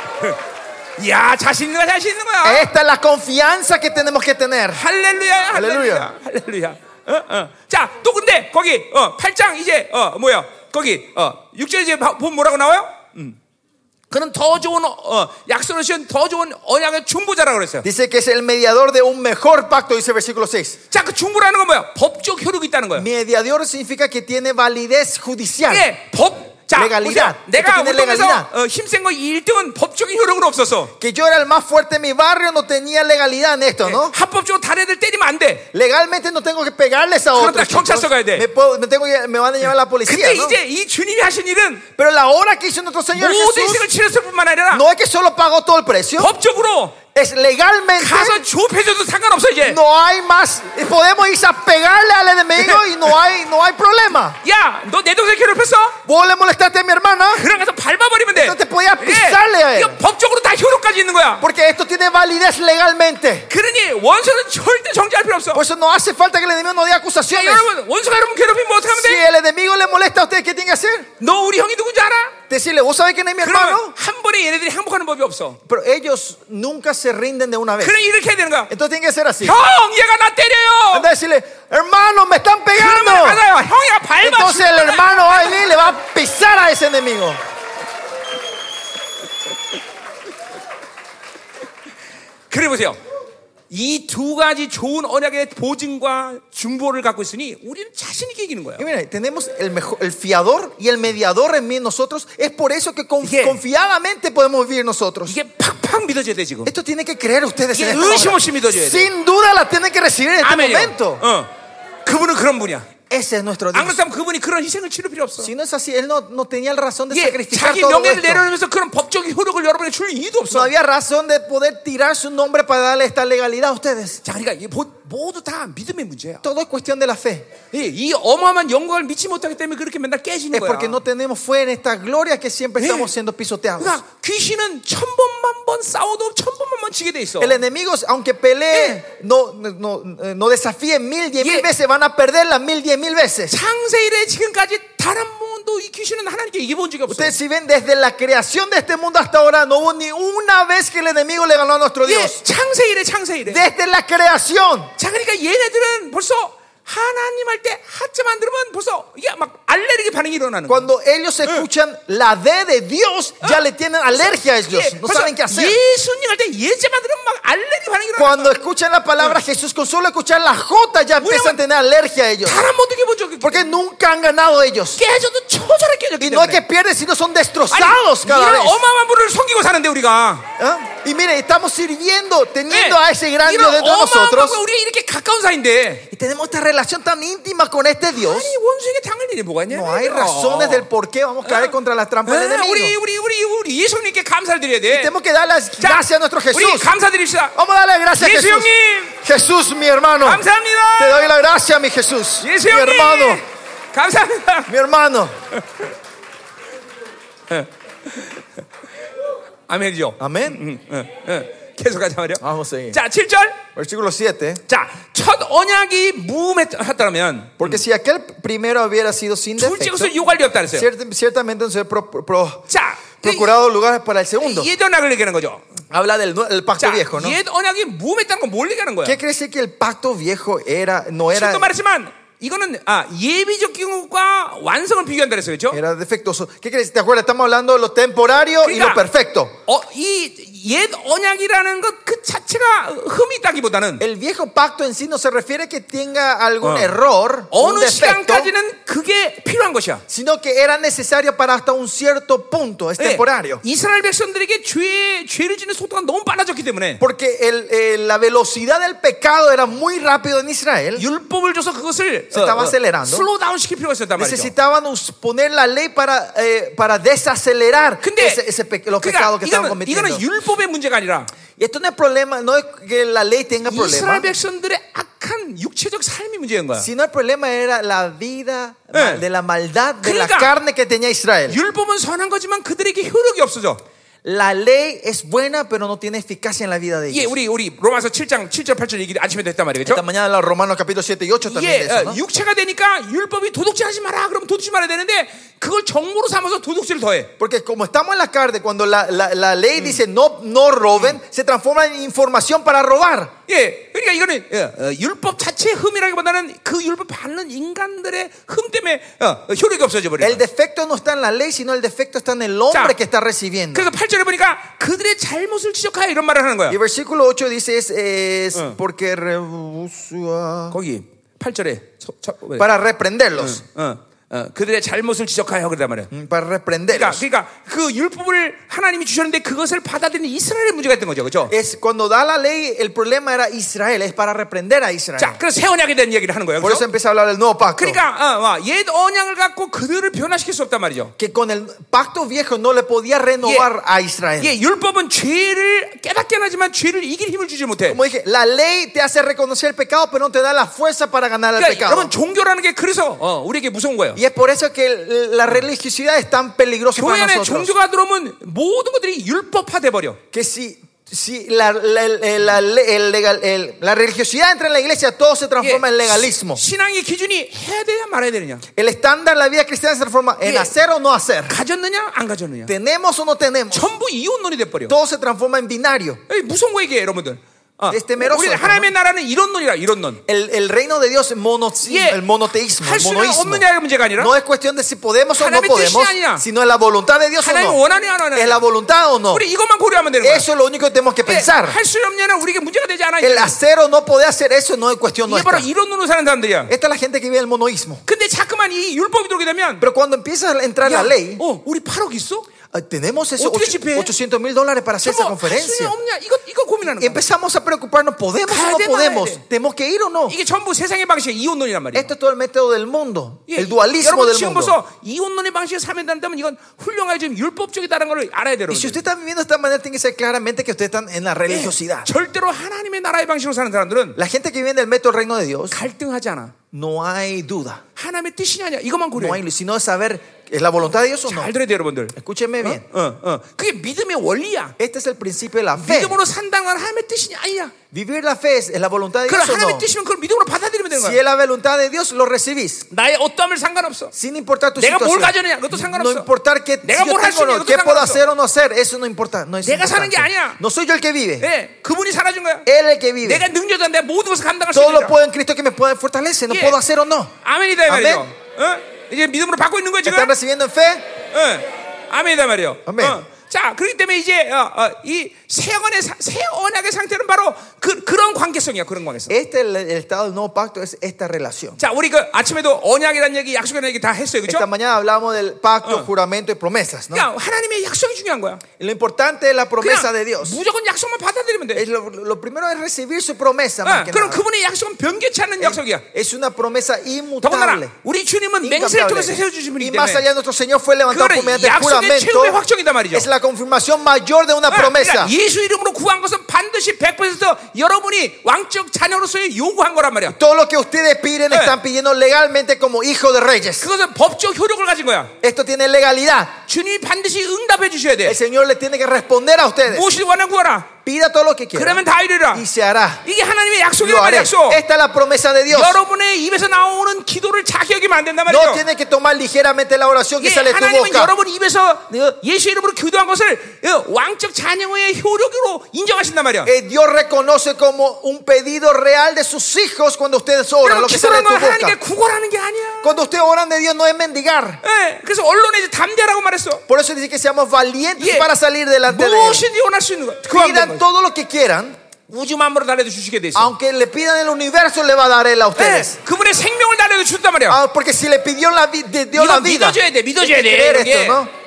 [SPEAKER 1] 야, 자신 있는 거야, 자신 있는 거야.
[SPEAKER 2] Esta es la confianza que tenemos que tener.
[SPEAKER 1] 할렐루야, 할렐루야,
[SPEAKER 2] 할렐루야.
[SPEAKER 1] 할렐루야. 어, 어. 자, 또 근데 거기 어, 8장 이제 어, 뭐야? 거기 어, 6절 이제 봐- 보면 뭐라고 나와요? 그는 더 좋은 어, 어, 약속을 주신 더 좋은 언약의 중보자라고 그랬어요.
[SPEAKER 2] Dice que es el mediador de un mejor pacto, dice el versículo 6.
[SPEAKER 1] 자, 그 중보라는 건 뭐야? 법적 효력이 있다는 거예요.
[SPEAKER 2] Mediador significa que tiene validez judicial.
[SPEAKER 1] 이게 예, 법 자,
[SPEAKER 2] 레갈리다.
[SPEAKER 1] 보세요. 내가
[SPEAKER 2] 어떻게 된
[SPEAKER 1] 운동에서
[SPEAKER 2] 레갈리다?
[SPEAKER 1] 어, 힘센 거 1등은 법적인 효력으로 없었어.
[SPEAKER 2] Que yo era el más fuerte en mi barrio, no tenía legalidad en esto, ¿no?
[SPEAKER 1] 예, 합법적으로 다른 애들 때리면 안 돼.
[SPEAKER 2] Legalmente no tengo que pegarles a
[SPEAKER 1] Pero
[SPEAKER 2] otros.
[SPEAKER 1] te- 경찰서
[SPEAKER 2] chicos.
[SPEAKER 1] 가야 돼.
[SPEAKER 2] Me, puedo- me tengo que- me van a llevar a la policía.
[SPEAKER 1] 근데
[SPEAKER 2] ¿no?
[SPEAKER 1] 이제 이 주님이 하신 일은
[SPEAKER 2] Pero la obra que hizo nuestro Señor
[SPEAKER 1] 모든
[SPEAKER 2] Jesús
[SPEAKER 1] 희생을 치렀을 뿐만 아니라
[SPEAKER 2] no es que solo pagó todo el precio,
[SPEAKER 1] 법적으로
[SPEAKER 2] es legalmente.
[SPEAKER 1] 가서 좁혀줘도 상관없어 이제.
[SPEAKER 2] No hay más. Podemos ir a pegarle al enemigo y no hay, no hay problema.
[SPEAKER 1] 야, 너 내 동생 괴롭혔어?
[SPEAKER 2] Vos le molestaste a mi hermana
[SPEAKER 1] 그냥 가서 밟아버리면 돼.
[SPEAKER 2] 그때 뭐야? 뭐- 빗살래요,
[SPEAKER 1] 예,
[SPEAKER 2] 예.
[SPEAKER 1] 이거 법적으로 다 효력까지 있는 거야.
[SPEAKER 2] porque esto tiene validez legalmente.
[SPEAKER 1] 그러니 원수는 절대 정지할 필요 없어.
[SPEAKER 2] Por eso no hace falta que el enemigo nos dé
[SPEAKER 1] 야,
[SPEAKER 2] acusaciones.
[SPEAKER 1] 여러분 원수가 여러분 괴롭히면 어떻게 하면
[SPEAKER 2] Si
[SPEAKER 1] 돼?
[SPEAKER 2] el enemigo le molesta a usted, ¿qué tiene que hacer?
[SPEAKER 1] 너 우리 형이 누군지 알아?
[SPEAKER 2] Decirle, vos sabés quién es mi
[SPEAKER 1] 그러면
[SPEAKER 2] hermano.
[SPEAKER 1] 한 번에 얘네들이 항복하는 법이 없어.
[SPEAKER 2] Pero ellos nunca se rinden de una vez.
[SPEAKER 1] 그래 이렇게 해야 되는 거야.
[SPEAKER 2] Entonces tiene que ser así.
[SPEAKER 1] 형, 얘가 나 때려요.
[SPEAKER 2] Anda a decirle, hermano, me están pegando.
[SPEAKER 1] 그러면 알아요. 형이가 밟아.
[SPEAKER 2] Entonces el
[SPEAKER 1] 죽는다.
[SPEAKER 2] hermano va a venir y le va a pisar a ese enemigo.
[SPEAKER 1] 그래 보세요. 이 두 가지 좋은 언약의 보증과 중보를 갖고 있으니 우리는 자신 있게 이기는 거예요.
[SPEAKER 2] Y mira, tenemos el, mejor, el fiador y el mediador en mí nosotros. Es por eso que con-
[SPEAKER 1] Yeah.
[SPEAKER 2] confiadamente podemos vivir nosotros.
[SPEAKER 1] 이게 팍팍 믿어져야 돼 지금.
[SPEAKER 2] Esto tiene que creer ustedes.
[SPEAKER 1] Yeah,
[SPEAKER 2] en esta hora.
[SPEAKER 1] 의심 없이 믿어줘야 돼.
[SPEAKER 2] Sin duda la tienen que recibir en este
[SPEAKER 1] 아멘이요.
[SPEAKER 2] momento.
[SPEAKER 1] 어. 그분은 그런 분이야.
[SPEAKER 2] Ese es nuestro
[SPEAKER 1] 안
[SPEAKER 2] Dios.
[SPEAKER 1] 그렇다면 그분이 그런 희생을 치를 필요 없어.
[SPEAKER 2] Si no es así, él no, no tenía la razón de
[SPEAKER 1] 예,
[SPEAKER 2] sacrificar
[SPEAKER 1] 자기
[SPEAKER 2] todo
[SPEAKER 1] 명예를
[SPEAKER 2] esto.
[SPEAKER 1] 내려놓으면서 그런 법적인 효력을 여러분에게 줄 이유도
[SPEAKER 2] No
[SPEAKER 1] 없어.
[SPEAKER 2] había razón de poder tirar su nombre para darle esta legalidad a ustedes.
[SPEAKER 1] 자, 그러니까 이게 모- 모두 다 믿음의 문제야.
[SPEAKER 2] Todo es cuestión de la fe.
[SPEAKER 1] 예, 이 어마어마한 영광을 믿지 못하기 때문에 그렇게 맨날 깨지는 거야.
[SPEAKER 2] Es porque no tenemos fe en esta gloria que siempre
[SPEAKER 1] Yeah.
[SPEAKER 2] estamos siendo pisoteados.
[SPEAKER 1] 그러니까 귀신은 천 번만 번 싸워도 천 번만 번 지게 돼 있어.
[SPEAKER 2] El enemigo, aunque pelee, no, no, no- no desafíe mil, diez
[SPEAKER 1] Yeah.
[SPEAKER 2] mil veces, van a perderla mil, diez mil veces.
[SPEAKER 1] 창세 일에 지금까지 단 한 번도 이 귀신은 하나님께 이겨본 적이 없어.
[SPEAKER 2] Ustedes si ven, desde la creación de este mundo hasta ahora, no hubo ni una vez que el enemigo le ganó a nuestro
[SPEAKER 1] 예,
[SPEAKER 2] Dios.
[SPEAKER 1] 창세 일에 창세 일에.
[SPEAKER 2] Desde la creación.
[SPEAKER 1] 자, 그러니까 얘네들은 벌써 하나님 할 때 하자 만들면 벌써 이게 막 알레르기 반응이 일어나는 거야.
[SPEAKER 2] Cuando ellos escuchan la D de Dios, ya le tienen alergia a ellos.
[SPEAKER 1] 예,
[SPEAKER 2] No
[SPEAKER 1] 벌써
[SPEAKER 2] saben qué hacer.
[SPEAKER 1] 예수님 할 때 예자 만들면 막 알레르기 반응이 일어나는
[SPEAKER 2] Cuando escuchan la palabra Jesús, con solo escuchar la J, ya empiezan a tener alergia a ellos.
[SPEAKER 1] 단한 번도 이겨본 적이 없어.
[SPEAKER 2] Porque nunca han ganado ellos.
[SPEAKER 1] 깨져도 처절하게 깨졌기
[SPEAKER 2] Y no es que
[SPEAKER 1] 때문에
[SPEAKER 2] pierden, sino son
[SPEAKER 1] 아니,
[SPEAKER 2] destrozados cada
[SPEAKER 1] 이런
[SPEAKER 2] vez.
[SPEAKER 1] 어마어마한 분을 섬기고 사는데 우리가
[SPEAKER 2] ¿Ah? Y mire, estamos sirviendo,
[SPEAKER 1] 예,
[SPEAKER 2] teniendo a ese gran Dios
[SPEAKER 1] 이런
[SPEAKER 2] dentro de
[SPEAKER 1] 어마어마한
[SPEAKER 2] nosotros.
[SPEAKER 1] 분 우리가 이렇게 가까운 사이인데
[SPEAKER 2] Y tenemos esta relación tan íntima con este Dios.
[SPEAKER 1] 아니 원수에게 당할 일이 뭐가 있냐
[SPEAKER 2] No hay razones del por qué vamos a caer contra las trampas del
[SPEAKER 1] 우리
[SPEAKER 2] enemigo.
[SPEAKER 1] 우리 우리 우리 예수님께 감사를 드려야 돼
[SPEAKER 2] Tenemos que dar las
[SPEAKER 1] 자,
[SPEAKER 2] gracias a nuestro
[SPEAKER 1] 우리
[SPEAKER 2] Jesús.
[SPEAKER 1] 감사드립시다
[SPEAKER 2] Vamos a darle gracias
[SPEAKER 1] 어,
[SPEAKER 2] a
[SPEAKER 1] 네, 예수 네,
[SPEAKER 2] Jesús.
[SPEAKER 1] 형님
[SPEAKER 2] Jesús, mi hermano. Te
[SPEAKER 1] 감사합니다
[SPEAKER 2] doy la gracia, mi Jesús. Mi
[SPEAKER 1] 예수 형님
[SPEAKER 2] hermano.
[SPEAKER 1] 감사합니다
[SPEAKER 2] Mi hermano.
[SPEAKER 1] 아멘이죠 아, 예.
[SPEAKER 2] Amén.
[SPEAKER 1] 응, 응, 응. 계속하자 말이야
[SPEAKER 2] Vamos a seguir.
[SPEAKER 1] 자 7절
[SPEAKER 2] Versículo 7.
[SPEAKER 1] 자첫 언약이 무음했다면
[SPEAKER 2] Porque si aquel primero hubiera sido sin
[SPEAKER 1] 둘째
[SPEAKER 2] defecto,
[SPEAKER 1] 것을 요구할 리 없다 그랬어요
[SPEAKER 2] ciert- ciertamente no se hubiera pro- pro-
[SPEAKER 1] 자
[SPEAKER 2] procurado lugares para el segundo.
[SPEAKER 1] 옛 언약을 얘기하는 거죠
[SPEAKER 2] Habla del nue- el pacto
[SPEAKER 1] 자,
[SPEAKER 2] viejo, ¿no?
[SPEAKER 1] 옛 언약이 무음했다는 건 뭘 얘기하는 거야
[SPEAKER 2] ¿Qué quiere decir que el pacto viejo era, no era,
[SPEAKER 1] 지금 말했지만 이거는 아, 예비적 경우과 완성을 비교한다 그랬어요 그렇죠?
[SPEAKER 2] era defectuoso? ¿Qué crees? ¿Te acuerdas? Estamos hablando de lo temporario y
[SPEAKER 1] Mira.
[SPEAKER 2] lo perfecto.
[SPEAKER 1] 어, 이옛 언약이라는 것 그 자체가 흠이 있다기보다는
[SPEAKER 2] El viejo pacto en sí no se refiere que tenga algún
[SPEAKER 1] Ah.
[SPEAKER 2] error, un
[SPEAKER 1] 어느
[SPEAKER 2] defecto,
[SPEAKER 1] 시간까지는 그게 필요한 것이야.
[SPEAKER 2] sino que era necesario para hasta un cierto punto, es
[SPEAKER 1] 예,
[SPEAKER 2] temporario.
[SPEAKER 1] 이스라엘 백성들에게 죄 죄를 짓는 속도가 너무 빨라졌기 때문에
[SPEAKER 2] Porque el- eh, la velocidad del pecado era muy rápido en Israel.
[SPEAKER 1] 율법을 줘서 그것을 어,
[SPEAKER 2] Se estaba acelerando.
[SPEAKER 1] 슬로우 다운 시킬 필요가 있었단 말이죠.
[SPEAKER 2] Necesitaban us- poner la ley para, eh, para desacelerar
[SPEAKER 1] 근데
[SPEAKER 2] ese- ese pe- los pecados
[SPEAKER 1] 그러니까
[SPEAKER 2] que estaban
[SPEAKER 1] 이거는,
[SPEAKER 2] cometiendo.
[SPEAKER 1] 이거는 율법의 문제가 아니라
[SPEAKER 2] Y esto no es problema, no es que la ley tenga problema,
[SPEAKER 1] 이스라엘 백성들의 악한 육체적 삶이 문제인 거야.
[SPEAKER 2] sino el problema era la vida
[SPEAKER 1] Eh.
[SPEAKER 2] de la maldad de la
[SPEAKER 1] 그러니까
[SPEAKER 2] carne que tenía Israel.
[SPEAKER 1] 율법은 선한 거지만 그들에게 효력이 없어져.
[SPEAKER 2] La ley es buena, pero no tiene eficacia en la vida de
[SPEAKER 1] 예,
[SPEAKER 2] ellos.
[SPEAKER 1] 우리 우리 로마서 7장 7절 8절 얘기 아침에도 했단 말이죠.
[SPEAKER 2] Esta mañana los romanos capítulo 7 y 8 también
[SPEAKER 1] 이게
[SPEAKER 2] de eso,
[SPEAKER 1] 어,
[SPEAKER 2] ¿no?
[SPEAKER 1] 육체가 되니까 율법이 도둑질 하지 마라. 그럼 도둑질 말아야 되는데 그걸 정보로 삼아서 도둑질 더해.
[SPEAKER 2] Porque como estamos en la
[SPEAKER 1] Mm.
[SPEAKER 2] carne, cuando la, la- la ley dice no, no roben, se transforma en información para robar.
[SPEAKER 1] 예, 그러니까 이거는 예, 어, 율법 자체의 흠이라기보다는 그 율법 받는 인간들의 흠 때문에 어, 어, 효력이 없어져 버려요.
[SPEAKER 2] El defecto no está en la ley, sino el defecto está en el hombre
[SPEAKER 1] 자,
[SPEAKER 2] que está recibiendo.
[SPEAKER 1] 그래서 8절에 보니까 그들의 잘못을 지적하여 이런 말을 하는 거야.
[SPEAKER 2] Y el versículo 8 dice es, es porque rehusó
[SPEAKER 1] 거기 8절에 저, 저, 왜?
[SPEAKER 2] para reprenderlos,
[SPEAKER 1] 어, 어, 그들의 잘못을 지적하여 그러단 말이야.
[SPEAKER 2] para
[SPEAKER 1] 그러니까,
[SPEAKER 2] reprenderlos.
[SPEAKER 1] 그러니까 그 율법을 하나님이 주셨는데 그것을 받아들이는 이스라엘의 문제가 있던 거죠, 그렇죠?
[SPEAKER 2] Es cuando da la ley, el problema era Israel, es para reprender a Israel.
[SPEAKER 1] 자, 그래서 새 언약에 대한 이야기를 하는 거예요.
[SPEAKER 2] Por eso
[SPEAKER 1] 그렇죠?
[SPEAKER 2] empieza a hablar del nuevo pacto.
[SPEAKER 1] 그러니까 어, 어, 옛 언약을 갖고 그들을 변화시킬 수 없단 말이죠.
[SPEAKER 2] Que con el pacto viejo no le podía renovar a Israel.
[SPEAKER 1] 예, 율법은 죄를 깨닫게 하지만 죄를 이길 힘을 주지 못해.
[SPEAKER 2] Como dije, la ley te hace reconocer el pecado, pero no te da la fuerza para ganar el
[SPEAKER 1] 그러니까
[SPEAKER 2] pecado.
[SPEAKER 1] 여러분 종교라는 게 그래서 어, 우리에게 무서운 거예요.
[SPEAKER 2] Y es por eso que el- la religiosidad es tan peligrosa
[SPEAKER 1] 교회
[SPEAKER 2] para
[SPEAKER 1] 안에
[SPEAKER 2] nosotros.
[SPEAKER 1] 종교가 들어오면 모든 것들이 율법화돼 버려.
[SPEAKER 2] Que si, si la, la- el- la- el legal- el- la religiosidad entra en la iglesia, todo se transforma en legalismo.
[SPEAKER 1] 신앙의 기준이 해야 되냐 말아야 되느냐,
[SPEAKER 2] El estándar de la vida cristiana se transforma en
[SPEAKER 1] Yeah.
[SPEAKER 2] hacer o no hacer.
[SPEAKER 1] 가졌느냐 안 가졌느냐.
[SPEAKER 2] ¿Tenemos o no tenemos?
[SPEAKER 1] 전부 이혼론이 돼 버려.
[SPEAKER 2] Todo se transforma en binario.
[SPEAKER 1] 에이, 무서운 거 얘기해 여러분들. 어,
[SPEAKER 2] Este meroso,
[SPEAKER 1] 우리 하나님의 나라는 이런 논이라 이런 논.
[SPEAKER 2] El, el reino de Dios es monoteísmo.
[SPEAKER 1] Yeah.
[SPEAKER 2] El monoteísmo,
[SPEAKER 1] 할
[SPEAKER 2] el
[SPEAKER 1] 수는
[SPEAKER 2] monoísmo.
[SPEAKER 1] 없느냐의 문제가 아니라
[SPEAKER 2] No es cuestión de si podemos o no
[SPEAKER 1] 하나님의 뜻이
[SPEAKER 2] podemos,
[SPEAKER 1] 아니라
[SPEAKER 2] sino es la voluntad de Dios o
[SPEAKER 1] 하나님
[SPEAKER 2] no. Eh,
[SPEAKER 1] 원하냐 안 하냐.
[SPEAKER 2] ¿Es la voluntad o no?
[SPEAKER 1] 우리 이것만 고려하면 되는 거야.
[SPEAKER 2] Eso es lo único que tenemos que pensar.
[SPEAKER 1] 할수 없냐는 우리에게 문제가 되지 않아.
[SPEAKER 2] El
[SPEAKER 1] 이게
[SPEAKER 2] hacer o no poder hacer eso no es cuestión
[SPEAKER 1] 바로
[SPEAKER 2] nuestra.
[SPEAKER 1] 이런 논으로 사는 사람들이야.
[SPEAKER 2] Esta es la gente que vive el monoísmo.
[SPEAKER 1] 근데 자꾸만 이 율법이 들어오게 되면
[SPEAKER 2] Pero cuando empieza a entrar
[SPEAKER 1] 야,
[SPEAKER 2] la ley,
[SPEAKER 1] 어, 우리 8억 있어?
[SPEAKER 2] ah, tenemos esos
[SPEAKER 1] 어떻게 집회해?
[SPEAKER 2] 800 mil dólares para hacer esa
[SPEAKER 1] 저거 할 수냐
[SPEAKER 2] conferencia.
[SPEAKER 1] 없냐? 이거 이거 고민하는 거야.
[SPEAKER 2] Y empezamos a preocuparnos, ¿podemos o
[SPEAKER 1] 가야
[SPEAKER 2] no
[SPEAKER 1] 돼,
[SPEAKER 2] podemos?
[SPEAKER 1] 말아야 돼.
[SPEAKER 2] ¿Tenemos que ir o no?
[SPEAKER 1] 이게 전부 세상의 방식의 이혼론이란 말이야.
[SPEAKER 2] Esto es todo el método del mundo,
[SPEAKER 1] 예,
[SPEAKER 2] el dualismo
[SPEAKER 1] 여러분
[SPEAKER 2] del
[SPEAKER 1] 지금
[SPEAKER 2] mundo.
[SPEAKER 1] 벌써 이혼론의 방식을 사면다면 이건 훌륭하게 지금 율법적이다는 걸 알아야 돼요.
[SPEAKER 2] Y si usted está viviendo de esta manera, tiene que ser claramente que ustedes están en la religiosidad.
[SPEAKER 1] 예. 절대로 하나님의 나라의 방식으로 사는 사람들은
[SPEAKER 2] La gente que vive en el método del reino de Dios,
[SPEAKER 1] 갈등하지 않아.
[SPEAKER 2] no hay duda.
[SPEAKER 1] 하나님의 뜻이냐 아니야. 이것만
[SPEAKER 2] No
[SPEAKER 1] 고려해.
[SPEAKER 2] hay, sino de saber, ¿es la voluntad de Dios o no?
[SPEAKER 1] 잘 들어야 돼요, 여러분들.
[SPEAKER 2] Escúchenme bien.
[SPEAKER 1] 어, 어. 그게 믿음의 원리야.
[SPEAKER 2] Este es el principio de la fe.
[SPEAKER 1] 믿음으로 산다는 건 하나님의 뜻이냐 아니냐.
[SPEAKER 2] Vivir la fe es, es la voluntad de
[SPEAKER 1] 그걸
[SPEAKER 2] Dios o
[SPEAKER 1] 하나님의
[SPEAKER 2] no.
[SPEAKER 1] 뜻이면 그걸 믿음으로 받아들이면 되는
[SPEAKER 2] Si
[SPEAKER 1] 거야.
[SPEAKER 2] es la voluntad de Dios, lo recibís.
[SPEAKER 1] 나의 어떠함을 상관없어.
[SPEAKER 2] Sin importar tu
[SPEAKER 1] 내가 뭘
[SPEAKER 2] situación.
[SPEAKER 1] 가져느냐, 그것도
[SPEAKER 2] No
[SPEAKER 1] 상관없어.
[SPEAKER 2] importar qué, si
[SPEAKER 1] 내가
[SPEAKER 2] yo
[SPEAKER 1] 뭘할
[SPEAKER 2] tengo o
[SPEAKER 1] 수 있냐,
[SPEAKER 2] no, qué
[SPEAKER 1] 그것도
[SPEAKER 2] puedo
[SPEAKER 1] 상관없어.
[SPEAKER 2] hacer o no hacer, eso no importa. No, es
[SPEAKER 1] 내가 사는 게
[SPEAKER 2] importante.
[SPEAKER 1] 아니야.
[SPEAKER 2] no soy yo el que vive,
[SPEAKER 1] 예, 그분이 살아준 거야.
[SPEAKER 2] Él Eh, el que vive.
[SPEAKER 1] 내가 능력자 내가 모든 것을 감당할 수
[SPEAKER 2] Todo
[SPEAKER 1] 있는
[SPEAKER 2] lo
[SPEAKER 1] 자.
[SPEAKER 2] puedo en Cristo que me puede fortalecer. No
[SPEAKER 1] Yeah.
[SPEAKER 2] puedo hacer o no.
[SPEAKER 1] 아멘이다 이
[SPEAKER 2] 아멘.
[SPEAKER 1] 말이죠. 어? 이제 믿음으로 받고 있는 거야 지금.
[SPEAKER 2] ¿Están recibiendo en fe?
[SPEAKER 1] 어. 아멘이다 말이요.
[SPEAKER 2] 아멘.
[SPEAKER 1] 어. 자, 그렇기 때문에 이제 어, 어, 이 세언의 사- 새 언약의 상태는 바로 그, 그런 관계성이야. 그런 관계성.
[SPEAKER 2] Este el, el estado del nuevo pacto es esta relación.
[SPEAKER 1] 자, 우리 그 아침에도 언약이라는 얘기, 약속이라는 얘기 다 했어요. 그렇죠?
[SPEAKER 2] Esta mañana hablamos del pacto, juramento y promesas. ¿no?
[SPEAKER 1] 그러니까 하나님의 약속이 중요한 거야.
[SPEAKER 2] Lo importante es la promesa de
[SPEAKER 1] 그냥
[SPEAKER 2] Dios.
[SPEAKER 1] 무조건 약속만 받아들이면 돼.
[SPEAKER 2] Es lo, lo primero es recibir su promesa.
[SPEAKER 1] 어,
[SPEAKER 2] más que
[SPEAKER 1] 그럼
[SPEAKER 2] nada.
[SPEAKER 1] 그분의 약속은 변개치 않는 약속이야.
[SPEAKER 2] Es una promesa inmutable.
[SPEAKER 1] 더군다나 우리 주님은 맹세를 통해서 세워주신
[SPEAKER 2] Incambiable.
[SPEAKER 1] 분이기
[SPEAKER 2] Y más
[SPEAKER 1] 때문에
[SPEAKER 2] allá, nuestro Señor fue levantado
[SPEAKER 1] 그거는
[SPEAKER 2] por mediante
[SPEAKER 1] 약속의 최후의 확정이다 말이죠.
[SPEAKER 2] juramento. Es la confirmación mayor de una
[SPEAKER 1] 아,
[SPEAKER 2] promesa.
[SPEAKER 1] 그러니까 예수 이름으로 구한 것은 반드시 100% 여러분이 왕적 자녀로서의 요구한 거란 말이야.
[SPEAKER 2] Todo lo que ustedes piden
[SPEAKER 1] Eh.
[SPEAKER 2] están pidiendo legalmente como hijo de reyes.
[SPEAKER 1] 그것은 법적 효력을 가진 거야.
[SPEAKER 2] Esto tiene legalidad.
[SPEAKER 1] 주님이 반드시 응답해 주셔야 돼.
[SPEAKER 2] El Señor les tiene que responder a ustedes.
[SPEAKER 1] 무엇이 원한 구하라.
[SPEAKER 2] Pida todo lo que
[SPEAKER 1] 그러면
[SPEAKER 2] quiera
[SPEAKER 1] 다 예. 이르리라.
[SPEAKER 2] y se hará.
[SPEAKER 1] 이게 하나님의
[SPEAKER 2] Lo
[SPEAKER 1] 약속이란 말이야.
[SPEAKER 2] haré.
[SPEAKER 1] 약속.
[SPEAKER 2] Esta es la promesa de Dios.
[SPEAKER 1] 여러분의 입에서 나오는 기도를 자격이면 안 된단
[SPEAKER 2] No
[SPEAKER 1] 말이죠.
[SPEAKER 2] tiene que tomar ligeramente la oración
[SPEAKER 1] 예,
[SPEAKER 2] que sale de tu
[SPEAKER 1] 하나님은
[SPEAKER 2] boca.
[SPEAKER 1] 여러분 입에서 그 예수 이름으로 기도한 것을 어, 왕적 자녀의 효력으로 인정하신단 말이야.
[SPEAKER 2] Eh, Dios reconoce como un pedido real de sus hijos cuando ustedes oran,
[SPEAKER 1] 그럼
[SPEAKER 2] lo que sale de
[SPEAKER 1] 기도라는
[SPEAKER 2] tu
[SPEAKER 1] 건 하나님께
[SPEAKER 2] boca.
[SPEAKER 1] 구걸하는 게 아니야.
[SPEAKER 2] Cuando ustedes oran de Dios no es mendigar.
[SPEAKER 1] 예, 그래서 언론에 이제 담대라고 말했어.
[SPEAKER 2] Por eso dice que seamos valientes
[SPEAKER 1] Yeah.
[SPEAKER 2] para salir delante de Él.
[SPEAKER 1] 무엇이든지 원할 수 있는 거. 그
[SPEAKER 2] Pidan
[SPEAKER 1] 왕
[SPEAKER 2] todo lo que quieran,
[SPEAKER 1] 우주 만물을 달래도 주시게 돼 있어.
[SPEAKER 2] aunque le pidan el universo, le va a dar Él a
[SPEAKER 1] 예,
[SPEAKER 2] ustedes.
[SPEAKER 1] 그분의 생명을 달래도 주단 말이야.
[SPEAKER 2] Ah, porque si le pidió la vi- de Dios la
[SPEAKER 1] 이거
[SPEAKER 2] vida,
[SPEAKER 1] 믿어줘야 돼, 믿어줘야
[SPEAKER 2] hay que creer
[SPEAKER 1] 돼. 이게
[SPEAKER 2] esto, ¿no?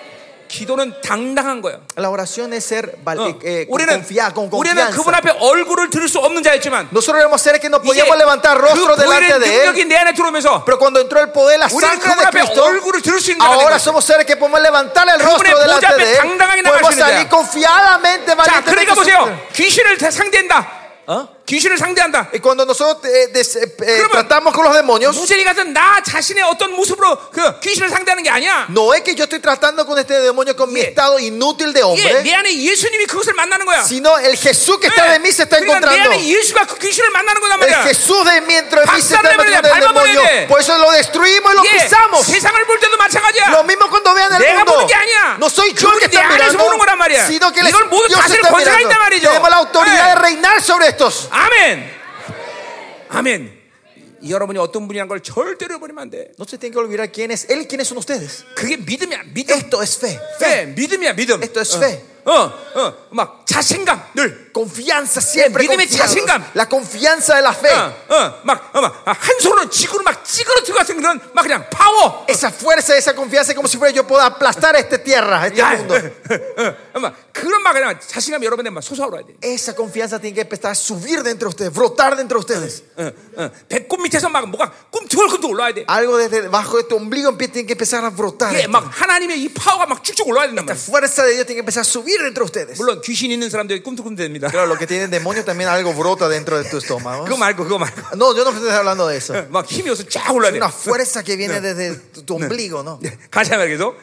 [SPEAKER 1] 기도는 당당한 거야.
[SPEAKER 2] La oración es ser val-
[SPEAKER 1] 어,
[SPEAKER 2] eh, eh, con,
[SPEAKER 1] 우리는
[SPEAKER 2] confia- con
[SPEAKER 1] 우리는 뭐
[SPEAKER 2] confianza.
[SPEAKER 1] 그분 앞에 얼굴을 들을 수 없는 자였지만
[SPEAKER 2] Nosotros éramos seres que no
[SPEAKER 1] 이제
[SPEAKER 2] podíamos levantar rostro
[SPEAKER 1] 그 보일의
[SPEAKER 2] delante de
[SPEAKER 1] 능력이
[SPEAKER 2] Él.
[SPEAKER 1] 내 안에 들어오면서
[SPEAKER 2] Pero cuando entró el poder, la
[SPEAKER 1] 우리는
[SPEAKER 2] sangre
[SPEAKER 1] 그분 앞에
[SPEAKER 2] de
[SPEAKER 1] 아,
[SPEAKER 2] Cristo,
[SPEAKER 1] 얼굴을 들을 수 있는 자가 된
[SPEAKER 2] ahora
[SPEAKER 1] 거야.
[SPEAKER 2] somos seres que podemos levantar el
[SPEAKER 1] 그분의
[SPEAKER 2] rostro
[SPEAKER 1] 보좌
[SPEAKER 2] delante
[SPEAKER 1] 앞에
[SPEAKER 2] de Él.
[SPEAKER 1] 당당하게 나갈
[SPEAKER 2] Podemos
[SPEAKER 1] 수 있는
[SPEAKER 2] salir
[SPEAKER 1] 자야.
[SPEAKER 2] confiadamente,
[SPEAKER 1] 자,
[SPEAKER 2] valientemente
[SPEAKER 1] 그러니까 보세요.
[SPEAKER 2] nosotros.
[SPEAKER 1] 귀신을 다- 상대한다.
[SPEAKER 2] 어?
[SPEAKER 1] 귀신을 상대한다.
[SPEAKER 2] Y cuando nosotros eh, des- eh, eh,
[SPEAKER 1] 그러면-
[SPEAKER 2] tratamos con los demonios,
[SPEAKER 1] 무죄리 같은 나 자신의 어떤 모습으로 그 귀신을 상대하는 게 아니야.
[SPEAKER 2] no es que yo estoy tratando con este demonio con mi
[SPEAKER 1] Yeah.
[SPEAKER 2] estado inútil de
[SPEAKER 1] 예,
[SPEAKER 2] hombre,
[SPEAKER 1] 내 안에 예수님이 그것을 만나는 거야.
[SPEAKER 2] sino el Jesús que está de mí se está
[SPEAKER 1] 예. 그러니까 내
[SPEAKER 2] encontrando.
[SPEAKER 1] 안에 예수가 그 귀신을 만나는 거단
[SPEAKER 2] El
[SPEAKER 1] 말이야.
[SPEAKER 2] Jesús de mí dentro de mí se está
[SPEAKER 1] 박살내버려야 돼,
[SPEAKER 2] metiendo el
[SPEAKER 1] 밟아버려야
[SPEAKER 2] demonio.
[SPEAKER 1] 돼.
[SPEAKER 2] Por eso lo destruimos y lo
[SPEAKER 1] 예,
[SPEAKER 2] pisamos.
[SPEAKER 1] 세상을 볼 때도 마찬가지야.
[SPEAKER 2] Lo mismo cuando vean el
[SPEAKER 1] 내가
[SPEAKER 2] mundo.
[SPEAKER 1] 보는 게 아니야.
[SPEAKER 2] No soy yo el que
[SPEAKER 1] 내
[SPEAKER 2] está
[SPEAKER 1] 안에서
[SPEAKER 2] mirando,
[SPEAKER 1] 보는 거란 말이야.
[SPEAKER 2] sino que Él es-
[SPEAKER 1] 이걸 모두
[SPEAKER 2] Dios
[SPEAKER 1] 다스릴
[SPEAKER 2] está
[SPEAKER 1] 권세가
[SPEAKER 2] mirando.
[SPEAKER 1] 있단 말이죠.
[SPEAKER 2] Tenemos la autoridad de reinar sobre estos.
[SPEAKER 1] 네. 아멘. 아멘. 이 여러분이 어떤 분이란 걸 절대로 버리면 안 돼.
[SPEAKER 2] No se tienen que olvidar quién es Él y quiénes son ustedes.
[SPEAKER 1] 그게 믿음이야. 믿음.
[SPEAKER 2] Esto es fe.
[SPEAKER 1] 네, 믿음이야. 믿음.
[SPEAKER 2] Esto es fe.
[SPEAKER 1] 어, 어, 막 자신감 늘.
[SPEAKER 2] Confianza siempre.
[SPEAKER 1] 믿음의
[SPEAKER 2] confiados.
[SPEAKER 1] 자신감.
[SPEAKER 2] La confianza de la fe.
[SPEAKER 1] 어, 어, 막, 어, 막, 아, 한 손으로 지구를 막 찌그러뜨려 같은 그런 막 그냥 파워.
[SPEAKER 2] Esa fuerza, esa confianza, es como si fuera yo pueda aplastar esta tierra, este
[SPEAKER 1] 야,
[SPEAKER 2] mundo.
[SPEAKER 1] 어, 어, 막 그런 막 그냥 자신감 여러분들 막 솟아오르야 돼.
[SPEAKER 2] Esa confianza tiene que empezar a subir dentro de ustedes, brotar dentro de ustedes.
[SPEAKER 1] 어, 어, 배꼽 밑에서 막 뭐가 꿈틀꿈틀 올라와야 돼.
[SPEAKER 2] Algo desde debajo de tu ombligo empieza- tiene que empezar a brotar.
[SPEAKER 1] 이게 예, 막 하나님의 이 파워가 막 쭉쭉 올라와야 된단
[SPEAKER 2] La
[SPEAKER 1] 말이야.
[SPEAKER 2] fuerza de Dios tiene que empezar a subir dentro de ustedes.
[SPEAKER 1] 물론 귀신 있는 사람들이 꿈틀꿈틀 됩니다.
[SPEAKER 2] Claro, los que tienen demonios también algo brota dentro de tu estómago.
[SPEAKER 1] 그거 말고 그거 말고 <laughs>
[SPEAKER 2] No, yo no estoy hablando de eso.
[SPEAKER 1] 어, 막 힘이 없어 쫙 올라야 돼.
[SPEAKER 2] Una fuerza que viene desde tu, tu ombligo, ¿no?
[SPEAKER 1] 네, 가자 말이죠.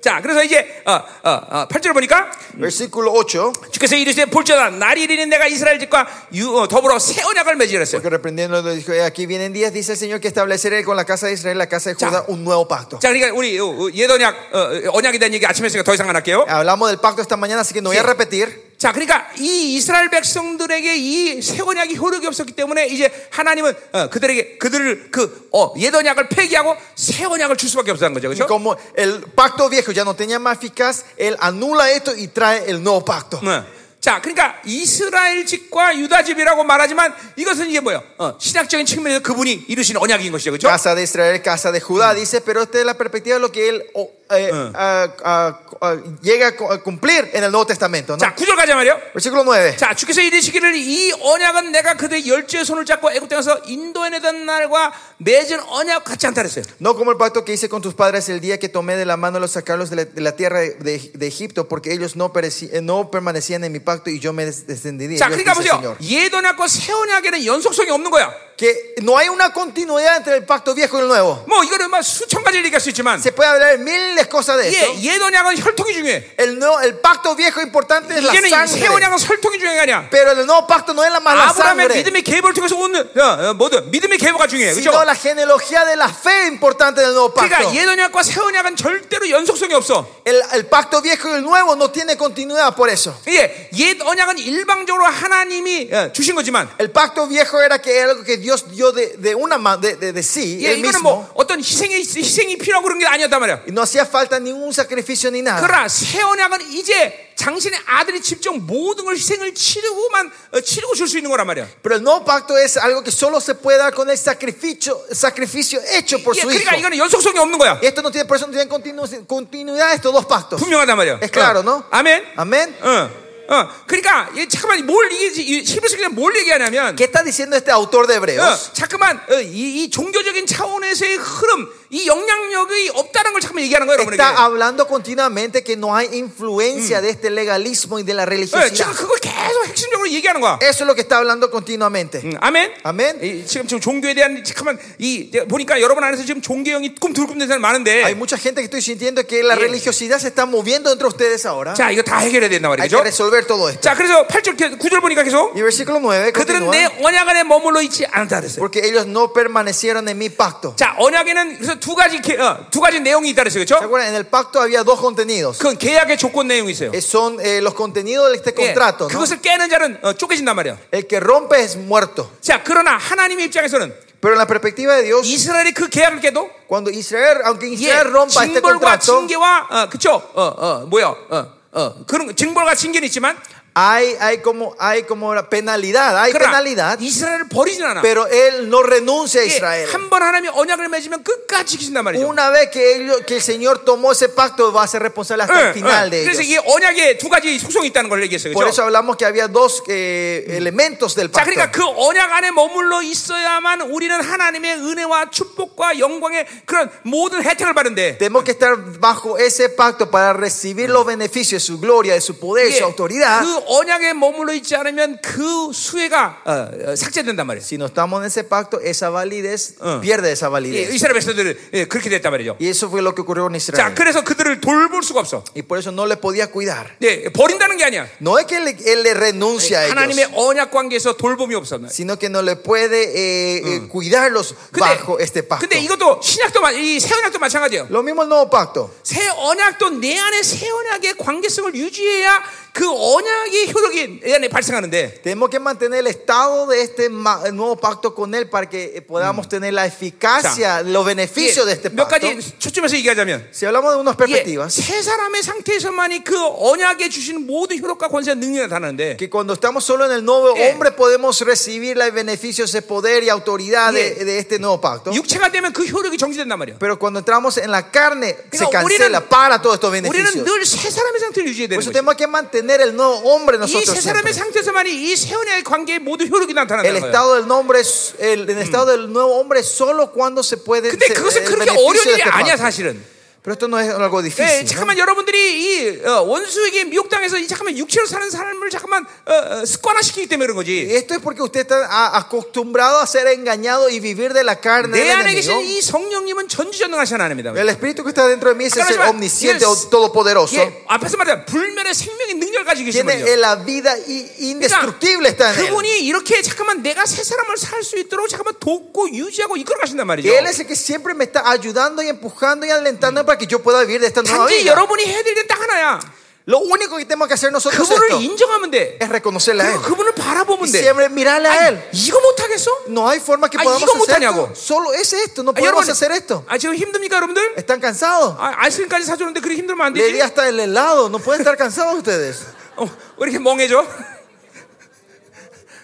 [SPEAKER 1] 자, 그래서 이제 어, 어, 어, 8절 보니까
[SPEAKER 2] Versículo 8.
[SPEAKER 1] 주께서 이르시되 볼지어다 날이 이르는 내가 이스라엘 집과 유- 어, 더불어 새 언약을 맺으랬어요.
[SPEAKER 2] Porque reprendiendo dijo, "He aquí vienen días, dice el Señor, que estableceré con la casa de Israel, la casa de Judá, un nuevo pacto.
[SPEAKER 1] 자, 그러니까 우리 어, 어, 옛 언약 어, 어, 언약에 대한 얘기 아침에 했으니까 더 이상 안 할게요.
[SPEAKER 2] Hablamos del pacto esta mañana, así que no voy a
[SPEAKER 1] Sí.
[SPEAKER 2] repetir.
[SPEAKER 1] 자, 그러니까 이 이스라엘 백성들에게 이 새 언약이 효력이 없었기 때문에 이제 하나님은 어, 그들에게 그들을 어, 그옛 언약을 폐기하고 새 언약을 줄 수밖에 없었던 거죠. 그렇죠?
[SPEAKER 2] Como el pacto viejo ya no tenía más eficaz, él anula esto y trae el nuevo pacto.
[SPEAKER 1] 네. 자, 그러니까 이스라엘 집과 유다 집이라고 말하지만 이것은 이제 뭐예요? 어, 신학적인 측면에서 그분이 이루신 언약인 것이죠, 그렇죠?
[SPEAKER 2] Casa de Israel, casa de Judá, dice, pero esta es la perspectiva de lo que él oh, eh, ah, ah, ah, llega a cu- a cumplir en el Nuevo Testamento. ¿no?
[SPEAKER 1] 자, 구절 가자 말이요.
[SPEAKER 2] Versículo 9.
[SPEAKER 1] 자, 주께서 이르시기를 이 언약은 내가 그들의 열주의 손을 잡고 애굽 땅에서 인도해내던 날과 맺은 언약 같지 않다 그랬어요.
[SPEAKER 2] No como el pacto que hice con tus padres el día que tomé de la mano los sacarlos de la, de la tierra de, de- de Egipto, porque ellos no, pereci- eh, no permanecían en mi pacto y yo me des- descendería.
[SPEAKER 1] 자,
[SPEAKER 2] Dios
[SPEAKER 1] 그러니까
[SPEAKER 2] dice el
[SPEAKER 1] 보세요.
[SPEAKER 2] Señor.
[SPEAKER 1] 옛 언약과 새 언약에는 연속성이 없는 거야.
[SPEAKER 2] Que no hay una continuidad entre el pacto viejo y el nuevo.
[SPEAKER 1] 뭐 이거는 막 수천 가지 얘기할 수 있지만
[SPEAKER 2] Se puede hablar miles de cosas de esto.
[SPEAKER 1] 예, 옛 언약은 혈통이 중요해.
[SPEAKER 2] El, nuevo- el pacto viejo importante es la
[SPEAKER 1] 이제는 새
[SPEAKER 2] sangre.
[SPEAKER 1] 언약은 혈통이 중요한 게 아니야.
[SPEAKER 2] Pero el nuevo pacto no es la más la
[SPEAKER 1] 아브라함의
[SPEAKER 2] sangre,
[SPEAKER 1] 믿음의 계보를 통해서 오는 어, 어, 뭐든 믿음의 계보가 중요해. 그렇죠? 그죠?
[SPEAKER 2] sino la genealogía de la fe importante del nuevo pacto.
[SPEAKER 1] 그러니까 옛 언약과 새 언약은 절대로 연속성이 없어.
[SPEAKER 2] El, el pacto viejo y el nuevo no tiene continuidad por eso.
[SPEAKER 1] 예, 옛 언약은 일방적으로 하나님이 어, 주신 거지만
[SPEAKER 2] El pacto viejo era que era algo que Dios dio de, de una ma- de, de, de sí,
[SPEAKER 1] 예,
[SPEAKER 2] él
[SPEAKER 1] 이거는
[SPEAKER 2] mismo.
[SPEAKER 1] 뭐 어떤 희생이 희생이 필요하고 그런 게 아니었단 말이야.
[SPEAKER 2] Y no hacía falta ningún sacrificio ni nada.
[SPEAKER 1] 그러나 새 언약은 이제 당신의 아들이 직접 모든 걸 희생을 치르고만 어, 치르고 줄 수 있는 거란 말이야.
[SPEAKER 2] Pero el nuevo pacto es algo que solo se puede dar con el sacrificio, sacrificio hecho por
[SPEAKER 1] 예,
[SPEAKER 2] su
[SPEAKER 1] 그러니까
[SPEAKER 2] hijo.
[SPEAKER 1] 이거는 연속성이 없는 거야.
[SPEAKER 2] Y esto no tiene, por eso no tienen continu- continuidad estos dos pactos.
[SPEAKER 1] 분명하단 말이야.
[SPEAKER 2] Es claro,
[SPEAKER 1] 어.
[SPEAKER 2] ¿no?
[SPEAKER 1] 아멘.
[SPEAKER 2] Amén.
[SPEAKER 1] 어. 어, 그러니까 이 잠깐만 뭘 이게 히브리서 그냥 뭘 얘기하냐면
[SPEAKER 2] ¿Qué está diciendo este autor de
[SPEAKER 1] 어,
[SPEAKER 2] Hebreos?
[SPEAKER 1] 잠깐만 어, 이, 이 종교적인 차원에서의 흐름, 이 영향력이 없다는 아, 걸 잠깐만 얘기하는 거예요, 여러분에게.
[SPEAKER 2] Está hablando continuamente que no hay influencia de este legalismo y de la
[SPEAKER 1] 어, 지금
[SPEAKER 2] religiosidad.
[SPEAKER 1] 그걸 계속 핵심적으로 얘기하는 거야.
[SPEAKER 2] Eso es lo que está hablando continuamente.
[SPEAKER 1] 음, 아멘.
[SPEAKER 2] 아멘.
[SPEAKER 1] 이, 지금 지금 종교에 대한 잠깐만 이 내가 보니까 여러분 안에서 지금 종교형이 꿈틀꿈틀 사람 많은데
[SPEAKER 2] Hay mucha gente que estoy sintiendo que la
[SPEAKER 1] Sí.
[SPEAKER 2] religiosidad se está moviendo entre ustedes ahora.
[SPEAKER 1] 자 이거 다 해결해야 된단
[SPEAKER 2] Hay que
[SPEAKER 1] 말이죠.
[SPEAKER 2] resolver todo esto.
[SPEAKER 1] 자 그래서 8절 9절 보니까 계속
[SPEAKER 2] Y versículo
[SPEAKER 1] 그들은
[SPEAKER 2] 9. continúa.
[SPEAKER 1] 내 언약 안에 머물러 있지 않다 그랬어요.
[SPEAKER 2] Porque ellos no permanecieron en mi pacto.
[SPEAKER 1] 자 언약에는 그래서 두 가지 개- 어, 두 가지 내용이 있다 그랬어요.
[SPEAKER 2] ¿Se
[SPEAKER 1] 그렇죠?
[SPEAKER 2] acuerdan? En el pacto había dos contenidos.
[SPEAKER 1] 그건 계약의 조건 내용이 있어요.
[SPEAKER 2] Eh, Son eh, los contenidos de este
[SPEAKER 1] 예,
[SPEAKER 2] contrato. ¿no?
[SPEAKER 1] 그것을 깨는 자는 어, 쪼개진단 말이야.
[SPEAKER 2] El que rompe es muerto.
[SPEAKER 1] 자 그러나 하나님의 입장에서는
[SPEAKER 2] Pero en la perspectiva de Dios,
[SPEAKER 1] 이스라엘이 그 계약을 깨도
[SPEAKER 2] cuando Israel, aunque
[SPEAKER 1] 예,
[SPEAKER 2] Israel rompa este
[SPEAKER 1] 징벌과
[SPEAKER 2] contrato,
[SPEAKER 1] 징계와 어, 그쵸? 어, 어, 뭐야? 어, 어, 그런 징벌과 징계는 있지만
[SPEAKER 2] hay, hay, como, hay como la penalidad, hay
[SPEAKER 1] 그러나
[SPEAKER 2] penalidad,
[SPEAKER 1] 이스라엘을 버리진 않아.
[SPEAKER 2] pero él no renuncia a
[SPEAKER 1] 예,
[SPEAKER 2] Israel.
[SPEAKER 1] 한번 하나님이 언약을 맺으면 끝까지 지키신단 말이죠.
[SPEAKER 2] Una vez que, ellos- que el Señor tomó ese pacto, va a ser responsable
[SPEAKER 1] 예,
[SPEAKER 2] hasta el final
[SPEAKER 1] 예.
[SPEAKER 2] de
[SPEAKER 1] 그래서
[SPEAKER 2] ellos.
[SPEAKER 1] 이 언약에 두 가지 속성이 있다는 걸 얘기했어요.
[SPEAKER 2] Por eso
[SPEAKER 1] 그렇죠?
[SPEAKER 2] hablamos que había dos eh, elementos del
[SPEAKER 1] 자,
[SPEAKER 2] pacto.
[SPEAKER 1] 그러니까 그 언약 안에 머물러 있어야만 우리는 하나님의 은혜와 축복과 영광의 그런 모든 혜택을 받는데
[SPEAKER 2] Tenemos que estar bajo ese pacto para recibir los beneficios de su gloria, de su poder, de
[SPEAKER 1] 예,
[SPEAKER 2] su autoridad.
[SPEAKER 1] 그 언약에 머물러 있지 않으면 그 수혜가 어, 어, 삭제된단 말이에요.
[SPEAKER 2] Si no estamos en ese pacto, esa validez pierde esa
[SPEAKER 1] 예,
[SPEAKER 2] validez.
[SPEAKER 1] 이스라엘 백성들은 예, 그렇게 됐단 말이죠.
[SPEAKER 2] Y eso fue lo que ocurrió en
[SPEAKER 1] 자,
[SPEAKER 2] Israel.
[SPEAKER 1] 그래서 그들을 돌볼 수가 없어.
[SPEAKER 2] Y por eso no le podía cuidar.
[SPEAKER 1] 예, 버린다는 게 아니야.
[SPEAKER 2] No es que él, él le renuncia a
[SPEAKER 1] 하나님의
[SPEAKER 2] ellos,
[SPEAKER 1] 언약 관계에서 돌봄이 없었나.
[SPEAKER 2] sino que no le puede eh, eh, cuidarlos bajo este pacto.
[SPEAKER 1] 근데 이것도 신약도 마- 이 새언약도 마찬가지예요.
[SPEAKER 2] Lo mismo el nuevo pacto.
[SPEAKER 1] 새 언약도 내 안에 새 언약의 관계성을 유지해야 그 언약의 효력이 내 안에 발생하는데
[SPEAKER 2] Tenemos que mantener el estado de este ma- nuevo pacto con él para que eh, podamos tener la eficacia, los
[SPEAKER 1] 이게
[SPEAKER 2] beneficios de este
[SPEAKER 1] 예, 몇
[SPEAKER 2] pacto.
[SPEAKER 1] 가지 초점에서 얘기하자면
[SPEAKER 2] Si hablamos de unas
[SPEAKER 1] 이게
[SPEAKER 2] perspectivas,
[SPEAKER 1] 예, 세 사람의 상태에서만이 그 언약에 주시는 모든 효력과 권세 능력이 나타나는데
[SPEAKER 2] que cuando estamos solo en el nuevo
[SPEAKER 1] Yeah.
[SPEAKER 2] hombre podemos recibir los beneficios de poder y autoridad de,
[SPEAKER 1] Yeah.
[SPEAKER 2] de este nuevo pacto.
[SPEAKER 1] 육체가 되면 그 효력이 정지된단 말이야.
[SPEAKER 2] Pero cuando entramos en la carne se
[SPEAKER 1] Digo,
[SPEAKER 2] cancela
[SPEAKER 1] 우리는-
[SPEAKER 2] para todos estos
[SPEAKER 1] 우리는
[SPEAKER 2] beneficios.
[SPEAKER 1] 늘 세 사람의 상태를 유지해야 되는
[SPEAKER 2] Por eso
[SPEAKER 1] 거죠.
[SPEAKER 2] tenemos que mantener el nuevo hombre
[SPEAKER 1] 이 세
[SPEAKER 2] nosotros.
[SPEAKER 1] 사람의
[SPEAKER 2] siempre.
[SPEAKER 1] 상태에서만이 이 세 언약의 관계의 모든 효력이
[SPEAKER 2] El
[SPEAKER 1] 나타난다는 거예요.
[SPEAKER 2] estado del nombre es- el, el estado del nuevo hombre es solo cuando se puede
[SPEAKER 1] 근데
[SPEAKER 2] se-
[SPEAKER 1] 그것은
[SPEAKER 2] el
[SPEAKER 1] 그렇게
[SPEAKER 2] beneficio
[SPEAKER 1] 어려운
[SPEAKER 2] de
[SPEAKER 1] 일이
[SPEAKER 2] este
[SPEAKER 1] 아니야
[SPEAKER 2] pacto.
[SPEAKER 1] 사실은.
[SPEAKER 2] Pero esto no es algo
[SPEAKER 1] 예,
[SPEAKER 2] difícil. ¿no?
[SPEAKER 1] 잠깐만 여러분들이 이 어, 원수에게 미혹당해서 이 잠깐만 육체로 사는 사람을 잠깐만 어, 어, 습관화시키기 때문에 그런 거지.
[SPEAKER 2] Esto es porque usted está a- acostumbrado a ser engañado y vivir de la carne
[SPEAKER 1] 내
[SPEAKER 2] del
[SPEAKER 1] 안에 계신
[SPEAKER 2] enemigo.
[SPEAKER 1] 이 성령님은 전지전능하신 하나님이다.
[SPEAKER 2] El espíritu que está dentro de mí es el
[SPEAKER 1] 잠깐만,
[SPEAKER 2] omnisciente,
[SPEAKER 1] 이게-
[SPEAKER 2] o todopoderoso.
[SPEAKER 1] 예, 앞에서 말했다 불멸의 생명의 능력을 가지고 계신
[SPEAKER 2] Tiene
[SPEAKER 1] 분이죠.
[SPEAKER 2] en la vida i- indestructible está en él.
[SPEAKER 1] 그분이 이렇게 잠깐만 내가 새 사람을 살 수 있도록 잠깐만 돕고 유지하고 이끌어 가신단
[SPEAKER 2] Y
[SPEAKER 1] 말이죠.
[SPEAKER 2] él es el que siempre me está ayudando y empujando y alentando para que yo pueda vivir de esta nueva
[SPEAKER 1] 단지
[SPEAKER 2] vida.
[SPEAKER 1] 여러분이 해야 될 게 딱 하나야.
[SPEAKER 2] Lo único que tenemos que hacer nosotros es,
[SPEAKER 1] 그분을
[SPEAKER 2] esto,
[SPEAKER 1] 인정하면 돼.
[SPEAKER 2] es reconocerle a él.
[SPEAKER 1] 그리고 그분을
[SPEAKER 2] Y
[SPEAKER 1] 바라보면 돼.
[SPEAKER 2] siempre mirarle a él.
[SPEAKER 1] 이거 못하겠어?
[SPEAKER 2] No hay forma que
[SPEAKER 1] Ay,
[SPEAKER 2] podamos
[SPEAKER 1] ¿cómo
[SPEAKER 2] hacer
[SPEAKER 1] hago?
[SPEAKER 2] esto. Solo es esto, no
[SPEAKER 1] 아,
[SPEAKER 2] podemos hacer esto.
[SPEAKER 1] 아, 지금 힘듭니까, 여러분들?
[SPEAKER 2] ¿Están cansados?
[SPEAKER 1] 아, 아이스크림까지 사주는데 그렇게 힘들면 안
[SPEAKER 2] Le di
[SPEAKER 1] 되지?
[SPEAKER 2] hasta el helado, no pueden estar cansados ustedes.
[SPEAKER 1] 어, 왜 이렇게 멍해져? <laughs>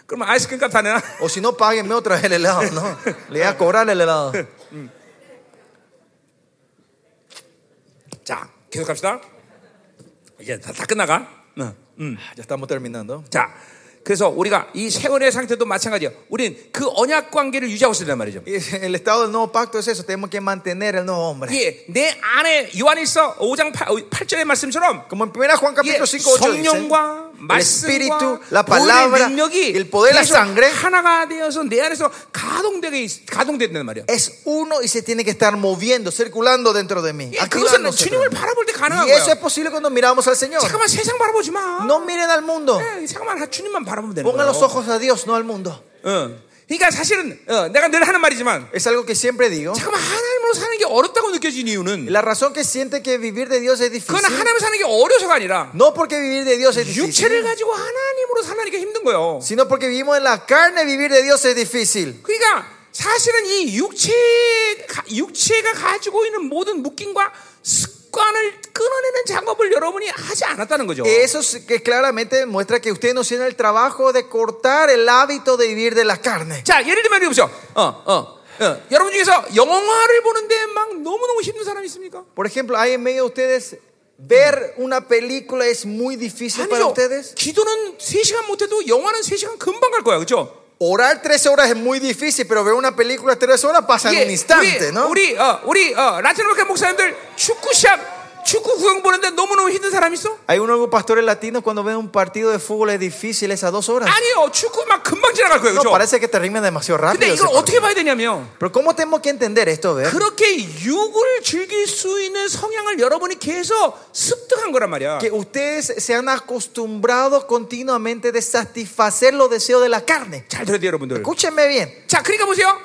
[SPEAKER 1] 그럼 아이스크림 값 다 내놔.
[SPEAKER 2] O si no, páguenme otra vez el helado, ¿no? Le voy a cobrar el helado.
[SPEAKER 1] 자, 계속 갑시다. 이제 다, 다 끝나가. 응.
[SPEAKER 2] Mm, Ya estamos terminando.
[SPEAKER 1] 자, 그래서 우리가 이 세월의 상태도 마찬가지야. 우린 그 언약 관계를 유지하고 있단 말이죠.
[SPEAKER 2] Y El estado del nuevo pacto es eso, tenemos que mantener el nuevo hombre.
[SPEAKER 1] 예, 내 안에 요한일서 5장 8, 절의 말씀처럼
[SPEAKER 2] Como en 1 Juan
[SPEAKER 1] 예,
[SPEAKER 2] capítulo 5, 8 dice,
[SPEAKER 1] 성령과
[SPEAKER 2] el
[SPEAKER 1] 말씀과
[SPEAKER 2] espíritu, la palabra,
[SPEAKER 1] 보혈의
[SPEAKER 2] y
[SPEAKER 1] 능력이
[SPEAKER 2] el poder, la
[SPEAKER 1] 계속
[SPEAKER 2] sangre,
[SPEAKER 1] 하나가 되어서 내 안에서 가동되게 있- 가동된단 말이야.
[SPEAKER 2] es uno y se tiene que estar moviendo, circulando dentro de mí.
[SPEAKER 1] 예, 그것은
[SPEAKER 2] activándose.
[SPEAKER 1] 주님을 바라볼 때 가능한
[SPEAKER 2] Y eso
[SPEAKER 1] 거야.
[SPEAKER 2] es posible cuando miramos al Señor.
[SPEAKER 1] 잠깐만 세상 바라보지 마.
[SPEAKER 2] No miren al mundo.
[SPEAKER 1] 예, 잠깐만 주님만 바라보면 되는
[SPEAKER 2] Pongan
[SPEAKER 1] 거야.
[SPEAKER 2] los ojos a Dios, no al mundo.
[SPEAKER 1] 응. 그러니까 사실은 어, 내가 늘 하는 말이지만
[SPEAKER 2] Es algo que siempre digo.
[SPEAKER 1] 잠깐만 하나님으로 사는 게 어렵다고 느껴진 이유는
[SPEAKER 2] La razón que siente que vivir de Dios es
[SPEAKER 1] 그건
[SPEAKER 2] difícil.
[SPEAKER 1] 하나님으로 사는 게 어려서가 아니라
[SPEAKER 2] No porque vivir de Dios es
[SPEAKER 1] 육체를
[SPEAKER 2] difícil,
[SPEAKER 1] 가지고 하나님으로 살라니까 힘든 거예요.
[SPEAKER 2] sino porque vivimos en la carne, vivir de Dios es difícil.
[SPEAKER 1] 그러니까 사실은 이 육체 육체가 가지고 있는 모든 묶임과 습관을 끊어내는 작업을 여러분이 하지 않았다는 거죠.
[SPEAKER 2] Eso es que claramente muestra que ustedes no tienen el trabajo de cortar el hábito de vivir de la carne.
[SPEAKER 1] 자, 예를 들면 보세요. 어, 어, 어. 여러분 중에서 영화를 보는데 막 너무너무 힘든 사람 있습니까?
[SPEAKER 2] Por ejemplo, hay en medio de ustedes ver una película es muy difícil para
[SPEAKER 1] 아니죠.
[SPEAKER 2] ustedes.
[SPEAKER 1] 기도는 3시간 못해도 영화는 3시간 금방 갈 거야. 그렇죠?
[SPEAKER 2] Orar tres horas es muy difícil, pero ver una película tres horas pasa en un instante,
[SPEAKER 1] 우리
[SPEAKER 2] ¿no?
[SPEAKER 1] 우리, 어, 우리 어, 라틴 아메리카 목사님들 축구 시합 축구 구경 보는데 너무너무 힘든 사람 있어?
[SPEAKER 2] Hay unos pastores latinos cuando ven un partido de fútbol es difícil esas dos horas.
[SPEAKER 1] 아니요. 축구 막 금방 지나갈 거예요.
[SPEAKER 2] No,
[SPEAKER 1] 그렇죠?
[SPEAKER 2] parece que terminan demasiado rápido.
[SPEAKER 1] 근데
[SPEAKER 2] ese
[SPEAKER 1] 이걸
[SPEAKER 2] partido.
[SPEAKER 1] 어떻게 봐야 되냐면
[SPEAKER 2] Pero ¿cómo tenemos que entender esto? ver?
[SPEAKER 1] 그렇게 육을 즐길 수 있는 성향을 여러분이 계속 습득한 거란 말이야.
[SPEAKER 2] Que ustedes se han acostumbrado continuamente de satisfacer los deseos de la carne.
[SPEAKER 1] 잘 들어야 돼 여러분들.
[SPEAKER 2] Escúchenme bien.
[SPEAKER 1] 자, 그러니까 보세요.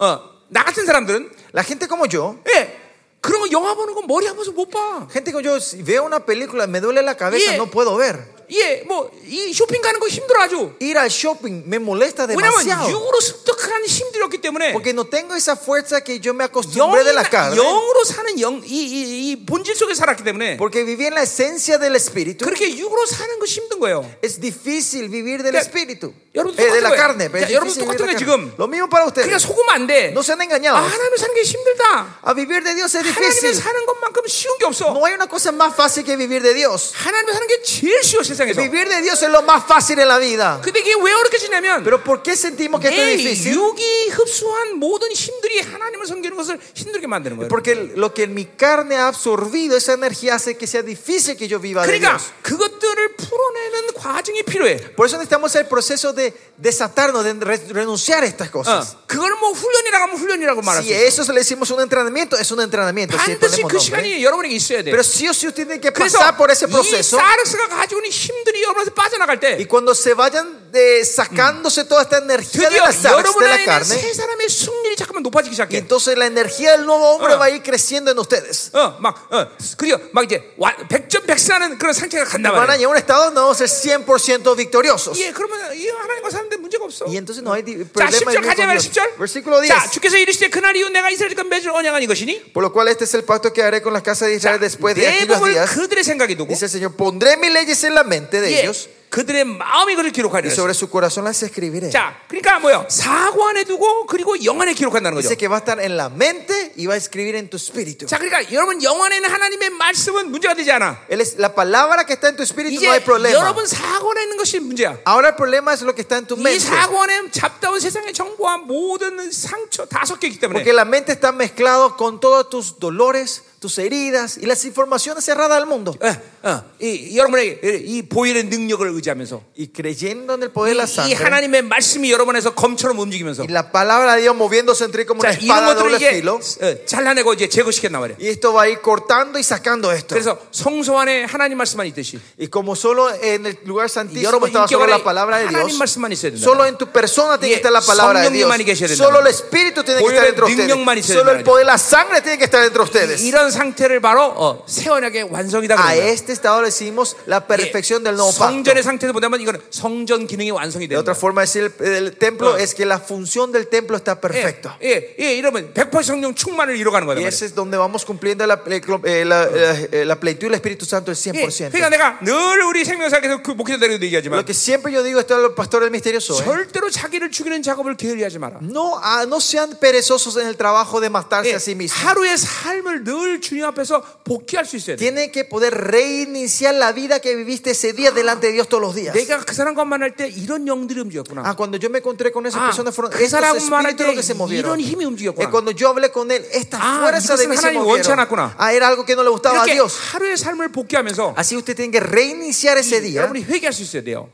[SPEAKER 1] 어, 나 같은 사람들은
[SPEAKER 2] La gente como yo,
[SPEAKER 1] 예. 그런 거 영화 보는 거 머리 아파서 못 봐.
[SPEAKER 2] gente como yo, si veo una película, me duele la cabeza,
[SPEAKER 1] Yeah.
[SPEAKER 2] no puedo ver.
[SPEAKER 1] 예, 뭐 이 쇼핑 가는 거 힘들어 아주.
[SPEAKER 2] Ir al shopping me molesta
[SPEAKER 1] 왜냐면
[SPEAKER 2] demasiado.
[SPEAKER 1] 육으로 습득한 힘들었기 때문에
[SPEAKER 2] Porque no tengo esa fuerza que yo me acostumbré de la
[SPEAKER 1] 영이나-
[SPEAKER 2] carne.
[SPEAKER 1] 영으로 사는 영, 이, 이, 이 본질 속에 살았기 때문에
[SPEAKER 2] Porque viví en la esencia del espíritu.
[SPEAKER 1] 그렇게 육으로 사는 거 힘든 거예요.
[SPEAKER 2] Es difícil vivir del
[SPEAKER 1] Que-
[SPEAKER 2] espíritu.
[SPEAKER 1] 여러분
[SPEAKER 2] Eh, de
[SPEAKER 1] 똑같은
[SPEAKER 2] la
[SPEAKER 1] 거예요.
[SPEAKER 2] carne. pero es
[SPEAKER 1] Ya, 여러분
[SPEAKER 2] difícil vivir
[SPEAKER 1] 똑같은 거예요,
[SPEAKER 2] de la carne.
[SPEAKER 1] 지금.
[SPEAKER 2] Lo mismo para
[SPEAKER 1] 그러니까
[SPEAKER 2] ustedes.
[SPEAKER 1] 속으면 안 돼.
[SPEAKER 2] No sean
[SPEAKER 1] 아,
[SPEAKER 2] engañados.
[SPEAKER 1] 하나님 사는 게 힘들다.
[SPEAKER 2] A vivir de Dios es
[SPEAKER 1] 하나님을
[SPEAKER 2] difícil.
[SPEAKER 1] 사는 것만큼 쉬운 게 없어.
[SPEAKER 2] No hay una cosa más fácil que vivir de Dios.
[SPEAKER 1] 하나님을 사는 게 제일 쉬워 세상에서.
[SPEAKER 2] Vivir de Dios es lo más fácil en la vida.
[SPEAKER 1] 근데 이게 왜 어렵게 지냐면
[SPEAKER 2] Pero ¿por qué sentimos que esto es
[SPEAKER 1] 내
[SPEAKER 2] difícil?
[SPEAKER 1] 육이 흡수한 모든 힘들이 하나님을 섬기는 것을 힘들게 만드는 거예요.
[SPEAKER 2] Porque lo que mi carne ha absorbido, esa energía hace que sea difícil que yo viva de
[SPEAKER 1] 그러니까
[SPEAKER 2] Dios.
[SPEAKER 1] 그것들을 풀어내는 과정이 필요해.
[SPEAKER 2] Por eso necesitamos el proceso de desatarnos, de re- renunciar a estas
[SPEAKER 1] 어,
[SPEAKER 2] cosas.
[SPEAKER 1] 그걸 뭐 훈련이라고 하면 훈련이라고 말할 수
[SPEAKER 2] Si
[SPEAKER 1] 있어.
[SPEAKER 2] eso le decimos un entrenamiento, es un entrenamiento. Si
[SPEAKER 1] 반드시
[SPEAKER 2] ponemos
[SPEAKER 1] 그
[SPEAKER 2] nombre.
[SPEAKER 1] 시간이 여러분에게 있어야 돼.
[SPEAKER 2] Pero sí o sí usted tiene que
[SPEAKER 1] 그래서
[SPEAKER 2] pasar por ese
[SPEAKER 1] 이
[SPEAKER 2] proceso.
[SPEAKER 1] 사르스가 가지고 있는 힘들이 여러분한테 빠져나갈
[SPEAKER 2] Y
[SPEAKER 1] 때
[SPEAKER 2] cuando se vayan de- sacándose toda esta energía de
[SPEAKER 1] 드디어
[SPEAKER 2] la, sars, de
[SPEAKER 1] 여러분
[SPEAKER 2] la
[SPEAKER 1] 안에 있는 세
[SPEAKER 2] carne,
[SPEAKER 1] 사람의 승률이 자꾸만 높아지기
[SPEAKER 2] y
[SPEAKER 1] 시작해.
[SPEAKER 2] entonces la energía del nuevo hombre
[SPEAKER 1] Ah.
[SPEAKER 2] va a ir creciendo en ustedes.
[SPEAKER 1] 어, 막, 어, 그리고 막 이제 와, 백전 백승하는 그런 상태가 간다
[SPEAKER 2] Van a
[SPEAKER 1] 말이야.
[SPEAKER 2] llegar a un estado donde vamos a ser 100% victoriosos.
[SPEAKER 1] 예, 그러면 이 하나님과 사는데 문제가 없어.
[SPEAKER 2] Y entonces no hay di-
[SPEAKER 1] 자,
[SPEAKER 2] problema.
[SPEAKER 1] 10절
[SPEAKER 2] ninguno
[SPEAKER 1] 가자
[SPEAKER 2] con
[SPEAKER 1] 예, 말이야,
[SPEAKER 2] Dios.
[SPEAKER 1] 10절.
[SPEAKER 2] Versículo 10.
[SPEAKER 1] 자, 주께서 이르시되 그날 이후 내가 이스라엘과 맺을 언약한 이것이니
[SPEAKER 2] Por lo cual este es el pacto que haré con las casas de Israel después de
[SPEAKER 1] 내
[SPEAKER 2] aquellos
[SPEAKER 1] 법을
[SPEAKER 2] días.
[SPEAKER 1] 그들의 생각에 두고
[SPEAKER 2] Dice el Señor, pondré mis leyes en la mente de
[SPEAKER 1] 예,
[SPEAKER 2] ellos
[SPEAKER 1] 그들의 마음이 그를 기록하리라.
[SPEAKER 2] y sobre su corazón las escribiré.
[SPEAKER 1] 자, 그러니까 뭐요? 사고 안에 두고 그리고 영 안에 기록한다는 거죠.
[SPEAKER 2] Dice que va a estar en la mente y va a escribir en tu espíritu.
[SPEAKER 1] 자, 그러니까 여러분 영 안에 있는 하나님의 말씀은 문제가 되지 않아.
[SPEAKER 2] Él es, la palabra que está en tu espíritu
[SPEAKER 1] 이제
[SPEAKER 2] no hay problema.
[SPEAKER 1] 여러분 사고 안에 있는 것이 문제야.
[SPEAKER 2] Ahora el problema es lo que está en tu
[SPEAKER 1] 이
[SPEAKER 2] mente.
[SPEAKER 1] 사고 안에 잡다운 세상의 정보와 모든 상처 다 섞여 있기 때문에
[SPEAKER 2] Porque la mente está mezclado con todos tus dolores, tus heridas y las informaciones cerradas al mundo.
[SPEAKER 1] 어, 어, 이, 여러분의 이 보일의 능력을 의지하면서
[SPEAKER 2] Y creyendo en el poder de la
[SPEAKER 1] 이
[SPEAKER 2] sangre
[SPEAKER 1] 하나님의 말씀이 여러분에서 검처럼 움직이면서
[SPEAKER 2] y la palabra de Dios moviéndose entre como
[SPEAKER 1] 자,
[SPEAKER 2] una
[SPEAKER 1] 이런
[SPEAKER 2] espada de
[SPEAKER 1] 것들을
[SPEAKER 2] doble
[SPEAKER 1] 이제
[SPEAKER 2] filo.
[SPEAKER 1] 어, 잘라내고 이제 제거시켰나 말이야.
[SPEAKER 2] Y esto va a ir cortando y sacando esto.
[SPEAKER 1] 그래서 성소 안에 하나님 말씀만 있듯이
[SPEAKER 2] Y como solo en el lugar
[SPEAKER 1] Y
[SPEAKER 2] santísimo
[SPEAKER 1] 여러분
[SPEAKER 2] estaba solo
[SPEAKER 1] 인격을
[SPEAKER 2] la palabra de
[SPEAKER 1] 하나님
[SPEAKER 2] Dios,
[SPEAKER 1] 말씀만 있어야 된다.
[SPEAKER 2] solo en tu persona tiene
[SPEAKER 1] 예,
[SPEAKER 2] que estar la palabra de Dios.
[SPEAKER 1] 성령님만이 계셔야 된다.
[SPEAKER 2] Solo el Espíritu tiene que estar
[SPEAKER 1] 보혈의
[SPEAKER 2] dentro de
[SPEAKER 1] 능력만
[SPEAKER 2] ustedes.
[SPEAKER 1] 있어야
[SPEAKER 2] Solo el
[SPEAKER 1] 된다.
[SPEAKER 2] poder de la sangre tiene que estar dentro de ustedes.
[SPEAKER 1] 이런 상태를 바로 어, 새 언약의 완성이다
[SPEAKER 2] A
[SPEAKER 1] 그러는 거예요.
[SPEAKER 2] este estado le decimos la perfección del
[SPEAKER 1] 예,
[SPEAKER 2] nuevo pacto.
[SPEAKER 1] 성전의 상태에서 보자면 이건 성전 기능의 완성이
[SPEAKER 2] De
[SPEAKER 1] 되는
[SPEAKER 2] otra
[SPEAKER 1] 거예요.
[SPEAKER 2] forma, decir el, el templo
[SPEAKER 1] Ah. Eh.
[SPEAKER 2] es que la función del templo está
[SPEAKER 1] 예,
[SPEAKER 2] perfecta.
[SPEAKER 1] 예, 예, 이러면 100% 성령 충만을 이뤄가는 거예요.
[SPEAKER 2] Y ese es donde vamos cumpliendo la, eh, eh, la,
[SPEAKER 1] Ah.
[SPEAKER 2] eh, la plenitud del Espíritu Santo el
[SPEAKER 1] 예,
[SPEAKER 2] 100%.
[SPEAKER 1] 그러니까 내가 늘 우리 생명사에서 그 목회자들에게도
[SPEAKER 2] Lo
[SPEAKER 1] 얘기하지만
[SPEAKER 2] que siempre yo digo esto a los pastores misteriosos.
[SPEAKER 1] 절대로 자기를 죽이는 작업을 게을리하지 마라.
[SPEAKER 2] ¿eh? No, ah, no sean perezosos en el trabajo de matarse
[SPEAKER 1] 예,
[SPEAKER 2] a sí mismos.
[SPEAKER 1] 하루의 삶을 늘 주님 앞에서 복귀할 수 있어야 돼.
[SPEAKER 2] Tiene que poder reiniciar la vida que viviste ese
[SPEAKER 1] Ah.
[SPEAKER 2] día delante de Dios todos los días.
[SPEAKER 1] 내가 그 사람과 만날 때 이런 영들이 움직였구나.
[SPEAKER 2] Ah, cuando yo me encontré con esas
[SPEAKER 1] Ah,
[SPEAKER 2] personas fueron
[SPEAKER 1] 그
[SPEAKER 2] estos
[SPEAKER 1] 사람하고 말할 때
[SPEAKER 2] espíritus los que se movieron.
[SPEAKER 1] 이런 힘이 움직였구나.
[SPEAKER 2] Eh, cuando yo hablé con él, estas
[SPEAKER 1] Ah,
[SPEAKER 2] fuerzas de
[SPEAKER 1] 이것은
[SPEAKER 2] mí se
[SPEAKER 1] 하나님이 원치
[SPEAKER 2] movieron.
[SPEAKER 1] 않았구나.
[SPEAKER 2] Ah, era algo que no le gustaba a
[SPEAKER 1] 이렇게
[SPEAKER 2] Dios.
[SPEAKER 1] 하루의 삶을 복귀하면서
[SPEAKER 2] Así usted tiene que reiniciar ese día
[SPEAKER 1] 여러분이 회개할 수 있어야 돼요.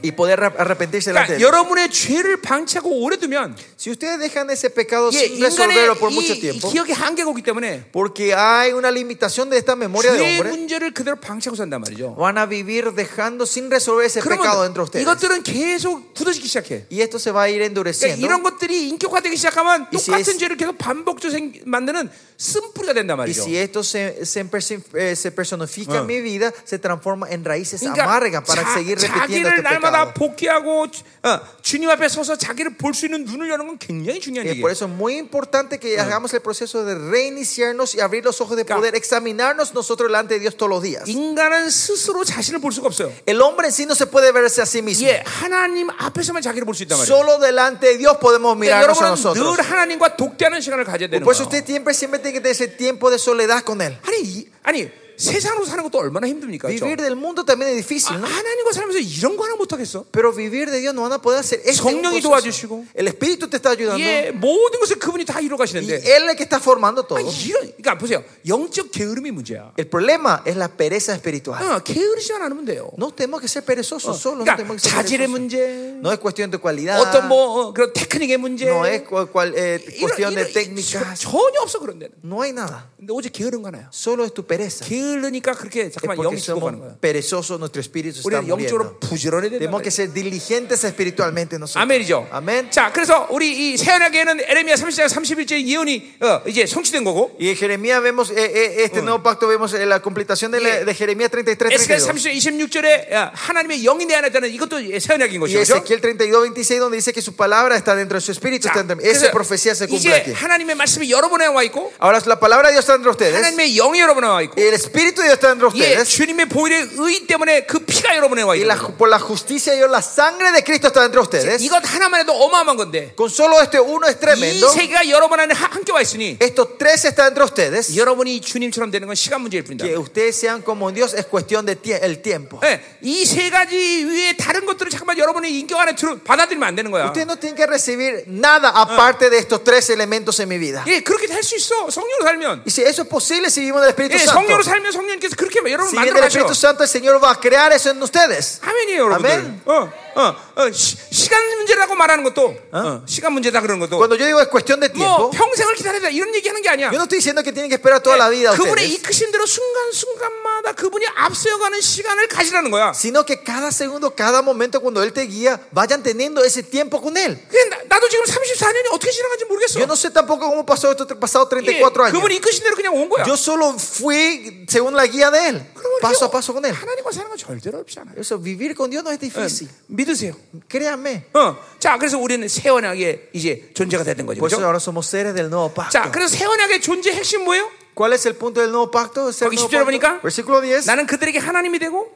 [SPEAKER 2] y poder ar- arrepentirse delante de
[SPEAKER 1] 그러니까
[SPEAKER 2] Dios.
[SPEAKER 1] 여러분의 죄를 방치하고 오래 두면
[SPEAKER 2] Si ustedes dejan ese pecado
[SPEAKER 1] 예,
[SPEAKER 2] sin
[SPEAKER 1] 인간의
[SPEAKER 2] resolverlo por
[SPEAKER 1] 이-
[SPEAKER 2] mucho
[SPEAKER 1] 이
[SPEAKER 2] tiempo,
[SPEAKER 1] 기억의 한계가 오기 때문에
[SPEAKER 2] porque hay una limitación de esta memoria de
[SPEAKER 1] 죄의
[SPEAKER 2] hombre,
[SPEAKER 1] 문제를 그대로 방치하고 산단 말이죠.
[SPEAKER 2] van a vivir dejando sin resolver ese
[SPEAKER 1] 그러면
[SPEAKER 2] pecado dentro de ustedes.
[SPEAKER 1] 이것들은 계속 굳어지기 시작해.
[SPEAKER 2] Y esto se va a ir
[SPEAKER 1] 그러니까
[SPEAKER 2] endureciendo.
[SPEAKER 1] 이런 것들이 인격화되기 시작하면
[SPEAKER 2] 이 CS-
[SPEAKER 1] 똑같은 죄를 계속 반복적으로 생- 만드는 쓴뿌리가 된단
[SPEAKER 2] Y
[SPEAKER 1] 말이죠.
[SPEAKER 2] si esto se, se, persi- eh, se personifica
[SPEAKER 1] Ah.
[SPEAKER 2] en mi vida, se transforma en raíces
[SPEAKER 1] 그러니까
[SPEAKER 2] amargas para
[SPEAKER 1] 자,
[SPEAKER 2] seguir repitiendo
[SPEAKER 1] 자기를
[SPEAKER 2] este
[SPEAKER 1] 날마다
[SPEAKER 2] pecado.
[SPEAKER 1] 복귀하고 어, 주님 앞에 서서 자기를 볼 수 있는 눈을 여는 건 굉장히 중요한
[SPEAKER 2] Eh,
[SPEAKER 1] 얘기예요.
[SPEAKER 2] por eso es muy importante que hagamos el proceso de reiniciarnos y abrir los ojos de
[SPEAKER 1] Claro.
[SPEAKER 2] poder examinarnos nosotros delante de Dios todos los días.
[SPEAKER 1] 인간은 스스로 자신을 볼 수가 없어요.
[SPEAKER 2] El hombre en sí no se puede verse a sí mismo.
[SPEAKER 1] 예, 하나님 앞에서만 자기를 볼 수 있단 말이에요.
[SPEAKER 2] Solo delante de Dios podemos
[SPEAKER 1] 그러니까
[SPEAKER 2] mirarnos a
[SPEAKER 1] 여러분은
[SPEAKER 2] nosotros.
[SPEAKER 1] 늘 하나님과 독대하는 시간을 가져야 되는
[SPEAKER 2] Por eso
[SPEAKER 1] 거예요.
[SPEAKER 2] usted siempre, siempre tiene que tener ese tiempo de soledad con Él.
[SPEAKER 1] 아니, 이- 아니 세상으로 사는 것도 얼마나 힘듭니까? 그렇죠?
[SPEAKER 2] Vivir del mundo también
[SPEAKER 1] 아,
[SPEAKER 2] es difícil, ¿no?
[SPEAKER 1] 하나님과 살면서 이런 거 하나 못 하겠어?
[SPEAKER 2] Pero vivir de Dios no van a poder hacer este un
[SPEAKER 1] 성령이
[SPEAKER 2] proceso.
[SPEAKER 1] 도와주시고.
[SPEAKER 2] El Espíritu te está ayudando.
[SPEAKER 1] 예, 모든 것을 그분이 다 이루어
[SPEAKER 2] Y
[SPEAKER 1] 가시는데.
[SPEAKER 2] Él es el que está formando
[SPEAKER 1] 아,
[SPEAKER 2] todo.
[SPEAKER 1] 이런, 그러니까 보세요, 영적 게으름이 문제야.
[SPEAKER 2] El problema es la pereza espiritual.
[SPEAKER 1] 어, 게으르지만 않으면 돼요.
[SPEAKER 2] No tenemos que ser
[SPEAKER 1] Oh.
[SPEAKER 2] perezosos, solo no
[SPEAKER 1] 그러니까
[SPEAKER 2] tenemos que ser
[SPEAKER 1] 자질의
[SPEAKER 2] perezosos.
[SPEAKER 1] 문제,
[SPEAKER 2] No es cuestión de cualidad,
[SPEAKER 1] 어떤 뭐 어, 그런 테크닉의 문제,
[SPEAKER 2] no es cual- cual- eh, cuestión de
[SPEAKER 1] 저-
[SPEAKER 2] técnicas,
[SPEAKER 1] 전혀 없어 그런 데는.
[SPEAKER 2] no hay nada.
[SPEAKER 1] 근데 오직 게으른 거 하나야.
[SPEAKER 2] Solo es tu pereza.
[SPEAKER 1] 게으르니까 그렇게
[SPEAKER 2] Es
[SPEAKER 1] 잠깐만
[SPEAKER 2] porque
[SPEAKER 1] 영이 죽어가는 뭐.
[SPEAKER 2] somos
[SPEAKER 1] 거야.
[SPEAKER 2] perezosos, nuestro espíritu está
[SPEAKER 1] 우리는 영적으로
[SPEAKER 2] muriendo.
[SPEAKER 1] 부지런해야 된다.
[SPEAKER 2] Tenemos que ser diligentes espiritualmente nosotros.
[SPEAKER 1] 뭐. 아멘이죠.
[SPEAKER 2] Amén.
[SPEAKER 1] 자, 그래서 우리 이 세연하게는 에레미야 30장 31절 예언이 어, 이제 성취된 거고.
[SPEAKER 2] Y en Jeremías vemos, eh, eh, este nuevo pacto vemos eh, la completación de, la-
[SPEAKER 1] Yeah.
[SPEAKER 2] de Jeremías 33,
[SPEAKER 1] 에스겔
[SPEAKER 2] 32.
[SPEAKER 1] 30장 26절에 하나님의 영이 내 안에 있다는 이것도 세연하기인
[SPEAKER 2] Y
[SPEAKER 1] 것이죠. 그렇죠?
[SPEAKER 2] Ezequiel 32, 26, donde dice que su palabra está dentro de su espíritu.
[SPEAKER 1] 자,
[SPEAKER 2] está dentro-
[SPEAKER 1] 그래서
[SPEAKER 2] esa profecía se cumple
[SPEAKER 1] 이제
[SPEAKER 2] aquí.
[SPEAKER 1] 하나님의 말씀이 여러분에 와 있고
[SPEAKER 2] Ahora la palabra de Dios está dentro de ustedes.
[SPEAKER 1] 하나님의 영이 여러분에 와 있고
[SPEAKER 2] El espíritu de Dios está dentro de
[SPEAKER 1] 예,
[SPEAKER 2] ustedes.
[SPEAKER 1] 주님의 보일의 의 때문에 그 피가 여러분에 와
[SPEAKER 2] Y
[SPEAKER 1] 있는
[SPEAKER 2] la-
[SPEAKER 1] 거예요.
[SPEAKER 2] por la justicia de Dios, la sangre de Cristo está dentro de ustedes.
[SPEAKER 1] 이것 하나만 해도 어마어마한 건데
[SPEAKER 2] Con solo este uno es
[SPEAKER 1] 이
[SPEAKER 2] tremendo.
[SPEAKER 1] 세계가 여러분 안에 하- 함께 와 있으니
[SPEAKER 2] Estos tres están dentro de ustedes.
[SPEAKER 1] 여러분이 주님처럼 되는 건 시간 문제일 뿐이다.
[SPEAKER 2] Que ustedes sean como Dios es cuestión de tie- el tiempo.
[SPEAKER 1] 예, 이세 가지 위에 다른 것들을 잠깐만 여러분의 인격 안에 들어, 받아들이면 안 되는 거야.
[SPEAKER 2] Ustedes no tienen que recibir nada aparte de estos tres elementos en mi vida.
[SPEAKER 1] 예, 그렇게 될 수 있어. 성령으로 살면.
[SPEAKER 2] Y si eso es posible si vivimos del Espíritu
[SPEAKER 1] 예,
[SPEAKER 2] Santo.
[SPEAKER 1] 성령으로 살면 성령님께서 그렇게 여러분
[SPEAKER 2] Si viene
[SPEAKER 1] 만들어 가셔.
[SPEAKER 2] del Espíritu Santo, el Señor va a crear eso en ustedes.
[SPEAKER 1] 아멘이에요, 여러분들.
[SPEAKER 2] 아멘.
[SPEAKER 1] 어, 어, 어, 시, 간 문제라고 말하는 것도 어, 시간 문제다 그런 것도
[SPEAKER 2] Cuando yo digo es cuestión de
[SPEAKER 1] 뭐
[SPEAKER 2] tiempo,
[SPEAKER 1] 평생을 기다려라 이런 얘기하는 게 아니야. 예,
[SPEAKER 2] yo no estoy diciendo que tienen que esperar
[SPEAKER 1] Eh,
[SPEAKER 2] toda la vida
[SPEAKER 1] 그분의
[SPEAKER 2] ustedes,
[SPEAKER 1] 이끄신 대로 순간 순간마다 그분이 앞서가는 시간을 가지라는 거야.
[SPEAKER 2] sino que cada segundo, cada momento cuando Él te guía, vayan teniendo ese tiempo con Él.
[SPEAKER 1] 그게 나, 나도 지금 34년이 어떻게 지나간지 모르겠어.
[SPEAKER 2] Yo no sé tampoco cómo pasó estos pasados
[SPEAKER 1] 예,
[SPEAKER 2] 34 años.
[SPEAKER 1] 그분이 이끄신 대로 그냥 온 거야.
[SPEAKER 2] Yo solo fui según la guía de Él,
[SPEAKER 1] 그러면
[SPEAKER 2] paso a
[SPEAKER 1] 이게 어,
[SPEAKER 2] paso con Él.
[SPEAKER 1] 하나님과 사는 건 절대로 없지 않아요.
[SPEAKER 2] Eso, vivir con Dios no es
[SPEAKER 1] 예,
[SPEAKER 2] difícil.
[SPEAKER 1] 믿으세요.
[SPEAKER 2] Créame.
[SPEAKER 1] 어, 자, 그래서 우리는 세원하게 이제 존재가 되는 거죠.
[SPEAKER 2] Por eso
[SPEAKER 1] 그죠?
[SPEAKER 2] ahora somos seres del nuevo pacto.
[SPEAKER 1] 자, 그래서 세원하게 존재 의 핵심 뭐예요?
[SPEAKER 2] ¿Cuál es el punto del nuevo pacto? Es el
[SPEAKER 1] 거기
[SPEAKER 2] nuevo
[SPEAKER 1] 10절 보니까
[SPEAKER 2] pacto. Versículo 10.
[SPEAKER 1] 나는 그들에게 하나님이 되고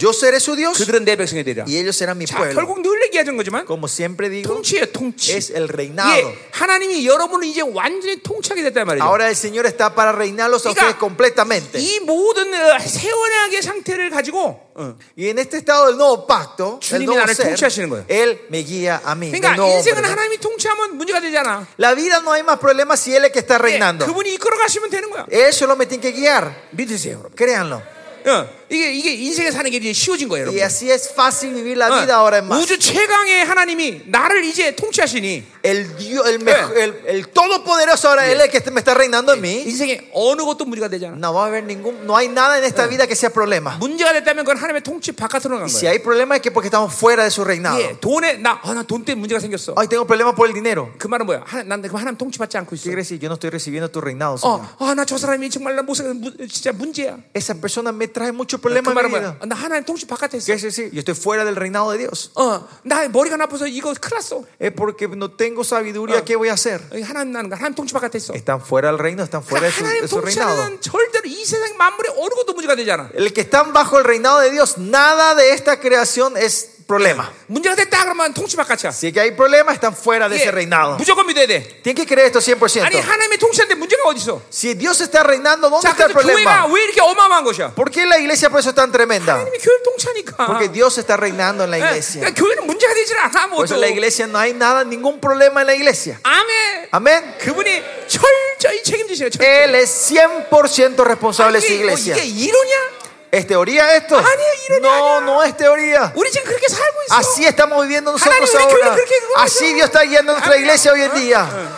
[SPEAKER 2] Yo seré su Dios
[SPEAKER 1] 그들은 내 백성이 되리라.
[SPEAKER 2] y ellos serán mi
[SPEAKER 1] 자,
[SPEAKER 2] pueblo.
[SPEAKER 1] 결국 늘 얘기하던 거지만
[SPEAKER 2] Como siempre digo,
[SPEAKER 1] 통치예요, 통치.
[SPEAKER 2] 그 es el reinado. 아,
[SPEAKER 1] 예, 하나님이 여러분을 이제 완전히 통치하게 됐단 말이죠.
[SPEAKER 2] Ahora el Señor está para reinarlos a
[SPEAKER 1] Diga.
[SPEAKER 2] ustedes completamente.
[SPEAKER 1] 이 모든 어, 세원하게 상태를 가지고 어,
[SPEAKER 2] Y en este estado del nuevo pacto, el
[SPEAKER 1] 주님이
[SPEAKER 2] nuevo
[SPEAKER 1] 나를
[SPEAKER 2] ser,
[SPEAKER 1] 통치하시는 거예요.
[SPEAKER 2] Él me guía a mí. del
[SPEAKER 1] 그러니까
[SPEAKER 2] nuevo
[SPEAKER 1] 인생은
[SPEAKER 2] hombre.
[SPEAKER 1] 하나님이 통치하면 문제가 되잖아.
[SPEAKER 2] La vida no hay más problema si Él es el que está
[SPEAKER 1] 예,
[SPEAKER 2] reinando.
[SPEAKER 1] 그분이 이끌어 가시면 되는 거야.
[SPEAKER 2] Él solo me tiene que guiar.
[SPEAKER 1] 예, 믿으세요, 여러분.
[SPEAKER 2] Créanlo.
[SPEAKER 1] 어, 이게 이게 인생에 사는 게 이제 쉬워진 거예요,
[SPEAKER 2] Y
[SPEAKER 1] 여러분.
[SPEAKER 2] así es fácil vivir la
[SPEAKER 1] Ah.
[SPEAKER 2] vida ahora en
[SPEAKER 1] 어,
[SPEAKER 2] más.
[SPEAKER 1] 우주 최강의 하나님이 나를 이제 통치하시니
[SPEAKER 2] El, Dios- el, mej- el- el todopoderoso ahora Él es el que me está reinando en mí.
[SPEAKER 1] 인생에 어느 것도 문제가 되지 않아.
[SPEAKER 2] No va a haber ningún, no hay nada en esta vida que sea problema.
[SPEAKER 1] 문제가 됐다면 그건 하나님의 통치 바깥으로 간
[SPEAKER 2] Y si
[SPEAKER 1] 거예요.
[SPEAKER 2] hay problema es que porque estamos fuera de su reinado.
[SPEAKER 1] 예, 돈에 나나돈 때문에 문제가 생겼어.
[SPEAKER 2] Ay, tengo problemas por el dinero.
[SPEAKER 1] 그 말은 뭐야? 하나, 난 그럼 하나님 통치받지 않고 있어.
[SPEAKER 2] ¿Qué quiere decir? Yo no estoy recibiendo tu reinado,
[SPEAKER 1] 어,
[SPEAKER 2] Señor.
[SPEAKER 1] 아, 나 저 사람이 정말 나못 살아, 무- 진짜 문제야.
[SPEAKER 2] Esa persona me trae mucho
[SPEAKER 1] 그
[SPEAKER 2] problema en
[SPEAKER 1] 말은
[SPEAKER 2] mi
[SPEAKER 1] 뭐야?
[SPEAKER 2] vida.
[SPEAKER 1] 나 하나님 통치 바깥에
[SPEAKER 2] ¿Qué
[SPEAKER 1] 있어.
[SPEAKER 2] quiere decir? Yo estoy fuera del reinado de Dios.
[SPEAKER 1] 어, 나 머리가 나빠서 이거 큰일 났어.
[SPEAKER 2] Es porque no tengo sabiduría, ¿qué voy a hacer?
[SPEAKER 1] 어, 하나님 나는 거, 하나님 통치 바깥에 있어.
[SPEAKER 2] Están fuera del reino, están fuera de
[SPEAKER 1] 그러니까
[SPEAKER 2] su,
[SPEAKER 1] 하나님
[SPEAKER 2] de su reinado.
[SPEAKER 1] 통치는 절대로 이 세상 만물에 어느 것도 문제가 되지 않아.
[SPEAKER 2] El que están bajo el reinado de Dios, nada de esta creación es problema.
[SPEAKER 1] 문제가 됐다 그러면 통치 바깥이야.
[SPEAKER 2] Si es que hay problemas, están fuera de
[SPEAKER 1] 예,
[SPEAKER 2] ese reinado.
[SPEAKER 1] 무조건 믿어야 돼.
[SPEAKER 2] Tienen que creer esto
[SPEAKER 1] 아니
[SPEAKER 2] 100%.
[SPEAKER 1] 하나님의 통치인데 문제가 어디 있어?
[SPEAKER 2] Si Dios está reinando, ¿dónde
[SPEAKER 1] 자,
[SPEAKER 2] está el
[SPEAKER 1] 근데 교회가
[SPEAKER 2] problema?
[SPEAKER 1] 왜 이렇게 어마어마한 것이야?
[SPEAKER 2] ¿Por qué la iglesia por eso es tan tremenda?
[SPEAKER 1] 하나님이 교회를 통치하니까.
[SPEAKER 2] Porque Dios está reinando en la
[SPEAKER 1] 예,
[SPEAKER 2] iglesia.
[SPEAKER 1] 그러니까 교회는 문제가 되질 않아 뭐.
[SPEAKER 2] Por eso en la iglesia no hay nada, ningún problema en la iglesia.
[SPEAKER 1] 아멘.
[SPEAKER 2] Amén.
[SPEAKER 1] 그분이 철저히 책임지세요. 철저히.
[SPEAKER 2] Él es 100% responsable de su
[SPEAKER 1] 이게, 뭐
[SPEAKER 2] iglesia.
[SPEAKER 1] 이게 이론이야?
[SPEAKER 2] ¿Es teoría esto?
[SPEAKER 1] Ani, ironía,
[SPEAKER 2] No,
[SPEAKER 1] aña.
[SPEAKER 2] no es teoría.
[SPEAKER 1] 우리 지금 그렇게 살고 있어.
[SPEAKER 2] Así estamos viviendo
[SPEAKER 1] Ah,
[SPEAKER 2] nosotros
[SPEAKER 1] Hanan, ¿y
[SPEAKER 2] ahora.
[SPEAKER 1] por qué no crees que-
[SPEAKER 2] Así Dios está guiando nuestra
[SPEAKER 1] Amén.
[SPEAKER 2] iglesia hoy en
[SPEAKER 1] Ah,
[SPEAKER 2] día.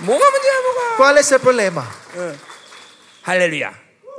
[SPEAKER 1] 뭐가 문제야, 뭐가?
[SPEAKER 2] ¿Cuál es el problema?
[SPEAKER 1] 할렐루야.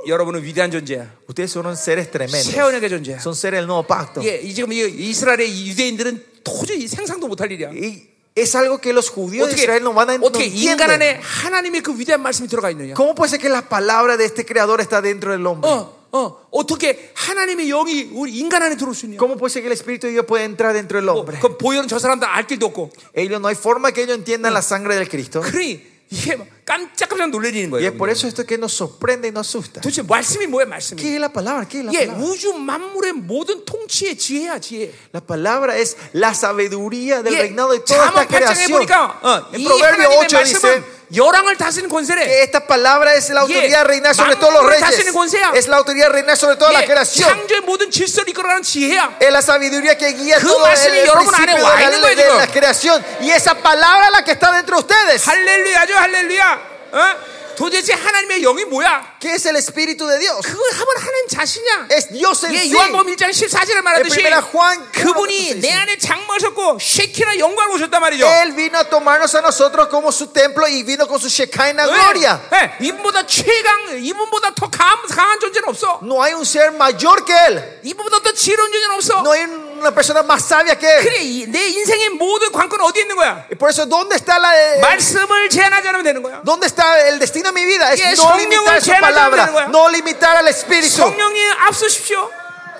[SPEAKER 1] 여러분은 위대한 존재야.
[SPEAKER 2] Ustedes son seres tremendos.
[SPEAKER 1] 세원에게 존재야.
[SPEAKER 2] Son seres del nuevo pacto.
[SPEAKER 1] 예, 이 지금 이 이스라엘의 이 유대인들은 도저히 상상도 못할 일이야.
[SPEAKER 2] Y es algo que los judíos de
[SPEAKER 1] 어떻게
[SPEAKER 2] Israel no van a no
[SPEAKER 1] 어떻게 인간 안에
[SPEAKER 2] entienden.
[SPEAKER 1] 하나님의 그 위대한 말씀이 들어가 있느냐?
[SPEAKER 2] ¿Cómo puede ser que la palabra de este creador está dentro del hombre?
[SPEAKER 1] 어, 어, 어떻게 하나님의 영이 우리 인간 안에 들어올 수 있냐?
[SPEAKER 2] ¿Cómo puede ser que el Espíritu de Dios puede entrar dentro del
[SPEAKER 1] 어,
[SPEAKER 2] hombre?
[SPEAKER 1] 그 보혈은 저 사람들 알 길도 없고.
[SPEAKER 2] Ellos no hay forma que ellos entiendan la sangre del Cristo.
[SPEAKER 1] 그러니 이게 막 깜짝깜짝 놀래리는
[SPEAKER 2] Y
[SPEAKER 1] 거예요.
[SPEAKER 2] es por
[SPEAKER 1] 여러분들.
[SPEAKER 2] eso esto que nos sorprende y nos asusta.
[SPEAKER 1] 도대체 말씀이 뭐야, 말씀이?
[SPEAKER 2] ¿Qué es la palabra? ¿Qué es la
[SPEAKER 1] 예,
[SPEAKER 2] palabra?
[SPEAKER 1] 우주 만물의 모든 통치의 지혜야, 지혜.
[SPEAKER 2] La palabra es la sabiduría del
[SPEAKER 1] 예,
[SPEAKER 2] reinado de toda esta
[SPEAKER 1] 잠언 8장에
[SPEAKER 2] creación.
[SPEAKER 1] 보니까 어,
[SPEAKER 2] en
[SPEAKER 1] 이
[SPEAKER 2] Proverbio
[SPEAKER 1] 하나님의
[SPEAKER 2] 8 dice
[SPEAKER 1] 말씀은 열왕을 다스리는 권세래.
[SPEAKER 2] que esta palabra es la autoridad de reinar sobre todos los
[SPEAKER 1] 만물을
[SPEAKER 2] reyes.
[SPEAKER 1] 다스리는 권세야.
[SPEAKER 2] Es la autoridad de reinar sobre toda la
[SPEAKER 1] 예,
[SPEAKER 2] creación.
[SPEAKER 1] 창조의 모든 질서를 이끌어가는 지혜야.
[SPEAKER 2] Es la sabiduría que guía
[SPEAKER 1] 그
[SPEAKER 2] todo el,
[SPEAKER 1] 말씀이
[SPEAKER 2] el
[SPEAKER 1] 여러분
[SPEAKER 2] principio
[SPEAKER 1] 안에
[SPEAKER 2] de
[SPEAKER 1] 와
[SPEAKER 2] la,
[SPEAKER 1] 있는 거예요,
[SPEAKER 2] de la
[SPEAKER 1] 지금.
[SPEAKER 2] creación. Y esa palabra es la que está dentro de ustedes.
[SPEAKER 1] 할렐루야죠, 할렐루야. 어? 도대체 하나님의 영이 뭐야?
[SPEAKER 2] ¿Qué es el Espíritu de Dios?
[SPEAKER 1] 그걸 하면 하나님 자신이냐?
[SPEAKER 2] Es Dios en
[SPEAKER 1] 예,
[SPEAKER 2] sí.
[SPEAKER 1] 요한복음 1장 14절에 말하듯이
[SPEAKER 2] 예, 1 Juan
[SPEAKER 1] 그분이 내 안에 장마셨고 쉐키나 영광을 오셨단 말이죠.
[SPEAKER 2] Él vino a tomarnos a nosotros como su templo y vino con su Shekinah gloria.
[SPEAKER 1] 예, 예, 이분보다 최강, 이분보다 더 강, 강한 존재는 없어.
[SPEAKER 2] No hay un ser mayor que Él.
[SPEAKER 1] 이분보다 더 지혜로운 존재는 없어.
[SPEAKER 2] No hay una persona más sabia que Él.
[SPEAKER 1] 그래 이- 내 인생의 모든 관건은 어디에 있는 거야?
[SPEAKER 2] Y por eso, ¿dónde está la,
[SPEAKER 1] 예.
[SPEAKER 2] eh,
[SPEAKER 1] 말씀을 제한하지 않으면 되는 거야.
[SPEAKER 2] ¿Dónde está el destino de mi vida? Es
[SPEAKER 1] Yeah,
[SPEAKER 2] no
[SPEAKER 1] 성령을
[SPEAKER 2] limitar su
[SPEAKER 1] 제한하지 않는
[SPEAKER 2] palabra,
[SPEAKER 1] 거야.
[SPEAKER 2] no limitar al Espíritu.
[SPEAKER 1] 성령이 앞서십시오.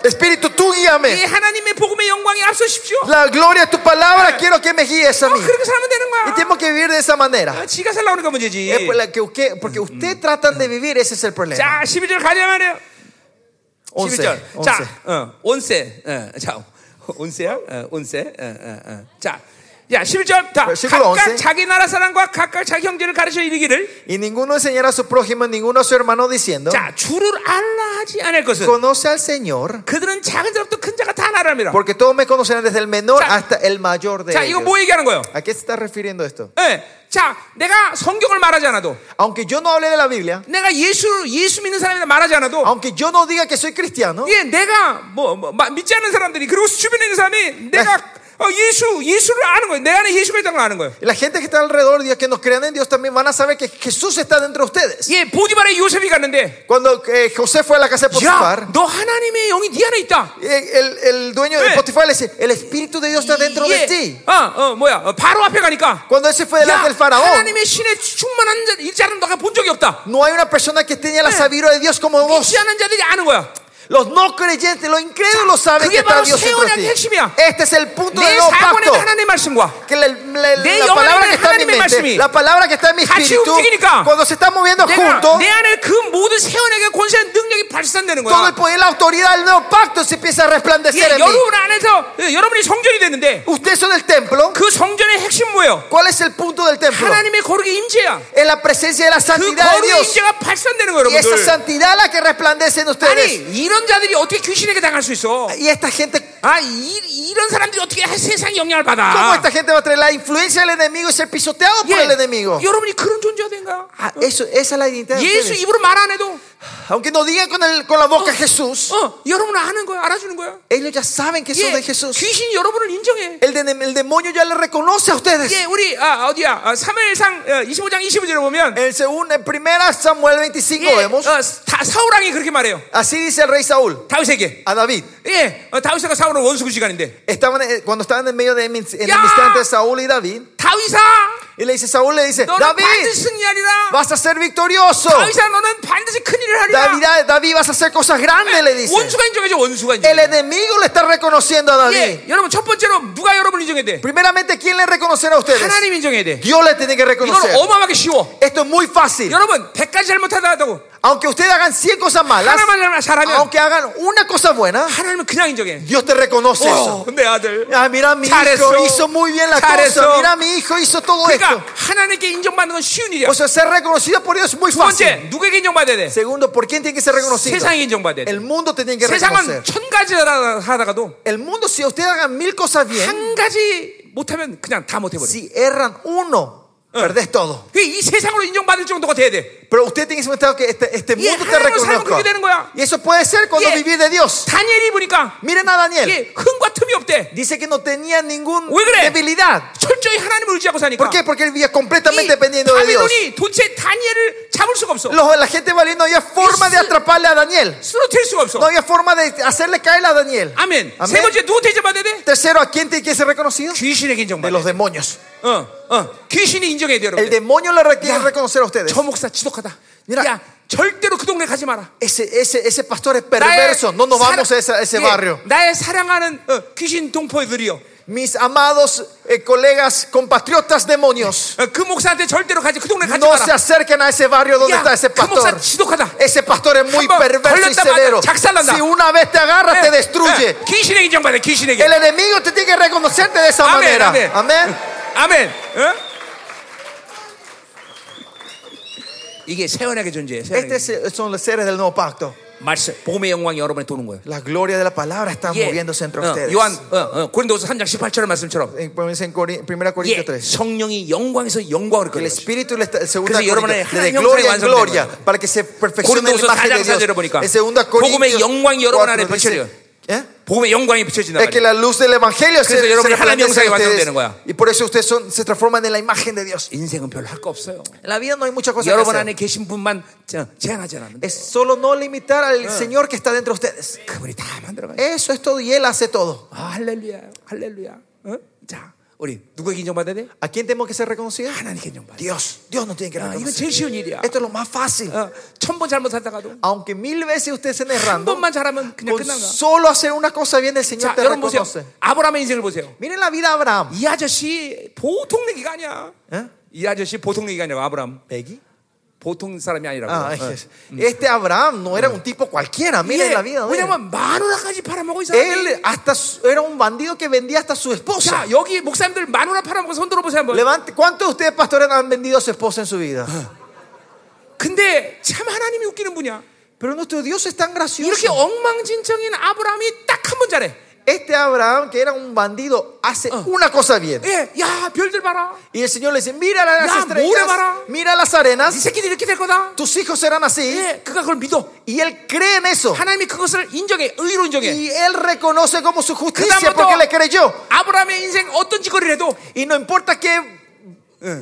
[SPEAKER 2] Espíritu, tú
[SPEAKER 1] 이
[SPEAKER 2] guíame.
[SPEAKER 1] 하나님의 복음의 영광이 앞서십시오. 어,
[SPEAKER 2] La gloria de tu palabra quiero que me guíes a mí.
[SPEAKER 1] 그렇게 살면 되는
[SPEAKER 2] Y
[SPEAKER 1] 거야.
[SPEAKER 2] tengo que vivir de esa manera.
[SPEAKER 1] 아, 지가 살라오니까 문제지.
[SPEAKER 2] Es por la que- que- Porque ustedes tratan de vivir, ese es el problema.
[SPEAKER 1] 자, 12절 가자 말이에요.
[SPEAKER 2] 11.
[SPEAKER 1] 11절.
[SPEAKER 2] 11.
[SPEAKER 1] 자, 어, 온세. 어, 자, 온세야? 어, 온세. 어, 어, 어. 자, 야, 11절. 다
[SPEAKER 2] Versículo
[SPEAKER 1] 각각
[SPEAKER 2] 11.
[SPEAKER 1] 자기 나라 사람과 각각 자기 형제를 가르쳐 이르기를
[SPEAKER 2] Y ninguno enseñará a su prójimo, ninguno a su hermano diciendo,
[SPEAKER 1] 자, 주를 알라 하지 않을 것은
[SPEAKER 2] conoce al Señor,
[SPEAKER 1] 그들은 작은 자부터 큰 자가 다 나를 압니다.
[SPEAKER 2] porque todos me conocerán desde el menor
[SPEAKER 1] 자,
[SPEAKER 2] hasta el mayor de
[SPEAKER 1] 자, 이거
[SPEAKER 2] ellos.
[SPEAKER 1] 뭐 얘기하는 거예요?
[SPEAKER 2] ¿A qué se está refiriendo esto?
[SPEAKER 1] 예. 자, 내가 성경을 말하지 않아도
[SPEAKER 2] Aunque yo no hable de la Biblia,
[SPEAKER 1] 내가 예수 예수 믿는 사람이라 말하지 않아도
[SPEAKER 2] aunque yo no diga que soy cristiano,
[SPEAKER 1] 예, 내가 뭐, 뭐, 마- 믿지 않는 사람들이 그리고 주변에 있는 사람이 내가 어, 예수 예수를 아는 거예요. 내 안에 예수가 있다는 걸 아는 거예요.
[SPEAKER 2] la gente que está alrededor de Dios, que nos crean en Dios, también van a saber que Jesús está dentro de ustedes.
[SPEAKER 1] 예, 보디발에 요셉이 갔는데
[SPEAKER 2] Cuando eh, José fue a la casa de
[SPEAKER 1] 야,
[SPEAKER 2] Potifar,
[SPEAKER 1] 너 하나님의 영이 네 안에 있다.
[SPEAKER 2] eh, el, el dueño de
[SPEAKER 1] Eh.
[SPEAKER 2] Potifar le dice, el Espíritu de Dios está dentro de ti.
[SPEAKER 1] 예, 어, 어, 뭐야? 어, 바로 앞에 가니까
[SPEAKER 2] Cuando él se fue
[SPEAKER 1] 야,
[SPEAKER 2] delante del faraón,
[SPEAKER 1] 하나님의 신에 충만한 자, 일자는 너가 본 적이 없다.
[SPEAKER 2] no hay una persona que tenga la sabiduría de Dios como vos.
[SPEAKER 1] 믿지 않는 자들이 아는 거야.
[SPEAKER 2] Los no creyentes, los incrédulos saben
[SPEAKER 1] 그게
[SPEAKER 2] que está
[SPEAKER 1] 바로
[SPEAKER 2] Dios dentro
[SPEAKER 1] 세원의
[SPEAKER 2] de ti.
[SPEAKER 1] 핵심이야.
[SPEAKER 2] Este es el punto del
[SPEAKER 1] 내
[SPEAKER 2] nuevo
[SPEAKER 1] 사관에
[SPEAKER 2] pacto.
[SPEAKER 1] 하나님의 말씀과
[SPEAKER 2] Que la, la-
[SPEAKER 1] 내
[SPEAKER 2] la palabra que
[SPEAKER 1] 영혼에는
[SPEAKER 2] está en mi
[SPEAKER 1] 하나님의
[SPEAKER 2] mente,
[SPEAKER 1] 말씀이
[SPEAKER 2] la palabra que está en mi
[SPEAKER 1] 같이
[SPEAKER 2] espíritu,
[SPEAKER 1] 움직이니까
[SPEAKER 2] cuando se está moviendo
[SPEAKER 1] 내가
[SPEAKER 2] juntos,
[SPEAKER 1] 내 안에 그 모든 세원에게 권세한 능력이 발산되는
[SPEAKER 2] todo
[SPEAKER 1] 거야.
[SPEAKER 2] el poder, la autoridad del nuevo pacto se empieza a
[SPEAKER 1] 예,
[SPEAKER 2] resplandecer en mí.
[SPEAKER 1] 여러분 안에서 예, 여러분이 성전이 됐는데
[SPEAKER 2] Ustedes son del templo.
[SPEAKER 1] 그 성전의 핵심 뭐예요?
[SPEAKER 2] ¿Cuál es el punto del templo?
[SPEAKER 1] 하나님의 거룩의 임재야.
[SPEAKER 2] Es la presencia de la
[SPEAKER 1] 그
[SPEAKER 2] santidad de
[SPEAKER 1] 거룩의
[SPEAKER 2] Dios.
[SPEAKER 1] 임재가 발산되는
[SPEAKER 2] Y
[SPEAKER 1] 거예요,
[SPEAKER 2] esa
[SPEAKER 1] 여러분들.
[SPEAKER 2] santidad la que resplandece en
[SPEAKER 1] 아니
[SPEAKER 2] ustedes.
[SPEAKER 1] 이런 자들이 어떻게 귀신에게 당할 수 있어?
[SPEAKER 2] Y esta gente,
[SPEAKER 1] 아 이, 이런 사람들이 어떻게 세상에 영향을
[SPEAKER 2] ¿cómo
[SPEAKER 1] 받아? 예.
[SPEAKER 2] esta gente va a traer la influencia del enemigo y ser pisoteado por el enemigo?
[SPEAKER 1] 여러분이 아, 네, 그런 존재가 된가?
[SPEAKER 2] Ah, eso, esa es la identidad de
[SPEAKER 1] 예수
[SPEAKER 2] ustedes.
[SPEAKER 1] 입으로 말 안 해도
[SPEAKER 2] Aunque no digan con, el- con la boca
[SPEAKER 1] Oh.
[SPEAKER 2] Jesús,
[SPEAKER 1] 어, 여러분은 아는 거야, 알아주는 거야.
[SPEAKER 2] ellos ya saben que son
[SPEAKER 1] 예,
[SPEAKER 2] de Jesús.
[SPEAKER 1] 귀신이 여러분을 인정해.
[SPEAKER 2] El, de- el demonio ya le reconoce a ustedes.
[SPEAKER 1] 예, 우리 아, 어디야? 아, 사무엘상 25장 25절에 보면
[SPEAKER 2] El segundo, en primera Samuel 25
[SPEAKER 1] 예,
[SPEAKER 2] vemos,
[SPEAKER 1] 어, 다- 사울왕이 그렇게 말해요.
[SPEAKER 2] así dice el rey Saúl
[SPEAKER 1] 다윗에게.
[SPEAKER 2] a David.
[SPEAKER 1] 예, 어, 다윗과 사울은 원수구 시간인데.
[SPEAKER 2] Estaban, eh, cuando estaban en medio de enem-
[SPEAKER 1] ¡Ya!
[SPEAKER 2] enemistad entre Saúl y David,
[SPEAKER 1] 다윗아,
[SPEAKER 2] y le dice Saúl le dice,
[SPEAKER 1] 너는
[SPEAKER 2] David,
[SPEAKER 1] 반드시 승리하리라.
[SPEAKER 2] vas a ser victorioso.
[SPEAKER 1] 다윗아, 너는 반드시 큰 일을 하리라.
[SPEAKER 2] David, ah, David, vas a hacer cosas grandes, le dice.
[SPEAKER 1] 원수가 인정해줘, 원수가 인정.
[SPEAKER 2] El enemigo le está reconociendo a David.
[SPEAKER 1] 예, 여러분 첫 번째로 누가 여러분을 인정해야 돼?
[SPEAKER 2] Primeramente, ¿quién le reconocerá a ustedes?
[SPEAKER 1] 하나님 인정해야 돼.
[SPEAKER 2] Dios le tiene que
[SPEAKER 1] 이건
[SPEAKER 2] reconocer.
[SPEAKER 1] 어마어마하게 쉬워.
[SPEAKER 2] Esto es muy fácil.
[SPEAKER 1] 여러분 100가지 잘못하다고
[SPEAKER 2] Aunque ustedes hagan 100 cosas malas,
[SPEAKER 1] 하나만 잘하면
[SPEAKER 2] aunque hagan una cosa buena,
[SPEAKER 1] 하나님은 그냥 인정해.
[SPEAKER 2] Dios te reconoce
[SPEAKER 1] 어,
[SPEAKER 2] eso.
[SPEAKER 1] 내 아들.
[SPEAKER 2] Ah, mira, mi hijo
[SPEAKER 1] Charezo.
[SPEAKER 2] hizo muy bien la
[SPEAKER 1] Charezo.
[SPEAKER 2] cosa. Mira, mi hijo hizo todo
[SPEAKER 1] 그러니까
[SPEAKER 2] esto.
[SPEAKER 1] 하나님께 인정받는 건 쉬운 일이야.
[SPEAKER 2] O sea, ser reconocido por Dios es muy
[SPEAKER 1] 두 번째
[SPEAKER 2] fácil.
[SPEAKER 1] 누구에게 인정받아야 돼?
[SPEAKER 2] Segundo, ¿por quién tiene que ser reconocido?
[SPEAKER 1] 세상에 인정받아야 돼.
[SPEAKER 2] El mundo te tiene que
[SPEAKER 1] 세상은
[SPEAKER 2] reconocer.
[SPEAKER 1] 천 가지 하다가도
[SPEAKER 2] El mundo, si ustedes hagan mil cosas bien,
[SPEAKER 1] 한 가지 못하면 그냥 다 못해버려.
[SPEAKER 2] si erran uno, perdés todo.
[SPEAKER 1] 그이 세상으로 인정받을 정도가 돼야 돼.
[SPEAKER 2] Pero usted tiene que ser que este, este
[SPEAKER 1] Y
[SPEAKER 2] mundo te
[SPEAKER 1] 하나님을 살면 그렇게 되는
[SPEAKER 2] reconozca.
[SPEAKER 1] 거야.
[SPEAKER 2] Y eso puede ser cuando
[SPEAKER 1] Yeah.
[SPEAKER 2] vivís de Dios.
[SPEAKER 1] 다니엘이 보니까
[SPEAKER 2] Miren a Daniel.
[SPEAKER 1] 이게 흥과 틈이 없대.
[SPEAKER 2] Dice que no tenía ninguna
[SPEAKER 1] Uy, 그래.
[SPEAKER 2] debilidad.
[SPEAKER 1] 철저히 하나님을 의지하고 사니까.
[SPEAKER 2] ¿Por qué? Porque él vivía
[SPEAKER 1] 이
[SPEAKER 2] completamente dependiendo de Dios.
[SPEAKER 1] 바빌론이 도대체 다니엘을 잡을 수가 없어.
[SPEAKER 2] Los- la gente valiente no había forma de
[SPEAKER 1] Yes.
[SPEAKER 2] atraparle a Daniel.
[SPEAKER 1] 쓰러뜨릴 수가 없어.
[SPEAKER 2] No había forma de hacerle caer a Daniel.
[SPEAKER 1] 아멘.
[SPEAKER 2] Amén.
[SPEAKER 1] 세 번째 누구한테 인정받아야 돼?
[SPEAKER 2] Tercero, ¿a quién tiene que ser reconocido?
[SPEAKER 1] 귀신에게
[SPEAKER 2] De
[SPEAKER 1] 인정받아.
[SPEAKER 2] los demonios.
[SPEAKER 1] 어, 어. 귀신이 인정해야 돼,
[SPEAKER 2] El
[SPEAKER 1] 여러분.
[SPEAKER 2] demonio le re- tiene que reconocer a ustedes.
[SPEAKER 1] 저 목사 지독하다.
[SPEAKER 2] 미라.
[SPEAKER 1] 야, 절대로 그 동네 가지 마라.
[SPEAKER 2] Ese, ese, ese pastor es perverso. No nos vamos a esa- a ese
[SPEAKER 1] 예,
[SPEAKER 2] barrio.
[SPEAKER 1] 나의 사랑하는 어, 귀신 동포들이요.
[SPEAKER 2] Mis amados eh, colegas, compatriotas demonios,
[SPEAKER 1] 어, 그 목사한테 절대로 가지 그 동네 가지
[SPEAKER 2] no se
[SPEAKER 1] 마라.
[SPEAKER 2] acerquen a ese barrio donde
[SPEAKER 1] 야,
[SPEAKER 2] está ese
[SPEAKER 1] 그 목사
[SPEAKER 2] pastor.
[SPEAKER 1] 지독하다.
[SPEAKER 2] Ese pastor es muy
[SPEAKER 1] 한번
[SPEAKER 2] perverso y
[SPEAKER 1] 걸렸다
[SPEAKER 2] severo.
[SPEAKER 1] 맞아, 작살난다.
[SPEAKER 2] Si una vez te agarra, te destruye.
[SPEAKER 1] 예, 귀신에게 인정받아. 귀신에게.
[SPEAKER 2] El enemigo te tiene que reconocerte de esa
[SPEAKER 1] Amén,
[SPEAKER 2] manera.
[SPEAKER 1] amén.
[SPEAKER 2] Amén.
[SPEAKER 1] 아멘. 어? 이게 세원하게 존재해. 세원하게.
[SPEAKER 2] Estos Este son los seres del nuevo pacto.
[SPEAKER 1] 말씀, 복음의 영광이 여러분에 도는 거예요.
[SPEAKER 2] La gloria de la palabra está
[SPEAKER 1] 예.
[SPEAKER 2] moviéndose entre
[SPEAKER 1] 어,
[SPEAKER 2] ustedes.
[SPEAKER 1] 요한 어, 어, 고린도서 3장 18절 말씀처럼
[SPEAKER 2] En, en Cori- 1
[SPEAKER 1] 예,
[SPEAKER 2] Corintios 3.
[SPEAKER 1] 성령이 영광에서 영광을
[SPEAKER 2] El
[SPEAKER 1] 끌어요.
[SPEAKER 2] Espíritu le está, el segundo
[SPEAKER 1] 그래서 여러분의
[SPEAKER 2] Corintios, de
[SPEAKER 1] 하나님
[SPEAKER 2] gloria en
[SPEAKER 1] 형상이 완성되는
[SPEAKER 2] gloria
[SPEAKER 1] 거예요.
[SPEAKER 2] para que se perfeccione la
[SPEAKER 1] 고린도서
[SPEAKER 2] imagen
[SPEAKER 1] 4장
[SPEAKER 2] de
[SPEAKER 1] 4절을
[SPEAKER 2] Dios.
[SPEAKER 1] 보니까
[SPEAKER 2] En
[SPEAKER 1] 복음의
[SPEAKER 2] 2 Corintios
[SPEAKER 1] 영광이 여러분 안에
[SPEAKER 2] 4
[SPEAKER 1] 비춰져요.
[SPEAKER 2] dice, ¿eh?
[SPEAKER 1] 복음의 영광이 비춰진다
[SPEAKER 2] es que
[SPEAKER 1] 말이야.
[SPEAKER 2] la luz del evangelio se,
[SPEAKER 1] 그래서
[SPEAKER 2] se
[SPEAKER 1] 여러분이 하나님
[SPEAKER 2] resplandece en
[SPEAKER 1] 형상이
[SPEAKER 2] ustedes.
[SPEAKER 1] 완성되는 거야.
[SPEAKER 2] y por eso ustedes son, se transforman en la imagen de Dios.
[SPEAKER 1] 인생은 별로 할 거 없어요.
[SPEAKER 2] En la vida no hay muchas cosas que
[SPEAKER 1] 여러분
[SPEAKER 2] hacer.
[SPEAKER 1] 안에 계신 분만 저- 제한하지 않았는데
[SPEAKER 2] Es solo no limitar al Señor que está dentro de ustedes.
[SPEAKER 1] 그분이 다 만들어가요.
[SPEAKER 2] Eso es todo y Él hace todo.
[SPEAKER 1] 아, 할렐루야, 할렐루야. 어? 자, 우리 누구에게 인정받아야 돼?
[SPEAKER 2] ¿A quién tenemos que ser reconocidos?
[SPEAKER 1] 하나님께 인정받아.
[SPEAKER 2] Dios. Dios nos tiene que
[SPEAKER 1] 아, 이건
[SPEAKER 2] reconocer.
[SPEAKER 1] 제일 쉬운 일이야.
[SPEAKER 2] Esto es lo más fácil.
[SPEAKER 1] 어, 천번 잘못하다가도
[SPEAKER 2] Aunque mil veces ustedes estén
[SPEAKER 1] 한
[SPEAKER 2] errando,
[SPEAKER 1] 번만 잘하면 그냥
[SPEAKER 2] con
[SPEAKER 1] 끝난 거야.
[SPEAKER 2] solo hacer una cosa bien el
[SPEAKER 1] 자,
[SPEAKER 2] Señor te
[SPEAKER 1] 여러분 보세요.
[SPEAKER 2] reconoce.
[SPEAKER 1] 아브라함의 인생을 보세요.
[SPEAKER 2] Miren la vida de Abraham.
[SPEAKER 1] 이 아저씨 보통 내기가 아니야.
[SPEAKER 2] ¿Eh?
[SPEAKER 1] 이 아저씨 보통 내기가 아니라 아브라함.
[SPEAKER 2] Peggy.
[SPEAKER 1] 보통 사람이 아니라고.
[SPEAKER 2] Ah,
[SPEAKER 1] 어.
[SPEAKER 2] es- este Abraham no era un tipo cualquiera, miren
[SPEAKER 1] 예,
[SPEAKER 2] la vida. de él.
[SPEAKER 1] 왜냐면 마누라까지 팔아먹어 이 사람이.
[SPEAKER 2] Él hasta su- era un bandido que vendía hasta su esposa.
[SPEAKER 1] 자 여기 목사님들 마누라 팔아먹고 손 들어보세요 한번.
[SPEAKER 2] Levante, ¿Cuántos de ustedes, pastores, han vendido a su esposa en su vida?
[SPEAKER 1] 근데 참 하나님이 웃기는 분이야.
[SPEAKER 2] Pero nuestro Dios es tan
[SPEAKER 1] 이렇게
[SPEAKER 2] gracioso.
[SPEAKER 1] 엉망진창인 아브라함이 딱 한 번 잘해.
[SPEAKER 2] Este Abraham, que era un bandido, hace una cosa bien.
[SPEAKER 1] 예, 야 별들 봐라.
[SPEAKER 2] Y el Señor le dice, mira las
[SPEAKER 1] Eh. Ya,
[SPEAKER 2] estrellas,
[SPEAKER 1] mure para.
[SPEAKER 2] mira las
[SPEAKER 1] 이
[SPEAKER 2] arenas,
[SPEAKER 1] 새끼들 이렇게 될 거다.
[SPEAKER 2] tus hijos serán así.
[SPEAKER 1] 예, 그가 그걸 믿어.
[SPEAKER 2] Y él cree en eso.
[SPEAKER 1] 하나님이 그것을 인정해, 의로 인정해.
[SPEAKER 2] Y él reconoce como su justicia
[SPEAKER 1] 그다음부터
[SPEAKER 2] porque le creyó.
[SPEAKER 1] 아브라함의 인생 어떤 짓거리를 해도
[SPEAKER 2] Y no importa qué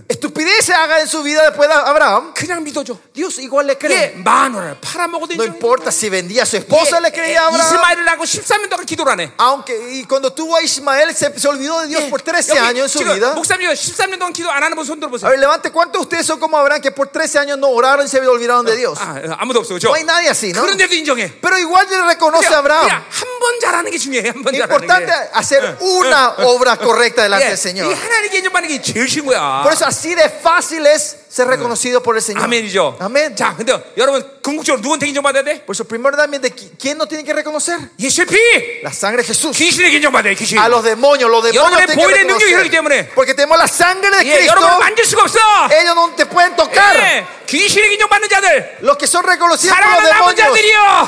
[SPEAKER 2] estupidez se haga en su vida después de Abraham,
[SPEAKER 1] 그냥 믿어줘.
[SPEAKER 2] Dios igual le
[SPEAKER 1] 예,
[SPEAKER 2] cree.
[SPEAKER 1] 만원을 팔아먹어도
[SPEAKER 2] No
[SPEAKER 1] 인정해.
[SPEAKER 2] importa si vendía a su esposa, le
[SPEAKER 1] 예, 예,
[SPEAKER 2] creía a Abraham.
[SPEAKER 1] 이스마엘을 낳고 13년 동안 기도를 안 해.
[SPEAKER 2] Aunque, y cuando tuvo a Ismael, se, se olvidó de Dios
[SPEAKER 1] 예,
[SPEAKER 2] por 13
[SPEAKER 1] 여기
[SPEAKER 2] años en su
[SPEAKER 1] 지금
[SPEAKER 2] vida.
[SPEAKER 1] 목사님 13년 동안 기도 안 하는 분 손
[SPEAKER 2] A
[SPEAKER 1] 들어보세요.
[SPEAKER 2] ver, levante, ¿cuántos de ustedes son como Abraham que por 13 años no oraron y se olvidaron de Dios?
[SPEAKER 1] 아, 아무도 없어, 그죠
[SPEAKER 2] No hay nadie así, ¿no?
[SPEAKER 1] 그런데도 인정해.
[SPEAKER 2] Pero igual le reconoce a Abraham.
[SPEAKER 1] 한번 잘하는 게 중요해. 한번 잘하는
[SPEAKER 2] Importante
[SPEAKER 1] 게.
[SPEAKER 2] hacer una obra correcta delante
[SPEAKER 1] 예,
[SPEAKER 2] del
[SPEAKER 1] 이
[SPEAKER 2] Señor.
[SPEAKER 1] 하나님께 인정받는 게 제일 쉬운 거야.
[SPEAKER 2] Por eso así de fácil es ser reconocido por el Señor.
[SPEAKER 1] 아멘이죠.
[SPEAKER 2] Amén.
[SPEAKER 1] 자, 근데 여러분 궁극적으로 누구한테 인정받아야 돼?
[SPEAKER 2] Por eso, primeramente, ¿qui- ¿quién no tiene que reconocer?
[SPEAKER 1] 예수의 피.
[SPEAKER 2] La sangre de Jesús.
[SPEAKER 1] 귀신에게 인정받아야 돼. 귀신.
[SPEAKER 2] A los demonios, los demonios
[SPEAKER 1] 여러분의
[SPEAKER 2] tienen que
[SPEAKER 1] 보이는 능력이
[SPEAKER 2] reconocer.
[SPEAKER 1] 그렇기 때문에.
[SPEAKER 2] Porque tenemos la sangre de
[SPEAKER 1] 예,
[SPEAKER 2] Cristo.
[SPEAKER 1] 여러분을 만질 수가 없어.
[SPEAKER 2] Ellos no te pueden tocar.
[SPEAKER 1] 예, 귀신에게 인정받는 자들.
[SPEAKER 2] Los que son reconocidos por los
[SPEAKER 1] 사랑하는
[SPEAKER 2] demonios.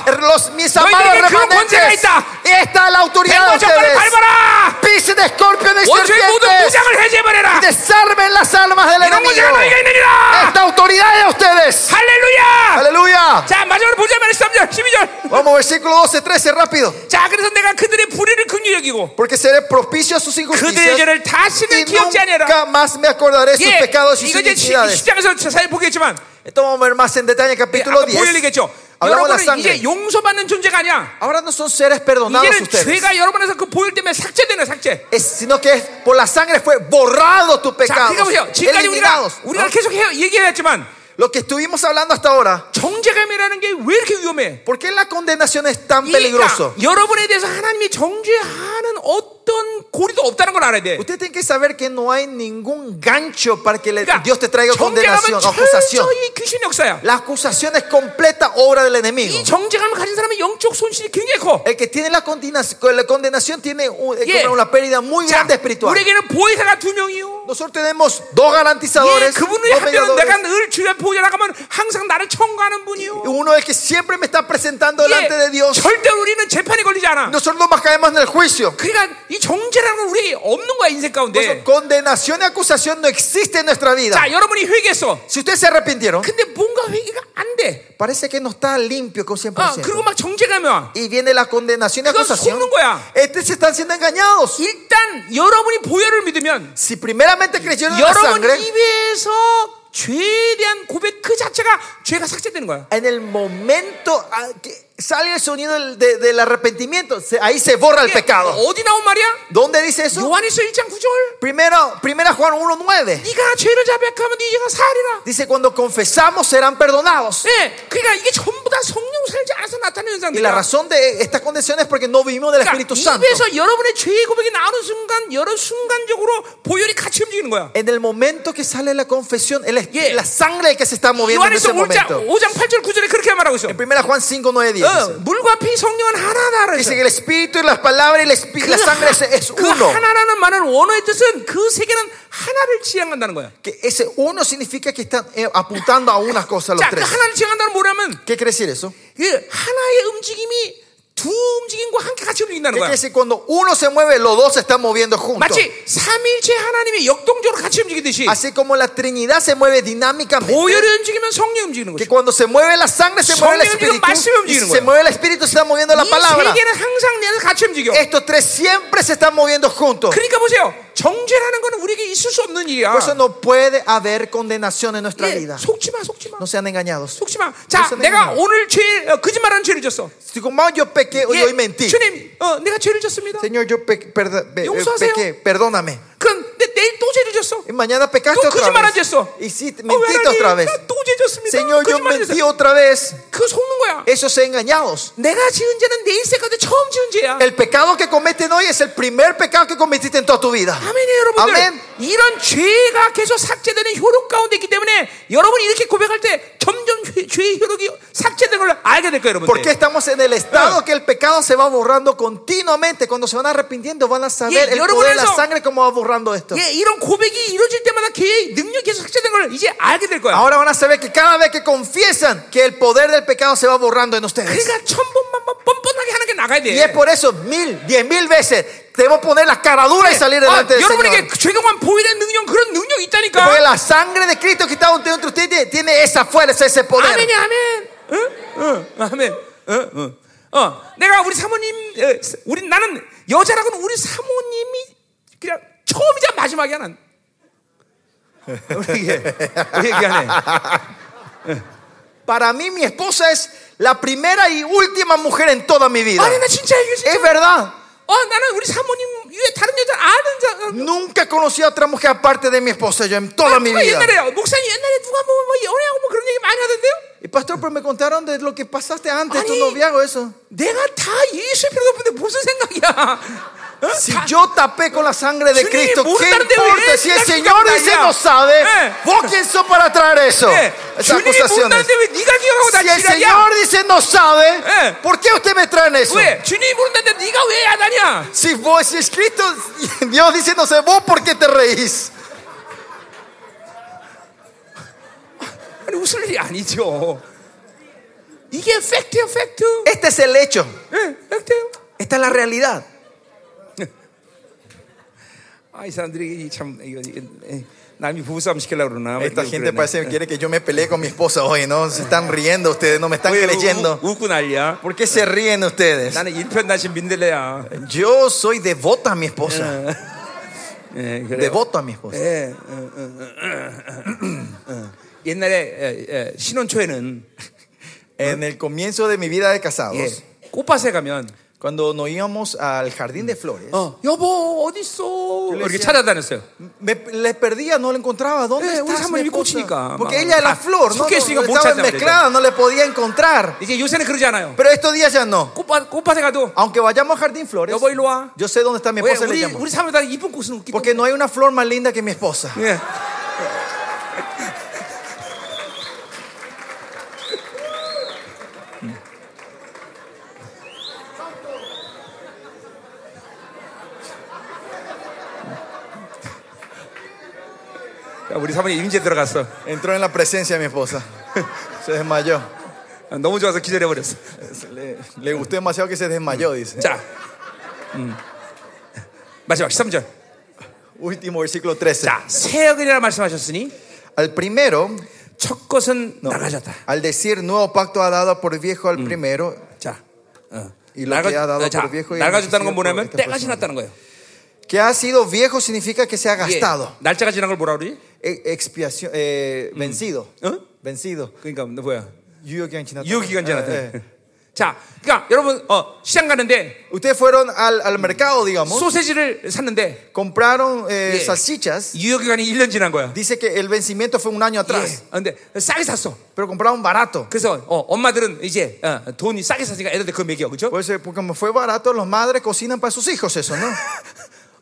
[SPEAKER 2] er,
[SPEAKER 1] 남은
[SPEAKER 2] Los, mis amados
[SPEAKER 1] 너희들에게 그런 권세가
[SPEAKER 2] remanentes.
[SPEAKER 1] 있다.
[SPEAKER 2] Esta es la autoridad de
[SPEAKER 1] 백만 정발을
[SPEAKER 2] ustedes.
[SPEAKER 1] 밟아라.
[SPEAKER 2] Pisen de escorpiones y
[SPEAKER 1] 원수의 모든
[SPEAKER 2] serpientes.
[SPEAKER 1] 무장을 해제해버려라. 예,
[SPEAKER 2] Desarmen las almas del
[SPEAKER 1] 이런 문제가 너희가
[SPEAKER 2] enemigo.
[SPEAKER 1] 있느니라.
[SPEAKER 2] Esta autoridad es de ustedes.
[SPEAKER 1] 할렐루야.
[SPEAKER 2] Aleluya.
[SPEAKER 1] 자, 마지막으로 보자 말이야. 3절, 12절.
[SPEAKER 2] Vamos, versículo 12, 13, rápido.
[SPEAKER 1] 자, 그래서 내가 그들의 불의를 긍휼히 여기고
[SPEAKER 2] Porque seré propicio a sus
[SPEAKER 1] 그들의
[SPEAKER 2] injusticias.
[SPEAKER 1] 죄를 다시는
[SPEAKER 2] Y
[SPEAKER 1] 기억지 아니하라.
[SPEAKER 2] nunca más me acordaré de sus
[SPEAKER 1] 예,
[SPEAKER 2] pecados y
[SPEAKER 1] 이거
[SPEAKER 2] sus
[SPEAKER 1] 이제 시-
[SPEAKER 2] iniquidades.
[SPEAKER 1] 십장에서 자세히 보겠지만
[SPEAKER 2] Esto vamos a ver más en detalle
[SPEAKER 1] 예,
[SPEAKER 2] en capítulo
[SPEAKER 1] 아까 보혈
[SPEAKER 2] 10.
[SPEAKER 1] 얘기했죠.
[SPEAKER 2] Hablamos de
[SPEAKER 1] 여러분은
[SPEAKER 2] la sangre.
[SPEAKER 1] 이제 용서받는 존재가 아니야.
[SPEAKER 2] Ahora no son seres perdonados
[SPEAKER 1] 이제는
[SPEAKER 2] ustedes,
[SPEAKER 1] 죄가 여러분에서 그 보혈 때문에 삭제되는 삭제.
[SPEAKER 2] Es- sino que es- por la sangre fue borrado tu
[SPEAKER 1] 자,
[SPEAKER 2] pecado.
[SPEAKER 1] 그러니까 보세요. 지금까지 우리가
[SPEAKER 2] Eliminados.
[SPEAKER 1] 우리가
[SPEAKER 2] ¿no?
[SPEAKER 1] 계속 해- 얘기해왔지만
[SPEAKER 2] Lo que estuvimos hablando hasta ahora,
[SPEAKER 1] 정죄감이라는 게 왜 이렇게 위험해?
[SPEAKER 2] ¿por qué la condenación es tan
[SPEAKER 1] 이- 그러니까
[SPEAKER 2] peligroso?
[SPEAKER 1] 여러분에 대해서 하나님이 정죄하는 어떤 고리도 없다는 걸 알아야 돼.
[SPEAKER 2] Usted tiene que saber que no hay ningún gancho para que le-
[SPEAKER 1] 그러니까
[SPEAKER 2] Dios te traiga
[SPEAKER 1] 정죄감은
[SPEAKER 2] condenación o acusación.
[SPEAKER 1] 철저히 귀신 역사야.
[SPEAKER 2] La acusación es completa obra del enemigo.
[SPEAKER 1] 이 정죄감을 가진 사람은 영적 손실이 굉장히 커.
[SPEAKER 2] El que tiene la condenación, la condenación tiene un- eh,
[SPEAKER 1] Yeah.
[SPEAKER 2] una pérdida muy
[SPEAKER 1] 자,
[SPEAKER 2] grande espiritual.
[SPEAKER 1] 우리에게는 보혜사가 두 명이요.
[SPEAKER 2] Nosotros tenemos dos
[SPEAKER 1] 예,
[SPEAKER 2] garantizadores.
[SPEAKER 1] 그분을
[SPEAKER 2] dos
[SPEAKER 1] 한 명은
[SPEAKER 2] mediadores.
[SPEAKER 1] 내가 늘 주변 보호자라고 하면 항상 나를 청구하는 분이요.
[SPEAKER 2] Uno es el que siempre me está presentando delante de
[SPEAKER 1] 예,
[SPEAKER 2] Dios.
[SPEAKER 1] 절대 우리는 재판에 걸리지 않아.
[SPEAKER 2] Nosotros no más caemos en el juicio.
[SPEAKER 1] 그러니까 이 정죄라는 건 우리 없는 거야 인생
[SPEAKER 2] Entonces,
[SPEAKER 1] 가운데.
[SPEAKER 2] Condenación y acusación no existe en nuestra vida.
[SPEAKER 1] 자, 여러분이 회개했어.
[SPEAKER 2] Si ustedes se arrepintieron,
[SPEAKER 1] 근데 뭔가 회개가 안 돼.
[SPEAKER 2] parece que no está limpio con
[SPEAKER 1] 어, 그리고
[SPEAKER 2] 100%.
[SPEAKER 1] 막 정죄감이 와.
[SPEAKER 2] Y viene la condenación y
[SPEAKER 1] 그건
[SPEAKER 2] acusación.
[SPEAKER 1] 속는 거야.
[SPEAKER 2] Este se están siendo engañados.
[SPEAKER 1] 일단 여러분이 보혈을 믿으면
[SPEAKER 2] Si primeramente creyeron en la
[SPEAKER 1] 여러분
[SPEAKER 2] sangre,
[SPEAKER 1] 입에서 죄에 대한 고백 그 자체가 죄가 삭제되는 거야.
[SPEAKER 2] en el momento ah, que sale el sonido del, de- del arrepentimiento, se- ahí se borra el
[SPEAKER 1] 이게
[SPEAKER 2] pecado.
[SPEAKER 1] 어디 나온 말이야?
[SPEAKER 2] ¿Dónde dice eso?
[SPEAKER 1] 요한일서 1장 9절.
[SPEAKER 2] Primero, primera Juan 1.9.
[SPEAKER 1] 네가 죄를 자백하면 네 죄가 사리라.
[SPEAKER 2] Dice, cuando confesamos serán perdonados.
[SPEAKER 1] 예, 그러니까 이게 전부 다 성령 살지 않아서 나타나는
[SPEAKER 2] Y la
[SPEAKER 1] 현상들이야.
[SPEAKER 2] razón de estas condiciones es porque no vivimos del Espíritu
[SPEAKER 1] 그러니까
[SPEAKER 2] Santo.
[SPEAKER 1] 입에서 여러분의 죄의 고백이 나오는 순간 여러 순간적으로 보혈이 같이 움직이는 거야.
[SPEAKER 2] En el momento que sale la confesión, el es-
[SPEAKER 1] Yeah.
[SPEAKER 2] la sangre es que se está moviendo en
[SPEAKER 1] 요한일서
[SPEAKER 2] ese
[SPEAKER 1] 5장,
[SPEAKER 2] momento.
[SPEAKER 1] 5장 8절 9절에 그렇게 말하고 있어.
[SPEAKER 2] En 1 Juan 5, 9, 10.
[SPEAKER 1] 어,
[SPEAKER 2] dice.
[SPEAKER 1] 물과 피 성령은 하나다. 그랬어.
[SPEAKER 2] Dice que el Espíritu y las palabras y el espi- la sangre es, es
[SPEAKER 1] 그
[SPEAKER 2] uno.
[SPEAKER 1] 하나라는 말은 원어의 뜻은 그 세 개는 하나를 지향한다는 거야.
[SPEAKER 2] Que ese uno significa que están eh, apuntando a una cosa los
[SPEAKER 1] 자, 그
[SPEAKER 2] tres.
[SPEAKER 1] 하나를 지향한다는 뭐냐면
[SPEAKER 2] ¿Qué quiere decir eso?
[SPEAKER 1] 그 하나의 움직임이 두 움직임과 함께 같이 움직인다는
[SPEAKER 2] ¿Qué quiere
[SPEAKER 1] 거야.
[SPEAKER 2] decir cuando uno se mueve, los dos se están moviendo juntos?
[SPEAKER 1] 마치 삼일체 하나님이 역동적으로 같이 움직이듯이
[SPEAKER 2] Así como la Trinidad se mueve dinámicamente.
[SPEAKER 1] 보혈이 움직이면 성령이 움직이는
[SPEAKER 2] Que
[SPEAKER 1] 거죠.
[SPEAKER 2] cuando se mueve la sangre, se mueve el
[SPEAKER 1] 성령 움직이고 말씀이
[SPEAKER 2] Espíritu. Y
[SPEAKER 1] 움직이는
[SPEAKER 2] si se
[SPEAKER 1] 거예요.
[SPEAKER 2] mueve el Espíritu, se está moviendo la
[SPEAKER 1] 이 세
[SPEAKER 2] palabra.
[SPEAKER 1] 개는 항상 내에서 같이 움직여.
[SPEAKER 2] Estos tres siempre se están moviendo juntos.
[SPEAKER 1] 그러니까 보세요. 정죄라는 거는 우리에게 있을 수 없는 일이야.
[SPEAKER 2] Por eso no puede haber condenación en nuestra
[SPEAKER 1] 예,
[SPEAKER 2] vida.
[SPEAKER 1] 속지 마, 속지 마.
[SPEAKER 2] No sean engañados.
[SPEAKER 1] 속지 마. 자,
[SPEAKER 2] 그래서
[SPEAKER 1] 내가
[SPEAKER 2] 내가-
[SPEAKER 1] 오늘 죄 어, 거짓말하는 죄를 졌어.
[SPEAKER 2] Si como yo pequé, hoy,
[SPEAKER 1] 예,
[SPEAKER 2] hoy mentí.
[SPEAKER 1] 주님, 어, 내가 죄를 졌습니다.
[SPEAKER 2] Señor, yo pe- perda- pe- eh,
[SPEAKER 1] 용서하세요.
[SPEAKER 2] pequé, perdóname.
[SPEAKER 1] 그런데 내일 또 죄를 졌어.
[SPEAKER 2] Y mañana pecaste
[SPEAKER 1] 또
[SPEAKER 2] otra
[SPEAKER 1] 거짓말한 죄
[SPEAKER 2] vez.
[SPEAKER 1] 했어.
[SPEAKER 2] Y si
[SPEAKER 1] 어, 왜
[SPEAKER 2] mentiste
[SPEAKER 1] 하나님?
[SPEAKER 2] otra vez.
[SPEAKER 1] 나또 죄졌습니다.
[SPEAKER 2] Señor, yo
[SPEAKER 1] 거짓말을
[SPEAKER 2] mentí
[SPEAKER 1] 했어.
[SPEAKER 2] otra vez.
[SPEAKER 1] 그거 속는 거야.
[SPEAKER 2] Esos engañados.
[SPEAKER 1] 내가 지은 죄는 내 인생 가운데 처음 지은 죄야.
[SPEAKER 2] El pecado que cometen hoy es el primer pecado que cometiste en toda tu vida.
[SPEAKER 1] 아멘이에요 여러분들
[SPEAKER 2] 아멘.
[SPEAKER 1] 이런 죄가 계속 삭제되는 효력 가운데 있기 때문에 여러분이 이렇게 고백할 때 죄의 효력이 삭제된 걸 알게 될 거예요,
[SPEAKER 2] Porque
[SPEAKER 1] 여러분들.
[SPEAKER 2] estamos en el estado que el pecado se va borrando continuamente. Cuando se van arrepintiendo, van a saber
[SPEAKER 1] Y-
[SPEAKER 2] el
[SPEAKER 1] y ahora
[SPEAKER 2] poder de
[SPEAKER 1] por
[SPEAKER 2] la
[SPEAKER 1] eso-
[SPEAKER 2] sangre cómo va borrando esto.
[SPEAKER 1] 예, 이런 고백이 이루어질 때마다 죄의 능력이 계속 삭제된 걸 이제 알게 될 거예요.
[SPEAKER 2] Ahora van a saber que cada vez que confiesan que el poder del pecado se va borrando en ustedes.
[SPEAKER 1] 그러니까 천번만번 뻔뻔하게 하는 게 나가야
[SPEAKER 2] Y es
[SPEAKER 1] 돼.
[SPEAKER 2] por eso mil, diez mil veces debemos poner la cara dura y salir
[SPEAKER 1] 아,
[SPEAKER 2] delante del
[SPEAKER 1] 여러분에게
[SPEAKER 2] Señor.
[SPEAKER 1] 그 죄경한 보이는 능력 그런 능력이
[SPEAKER 2] Porque
[SPEAKER 1] 있다니까.
[SPEAKER 2] la sangre de Cristo que está dentro de ustedes tiene esa fuerza, ese poder.
[SPEAKER 1] 아멘이 아멘. 응? 응. 아멘. 응, 응. 어, 내가 우리 사모님, 에, 우리 나는 여자라고는 우리 사모님이 그냥 처음이자 마지막이야 난. 우리 얘기, 우리 <laughs> 얘기하네.
[SPEAKER 2] Para mí, mi esposa es la primera y última mujer en toda mi vida.
[SPEAKER 1] 아니 나 진짜 이게 진짜.
[SPEAKER 2] Es verdad.
[SPEAKER 1] 어, 나는 우리 사모님 외에 다른 여자 아는 자. 어,
[SPEAKER 2] Nunca conocí a otra mujer aparte de mi esposa yo en toda
[SPEAKER 1] 아,
[SPEAKER 2] mi
[SPEAKER 1] 누가
[SPEAKER 2] vida.
[SPEAKER 1] 옛날에 목사님 옛날에 누가 뭐, 뭐 연애하고 뭐 그런 얘기 많이 하던데요?
[SPEAKER 2] Y pastor, pero me contaron de lo que pasaste antes,
[SPEAKER 1] Ay.
[SPEAKER 2] tu noviazgo, eso.
[SPEAKER 1] 내가 다 예수의 피로 덮은데 무슨 생각이야? 어?
[SPEAKER 2] Si
[SPEAKER 1] 다-
[SPEAKER 2] yo tapé con la sangre de
[SPEAKER 1] Señor,
[SPEAKER 2] Cristo, ¿qué
[SPEAKER 1] mostrarte,
[SPEAKER 2] importa?
[SPEAKER 1] ¿verdad?
[SPEAKER 2] Si el
[SPEAKER 1] Claro,
[SPEAKER 2] Señor
[SPEAKER 1] claro,
[SPEAKER 2] dice
[SPEAKER 1] ya.
[SPEAKER 2] no sabe,
[SPEAKER 1] Eh.
[SPEAKER 2] ¿vos quién sos para traer eso?
[SPEAKER 1] 예,
[SPEAKER 2] Esas
[SPEAKER 1] 주님이
[SPEAKER 2] acusaciones.
[SPEAKER 1] 모른다는데 왜 네가 기억하고 나
[SPEAKER 2] Si el
[SPEAKER 1] 지랄이야?
[SPEAKER 2] Señor dice no sabe,
[SPEAKER 1] Eh.
[SPEAKER 2] ¿por qué usted me traen eso?
[SPEAKER 1] 왜? 주님이 모른다는데 네가 왜 야단이야?
[SPEAKER 2] Si vos, si es Cristo, <laughs> Dios dice no sé, ¿vos por qué te reís?
[SPEAKER 1] 아니 웃을 일이 아니죠. 이게 팩트예요, 팩트.
[SPEAKER 2] Este es el hecho,
[SPEAKER 1] 예, 팩트예요.
[SPEAKER 2] esta es la realidad.
[SPEAKER 1] 아, 이 사람들이 이참 이거, 이거, 에, 남이 부부싸움 시키려고 그러나. 뭐
[SPEAKER 2] Esta
[SPEAKER 1] 이거
[SPEAKER 2] gente
[SPEAKER 1] 그러네.
[SPEAKER 2] parece que quiere que yo me pelee con mi esposa hoy, ¿no? Se están riendo ustedes, no me están
[SPEAKER 1] 왜
[SPEAKER 2] creyendo.
[SPEAKER 1] 우- 웃고 난리야.
[SPEAKER 2] ¿Por qué se ríen ustedes?
[SPEAKER 1] 나는 일편단심 민들레야.
[SPEAKER 2] Yo soy devota a mi esposa.
[SPEAKER 1] Ah, 예, 그래요.
[SPEAKER 2] Devoto a mi esposa.
[SPEAKER 1] 예, 어, 어, 어, 어, 어. 옛날에 에, 에, 신혼초에는
[SPEAKER 2] En el comienzo de mi vida de casados,
[SPEAKER 1] 예, 꽃밭에 가면
[SPEAKER 2] cuando nos íbamos al jardín de flores,
[SPEAKER 1] 어, 여보 어디 있어? 이렇게 찾아다녔어요.
[SPEAKER 2] me, le perdía, no la encontraba. ¿Dónde
[SPEAKER 1] Eh,
[SPEAKER 2] estás,
[SPEAKER 1] usa
[SPEAKER 2] mi
[SPEAKER 1] muy
[SPEAKER 2] esposa?
[SPEAKER 1] cuchica,
[SPEAKER 2] Porque
[SPEAKER 1] mamá.
[SPEAKER 2] ella era
[SPEAKER 1] Ah,
[SPEAKER 2] flor, no,
[SPEAKER 1] ¿por qué sigo
[SPEAKER 2] no, estaba
[SPEAKER 1] muchacha,
[SPEAKER 2] mezclada, no le podía encontrar.
[SPEAKER 1] 이제 요새는 그러지 않아요.
[SPEAKER 2] Pero estos días ya no.
[SPEAKER 1] 꽃밭 꽃밭에 가도
[SPEAKER 2] Aunque vayamos al jardín flores,
[SPEAKER 1] 여보 일로 와.
[SPEAKER 2] yo sé dónde está mi
[SPEAKER 1] 왜
[SPEAKER 2] esposa, le
[SPEAKER 1] 우리
[SPEAKER 2] llamo.
[SPEAKER 1] 우리 사무다 이쁜 꽃은 웃기고.
[SPEAKER 2] Porque no hay una flor más linda que mi esposa.
[SPEAKER 1] 예. 자, 우리 사모님 임재 들어갔어.
[SPEAKER 2] Entró en la presencia de mi esposa. <laughs> Se desmayó.
[SPEAKER 1] 아, 너무 좋아서 기절해 버렸어.
[SPEAKER 2] Se Le, le gustó demasiado que se desmayó, dice.
[SPEAKER 1] 자, 음. 마지막 13절.
[SPEAKER 2] Último versículo 13.
[SPEAKER 1] 자, 새 언약이라 말씀하셨으니
[SPEAKER 2] Al primero,
[SPEAKER 1] 첫 것은 나가졌다.
[SPEAKER 2] al decir nuevo pacto ha dado por viejo al primero,
[SPEAKER 1] 자, 어.
[SPEAKER 2] 이 lo que ha dado
[SPEAKER 1] 어, 자,
[SPEAKER 2] por viejo y
[SPEAKER 1] 낡아졌다는 건
[SPEAKER 2] envejecido por
[SPEAKER 1] 뭐냐면
[SPEAKER 2] esta
[SPEAKER 1] 때가
[SPEAKER 2] persona.
[SPEAKER 1] 지났다는 거예요.
[SPEAKER 2] que ha sido viejo significa que se ha
[SPEAKER 1] 예,
[SPEAKER 2] gastado,
[SPEAKER 1] 날짜가 지난 걸 뭐라 그러지?
[SPEAKER 2] E- expiación, eh, vencido,
[SPEAKER 1] ¿Eh?
[SPEAKER 2] vencido.
[SPEAKER 1] 그러니까 뭐야?
[SPEAKER 2] 유효기간 지났다.
[SPEAKER 1] 유효기간 지났다.
[SPEAKER 2] Eh, eh.
[SPEAKER 1] 자, 그러니까 여러분 어, 시장 가는데
[SPEAKER 2] Ustedes fueron al, al mercado, digamos,
[SPEAKER 1] 소세지를 샀는데
[SPEAKER 2] compraron eh,
[SPEAKER 1] Yeah.
[SPEAKER 2] salchichas.
[SPEAKER 1] 유효기간이 1년 지난 거야.
[SPEAKER 2] Dice que el vencimiento fue un año atrás,
[SPEAKER 1] 예. 어, 근데 싸게 샀어.
[SPEAKER 2] pero compraron barato.
[SPEAKER 1] 그래서 어, 엄마들은 이제 어, 돈이 싸게 샀으니까 애들한테 그거 먹여, 그죠?
[SPEAKER 2] Por eso, porque como fue barato, los madres cocinan para sus hijos eso, ¿no?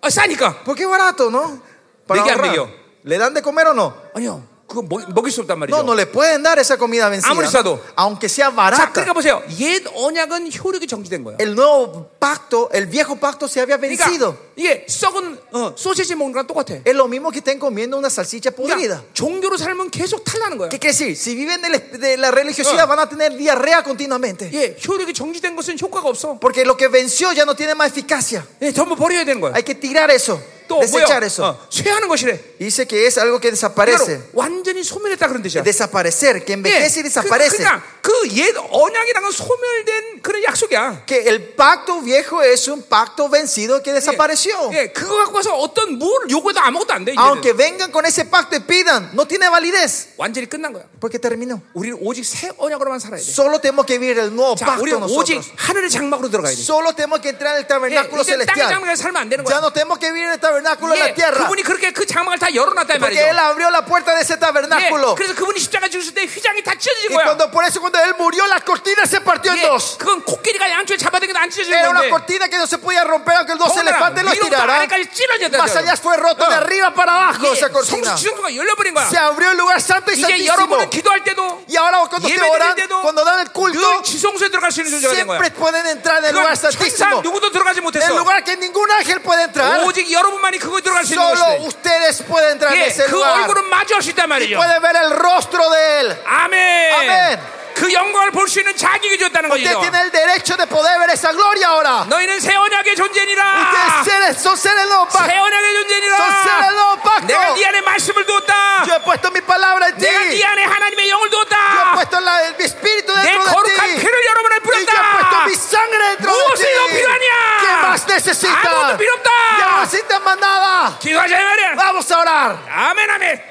[SPEAKER 1] 어, 싸니까.
[SPEAKER 2] Porque es barato, ¿no? Para
[SPEAKER 1] ¿De qué
[SPEAKER 2] ahorrar.
[SPEAKER 1] amigo?
[SPEAKER 2] ¿Le dan de comer o no?
[SPEAKER 1] 아니요, 그거 먹, 먹일 수 없단 말이죠.
[SPEAKER 2] No, no le pueden dar esa comida vencida.
[SPEAKER 1] Aunque sea do.
[SPEAKER 2] Aunque sea
[SPEAKER 1] 자, 그러니까
[SPEAKER 2] barata.
[SPEAKER 1] 보세요. 옛 언약은 효력이 정지된 거야.
[SPEAKER 2] El nuevo pacto, el viejo pacto se había vencido.
[SPEAKER 1] 그러니까 이게 썩은 어, 소세지 먹는 거랑 똑같아.
[SPEAKER 2] Es lo mismo que estén comiendo una salchicha podrida.
[SPEAKER 1] 그러니까 종교로 살면 계속 탈나는 거야.
[SPEAKER 2] ¿Qué quiere decir? Si viven del esp- de la religiosidad
[SPEAKER 1] Ah.
[SPEAKER 2] van a tener diarrea continuamente.
[SPEAKER 1] 예, 효력이 정지된 것은 효과가 없어.
[SPEAKER 2] Porque lo que venció ya no tiene más eficacia.
[SPEAKER 1] 예, 전부 버려야 되는 거야.
[SPEAKER 2] Hay que tirar eso,
[SPEAKER 1] 또 뭐야?
[SPEAKER 2] desechar eso.
[SPEAKER 1] 어, 쇠하는 것이래.
[SPEAKER 2] Dice que es algo que
[SPEAKER 1] 그러니까
[SPEAKER 2] desaparece.
[SPEAKER 1] 완전히 소멸했다 그런 뜻이야.
[SPEAKER 2] Desaparecer, que
[SPEAKER 1] 예,
[SPEAKER 2] envejece y desaparece.
[SPEAKER 1] 그러니까 그 옛 언약이라는 건 소멸된 그런 약속이야.
[SPEAKER 2] Que el pacto viejo es un pacto vencido que desapareció.
[SPEAKER 1] 예, 그거 갖고 와서 어떤 뭘 요구해도 아무것도 안 돼. 이제는.
[SPEAKER 2] Aunque vengan con ese pacto y pidan, no tiene validez.
[SPEAKER 1] 완전히 끝난 거야.
[SPEAKER 2] Porque terminó.
[SPEAKER 1] 우리는 오직 새 언약으로만 살아야 돼.
[SPEAKER 2] Solo tenemos que vivir el nuevo
[SPEAKER 1] 자,
[SPEAKER 2] pacto
[SPEAKER 1] 우리는 오직
[SPEAKER 2] nosotros.
[SPEAKER 1] 하늘의 장막으로 들어가야 돼.
[SPEAKER 2] Solo tenemos que entrar en el
[SPEAKER 1] 예,
[SPEAKER 2] tabernáculo
[SPEAKER 1] 이제 땅의
[SPEAKER 2] celestial.
[SPEAKER 1] 장막에 살면 안 되는
[SPEAKER 2] Ya
[SPEAKER 1] 거야.
[SPEAKER 2] no tenemos que vivir en el tabernáculo de
[SPEAKER 1] 예,
[SPEAKER 2] la tierra.
[SPEAKER 1] 그분이 그렇게 그 장막을 다 열어놨다 이
[SPEAKER 2] Porque
[SPEAKER 1] 말이죠.
[SPEAKER 2] Él abrió la puerta de ese
[SPEAKER 1] 예,
[SPEAKER 2] tabernáculo.
[SPEAKER 1] 그래서 그분이 십자가 죽으실 때 휘장이 다 찢어진
[SPEAKER 2] Y
[SPEAKER 1] 거야.
[SPEAKER 2] cuando por eso cuando él murió la cortina se partió en
[SPEAKER 1] 예,
[SPEAKER 2] dos.
[SPEAKER 1] 그건 코끼리가 양쪽에 잡아당겨도 안 찢어지는
[SPEAKER 2] Era una
[SPEAKER 1] 건데.
[SPEAKER 2] cortina que no se podía romper aunque los elefantes lo
[SPEAKER 1] 위로부터
[SPEAKER 2] tiraran.
[SPEAKER 1] 아래까지 찢어졌다. 예,
[SPEAKER 2] Más allá fue roto de arriba para abajo esa cortina.
[SPEAKER 1] 성수지성소가 열려버린 거야.
[SPEAKER 2] Se abrió el lugar santo y
[SPEAKER 1] 이제
[SPEAKER 2] santísimo.
[SPEAKER 1] 여러분은 기도할 때도
[SPEAKER 2] Y ahora cuando
[SPEAKER 1] 예배
[SPEAKER 2] te oran,
[SPEAKER 1] 드릴 때도
[SPEAKER 2] cuando dan el culto,
[SPEAKER 1] 늘 지성소에 들어갈 수 있는 존재가 된 거야.
[SPEAKER 2] siempre pueden entrar en el
[SPEAKER 1] 그건
[SPEAKER 2] lugar
[SPEAKER 1] 천사
[SPEAKER 2] santísimo.
[SPEAKER 1] 누구도 들어가지
[SPEAKER 2] El
[SPEAKER 1] 못했어.
[SPEAKER 2] lugar que ningún ángel puede entrar.
[SPEAKER 1] 오직 여러분만이 그거에 들어갈 수 있는
[SPEAKER 2] Solo
[SPEAKER 1] 것이다.
[SPEAKER 2] ustedes pueden entrar en
[SPEAKER 1] 예,
[SPEAKER 2] ese
[SPEAKER 1] 그
[SPEAKER 2] lugar.
[SPEAKER 1] 얼굴은 마주할 수 있단 말이죠.
[SPEAKER 2] Pueden ver el rostro de él.
[SPEAKER 1] 아멘.
[SPEAKER 2] 아멘.
[SPEAKER 1] 그 영광을 볼 수 있는 자격이 줬다는
[SPEAKER 2] Usted
[SPEAKER 1] 거죠.
[SPEAKER 2] tiene el derecho de poder ver esa gloria ahora.
[SPEAKER 1] 너희는 새 언약의 존재니라.
[SPEAKER 2] Ustedes seres- son seres no
[SPEAKER 1] 새
[SPEAKER 2] opacos.
[SPEAKER 1] 언약의
[SPEAKER 2] Son seres
[SPEAKER 1] 존재니라.
[SPEAKER 2] no opacos.
[SPEAKER 1] 내가 네 안에 말씀을 두었다.
[SPEAKER 2] Yo he puesto mi palabra en ti.
[SPEAKER 1] 내가 네 안에 하나님의 영을
[SPEAKER 2] Yo he
[SPEAKER 1] 두었다.
[SPEAKER 2] puesto la- mi espíritu
[SPEAKER 1] 내
[SPEAKER 2] dentro de
[SPEAKER 1] 거룩한
[SPEAKER 2] ti.
[SPEAKER 1] 피를 여러분에
[SPEAKER 2] Y yo he puesto
[SPEAKER 1] 뿌렸다.
[SPEAKER 2] mi sangre dentro de ti.
[SPEAKER 1] 무엇이 더 필요하냐?
[SPEAKER 2] ¿Qué más necesitas?
[SPEAKER 1] 아무것도 필요 없다.
[SPEAKER 2] Ya no necesitas más nada.
[SPEAKER 1] 기도하자 이 말이야.
[SPEAKER 2] Vamos a orar.
[SPEAKER 1] 아멘 아멘.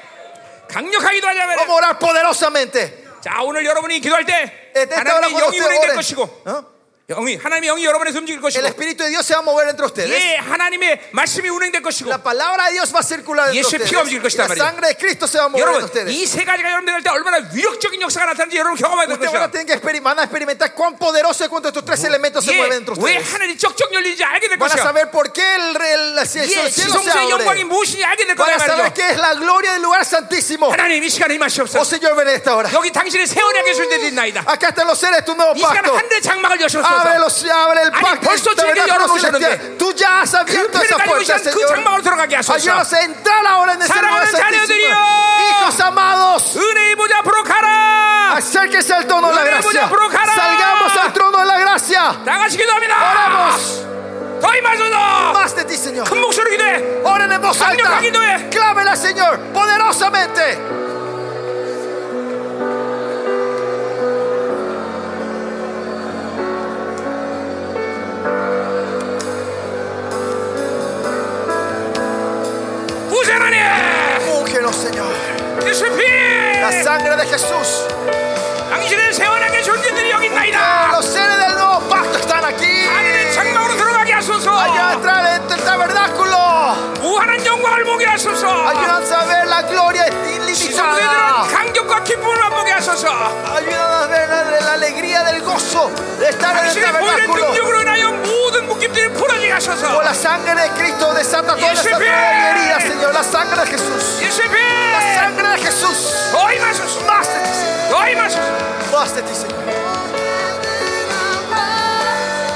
[SPEAKER 1] 강력하게 기도하자 이 말이야.
[SPEAKER 2] Vamos a orar poderosamente.
[SPEAKER 1] 자 오늘 여러분이 기도할 네, 때
[SPEAKER 2] Esta hora
[SPEAKER 1] 하나님의
[SPEAKER 2] Este cuando
[SPEAKER 1] 영이
[SPEAKER 2] usted
[SPEAKER 1] 운행될
[SPEAKER 2] ore,
[SPEAKER 1] 것이고
[SPEAKER 2] ¿no?
[SPEAKER 1] 영이 하나님의 영이 여러분에서 움직일
[SPEAKER 2] El
[SPEAKER 1] 것이고
[SPEAKER 2] Espíritu de Dios se va a mover entre ustedes.
[SPEAKER 1] 예 하나님의 말씀이 운행될 것이고
[SPEAKER 2] La palabra de Dios va a circular entre
[SPEAKER 1] Yesu의 피가 움직일 것이다
[SPEAKER 2] ustedes. La
[SPEAKER 1] 말이에요.
[SPEAKER 2] sangre de Cristo se va a mover entre
[SPEAKER 1] 여러분
[SPEAKER 2] ustedes.
[SPEAKER 1] 이 세 가지가 여러분들 할때 얼마나 위력적인 역사가 나타나는지 여러분 경험해야 될
[SPEAKER 2] Ustedes van
[SPEAKER 1] 것이야
[SPEAKER 2] a tener que experim- van a experimentar cuán poderoso es cuando estos tres elementos se
[SPEAKER 1] 예,
[SPEAKER 2] mueven entre
[SPEAKER 1] 왜
[SPEAKER 2] ustedes.
[SPEAKER 1] 하늘이 쩍쩍 열리는지 알게 될
[SPEAKER 2] Van a
[SPEAKER 1] 것이야
[SPEAKER 2] saber por qué el, el- el
[SPEAKER 1] 예
[SPEAKER 2] cielo se
[SPEAKER 1] 지성소의 영광이
[SPEAKER 2] abre.
[SPEAKER 1] 무엇인지 알게 될
[SPEAKER 2] Van
[SPEAKER 1] 거야
[SPEAKER 2] a saber qué es la gloria del lugar santísimo.
[SPEAKER 1] 하나님 이 시간에 임하시옵소서
[SPEAKER 2] Oh Señor, ven en esta hora.
[SPEAKER 1] 여기 당신의 새 언약의 존재들이 있나이다
[SPEAKER 2] Acá están los seres de tu nuevo
[SPEAKER 1] 이 시간
[SPEAKER 2] pacto.
[SPEAKER 1] 하늘의 장막을
[SPEAKER 2] Abre,
[SPEAKER 1] 여시옵소서
[SPEAKER 2] los, abre el
[SPEAKER 1] Ani,
[SPEAKER 2] pacto.
[SPEAKER 1] 벌써
[SPEAKER 2] del tabernáculo
[SPEAKER 1] 주님이 열어놓으셨는데
[SPEAKER 2] celestial. Tú ya has
[SPEAKER 1] 그
[SPEAKER 2] abierto
[SPEAKER 1] 피를
[SPEAKER 2] esa
[SPEAKER 1] 가지고 이
[SPEAKER 2] puerta,
[SPEAKER 1] 시간 그
[SPEAKER 2] Señor.
[SPEAKER 1] 장막으로 들어가게 하소서
[SPEAKER 2] Ayúdanos a entrar ahora en ese lugar
[SPEAKER 1] 사랑하는
[SPEAKER 2] santísimo.
[SPEAKER 1] 자녀들이여.
[SPEAKER 2] Hijos amados.
[SPEAKER 1] 은혜의 보좌 앞으로 가라
[SPEAKER 2] Acérquese al trono de la
[SPEAKER 1] Gloria
[SPEAKER 2] gracia.
[SPEAKER 1] por Abraham.
[SPEAKER 2] Salgamos al trono de la gracia.
[SPEAKER 1] 다 같이 기도합니다
[SPEAKER 2] Oramos
[SPEAKER 1] 더 임하소서
[SPEAKER 2] más de ti, Señor.
[SPEAKER 1] 큰 목소리로 기도해
[SPEAKER 2] Oren en voz alta.
[SPEAKER 1] 강력하게 기도해
[SPEAKER 2] Clávela, Señor, poderosamente.
[SPEAKER 1] 부세하니
[SPEAKER 2] Úngenos, Señor.
[SPEAKER 1] 예수피
[SPEAKER 2] La sangre de Jesús.
[SPEAKER 1] 당신의 새 언약의 존재들이 여기
[SPEAKER 2] Todos
[SPEAKER 1] 있나이다
[SPEAKER 2] los seres del nuevo pacto están aquí.
[SPEAKER 1] 하늘의 장막으로 들어가게
[SPEAKER 2] Ayuda a
[SPEAKER 1] 하소서
[SPEAKER 2] entrar en el tabernáculo.
[SPEAKER 1] 무한한 영광을 보게 하소서
[SPEAKER 2] Ayúdanos a ver la gloria
[SPEAKER 1] 지성소들은
[SPEAKER 2] ilimitada.
[SPEAKER 1] 감격과 기쁨을 맛보게 하소서
[SPEAKER 2] Ayúdanos a ver la, la alegría del gozo de estar en el
[SPEAKER 1] 당신의 보이는
[SPEAKER 2] tabernáculo.
[SPEAKER 1] 능력으로 인하여 모든 묶임들이 풀어지게 하소서
[SPEAKER 2] Por la sangre de Cristo desata todas las
[SPEAKER 1] Yeshua.
[SPEAKER 2] heridas, Señor. La sangre de Jesús.
[SPEAKER 1] 예수피
[SPEAKER 2] La sangre de Jesús.
[SPEAKER 1] 더 임하소서
[SPEAKER 2] Más de ti, Señor.
[SPEAKER 1] 더 임하소서
[SPEAKER 2] Más de ti, Señor.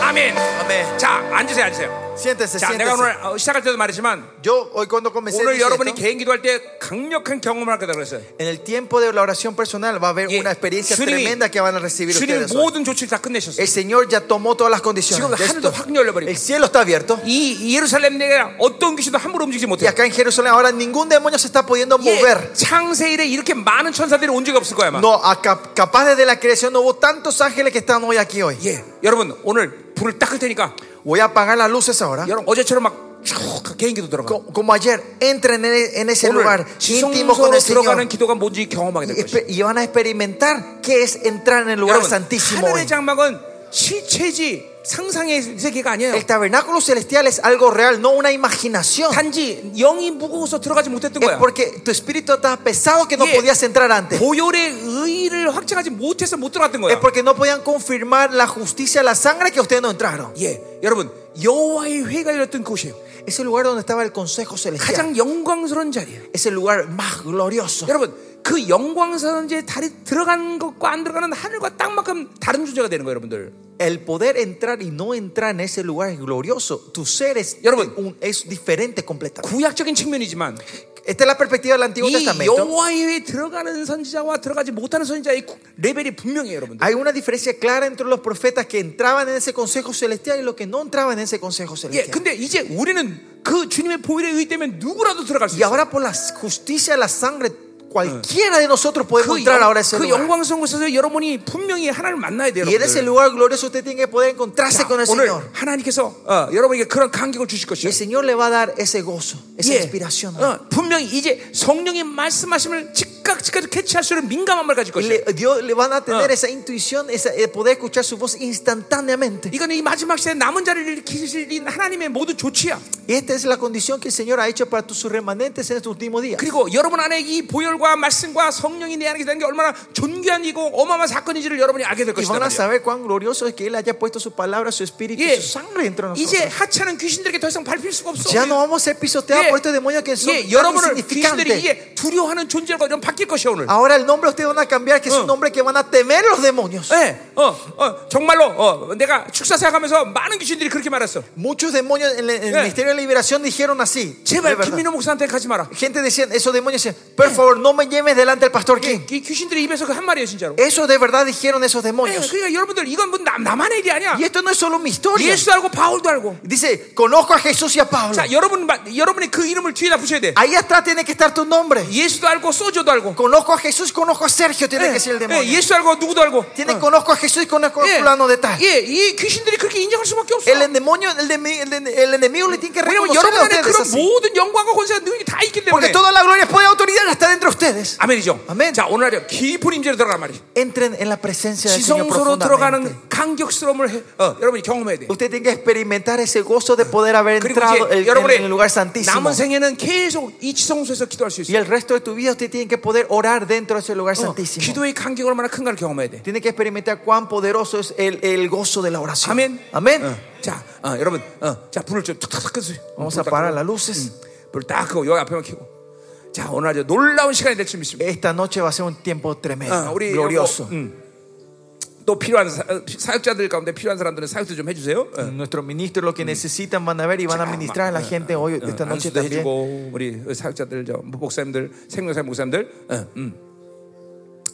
[SPEAKER 1] 아멘
[SPEAKER 2] Amén.
[SPEAKER 1] 자 앉으세요 앉으세요
[SPEAKER 2] Siéntense,
[SPEAKER 1] 자 내가
[SPEAKER 2] siéntense.
[SPEAKER 1] 오늘 어, 시작할 때도 말했지만
[SPEAKER 2] Yo hoy cuando comencé
[SPEAKER 1] 오늘
[SPEAKER 2] dije
[SPEAKER 1] 여러분이
[SPEAKER 2] esto,
[SPEAKER 1] 개인 기도할 때 강력한 경험을 할 거다 그랬어요
[SPEAKER 2] en el tiempo de la oración personal va a haber
[SPEAKER 1] 예,
[SPEAKER 2] una experiencia
[SPEAKER 1] 주님이-
[SPEAKER 2] tremenda que van a recibir
[SPEAKER 1] 주님이
[SPEAKER 2] ustedes. hoy.
[SPEAKER 1] 모든 조치를 다 끝내셨어요
[SPEAKER 2] El Señor ya tomó todas las condiciones.
[SPEAKER 1] 지금
[SPEAKER 2] Ya
[SPEAKER 1] 하늘도
[SPEAKER 2] está.
[SPEAKER 1] 확 열려버리고
[SPEAKER 2] El cielo está abierto.
[SPEAKER 1] 이 예루살렘 내가 어떤 귀신도 함부로 움직이지
[SPEAKER 2] Y
[SPEAKER 1] 못해요.
[SPEAKER 2] acá en Jerusalén ahora ningún demonio se está pudiendo mover.
[SPEAKER 1] 예, 창세일에 이렇게 많은 천사들이 온 적이 없을 거야 아마.
[SPEAKER 2] No, acá, capaz desde la creación no hubo tantos ángeles que están hoy aquí hoy.
[SPEAKER 1] 예, 여러분 오늘 불을 닦을 테니까
[SPEAKER 2] Voy a apagar las luces ahora.
[SPEAKER 1] 여러분 어제처럼 막쭉 개인기도 들어가.
[SPEAKER 2] Co- Como ayer, entren en e, en ese
[SPEAKER 1] 오늘
[SPEAKER 2] lugar íntimo con
[SPEAKER 1] 지성소로
[SPEAKER 2] el
[SPEAKER 1] 들어가는
[SPEAKER 2] Señor.
[SPEAKER 1] 기도가 뭔지 경험하게
[SPEAKER 2] Y
[SPEAKER 1] 될 것이야.
[SPEAKER 2] espe- Y van a experimentar qué es entrar en el lugar
[SPEAKER 1] 여러분
[SPEAKER 2] santísimo.
[SPEAKER 1] 하늘의
[SPEAKER 2] hoy.
[SPEAKER 1] 장막은 실체지 상상의 세계가 아니에요.
[SPEAKER 2] El tabernáculo celestial es algo real, no una
[SPEAKER 1] 어.
[SPEAKER 2] imaginación.
[SPEAKER 1] 단지 영이 무거워서 들어가지 못했던
[SPEAKER 2] Es
[SPEAKER 1] 거야.
[SPEAKER 2] porque tu espíritu estaba pesado que no
[SPEAKER 1] Yeah.
[SPEAKER 2] podías entrar antes.
[SPEAKER 1] 보혈의 의를 확증하지 못해서 못 들어갔던
[SPEAKER 2] Es
[SPEAKER 1] 거야.
[SPEAKER 2] porque no podían confirmar la justicia, la sangre que ustedes no entraron.
[SPEAKER 1] 예, 여러분 여호와의 회가 열렸던 곳이에요.
[SPEAKER 2] Es el lugar donde estaba el consejo celestial.
[SPEAKER 1] 가장 영광스러운 자리예요.
[SPEAKER 2] Es el lugar más glorioso.
[SPEAKER 1] 여러분 그 영광선제 달이 들어간 것과 안 들어가는 하늘과 땅만큼 다른 존재가 되는 거예요 여러분들
[SPEAKER 2] El poder entrar y no entrar en ese lugar es glorioso. Tu ser es,
[SPEAKER 1] 여러분.
[SPEAKER 2] un- es diferente completamente.
[SPEAKER 1] 구약적인 측면이지만
[SPEAKER 2] Esta es la perspectiva del Antiguo
[SPEAKER 1] 이
[SPEAKER 2] Testamento.
[SPEAKER 1] 여호와의 회에 들어가는 선지자와 들어가지 못하는 선지자의 구- 레벨이 분명해요 여러분들
[SPEAKER 2] Hay una diferencia clara entre los profetas que entraban en ese consejo celestial y los que no entraban en ese consejo
[SPEAKER 1] 예,
[SPEAKER 2] celestial.
[SPEAKER 1] 근데 이제 우리는 그 주님의 보일에 의되면 누구라도 들어갈 수
[SPEAKER 2] Y
[SPEAKER 1] 있어요
[SPEAKER 2] ahora por la justicia de la sangre, cualquiera de nosotros podemos
[SPEAKER 1] 그,
[SPEAKER 2] entrar ahora a ese lugar.
[SPEAKER 1] 영광선에서 여러분이 분명히 하나님을 만나야 돼요
[SPEAKER 2] Y en ese
[SPEAKER 1] 여러분들
[SPEAKER 2] lugar glorioso usted tiene que poder encontrarse
[SPEAKER 1] 자,
[SPEAKER 2] con el
[SPEAKER 1] 오늘
[SPEAKER 2] Señor.
[SPEAKER 1] 하나님께서 어, 여러분에게 그런 감격을 주실
[SPEAKER 2] Y
[SPEAKER 1] 것이에요
[SPEAKER 2] el Señor le va a dar ese gozo, esa
[SPEAKER 1] 예.
[SPEAKER 2] inspiración.
[SPEAKER 1] 어, 분명히 이제 성령의 말씀하심을 즉각 즉각 캐치할 수 있는 민감함을 가질
[SPEAKER 2] Y
[SPEAKER 1] 것이에요
[SPEAKER 2] le, Dios le van a tener
[SPEAKER 1] Ah.
[SPEAKER 2] esa intuición, esa, eh, poder escuchar su voz instantáneamente.
[SPEAKER 1] 이건 이 마지막 시대 남은 자리를 기술인 하나님의 모든 조치야.
[SPEAKER 2] este Y esta es la condición que el Señor ha hecho para tus sus remanentes en estos últimos días.
[SPEAKER 1] 그리고 여러분 안에 이 보혈과 하나님과 말씀과 성령이 내 안에 계시다는 게 얼마나 존귀한 이고 어마어마한 사건인지를 여러분이 알게 될
[SPEAKER 2] Y
[SPEAKER 1] 것이다.
[SPEAKER 2] van a
[SPEAKER 1] 말이야.
[SPEAKER 2] saber cuán glorioso es que Él haya puesto su palabra, su espíritu y
[SPEAKER 1] Yeah.
[SPEAKER 2] su sangre dentro de nosotros.
[SPEAKER 1] 이제 하찮은 귀신들에게 더 이상 밟힐 수가 없어.
[SPEAKER 2] Ya no vamos a ser pisoteados
[SPEAKER 1] 예,
[SPEAKER 2] por estos demonios que son
[SPEAKER 1] 예,
[SPEAKER 2] tan
[SPEAKER 1] 여러분을 귀신들이
[SPEAKER 2] insignificantes.
[SPEAKER 1] 이제 두려워하는 존재로 이런 바뀔 것이야 오늘.
[SPEAKER 2] Ahora el nombre de ustedes van a cambiar, que es
[SPEAKER 1] Mm.
[SPEAKER 2] un nombre que van a temer los demonios.
[SPEAKER 1] 예, 어, 어, 정말로 어, 내가 축사 생각하면서 많은 귀신들이 그렇게 말했어.
[SPEAKER 2] Muchos demonios en el, en el
[SPEAKER 1] Yeah.
[SPEAKER 2] Ministerio de Liberación dijeron así. de
[SPEAKER 1] 제발
[SPEAKER 2] verdad.
[SPEAKER 1] 김민호 목사한테 가지 마라.
[SPEAKER 2] Gente decía, esos demonios decían, por favor, no me lleves delante del pastor King.
[SPEAKER 1] 이 귀신들이 입에서 그 한 말이에요 진짜로.
[SPEAKER 2] Eso de verdad dijeron esos
[SPEAKER 1] 예,
[SPEAKER 2] demonios.
[SPEAKER 1] 그러니까 여러분들 이건 뭐 남, 나만의 일이 아니야.
[SPEAKER 2] Y esto no es solo mi historia.
[SPEAKER 1] 예수도 알고 바울도 알고.
[SPEAKER 2] Dice, conozco a Jesús y a Pablo.
[SPEAKER 1] 자, 여러분 마- 여러분이 그 이름을 뒤에다 붙여야 돼.
[SPEAKER 2] Ahí atrás tiene que estar tu nombre.
[SPEAKER 1] 예수도 알고 소저도 알고.
[SPEAKER 2] Conozco a Jesús, conozco a Sergio,
[SPEAKER 1] Eh,
[SPEAKER 2] tiene que ser el
[SPEAKER 1] 예,
[SPEAKER 2] demonio.
[SPEAKER 1] 예수 알고 누구도 알고.
[SPEAKER 2] Tiene, conozco a Jesús y conozco a
[SPEAKER 1] 예,
[SPEAKER 2] fulano de tal.
[SPEAKER 1] 예, 이 귀신들이 그렇게 인정할 수밖에 없어.
[SPEAKER 2] El demonio, el, demi- el de- el enemigo le tiene que
[SPEAKER 1] 왜냐면
[SPEAKER 2] reconocer
[SPEAKER 1] 여러분
[SPEAKER 2] a
[SPEAKER 1] 안에
[SPEAKER 2] ustedes
[SPEAKER 1] 그런
[SPEAKER 2] así.
[SPEAKER 1] 모든 영광과 권세가 능력이 다 있기
[SPEAKER 2] Porque
[SPEAKER 1] 때문에.
[SPEAKER 2] toda la gloria, poder y autoridad está dentro de ustedes.
[SPEAKER 1] 아멘이죠. 예,
[SPEAKER 2] 아멘.
[SPEAKER 1] 자, 오늘 아주 깊은 임재로 들어간 말이.
[SPEAKER 2] Entren en la presencia del Señor
[SPEAKER 1] 지성소로
[SPEAKER 2] profundamente.
[SPEAKER 1] 들어가는 감격스러움을 해, 어, 여러분이 경험해야 돼.
[SPEAKER 2] Usted tiene que experimentar ese gozo de poder haber
[SPEAKER 1] 그리고
[SPEAKER 2] entrado
[SPEAKER 1] 이제
[SPEAKER 2] el- en
[SPEAKER 1] 여러분의
[SPEAKER 2] el lugar santísimo.
[SPEAKER 1] 남은 생에는 계속 이 지성소에서 기도할 수
[SPEAKER 2] Y
[SPEAKER 1] 있어요.
[SPEAKER 2] el resto de tu vida usted tiene que poder orar dentro de ese lugar
[SPEAKER 1] 어,
[SPEAKER 2] santísimo.
[SPEAKER 1] 기도의 감격이 얼마나 큰가를 경험해야 돼.
[SPEAKER 2] Tiene que experimentar cuán poderoso es el, el gozo de la oración.
[SPEAKER 1] 아멘.
[SPEAKER 2] Amén.
[SPEAKER 1] 어, 자, 어, 여러분, 어, 자 불을 좀 탁탁탁 끄세요. 어,
[SPEAKER 2] Vamos a
[SPEAKER 1] 불
[SPEAKER 2] parar
[SPEAKER 1] 딱
[SPEAKER 2] las luces.
[SPEAKER 1] 끄고, 불을 딱 끄고 여기 앞에만 켜고. 자, 오늘 아주 놀라운 시간이 될 줄 믿습니다.
[SPEAKER 2] Esta noche va a ser un tiempo
[SPEAKER 1] 어,
[SPEAKER 2] tremendo,
[SPEAKER 1] 우리
[SPEAKER 2] glorioso.
[SPEAKER 1] 뭐, 음, 또 필요한 사, 어, 사역자들 가운데 필요한 사람들은 사역도 좀 해주세요. 어.
[SPEAKER 2] Nuestros ministros lo que necesitan van a ver y van a ministrar a la gente hoy,
[SPEAKER 1] 네,
[SPEAKER 2] esta noche
[SPEAKER 1] 어, 안수도
[SPEAKER 2] también.
[SPEAKER 1] 해주고 우리 사역자들 저 목사님들 생명사 목사님들 어, 음.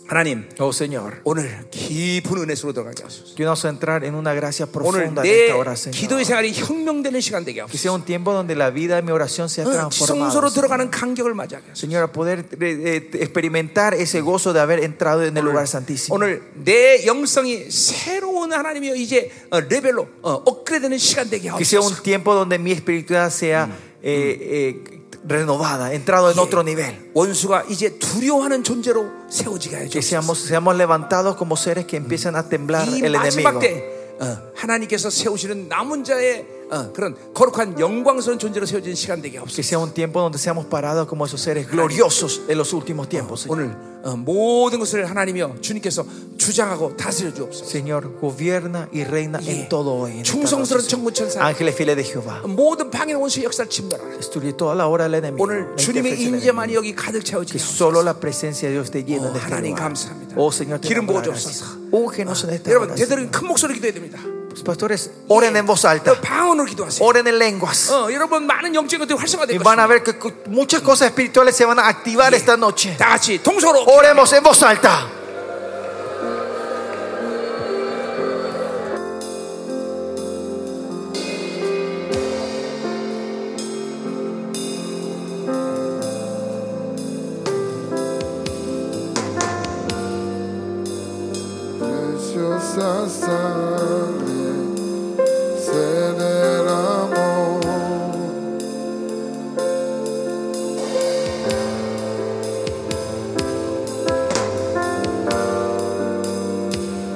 [SPEAKER 1] 하나님
[SPEAKER 2] Oh Señor,
[SPEAKER 1] 오늘 깊은 은혜 속으로 들어가게 하소서
[SPEAKER 2] que nos entrar en una gracia
[SPEAKER 1] 오늘
[SPEAKER 2] profunda de
[SPEAKER 1] 내
[SPEAKER 2] esta hora, Señor.
[SPEAKER 1] 기도의 생활이 혁명되는 시간 되게
[SPEAKER 2] Que sea
[SPEAKER 1] 하소서
[SPEAKER 2] un tiempo donde la vida de mi oración sea
[SPEAKER 1] 어, 지성소로
[SPEAKER 2] transformada. Señor.
[SPEAKER 1] 들어가는 간격을 맞이하게 하소서
[SPEAKER 2] Señor, a poder eh, eh, experimentar ese gozo de haber entrado en el lugar santísimo.
[SPEAKER 1] 오늘 내 영성이 새로운 하나님의 이제 어, 레벨로 어, 업그레이드되는 시간 되게
[SPEAKER 2] Que sea
[SPEAKER 1] 하소서
[SPEAKER 2] un tiempo donde mi espiritualidad sea eh, eh, renovada, entrado en otro nivel.
[SPEAKER 1] 원수가 이제 두려워하는 존재로 세워지게
[SPEAKER 2] Que
[SPEAKER 1] 하소서
[SPEAKER 2] seamos, seamos levantados como seres que empiezan a temblar
[SPEAKER 1] 이
[SPEAKER 2] el
[SPEAKER 1] 마지막
[SPEAKER 2] enemigo.
[SPEAKER 1] 때 어, 하나님께서 세우시는 남은 자의 어, 그런 거룩한 영광스러운 존재로 세워진 시간 되게
[SPEAKER 2] Que
[SPEAKER 1] 없어요.
[SPEAKER 2] sea un tiempo donde seamos parados como esos seres gloriosos en los últimos tiempos. Señor.
[SPEAKER 1] 오늘 어, 모든 것을 하나님이여 주님께서 주장하고 다스려 주옵소서.
[SPEAKER 2] Señor, gobierna y reina en todo hoy. en esta
[SPEAKER 1] 충성스러운
[SPEAKER 2] noche.
[SPEAKER 1] 천군천사
[SPEAKER 2] Ángeles fieles de Jehová.
[SPEAKER 1] 모든 방해 원수의 역사를 침멸하라.
[SPEAKER 2] Destruye toda la obra del enemigo.
[SPEAKER 1] 오늘
[SPEAKER 2] la
[SPEAKER 1] 주님의
[SPEAKER 2] interferencia del
[SPEAKER 1] 인재만이
[SPEAKER 2] enemigo.
[SPEAKER 1] 여기 가득 채워지게
[SPEAKER 2] Que
[SPEAKER 1] 하옵소서.
[SPEAKER 2] solo la presencia de Dios te llena
[SPEAKER 1] Oh,
[SPEAKER 2] de este
[SPEAKER 1] 하나님
[SPEAKER 2] lugar.
[SPEAKER 1] 감사합니다.
[SPEAKER 2] Oh Señor, te
[SPEAKER 1] 기름
[SPEAKER 2] damos la
[SPEAKER 1] 부어
[SPEAKER 2] gracia.
[SPEAKER 1] 주옵소서.
[SPEAKER 2] Úngenos en esta
[SPEAKER 1] 여러분
[SPEAKER 2] hora,
[SPEAKER 1] 제대로 큰 목소리로 기도해야 됩니다.
[SPEAKER 2] Señor. Pastores, oren en voz alta.
[SPEAKER 1] 어, 방언으로 기도하세요.
[SPEAKER 2] Oren en lenguas.
[SPEAKER 1] 어, 여러분 많은 영적인 것들이
[SPEAKER 2] Y
[SPEAKER 1] 활성화될
[SPEAKER 2] van a
[SPEAKER 1] 것입니다.
[SPEAKER 2] ver que cu- muchas cosas espirituales se van a activar esta noche.
[SPEAKER 1] 다 같이 동서로
[SPEAKER 2] Oremos en voz alta.
[SPEAKER 3] Preciosa sangre se derramó.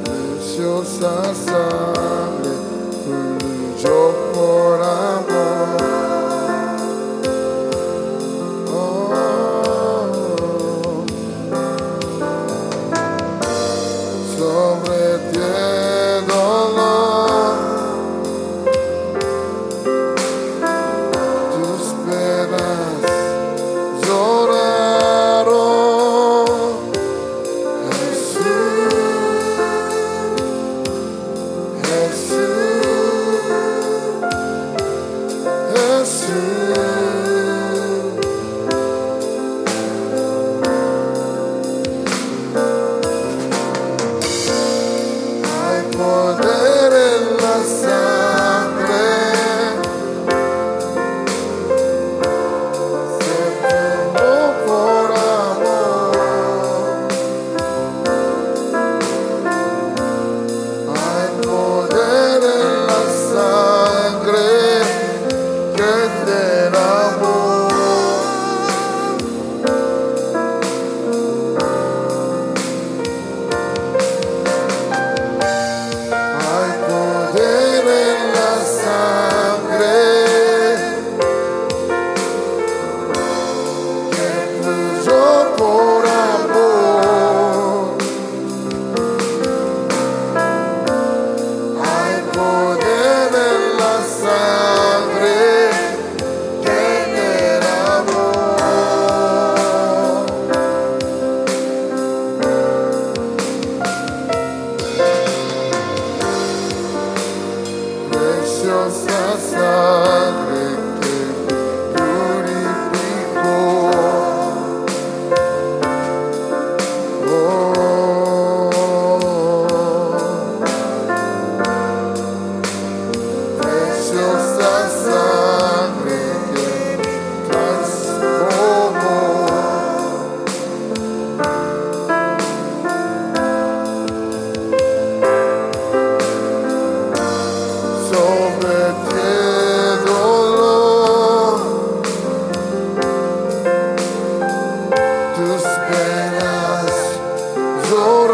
[SPEAKER 3] Preciosa sangre fluyó por amor. Oh. sobre ti el dolor, tus penas lloraron, Jesús, Oh. adoramos. 그그그그